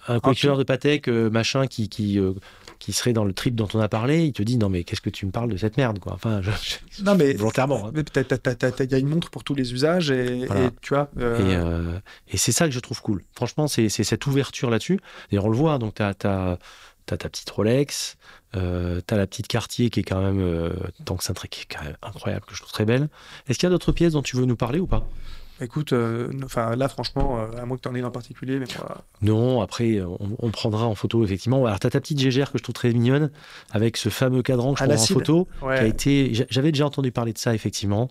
Speaker 1: un collectionneur de Patek, euh, machin, qui, qui, euh, qui serait dans le trip dont on a parlé, il te dit non mais qu'est-ce que tu me parles de cette merde quoi. Enfin, je- je-
Speaker 2: Non, mais
Speaker 1: volontairement. hein.
Speaker 2: mais t'as- t'as- t'as- t'as- il y a une montre pour tous les usages et,
Speaker 1: Voilà.
Speaker 2: et tu vois. euh,
Speaker 1: Et, euh, et c'est ça que je trouve cool. Franchement, c'est c'est cette ouverture là-dessus. D'ailleurs, on le voit. Donc, tu as, ta petite Rolex, euh, tu as la petite Cartier qui est quand même, euh, tant que c'est un truc qui est quand même incroyable, que je trouve très belle. Est-ce qu'il y a d'autres pièces dont tu veux nous parler ou pas
Speaker 2: Écoute, euh, enfin là, franchement, euh, à moins que t'en aies une en particulier, mais euh, moi,
Speaker 1: Non, après, on, on prendra en photo, effectivement. Alors, tu as ta petite gégère que je trouve très mignonne, avec ce fameux cadran que je
Speaker 2: À
Speaker 1: prends en
Speaker 2: l'acide.
Speaker 1: photo. qui a
Speaker 2: ouais.
Speaker 1: été. j'a- J'avais déjà entendu parler de ça, effectivement.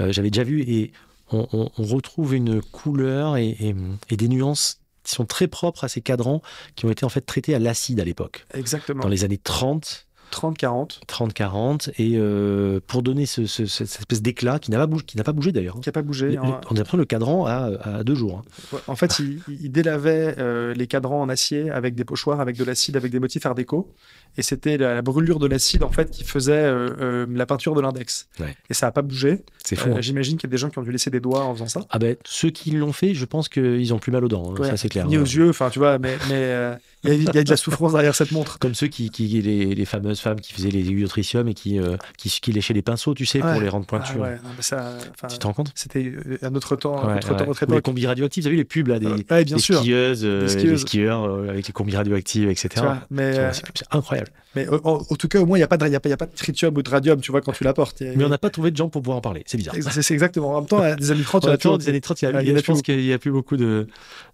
Speaker 1: Euh, J'avais déjà vu et on, on- on retrouve une couleur et, et- et des nuances qui sont très propres à ces cadrans qui ont été en fait traités à l'acide à l'époque,
Speaker 2: Exactement.
Speaker 1: dans les années 30.
Speaker 2: 30-40,
Speaker 1: 30-40. Et euh, pour donner ce- ce- cette espèce d'éclat qui n'a pas bougé, qui n'a pas bougé d'ailleurs. hein.
Speaker 2: qui n'a pas bougé.
Speaker 1: Le- le- On
Speaker 2: hein.
Speaker 1: a l'impression que le cadran a, a deux jours. hein.
Speaker 2: Ouais, En fait, il, il délavait euh, les cadrans en acier avec des pochoirs, avec de l'acide, avec des motifs art déco. Et c'était la, la brûlure de l'acide, en fait, qui faisait euh, euh, la peinture de l'index.
Speaker 1: Ouais.
Speaker 2: Et ça n'a pas bougé.
Speaker 1: C'est
Speaker 2: Euh,
Speaker 1: fou. hein.
Speaker 2: J'imagine qu'il y a des gens qui ont dû laisser des doigts en faisant ça.
Speaker 1: Ah ben, ceux qui l'ont fait, je pense qu'ils ont plus mal aux dents. hein.
Speaker 2: Ouais.
Speaker 1: Ça, c'est clair.
Speaker 2: Ni aux
Speaker 1: hein.
Speaker 2: yeux, enfin, tu vois, mais mais, euh, il y, a- il y a de la souffrance derrière cette montre.
Speaker 1: Comme ceux qui, qui les, les fameuses femmes qui faisaient les aiguilles au tritium et qui, euh, qui, qui léchaient les pinceaux, tu sais,
Speaker 2: Ouais.
Speaker 1: pour les rendre
Speaker 2: Ah
Speaker 1: pointues.
Speaker 2: ouais, non, mais ça, enfin,
Speaker 1: Tu te rends compte
Speaker 2: c'était euh, un autre temps, un
Speaker 1: Ouais,
Speaker 2: autre temps,
Speaker 1: ouais.
Speaker 2: notre
Speaker 1: Ou les
Speaker 2: époque.
Speaker 1: combis radioactifs, vous avez vu les pubs là, des,
Speaker 2: Euh, ouais, bien
Speaker 1: des
Speaker 2: sûr.
Speaker 1: skieuses, euh,
Speaker 2: Des
Speaker 1: des,
Speaker 2: skieuses.
Speaker 1: skieurs euh, avec les combis radioactifs, etc.
Speaker 2: Tu vois, mais
Speaker 1: Putain,
Speaker 2: euh,
Speaker 1: c'est c'est incroyable.
Speaker 2: mais euh, en, en tout cas, au moins, il n'y a, pas de- il y a, pas- il y a pas de tritium ou de radium, tu vois, quand tu la portes.
Speaker 1: Mais on n'a pas trouvé de gens pour pouvoir en parler, c'est bizarre.
Speaker 2: C'est c'est exactement. En même temps, des années 30,
Speaker 1: En
Speaker 2: on a
Speaker 1: même temps,
Speaker 2: toujours
Speaker 1: des années 30, il y a,
Speaker 2: Ouais,
Speaker 1: il y
Speaker 2: il y
Speaker 1: a-
Speaker 2: a
Speaker 1: je pense
Speaker 2: plus-
Speaker 1: qu'il n'y a plus beaucoup de,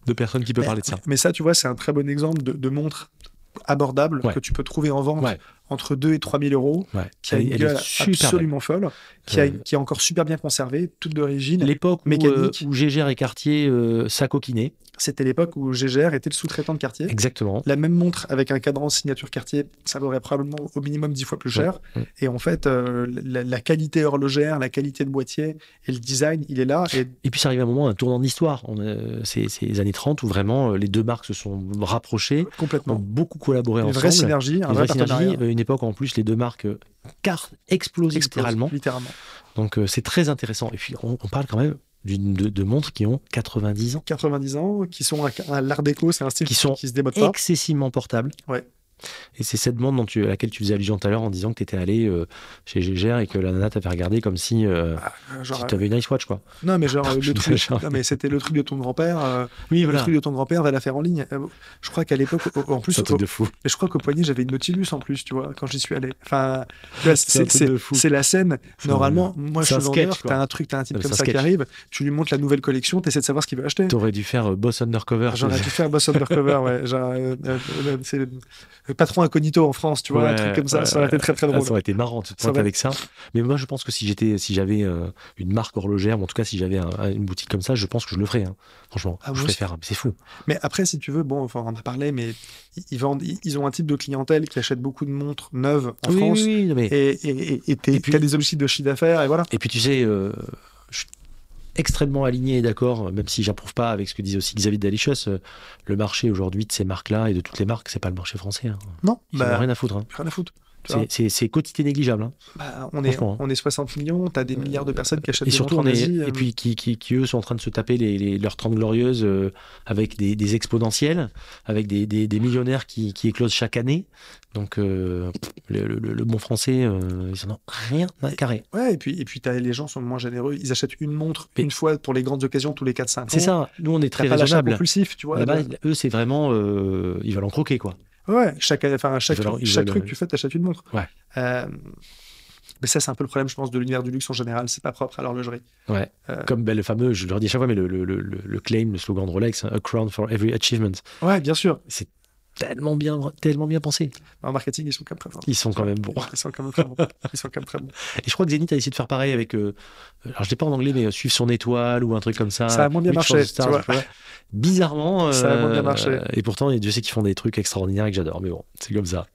Speaker 1: de personnes qui peuvent
Speaker 2: Mais-
Speaker 1: parler de ça.
Speaker 2: Mais ça, tu vois, c'est un très bon exemple de, de montre abordable
Speaker 1: Ouais.
Speaker 2: que tu peux trouver en vente
Speaker 1: Ouais.
Speaker 2: entre 2 et 3 000 euros,
Speaker 1: Ouais.
Speaker 2: qui a
Speaker 1: Elle-
Speaker 2: une
Speaker 1: elle
Speaker 2: gueule
Speaker 1: est super belle.
Speaker 2: absolument folle, qui, a-
Speaker 1: Euh,
Speaker 2: qui est encore super bien conservée, toute d'origine.
Speaker 1: L'époque où, euh,
Speaker 2: Mécanique.
Speaker 1: où Gégère et Cartier euh, s'acoquinaient.
Speaker 2: C'était l'époque où GGR était le sous-traitant de Cartier.
Speaker 1: Exactement.
Speaker 2: La même montre avec un cadran signature Cartier, ça vaudrait probablement au minimum 10 fois plus cher.
Speaker 1: Ouais.
Speaker 2: Et en fait, euh, la, la qualité horlogère, la qualité de boîtier et le design, il est là. Et
Speaker 1: Et puis, ça arrive un moment, un tournant d'histoire. On, euh, c'est c'est les années 30 où vraiment euh, les deux marques se sont rapprochées, ont
Speaker 2: complètement.
Speaker 1: beaucoup collaboré
Speaker 2: Une
Speaker 1: ensemble.
Speaker 2: vraie synergie, un
Speaker 1: Une
Speaker 2: vrai
Speaker 1: vraie synergie,
Speaker 2: partenariat.
Speaker 1: euh, une époque en plus, les deux marques euh, car explosent
Speaker 2: Explose,
Speaker 1: littéralement.
Speaker 2: littéralement.
Speaker 1: Donc euh, c'est très intéressant. Et puis on, on parle quand même d'une- de, de montres qui ont 90 ans,
Speaker 2: 90 ans, qui sont un, un- l'art déco, c'est un style
Speaker 1: Qui
Speaker 2: qui,
Speaker 1: sont
Speaker 2: qui se démode pas.
Speaker 1: excessivement portables.
Speaker 2: Ah. Ouais.
Speaker 1: Et c'est cette montre dont tu, à laquelle tu faisais allusion tout à l'heure en disant que tu étais allé euh, chez Gégère et que la nana t'avait regardé comme si euh,
Speaker 2: Genre,
Speaker 1: tu avais une Ice Watch. Quoi.
Speaker 2: Non, mais genre, euh, le truc.
Speaker 1: Genre-
Speaker 2: Non, mais c'était le truc de ton grand-père. euh,
Speaker 1: oui,
Speaker 2: Le
Speaker 1: voilà.
Speaker 2: truc de ton grand-père va la faire en ligne. Euh, Je crois qu'à l'époque, au- en plus,
Speaker 1: C'est un
Speaker 2: au-
Speaker 1: truc de fou.
Speaker 2: mais je crois qu'au poignet, j'avais une Nautilus en plus, tu vois, quand j'y suis allé. Enfin, tu vois,
Speaker 1: C'est un
Speaker 2: c'est
Speaker 1: truc de
Speaker 2: c'est-
Speaker 1: fou.
Speaker 2: c'est la scène.
Speaker 1: C'est
Speaker 2: Normalement, moi, je
Speaker 1: c'est
Speaker 2: suis
Speaker 1: un sketch,
Speaker 2: vendeur,
Speaker 1: quoi.
Speaker 2: t'as un truc, t'as un type
Speaker 1: Mais
Speaker 2: comme
Speaker 1: c'est un
Speaker 2: ça qui
Speaker 1: sketch.
Speaker 2: arrive, tu lui montres la nouvelle collection, t'essaies de savoir ce qu'il veut acheter.
Speaker 1: T'aurais dû faire euh, Boss Undercover.
Speaker 2: J'aurais dû faire Boss Undercover, ouais. Genre, euh, euh, euh, c'est le patron incognito en France, tu vois, un
Speaker 1: Ouais,
Speaker 2: truc comme ça,
Speaker 1: ouais,
Speaker 2: ça aurait été très très
Speaker 1: Ah,
Speaker 2: drôle.
Speaker 1: ça aurait été marrant, tu te
Speaker 2: Ça
Speaker 1: pointes
Speaker 2: aurait-
Speaker 1: avec ça. Mais moi, je pense que si j'étais, si j'avais euh, une marque horlogère, ou en tout cas si j'avais un- un- une boutique comme ça, je pense que je le ferais. hein. Franchement,
Speaker 2: Ah, moi
Speaker 1: je ferais
Speaker 2: aussi.
Speaker 1: faire. un- C'est fou.
Speaker 2: Mais après, si tu veux, bon, enfin, on en a parlé, mais ils- ils, vendent, ils- ils ont un type de clientèle qui achète beaucoup de montres neuves en
Speaker 1: Oui,
Speaker 2: France.
Speaker 1: oui, oui, non, mais-
Speaker 2: et, et, et- et t'es-
Speaker 1: Et puis-
Speaker 2: t'as des objectifs de chiffre d'affaires et voilà.
Speaker 1: Et puis tu sais, euh, je suis extrêmement aligné et d'accord, même si j'approuve pas avec ce que disait aussi Xavier Dalichos, euh, le marché aujourd'hui de ces marques-là et de toutes les marques, c'est pas le marché français. hein.
Speaker 2: Non,
Speaker 1: Ils en
Speaker 2: bah,
Speaker 1: ont rien à foutre. hein.
Speaker 2: rien à foutre. tu vois.
Speaker 1: C'est- C'est c'est quotité négligeable. hein.
Speaker 2: Bah, on, est,
Speaker 1: Franchement, hein. Euh,
Speaker 2: on est 60 millions, t'as des milliards de personnes qui achètent
Speaker 1: Et
Speaker 2: des
Speaker 1: surtout,
Speaker 2: montres
Speaker 1: on
Speaker 2: en
Speaker 1: est,
Speaker 2: Asie, euh,
Speaker 1: et puis qui, qui, qui, eux sont en train de se taper les, les- leurs 30 glorieuses euh, avec des, des exponentiels, avec des, des- des millionnaires qui, qui éclosent chaque année. Donc euh, le, le- le bon français, euh, ils en ont rien à carrer.
Speaker 2: Ouais, et puis, et puis t'as- les gens sont moins généreux, ils achètent une montre
Speaker 1: Mais-
Speaker 2: une fois pour les grandes occasions tous les 4-5 ans.
Speaker 1: C'est ça, nous on est
Speaker 2: T'as
Speaker 1: très
Speaker 2: pas l'achat
Speaker 1: raisonnables.
Speaker 2: compulsif, tu vois.
Speaker 1: Là-bas, eux, c'est vraiment. euh, ils veulent en croquer, quoi.
Speaker 2: Ouais, chaque, enfin, chaque,
Speaker 1: Ils veulent- ils
Speaker 2: chaque
Speaker 1: veulent- euh,
Speaker 2: truc que tu fais, t'achètes une montre.
Speaker 1: Ouais.
Speaker 2: Euh, mais ça, c'est un peu le problème, je pense, de l'univers du luxe en général. C'est pas propre à l'horlogerie.
Speaker 1: Ouais.
Speaker 2: Euh,
Speaker 1: Comme ben, le fameux, je le redis à chaque fois, mais le, le- le- le- le claim, le slogan de Rolex, hein, A crown for every achievement.
Speaker 2: Ouais, bien sûr.
Speaker 1: C'est tellement bien, tellement bien pensé.
Speaker 2: En marketing, ils sont quand même très forts.
Speaker 1: Ils sont quand même bons.
Speaker 2: Ils sont quand même très bons. Ils sont quand même très bons.
Speaker 1: Et je crois que Zenith a essayé de faire pareil avec. euh, alors, je ne l'ai pas en anglais, mais euh, suivre son étoile ou un truc comme ça.
Speaker 2: Ça a moins bien
Speaker 1: Reach for
Speaker 2: marché,
Speaker 1: the
Speaker 2: tu vois.
Speaker 1: tu vois. Bizarrement.
Speaker 2: Ça a moins bien
Speaker 1: euh,
Speaker 2: marché.
Speaker 1: Et pourtant, et Dieu sait qu'ils font des trucs extraordinaires et que j'adore. Mais bon, c'est comme ça.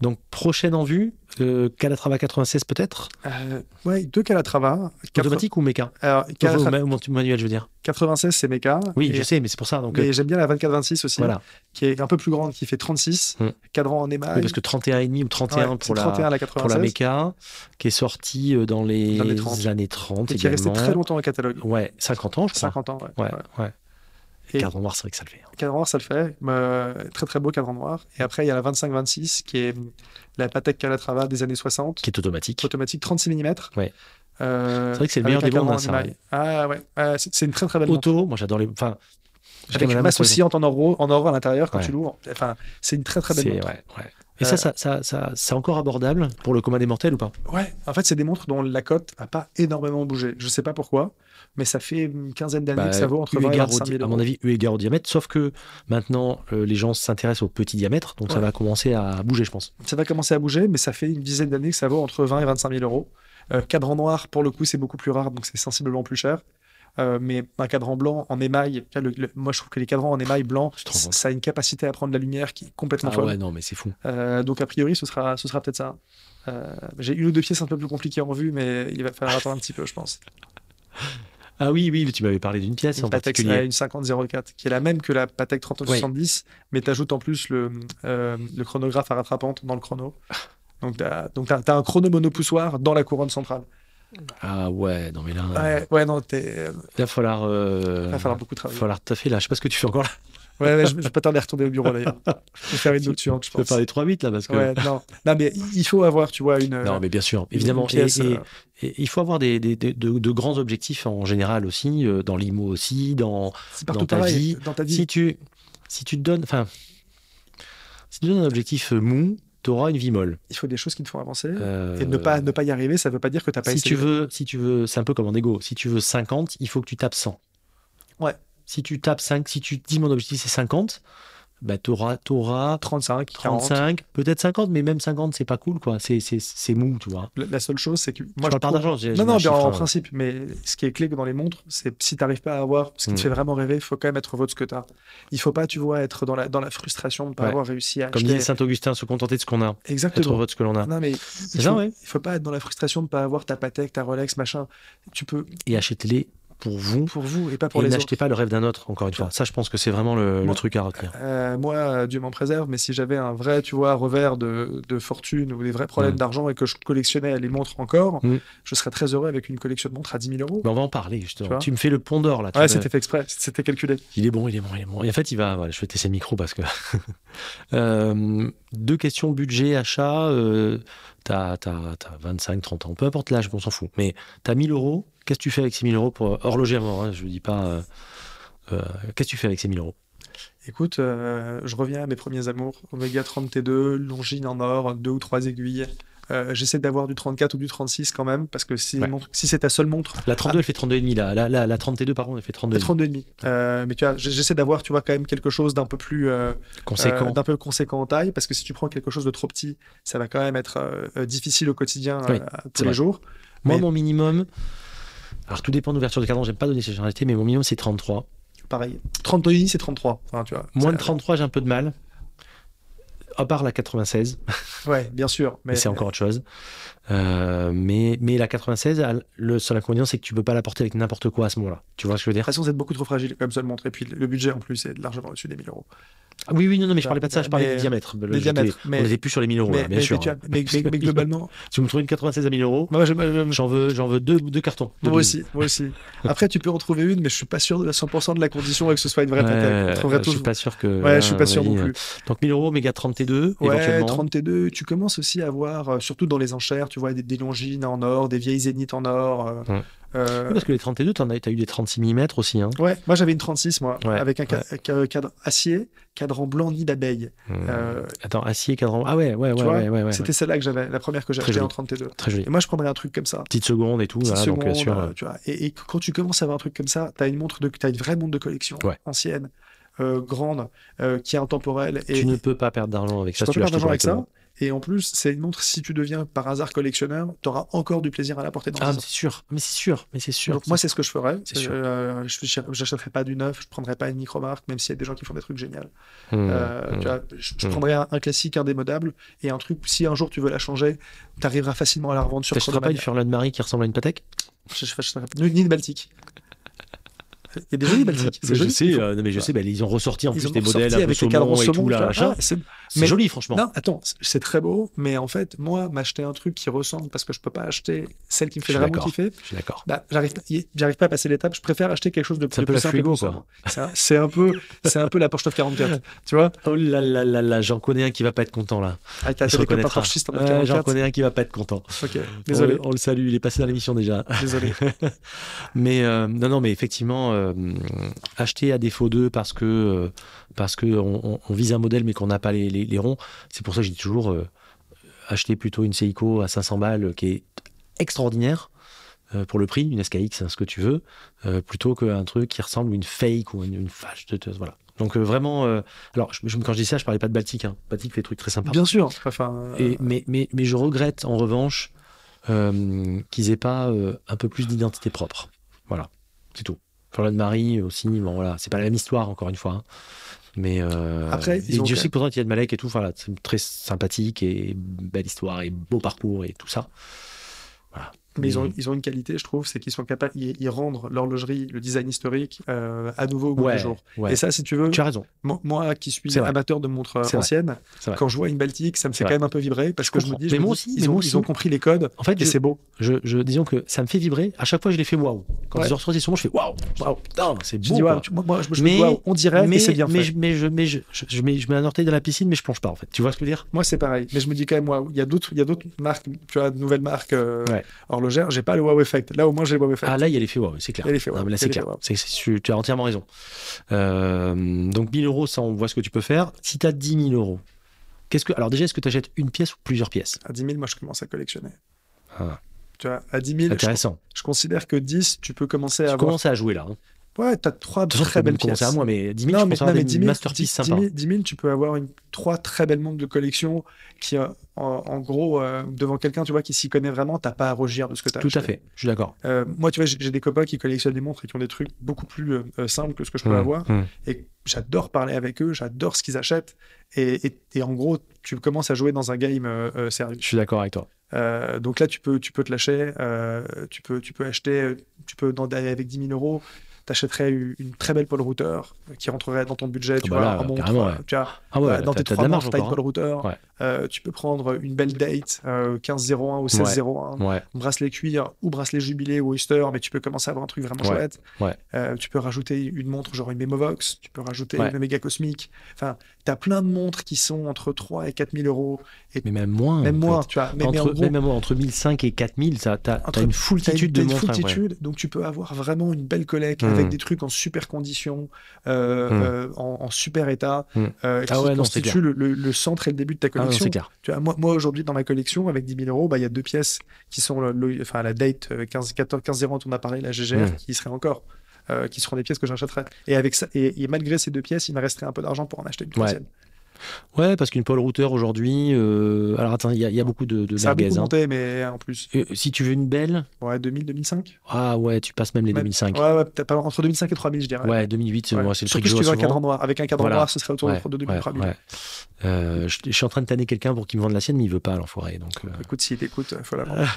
Speaker 1: Donc, prochaine en vue, euh, Calatrava 96 peut-être
Speaker 2: Euh, ouais, deux Calatrava.
Speaker 1: Automatique ou méca
Speaker 2: Alors,
Speaker 1: Ou
Speaker 2: Calatra-
Speaker 1: ma- ou manuel, je veux dire.
Speaker 2: 96, c'est Mecha.
Speaker 1: Oui,
Speaker 2: et,
Speaker 1: je sais, mais c'est pour ça. Donc, euh,
Speaker 2: mais j'aime bien la 24-26 aussi,
Speaker 1: voilà.
Speaker 2: qui est un peu plus grande, qui fait 36,
Speaker 1: Hmm.
Speaker 2: cadran en émail.
Speaker 1: Oui, parce que 31,5 ou 31
Speaker 2: Ouais, c'est
Speaker 1: pour, la,
Speaker 2: 31 à la
Speaker 1: pour la
Speaker 2: 96,
Speaker 1: méca, qui est sortie euh, dans les,
Speaker 2: Dans les 30.
Speaker 1: années 30
Speaker 2: et qui est restée
Speaker 1: également.
Speaker 2: très longtemps au catalogue.
Speaker 1: Ouais, 50 ans, je crois.
Speaker 2: 50 ans, ouais.
Speaker 1: Ouais,
Speaker 2: ouais.
Speaker 1: ouais.
Speaker 2: Et-
Speaker 1: Cadran noir, c'est vrai que ça le fait. hein.
Speaker 2: Cadran noir, ça le fait. mais, euh, très très beau cadran noir. Et après, il y a la 25-26, qui est la Patek Calatrava des années 60,
Speaker 1: Qui est automatique.
Speaker 2: automatique 36 mm.
Speaker 1: Ouais.
Speaker 2: Euh,
Speaker 1: C'est vrai que c'est le meilleur
Speaker 2: avec
Speaker 1: des
Speaker 2: un
Speaker 1: mondes, hein, ça.
Speaker 2: cadran en émail. Ah ouais, ouais, c'est c'est une très très belle montre.
Speaker 1: Auto, moi j'adore les. Enfin, j'ai quand
Speaker 2: Avec
Speaker 1: même la
Speaker 2: une
Speaker 1: main
Speaker 2: masse
Speaker 1: sur les-
Speaker 2: oscillante en or, en or à l'intérieur quand
Speaker 1: Ouais.
Speaker 2: tu l'ouvres. Enfin, c'est une très très belle
Speaker 1: C'est-
Speaker 2: montre.
Speaker 1: ouais, ouais. Et ça,
Speaker 2: Euh,
Speaker 1: ça, ça, ça- c'est encore abordable pour le commun des mortels ou pas
Speaker 2: Ouais, en fait, c'est des montres dont la cote n'a pas énormément bougé. Je sais pas pourquoi, mais ça fait une quinzaine d'années
Speaker 1: Bah,
Speaker 2: que ça vaut entre
Speaker 1: eu
Speaker 2: 20 et
Speaker 1: égard au
Speaker 2: 25
Speaker 1: di-
Speaker 2: 000
Speaker 1: À
Speaker 2: euros.
Speaker 1: mon avis, eu égard au diamètre. Sauf que maintenant, euh, les gens s'intéressent aux petits diamètres, donc ça
Speaker 2: Ouais.
Speaker 1: va commencer à bouger, je pense.
Speaker 2: Ça va commencer à bouger, mais ça fait une dizaine d'années que ça vaut entre 20 et 25 000 euros. Euh, cadran noir, pour le coup, c'est beaucoup plus rare, donc c'est sensiblement plus cher. euh, mais un cadran blanc en émail, tu vois, le- le- moi je trouve que les cadrans en émail blanc,
Speaker 1: C'est trop bon.
Speaker 2: ça a une capacité à prendre la lumière qui est complètement
Speaker 1: Ah
Speaker 2: folle.
Speaker 1: ouais, non, mais c'est fou.
Speaker 2: Euh, donc a priori, ce sera, ce sera peut-être ça. Euh, J'ai une ou deux pièces un peu plus compliquées en vue, mais il va falloir attendre un petit peu, je pense.
Speaker 1: Ah oui, oui, tu m'avais parlé d'une pièce en
Speaker 2: Une Patek
Speaker 1: particulier.
Speaker 2: ouais, une 5004, qui est la même que la Patek 3970, mais tu ajoutes en plus le, euh, le chronographe à rattrapante dans le chrono. Donc tu as, un chrono monopoussoir dans la couronne centrale.
Speaker 1: Ah ouais, non, mais là,
Speaker 2: Ouais, ouais non, t'es-
Speaker 1: il va falloir. euh,
Speaker 2: il va falloir beaucoup travailler.
Speaker 1: falloir taffer là. Je sais pas ce que tu fais encore là.
Speaker 2: Ouais, ouais, je, je vais pas tarder à retourner au bureau d'ailleurs. Je vais faire une nocturne, je
Speaker 1: Tu peux
Speaker 2: pense.
Speaker 1: parler 3 vite là parce que.
Speaker 2: Ouais, non. non, mais il faut avoir, tu vois, une.
Speaker 1: Non, mais bien sûr, évidemment.
Speaker 2: une pièce,
Speaker 1: et- et-
Speaker 2: euh,
Speaker 1: Et il faut avoir des, des- des- de, de grands objectifs en général aussi, euh, dans l'IMO aussi, dans
Speaker 2: c'est partout
Speaker 1: dans ta
Speaker 2: pareil.
Speaker 1: vie,
Speaker 2: dans ta vie,
Speaker 1: si tu si tu te donnes enfin si tu donnes un objectif euh, mou, tu auras une vie molle.
Speaker 2: il faut des choses qui te font avancer.
Speaker 1: Euh,
Speaker 2: Et ne pas, ne pas y arriver, ça veut pas dire que t'as pas
Speaker 1: si tu
Speaker 2: essayé.
Speaker 1: veux si tu veux c'est un peu comme en ego, si tu veux 50, il faut que tu tapes 100.
Speaker 2: Ouais.
Speaker 1: Si tu tapes 5, si tu te dis mon objectif c'est 50, bah tu auras
Speaker 2: 35, 40.
Speaker 1: 35, peut-être 50 mais même 50 c'est pas cool quoi, c'est c'est c'est mou, tu vois.
Speaker 2: La la seule chose, c'est que moi,
Speaker 1: je
Speaker 2: je
Speaker 1: parle pas
Speaker 2: trouve-
Speaker 1: d'argent, j'ai- j'ai
Speaker 2: Non, non,
Speaker 1: un
Speaker 2: bien,
Speaker 1: chiffre,
Speaker 2: en
Speaker 1: hein.
Speaker 2: principe. Mais ce qui est clé dans les montres, c'est que si t'arrives pas à avoir ce qui
Speaker 1: Mm.
Speaker 2: te fait vraiment rêver, il faut quand même être heureux de ce que t'as. Il faut pas, tu vois, être dans la, dans la frustration de pas
Speaker 1: Ouais.
Speaker 2: avoir réussi à
Speaker 1: Comme
Speaker 2: acheter.
Speaker 1: dit Saint Augustin, se contenter de ce qu'on a, être
Speaker 2: Exactement.
Speaker 1: heureux de ce que l'on a.
Speaker 2: Non, mais il
Speaker 1: C'est
Speaker 2: faut,
Speaker 1: ça, ouais.
Speaker 2: il faut pas être dans la frustration de pas avoir ta Patek, ta Rolex, machin. Tu peux
Speaker 1: et achetez-les pour vous
Speaker 2: pour vous et pas pour
Speaker 1: et
Speaker 2: les autres.
Speaker 1: n'achetez pas le rêve d'un autre encore une fois ça je pense que c'est vraiment le, le
Speaker 2: Moi-
Speaker 1: truc à retenir
Speaker 2: Euh, moi, euh, Dieu m'en préserve, mais si j'avais un vrai, tu vois, revers de, de fortune ou des vrais problèmes
Speaker 1: Mm.
Speaker 2: d'argent et que je collectionnais les montres encore,
Speaker 1: Mm.
Speaker 2: je serais très heureux avec une collection de montres à 10 000 euros.
Speaker 1: mais on va en parler
Speaker 2: Tu
Speaker 1: justement
Speaker 2: vois
Speaker 1: tu, me fais le pont d'or là tu
Speaker 2: Ouais,
Speaker 1: me-
Speaker 2: c'était fait exprès, c'était calculé.
Speaker 1: il est bon il est bon il est bon et en fait il va voilà, je vais tester le micro parce que Euh, deux questions budget achat euh, t'as t'as- t'as 25 30 ans peu importe l'âge on s'en fout mais t'as 1000 euros qu'est-ce que tu fais avec ces 1000 euros pour horloger à mort hein, je dis pas euh, euh, qu'est-ce que tu fais avec ces 1000 euros
Speaker 2: Écoute, euh, je reviens à mes premiers amours. Omega 30 T2, Longines en or, deux ou trois aiguilles. Euh, J'essaie d'avoir du 34 ou du 36 quand même, parce que si, une
Speaker 1: Ouais.
Speaker 2: montre- si c'est ta seule montre,
Speaker 1: la 32 elle fait 32,5 là la, la, la 32 par contre elle fait 32
Speaker 2: t'as 32,5. Euh, mais tu vois, j- j'essaie d'avoir, tu vois, quand même quelque chose d'un peu plus... euh,
Speaker 1: conséquent
Speaker 2: euh, d'un peu conséquent en taille, parce que si tu prends quelque chose de trop petit, ça va quand même être euh, euh, difficile au quotidien
Speaker 1: Oui,
Speaker 2: euh,
Speaker 1: c'est
Speaker 2: tous les
Speaker 1: vrai.
Speaker 2: jours.
Speaker 1: Moi,
Speaker 2: Mais-
Speaker 1: mon minimum, alors tout dépend d'ouverture de cadran, j'aime pas donner ces généralités, mais mon minimum c'est 33.
Speaker 2: Pareil. 32 c'est 33. Enfin, tu vois,
Speaker 1: Moins de
Speaker 2: ça-
Speaker 1: 33, j'ai un peu de mal. À part la 96,
Speaker 2: Ouais, bien sûr.
Speaker 1: mais
Speaker 2: Mais
Speaker 1: c'est encore autre chose. Euh, mais, mais la 96, elle- le seul inconvénient, c'est que tu peux pas la porter avec n'importe quoi à ce moment-là. Tu vois ce que je veux
Speaker 2: De
Speaker 1: dire
Speaker 2: toute façon, vous êtes beaucoup trop fragile comme seule montre. Et puis, le budget, en plus, est largement au-dessus des 1000 euros.
Speaker 1: Ah Oui, oui, non, non, mais je parlais pas de ça, je parlais
Speaker 2: Mais-
Speaker 1: du diamètre. Le-
Speaker 2: des
Speaker 1: j'étais-
Speaker 2: diamètres, mais-
Speaker 1: On n'était plus sur les 1000 euros,
Speaker 2: mais,
Speaker 1: là, bien
Speaker 2: mais-
Speaker 1: sûr.
Speaker 2: mais tu
Speaker 1: hein.
Speaker 2: vois, mais- mais- mais globalement,
Speaker 1: Si vous me trouvez une 96 à 1000 euros,
Speaker 2: moi, je- moi, je-
Speaker 1: j'en veux, j'en veux deux, deux cartons. deux
Speaker 2: moi
Speaker 1: douze.
Speaker 2: aussi, moi aussi. Après, tu peux en trouver une, mais je suis pas sûr de la 100% de la condition et que ce soit une vraie
Speaker 1: Ouais, euh,
Speaker 2: Patek. Tu trouverais
Speaker 1: je
Speaker 2: tous-
Speaker 1: suis pas sûr que.
Speaker 2: Ouais, je suis
Speaker 1: à
Speaker 2: pas
Speaker 1: mon
Speaker 2: sûr non
Speaker 1: avis, euh,
Speaker 2: plus.
Speaker 1: Donc 1000 euros, méga 32,
Speaker 2: Ouais,
Speaker 1: éventuellement.
Speaker 2: 30 T2, tu commences aussi à voir, euh, surtout dans les enchères, tu vois, des, des longines en or, des vieilles zéniths en or. euh,
Speaker 1: Hum.
Speaker 2: euh,
Speaker 1: Oui, Parce que les 32, t'en as, t'as eu des 36 mm aussi. Hein.
Speaker 2: Ouais, moi j'avais une 36, moi,
Speaker 1: Ouais,
Speaker 2: avec un ca- ca- cadre acier, cadran blanc nid d'abeille. Euh,
Speaker 1: Attends, acier, cadran. Ah ouais, ouais, ouais,
Speaker 2: tu vois,
Speaker 1: ouais, ouais, ouais.
Speaker 2: C'était celle-là que j'avais, la première que j'ai
Speaker 1: Très
Speaker 2: achetée en
Speaker 1: joli.
Speaker 2: 32.
Speaker 1: Très joli.
Speaker 2: Et moi je prendrais un truc comme ça.
Speaker 1: Petite seconde et tout.
Speaker 2: Petite
Speaker 1: voilà, donc, bien
Speaker 2: seconde,
Speaker 1: sûr,
Speaker 2: euh, tu vois. Et, et quand tu commences à avoir un truc comme ça, t'as une montre de, t'as une vraie montre de collection,
Speaker 1: Ouais.
Speaker 2: ancienne, euh, grande, euh, qui est intemporelle. Et,
Speaker 1: tu ne peux pas perdre d'argent avec
Speaker 2: tu
Speaker 1: ça.
Speaker 2: peux
Speaker 1: si tu
Speaker 2: pas
Speaker 1: l'achètes
Speaker 2: faire d'argent avec ça.
Speaker 1: correctement.
Speaker 2: Et en plus, c'est une montre, si tu deviens par hasard collectionneur, t'auras encore du plaisir à la porter dans
Speaker 1: Ah,
Speaker 2: tes
Speaker 1: mais c'est sûr. Mais c'est sûr. Mais c'est sûr.
Speaker 2: Donc moi, c'est ce que je ferais.
Speaker 1: C'est sûr.
Speaker 2: Euh, je n'achèterais pas du neuf, je prendrais pas une micro-marque, même s'il y a des gens qui font des trucs géniaux.
Speaker 1: Hum,
Speaker 2: Euh,
Speaker 1: hum.
Speaker 2: tu vois, je, je
Speaker 1: Mm.
Speaker 2: prendrais un, un classique indémodable et un truc, si un jour tu veux la changer, tu arriveras facilement à la revendre sur
Speaker 1: T'achèteras pas une
Speaker 2: Chronomania.
Speaker 1: Furlan de Marie qui ressemble à une Patek
Speaker 2: Je- je- je- je- Ni de Baltique. Il y a des jolies Baltiques. c'est
Speaker 1: Je
Speaker 2: joli.
Speaker 1: sais,
Speaker 2: Ils font-
Speaker 1: euh, non, mais je
Speaker 2: Ouais.
Speaker 1: sais, bah, ils ont ressorti en
Speaker 2: ils
Speaker 1: plus
Speaker 2: ont
Speaker 1: des
Speaker 2: ressorti
Speaker 1: modèles un peu
Speaker 2: avec les cadrans
Speaker 1: saumon et
Speaker 2: saumon,
Speaker 1: tout
Speaker 2: tu
Speaker 1: là.
Speaker 2: vois.
Speaker 1: machin.
Speaker 2: Ah, c'est-
Speaker 1: C'est
Speaker 2: mais-
Speaker 1: joli, franchement.
Speaker 2: Non, attends, c'est- c'est très beau, mais en fait, moi, m'acheter un truc qui ressemble parce que je peux pas acheter celle qui me
Speaker 1: Je
Speaker 2: fait
Speaker 1: suis
Speaker 2: vraiment
Speaker 1: d'accord.
Speaker 2: kiffer,
Speaker 1: Je suis d'accord.
Speaker 2: bah, j'arrive y- j'arrive pas à passer l'étape. Je préfère acheter quelque chose de,
Speaker 1: C'est un
Speaker 2: de
Speaker 1: peu
Speaker 2: plus
Speaker 1: la
Speaker 2: simple et
Speaker 1: Fuego,
Speaker 2: plus
Speaker 1: quoi.
Speaker 2: sobre. C'est un- C'est un peu, c'est un peu la Porsche 944, tu vois.
Speaker 1: Oh là là là là, j'en connais un qui va pas être content là.
Speaker 2: Ah, t'as
Speaker 1: Il se
Speaker 2: acheté comme un
Speaker 1: reconnaîtra.
Speaker 2: Porschiste en
Speaker 1: Ouais, J'en
Speaker 2: 944.
Speaker 1: connais un qui va pas être content.
Speaker 2: Ok, désolé,
Speaker 1: On, on le salue, il est passé dans l'émission déjà.
Speaker 2: désolé.
Speaker 1: Mais euh, non, non, mais effectivement, euh, acheter à défaut d'eux parce que euh, parce que on, on- on vise un modèle mais qu'on n'a pas les, les- les ronds, c'est pour ça que je dis toujours euh, acheter plutôt une Seiko à 500 balles euh, qui est extraordinaire euh, pour le prix, une SKX, hein, ce que tu veux, euh, plutôt qu'un truc qui ressemble à une fake ou une, une fâche. de- de- Voilà. Donc euh, vraiment, euh, alors je- je- quand je dis ça, je parlais pas de Baltique. Hein. Baltique fait des trucs très sympas.
Speaker 2: Bien sûr. Enfin,
Speaker 1: Et- mais, mais, mais je regrette en revanche euh, qu'ils aient pas euh, un peu plus d'identité propre. Voilà. C'est tout. Florian Marie euh, aussi, bon voilà, c'est pas la même histoire encore une fois. hein. Mais euh,
Speaker 2: Après, ils
Speaker 1: et
Speaker 2: ont
Speaker 1: je
Speaker 2: quand-
Speaker 1: sais que pourtant il y a de Malek et tout, enfin là, c'est très sympathique et belle histoire et beau parcours et tout ça.
Speaker 2: Mais ils ont,
Speaker 1: Mhm.
Speaker 2: ils ont une qualité, je trouve, c'est qu'ils sont capables, ils, ils rendent l'horlogerie, le design historique, euh, à nouveau au goût du jour.
Speaker 1: ouais.
Speaker 2: Et ça, si tu veux,
Speaker 1: tu as raison.
Speaker 2: moi, moi qui suis
Speaker 1: C'est vrai.
Speaker 2: amateur de montres euh,
Speaker 1: C'est vrai.
Speaker 2: anciennes,
Speaker 1: C'est vrai.
Speaker 2: quand je vois une Baltique, ça me
Speaker 1: C'est
Speaker 2: fait
Speaker 1: vrai.
Speaker 2: quand même un peu vibrer parce
Speaker 1: Je
Speaker 2: que je me
Speaker 1: comprends.
Speaker 2: dis, je
Speaker 1: Mais
Speaker 2: me
Speaker 1: moi
Speaker 2: dis,
Speaker 1: aussi,
Speaker 2: ils,
Speaker 1: mais
Speaker 2: ont,
Speaker 1: moi
Speaker 2: ils
Speaker 1: aussi.
Speaker 2: ont compris les codes
Speaker 1: En fait, je,
Speaker 2: et c'est beau.
Speaker 1: je, je- disons que ça me fait vibrer. À chaque fois, je les fais waouh. Quand
Speaker 2: Ouais.
Speaker 1: ils ont ressorti sur moi, je fais waouh, waouh, putain, c'est
Speaker 2: Je
Speaker 1: beau.
Speaker 2: dis,
Speaker 1: quoi.
Speaker 2: waouh, bah, tu- moi, moi, je me je me
Speaker 1: Mais-
Speaker 2: dis, waouw, on dirait, mais
Speaker 1: mais,
Speaker 2: c'est bien
Speaker 1: mais,
Speaker 2: fait.
Speaker 1: je, mais, je, mais je, je- je mets, je mets un orteil dans la piscine, mais je plonge pas en fait. Tu vois ce que je veux dire
Speaker 2: Moi, c'est pareil. Mais je me dis quand même, waouh, il y a d'autres, il y a d'autres marques, tu vois, de nouvelles marques euh,
Speaker 1: Ouais.
Speaker 2: horlogères. J'ai pas le wow effect. Là, au moins, j'ai le wow effect.
Speaker 1: Ah là, il y a l'effet waouh, c'est clair.
Speaker 2: Il y a l'effet waouh,
Speaker 1: Non, mais là,
Speaker 2: il y a
Speaker 1: c'est
Speaker 2: l'effet
Speaker 1: clair.
Speaker 2: waouh.
Speaker 1: C'est- c'est- tu- tu as entièrement raison. Euh, donc 1000 euros, ça, on voit ce que tu peux faire. Si tu as 10 000 euros, qu'est-ce que. Alors déjà, est-ce que tu achètes une pièce ou plusieurs pièces
Speaker 2: À 10 000, moi, je commence à collectionner.
Speaker 1: Ah.
Speaker 2: Tu vois, à 10 000, je,
Speaker 1: Intéressant.
Speaker 2: je considère que 10, tu peux commencer à
Speaker 1: Tu
Speaker 2: avoir.
Speaker 1: commences à jouer là. hein.
Speaker 2: Ouais, t'as trois
Speaker 1: De toute façon,
Speaker 2: très
Speaker 1: tu peux
Speaker 2: belles
Speaker 1: commencer
Speaker 2: pièces.
Speaker 1: à moi, mais 10 000, je pense avoir des
Speaker 2: 000,
Speaker 1: masterpieces
Speaker 2: 10
Speaker 1: sympas.
Speaker 2: 000, 10 000, tu peux avoir une, trois très belles montres de collection qui, euh, en, en gros, euh, devant quelqu'un, tu vois, qui s'y connaît vraiment, t'as pas à rougir de ce que t'as
Speaker 1: Tout à
Speaker 2: acheté.
Speaker 1: fait, je suis d'accord.
Speaker 2: Euh, moi, tu vois, j'ai j'ai des copains qui collectionnent des montres et qui ont des trucs beaucoup plus euh, euh, simples que ce que je peux
Speaker 1: Mmh.
Speaker 2: avoir. Et j'adore parler avec eux, j'adore ce qu'ils achètent. Et, et- et en gros, tu commences à jouer dans un game euh, euh, sérieux.
Speaker 1: Je suis d'accord avec toi.
Speaker 2: Euh, donc là, tu peux, tu peux te lâcher, euh, tu, peux, tu peux acheter, euh, tu peux dans, avec 10 000 euros, t'achèterais une une très belle pole router qui rentrerait dans ton budget, tu
Speaker 1: bah
Speaker 2: vois,
Speaker 1: là,
Speaker 2: en montre,
Speaker 1: carrément, ouais.
Speaker 2: tu vois,
Speaker 1: Ah ouais,
Speaker 2: euh,
Speaker 1: là,
Speaker 2: dans
Speaker 1: t'as
Speaker 2: tes
Speaker 1: t'as de
Speaker 2: trois
Speaker 1: la
Speaker 2: marches,
Speaker 1: marge
Speaker 2: t'as une
Speaker 1: encore. hein.
Speaker 2: pole router,
Speaker 1: Ouais.
Speaker 2: euh, tu peux prendre une belle date, euh, 15-01 ou 16-01,
Speaker 1: hein. Ouais.
Speaker 2: bracelet cuir ou bracelet jubilé ou oyster, mais tu peux commencer à avoir un truc vraiment
Speaker 1: Ouais,
Speaker 2: chouette.
Speaker 1: ouais.
Speaker 2: Euh, tu peux rajouter une montre genre une Memovox, tu peux rajouter
Speaker 1: Ouais.
Speaker 2: une Omega Cosmic. Enfin, tu as plein de montres qui sont entre 3 et 4 000 euros,
Speaker 1: Mais même moins.
Speaker 2: même
Speaker 1: en
Speaker 2: moins,
Speaker 1: fait.
Speaker 2: tu vois. Mais, mais en
Speaker 1: entre,
Speaker 2: gros,
Speaker 1: même moi, entre 1005 et 4000, ça, t'as, t'as
Speaker 2: Entre-
Speaker 1: une
Speaker 2: t'as une,
Speaker 1: foultitude
Speaker 2: t'as
Speaker 1: de
Speaker 2: une
Speaker 1: montres. après.
Speaker 2: foultitude, donc tu peux avoir vraiment une belle collecte
Speaker 1: Hmm.
Speaker 2: avec des trucs en super condition, euh,
Speaker 1: Hmm.
Speaker 2: euh, en, en super état,
Speaker 1: Hmm.
Speaker 2: euh, qui
Speaker 1: Ah ouais, non, c'est
Speaker 2: constitue le, le- le centre et le début de ta
Speaker 1: Ah non,
Speaker 2: collection.
Speaker 1: c'est clair.
Speaker 2: Tu vois, moi, moi aujourd'hui, dans ma collection, avec 10 000 euros, bah, il y a deux pièces qui sont le- le- enfin, la date euh, 15, 14, 15 0 on a parlé, la GGR,
Speaker 1: Mm.
Speaker 2: qui serait encore, euh, qui seront des pièces que j'achèterais. Et, avec ça- et, et malgré ces deux pièces, il me resterait un peu d'argent pour en acheter une
Speaker 1: Ouais.
Speaker 2: troisième.
Speaker 1: Ouais, parce qu'une pole router aujourd'hui. euh, Alors attends, il y, a- il y a beaucoup de, de
Speaker 2: ça a
Speaker 1: merguez,
Speaker 2: beaucoup
Speaker 1: hein.
Speaker 2: monté, mais en plus,
Speaker 1: Euh, si tu veux une belle,
Speaker 2: ouais, 2000, 2005
Speaker 1: ah ouais, tu passes même les
Speaker 2: Ouais.
Speaker 1: 2005.
Speaker 2: Ouais, ouais, peut-être pas- entre 2005 et 3000, je dirais.
Speaker 1: Ouais, 2008,
Speaker 2: Ouais.
Speaker 1: moi, c'est le truc
Speaker 2: Surtout
Speaker 1: que je
Speaker 2: si tu
Speaker 1: vois
Speaker 2: veux un
Speaker 1: souvent.
Speaker 2: cadran noir. Avec un cadran
Speaker 1: Voilà.
Speaker 2: noir, ce serait autour
Speaker 1: Ouais,
Speaker 2: de 2000,
Speaker 1: ouais,
Speaker 2: 3000.
Speaker 1: ouais. Euh, je, je suis en train de tanner quelqu'un pour qu'il me vende la sienne, mais il veut pas, l'enfoiré. Donc, euh,
Speaker 2: Écoute, si t'écoutes, il faut la vendre.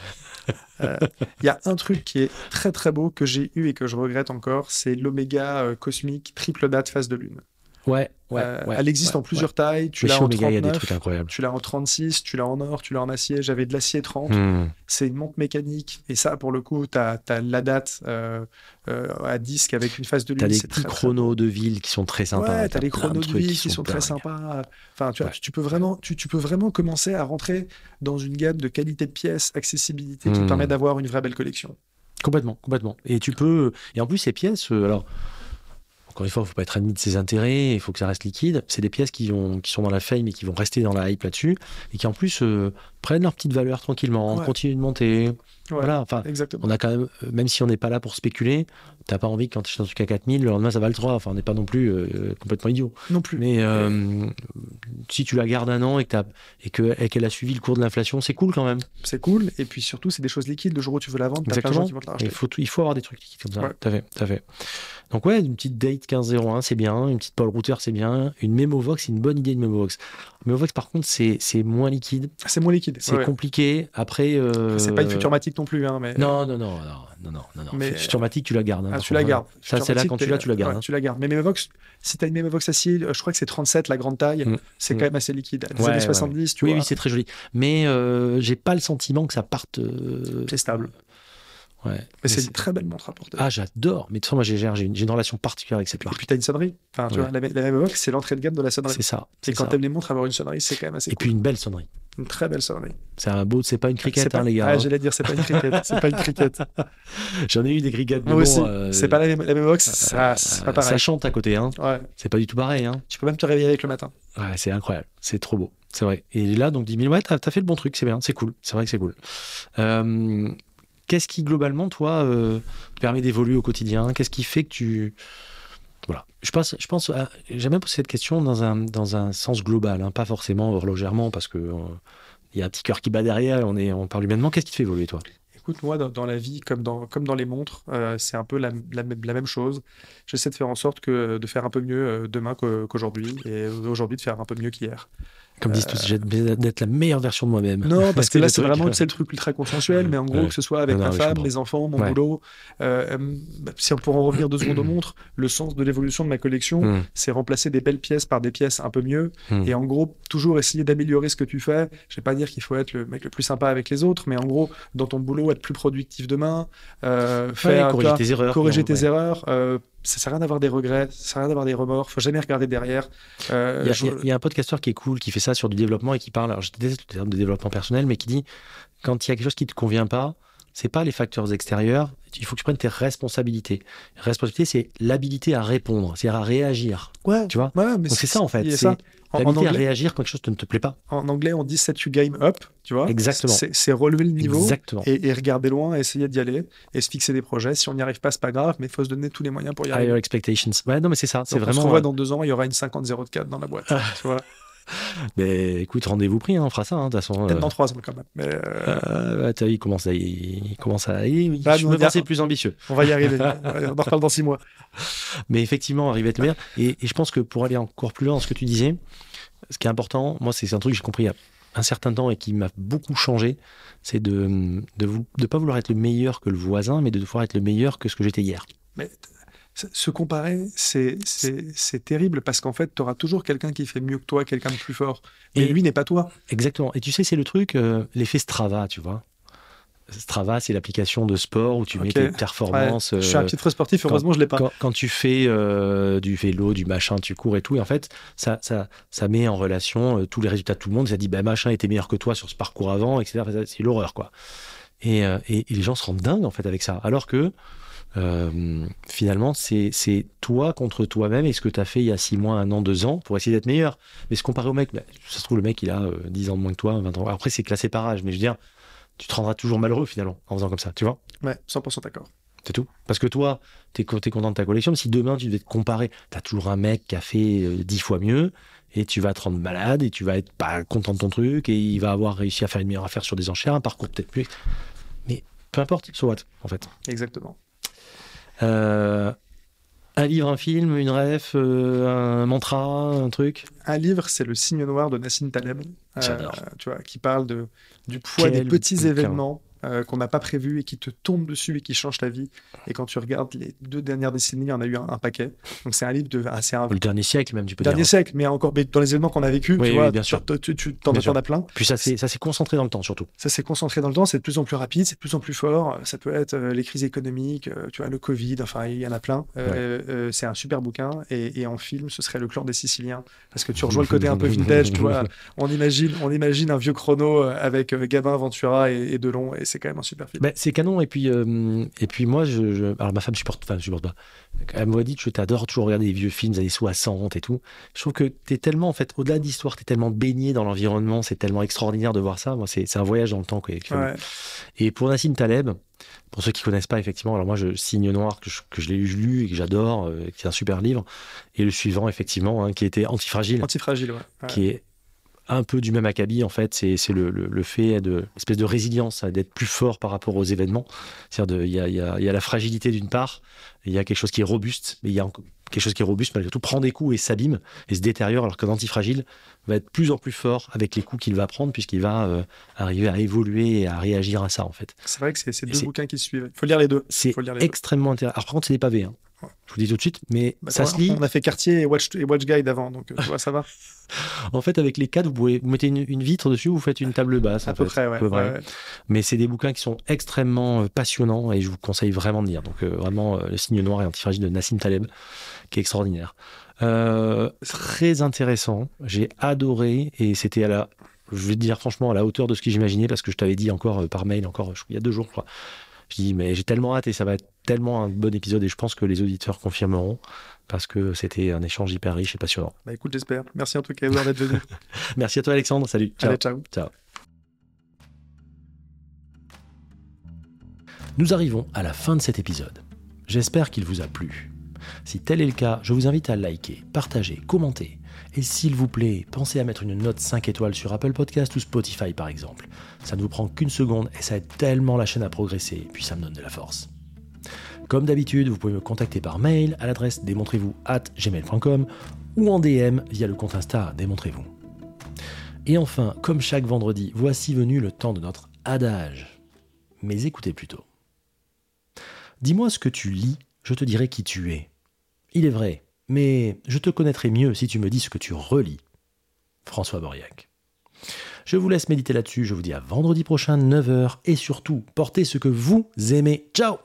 Speaker 2: Euh, Il y a un truc qui est très très beau que j'ai eu et que je regrette encore, c'est l'Omega euh, Cosmic triple date face de lune.
Speaker 1: ouais, ouais,
Speaker 2: Euh,
Speaker 1: ouais,
Speaker 2: elle existe
Speaker 1: ouais,
Speaker 2: en
Speaker 1: ouais.
Speaker 2: plusieurs tailles. Tu
Speaker 1: Mais
Speaker 2: l'as
Speaker 1: chez
Speaker 2: en
Speaker 1: Omega, il y a des
Speaker 2: 39,
Speaker 1: trucs incroyables.
Speaker 2: tu l'as en 36, tu l'as en or, tu l'as en acier. J'avais de l'acier 30.
Speaker 1: Hmm.
Speaker 2: C'est une montre mécanique. Et ça, pour le coup, tu as, la date euh, euh, à disque avec une face de lune.
Speaker 1: T'as des
Speaker 2: c'est
Speaker 1: petits
Speaker 2: très, très
Speaker 1: chronos de ville qui sont très sympas.
Speaker 2: Ouais, t'as les
Speaker 1: plein de
Speaker 2: chronos de
Speaker 1: trucs
Speaker 2: vie qui sont, très
Speaker 1: dingues.
Speaker 2: sympas. Enfin, tu, vois,
Speaker 1: Ouais.
Speaker 2: tu peux vraiment, tu, tu peux vraiment commencer à rentrer dans une gamme de qualité de pièces, accessibilité qui
Speaker 1: Hmm.
Speaker 2: te permet d'avoir une vraie belle collection.
Speaker 1: Complètement, complètement. Et tu peux. Et en plus, ces pièces, euh, alors, encore une fois, il faut pas être ennemi de ses intérêts, il faut que ça reste liquide. C'est des pièces qui, ont, qui sont dans la fame et qui vont rester dans la hype là-dessus, et qui en plus euh, prennent leur petite valeur tranquillement,
Speaker 2: Ouais.
Speaker 1: continuent de monter.
Speaker 2: Ouais,
Speaker 1: Voilà, enfin,
Speaker 2: Exactement.
Speaker 1: on a quand même, euh, même si on n'est pas là pour spéculer, t'as pas envie que quand tu achètes un truc à 4000, le lendemain ça va le 3. Enfin, on n'est pas non plus euh, complètement idiot.
Speaker 2: Non plus.
Speaker 1: Mais euh, si tu la gardes un an et que t'as- et que- et qu'elle a suivi le cours de l'inflation, c'est cool quand même.
Speaker 2: C'est cool. Et puis surtout, c'est des choses liquides. Le jour où tu veux la vendre, t'as plein de gens
Speaker 1: Exactement.
Speaker 2: qui vont te la
Speaker 1: Il
Speaker 2: racheter.
Speaker 1: faut, tout- il faut avoir des trucs liquides comme ça.
Speaker 2: Ouais.
Speaker 1: Tout à fait, tout à fait. Donc ouais, une petite date 1501, c'est bien. Une petite Paul Router, c'est bien. Une Memovox, c'est une bonne idée de Memovox. Memovox, par contre, c'est c'est moins liquide.
Speaker 2: C'est moins liquide.
Speaker 1: C'est
Speaker 2: Ouais.
Speaker 1: compliqué. Après... euh,
Speaker 2: C'est pas une futurmatique non plus. Hein, mais...
Speaker 1: Non, non, non, non, non, non, non. non.
Speaker 2: Mais-
Speaker 1: Futurmatic, tu la gardes. hein,
Speaker 2: Ah,
Speaker 1: par
Speaker 2: tu la
Speaker 1: contre, hein.
Speaker 2: gardes.
Speaker 1: Ça, c'est là,
Speaker 2: Futurmatique,
Speaker 1: quand tu
Speaker 2: t'es-
Speaker 1: l'as, tu la gardes.
Speaker 2: ouais,
Speaker 1: hein.
Speaker 2: tu la gardes. Mais Memovox, si t'as une Memovox acier, euh, je crois que c'est 37 la grande taille,
Speaker 1: Mm.
Speaker 2: c'est
Speaker 1: Mm.
Speaker 2: quand même assez liquide. Des
Speaker 1: Ouais,
Speaker 2: années
Speaker 1: ouais.
Speaker 2: 70, tu
Speaker 1: Oui,
Speaker 2: vois.
Speaker 1: oui, c'est très joli. Mais euh, j'ai pas le sentiment que ça parte... euh,
Speaker 2: c'est stable.
Speaker 1: Ouais.
Speaker 2: Mais c'est une très belle montre à porter.
Speaker 1: Ah, j'adore. Mais de toute façon, moi, j'ai j'ai une, j'ai une relation particulière avec cette
Speaker 2: Et
Speaker 1: marque.
Speaker 2: puis t'as une sonnerie. Enfin, tu
Speaker 1: Ouais.
Speaker 2: vois, la, la Memovox, c'est l'entrée de gamme de la sonnerie.
Speaker 1: C'est ça.
Speaker 2: Et
Speaker 1: c'est
Speaker 2: quand
Speaker 1: ça.
Speaker 2: t'aimes les montres, avoir une sonnerie, c'est quand même assez
Speaker 1: Et
Speaker 2: cool.
Speaker 1: puis une belle sonnerie.
Speaker 2: Une très belle sonnerie.
Speaker 1: C'est un beau, c'est pas une
Speaker 2: C'est
Speaker 1: cricket,
Speaker 2: pas-
Speaker 1: hein, les gars.
Speaker 2: Ah,
Speaker 1: hein.
Speaker 2: j'allais dire, c'est pas une cricket. c'est pas une cricket.
Speaker 1: J'en ai eu des crickets. mais
Speaker 2: Moi
Speaker 1: bon,
Speaker 2: aussi.
Speaker 1: euh,
Speaker 2: C'est pas la même, la même box, ça,
Speaker 1: euh,
Speaker 2: c'est pas
Speaker 1: ça
Speaker 2: pareil.
Speaker 1: chante à côté, hein.
Speaker 2: Ouais.
Speaker 1: C'est pas du tout pareil, hein.
Speaker 2: Tu peux même te réveiller avec le matin.
Speaker 1: Ouais, c'est incroyable. C'est trop beau. C'est vrai. Et là, donc 10 000 ouais, t'as, t'as fait le bon truc, c'est bien, c'est cool. C'est vrai que c'est cool. Euh, qu'est-ce qui, globalement, toi, euh, te permet d'évoluer au quotidien Qu'est-ce qui fait que tu. Voilà. Je pense, je pense euh, à- j'ai jamais posé cette question dans un, dans un sens global, hein, pas forcément horlogèrement, parce que. euh, il y a un petit cœur qui bat derrière, on, est, on parle humainement. Qu'est-ce qui te fait évoluer, toi
Speaker 2: Écoute, moi, dans, dans la vie, comme dans, comme dans les montres, euh, c'est un peu la, la même- la même chose. J'essaie de faire en sorte que de faire un peu mieux euh, demain qu'au- qu'aujourd'hui, et aujourd'hui de faire un peu mieux qu'hier.
Speaker 1: Comme disent tous, j'ai hâte d'être la meilleure version de moi-même.
Speaker 2: Euh. Non, parce
Speaker 1: Bah,
Speaker 2: que
Speaker 1: le
Speaker 2: là, c'est
Speaker 1: truc,
Speaker 2: vraiment
Speaker 1: ouais.
Speaker 2: tu sais, le truc ultra consensuel, mais en gros,
Speaker 1: Ouais.
Speaker 2: que ce soit avec
Speaker 1: Non, non,
Speaker 2: ma
Speaker 1: mais je
Speaker 2: femme,
Speaker 1: comprends.
Speaker 2: les enfants, mon
Speaker 1: Ouais.
Speaker 2: boulot, euh, euh, si on pourrait en revenir deux secondes aux montres, le sens de l'évolution de ma collection,
Speaker 1: Hmm.
Speaker 2: c'est remplacer des belles pièces par des pièces un peu mieux.
Speaker 1: Hmm.
Speaker 2: Et en gros, toujours essayer d'améliorer ce que tu fais. Je vais pas dire qu'il faut être le mec le plus sympa avec les autres, mais en gros, dans ton boulot, être plus productif demain, euh, faire
Speaker 1: Ouais,
Speaker 2: tu vois,
Speaker 1: corriger tes erreurs.
Speaker 2: corriger
Speaker 1: Non,
Speaker 2: tes
Speaker 1: ouais.
Speaker 2: erreurs. euh, ça sert à rien d'avoir des regrets, ça sert à rien d'avoir des remords. Faut jamais regarder derrière. Euh,
Speaker 1: Il y, a,
Speaker 2: je-
Speaker 1: il y a- il y a un podcasteur qui est cool, qui fait ça sur du développement et qui parle, alors je déteste le terme de développement personnel, mais qui dit quand il y a quelque chose qui te convient pas, c'est pas les facteurs extérieurs, il faut que tu prennes tes responsabilités. Responsabilité, c'est l'habilité à répondre, c'est-à-dire à réagir.
Speaker 2: Ouais.
Speaker 1: Tu vois
Speaker 2: Ouais, mais
Speaker 1: Donc c'est ça en fait,
Speaker 2: il y a
Speaker 1: c'est
Speaker 2: ça. En- en
Speaker 1: l'habilité à
Speaker 2: anglais-
Speaker 1: réagir quand quelque chose te- ne te plaît pas.
Speaker 2: en anglais, on dit set you game up, tu vois.
Speaker 1: Exactement.
Speaker 2: Ah, C'est c'est relever le niveau
Speaker 1: Exactement.
Speaker 2: et, et regarder loin, essayer d'y aller et se fixer des projets. Si on n'y arrive pas, c'est pas grave, mais il faut se donner tous les moyens pour y arriver.
Speaker 1: Higher expectations. Ouais, non, mais c'est ça. C'est
Speaker 2: Donc, On se
Speaker 1: vraiment. Ah,
Speaker 2: revoit dans deux ans, il y aura une 50-04 dans la boîte. tu vois.
Speaker 1: Mais écoute, rendez-vous pris, hein, on fera ça, hein, de toute façon.
Speaker 2: Peut-être
Speaker 1: euh,
Speaker 2: dans trois ans quand même. Mais euh,
Speaker 1: euh, ouais, t'as vu, il commence à. Il commence à. il-
Speaker 2: Bah,
Speaker 1: je
Speaker 2: nous, on
Speaker 1: me
Speaker 2: dira-
Speaker 1: pensais plus ambitieux.
Speaker 2: on va y arriver. on en reparle dans six mois.
Speaker 1: Mais effectivement, arriver à être le meilleur. Et, et je pense que pour aller encore plus loin dans ce que tu disais, ce qui est important, moi, c'est c'est un truc que j'ai compris il y a un certain temps et qui m'a beaucoup changé, c'est de ne de, vou- de pas vouloir être le meilleur que le voisin, mais de pouvoir être le meilleur que ce que j'étais hier.
Speaker 2: Mais t- se- se comparer, c'est- c'est c'est terrible parce qu'en fait, tu auras toujours quelqu'un qui fait mieux que toi, quelqu'un de plus fort. Mais
Speaker 1: Et-
Speaker 2: lui n'est pas toi.
Speaker 1: Exactement. Et tu sais, c'est le truc, euh, l'effet Strava, tu vois. Strava, c'est l'application de sport où tu mets
Speaker 2: Ok.
Speaker 1: tes
Speaker 2: Ouais,
Speaker 1: performances.
Speaker 2: je suis un
Speaker 1: euh,
Speaker 2: petit peu sportif, heureusement, je l'ai pas.
Speaker 1: Quand, quand tu fais euh, du vélo, du machin, tu cours et tout, et en fait, ça, ça, ça met en relation euh, tous les résultats de tout le monde. Ça dit, bah, machin était meilleur que toi sur ce parcours avant, etc. Enfin, ça, c'est l'horreur, quoi. Et, euh, et- et les gens se rendent dingues, en fait, avec ça. Alors que, euh, finalement, c'est c'est toi contre toi-même et ce que tu as fait il y a six mois, un an, deux ans pour essayer d'être meilleur. Mais se comparer au mec, bah, ça se trouve, le mec, il a euh, 10 ans de moins que toi, 20 ans. Après, c'est classé par âge, mais je veux dire, tu te rendras toujours malheureux, finalement, en faisant comme ça, tu vois.
Speaker 2: Ouais, 100% d'accord.
Speaker 1: C'est tout. Parce que toi, t'es es content de ta collection, mais si demain tu devais te comparer, t'as toujours un mec qui a fait euh, dix fois mieux, et tu vas te rendre malade, et tu vas être pas content de ton truc, et il va avoir réussi à faire une meilleure affaire sur des enchères, un parcours peut-être plus. Mais peu importe, so what, en fait.
Speaker 2: Exactement.
Speaker 1: Euh, un livre, un film, une ref, euh, un mantra, un truc.
Speaker 2: Un livre, c'est Le Signe Noir de Nassim Taleb, euh,
Speaker 1: J'adore.
Speaker 2: tu vois, qui parle de, du poids
Speaker 1: Quel
Speaker 2: des petits
Speaker 1: bouquin.
Speaker 2: événements euh, qu'on n'a pas prévus et qui te tombent dessus et qui changent ta vie. Et quand tu regardes les deux dernières décennies, il y en a eu un, un paquet. Donc c'est un livre de, ah, c'est un
Speaker 1: Le dernier siècle, même, tu peux
Speaker 2: dernier
Speaker 1: dire.
Speaker 2: siècle, mais encore mais dans les événements qu'on a vécu,
Speaker 1: Oui,
Speaker 2: tu
Speaker 1: oui,
Speaker 2: vois,
Speaker 1: bien sûr.
Speaker 2: tu- tu, tu- t'en
Speaker 1: Bien
Speaker 2: t'en
Speaker 1: sûr.
Speaker 2: as plein.
Speaker 1: hein. Puis ça s'est ça s'est concentré dans le temps, surtout.
Speaker 2: Ça s'est concentré dans le temps, c'est de plus en plus rapide, c'est de plus en plus fort. Ça peut être euh, les crises économiques, euh, tu vois, le Covid, enfin, il y en a plein. Euh, euh, c'est un super bouquin. Et, et en film, ce serait Le Clan des Siciliens. Parce que tu rejoins le côté un peu vintage, tu vois. On imagine, on imagine un vieux chrono euh, avec euh, Gabin, Ventura et, et Delon, et c'est quand même un super film.
Speaker 1: Ben, c'est canon. Et puis, euh, et puis moi, je, je- alors ma femme supporte, enfin, supporte pas. Elle m'a dit, je t'adore toujours regarder les vieux films des années 60 et tout. Je trouve que t'es tellement, en fait, au-delà de l'histoire, t'es tellement baigné dans l'environnement. C'est tellement extraordinaire de voir ça. Moi, c'est c'est un voyage dans le temps. Quoi, qui fait
Speaker 2: Ouais.
Speaker 1: et pour Nassim Taleb, pour ceux qui connaissent pas, effectivement, alors moi, je Signe Noir, que je, que je l'ai lu et que j'adore, euh, qui est un super livre. Et le suivant, effectivement, hein, qui était Antifragile,
Speaker 2: Antifragile, ouais. Ouais.
Speaker 1: qui est un peu du même acabit, en fait. C'est c'est le, le- le fait de l'espèce de résilience, hein, d'être plus fort par rapport aux événements. C'est-à-dire, de- il y a, il y a- il y a la fragilité d'une part, et il y a quelque chose qui est robuste, mais il y a encore quelque chose qui est robuste, malgré tout, prend des coups et s'abîme et se détériore, alors que l'antifragile va être de plus en plus fort avec les coups qu'il va prendre, puisqu'il va euh, arriver à évoluer et à réagir à ça, en fait.
Speaker 2: C'est vrai que c'est c'est
Speaker 1: Et
Speaker 2: deux
Speaker 1: c'est-
Speaker 2: bouquins qui se suivent. Il faut lire les deux.
Speaker 1: C'est
Speaker 2: Faut lire les deux.
Speaker 1: extrêmement intéressant. Alors, par contre, c'est des pavés. hein.
Speaker 2: Ouais.
Speaker 1: Je vous le dis tout de suite, mais
Speaker 2: Bah,
Speaker 1: ça
Speaker 2: on-
Speaker 1: se lit.
Speaker 2: On a fait Cartier et Watch, et Watch Guide avant, donc euh, tu vois, ça va
Speaker 1: En fait, avec les cadres, vous, pouvez, vous mettez une, une vitre dessus, vous faites une table basse.
Speaker 2: à
Speaker 1: en
Speaker 2: peu
Speaker 1: fait.
Speaker 2: près, ouais.
Speaker 1: peu près.
Speaker 2: ouais, ouais.
Speaker 1: Mais c'est des bouquins qui sont extrêmement euh, passionnants et je vous conseille vraiment de lire. Donc, euh, vraiment, euh, Le signe noir et antifragile de Nassim Taleb, qui est extraordinaire. Euh, très intéressant. J'ai adoré et c'était à la. Je vais te dire franchement à la hauteur de ce que j'imaginais parce que je t'avais dit encore euh, par mail encore je- il y a deux jours je crois. Je dis mais j'ai tellement hâte et ça va être tellement un bon épisode et je pense que les auditeurs confirmeront parce que c'était un échange hyper riche et passionnant.
Speaker 2: Bah écoute, j'espère. Merci en tout cas, Edouard, d'être venu.
Speaker 1: Merci à toi Alexandre. Salut. Ciao.
Speaker 2: Allez, ciao.
Speaker 1: Nous arrivons à la fin de cet épisode. J'espère qu'il vous a plu. Si tel est le cas, je vous invite à liker, partager, commenter Et s'il vous plaît, pensez à mettre une note 5 étoiles sur Apple Podcast ou Spotify par exemple. Ça ne vous prend qu'une seconde et ça aide tellement la chaîne à progresser, puis ça me donne de la force. Comme d'habitude, vous pouvez me contacter par mail à l'adresse démontrez-vous at gmail.com ou en DM via le compte Insta démontrez-vous. Et enfin, comme chaque vendredi, voici venu le temps de notre adage. Mais écoutez plutôt. Dis-moi ce que tu lis, je te dirai qui tu es. Il est vrai, mais je te connaîtrai mieux si tu me dis ce que tu relis. François Boriac. Je vous laisse méditer là-dessus, je vous dis à vendredi prochain, 9h, et surtout, portez ce que vous aimez. Ciao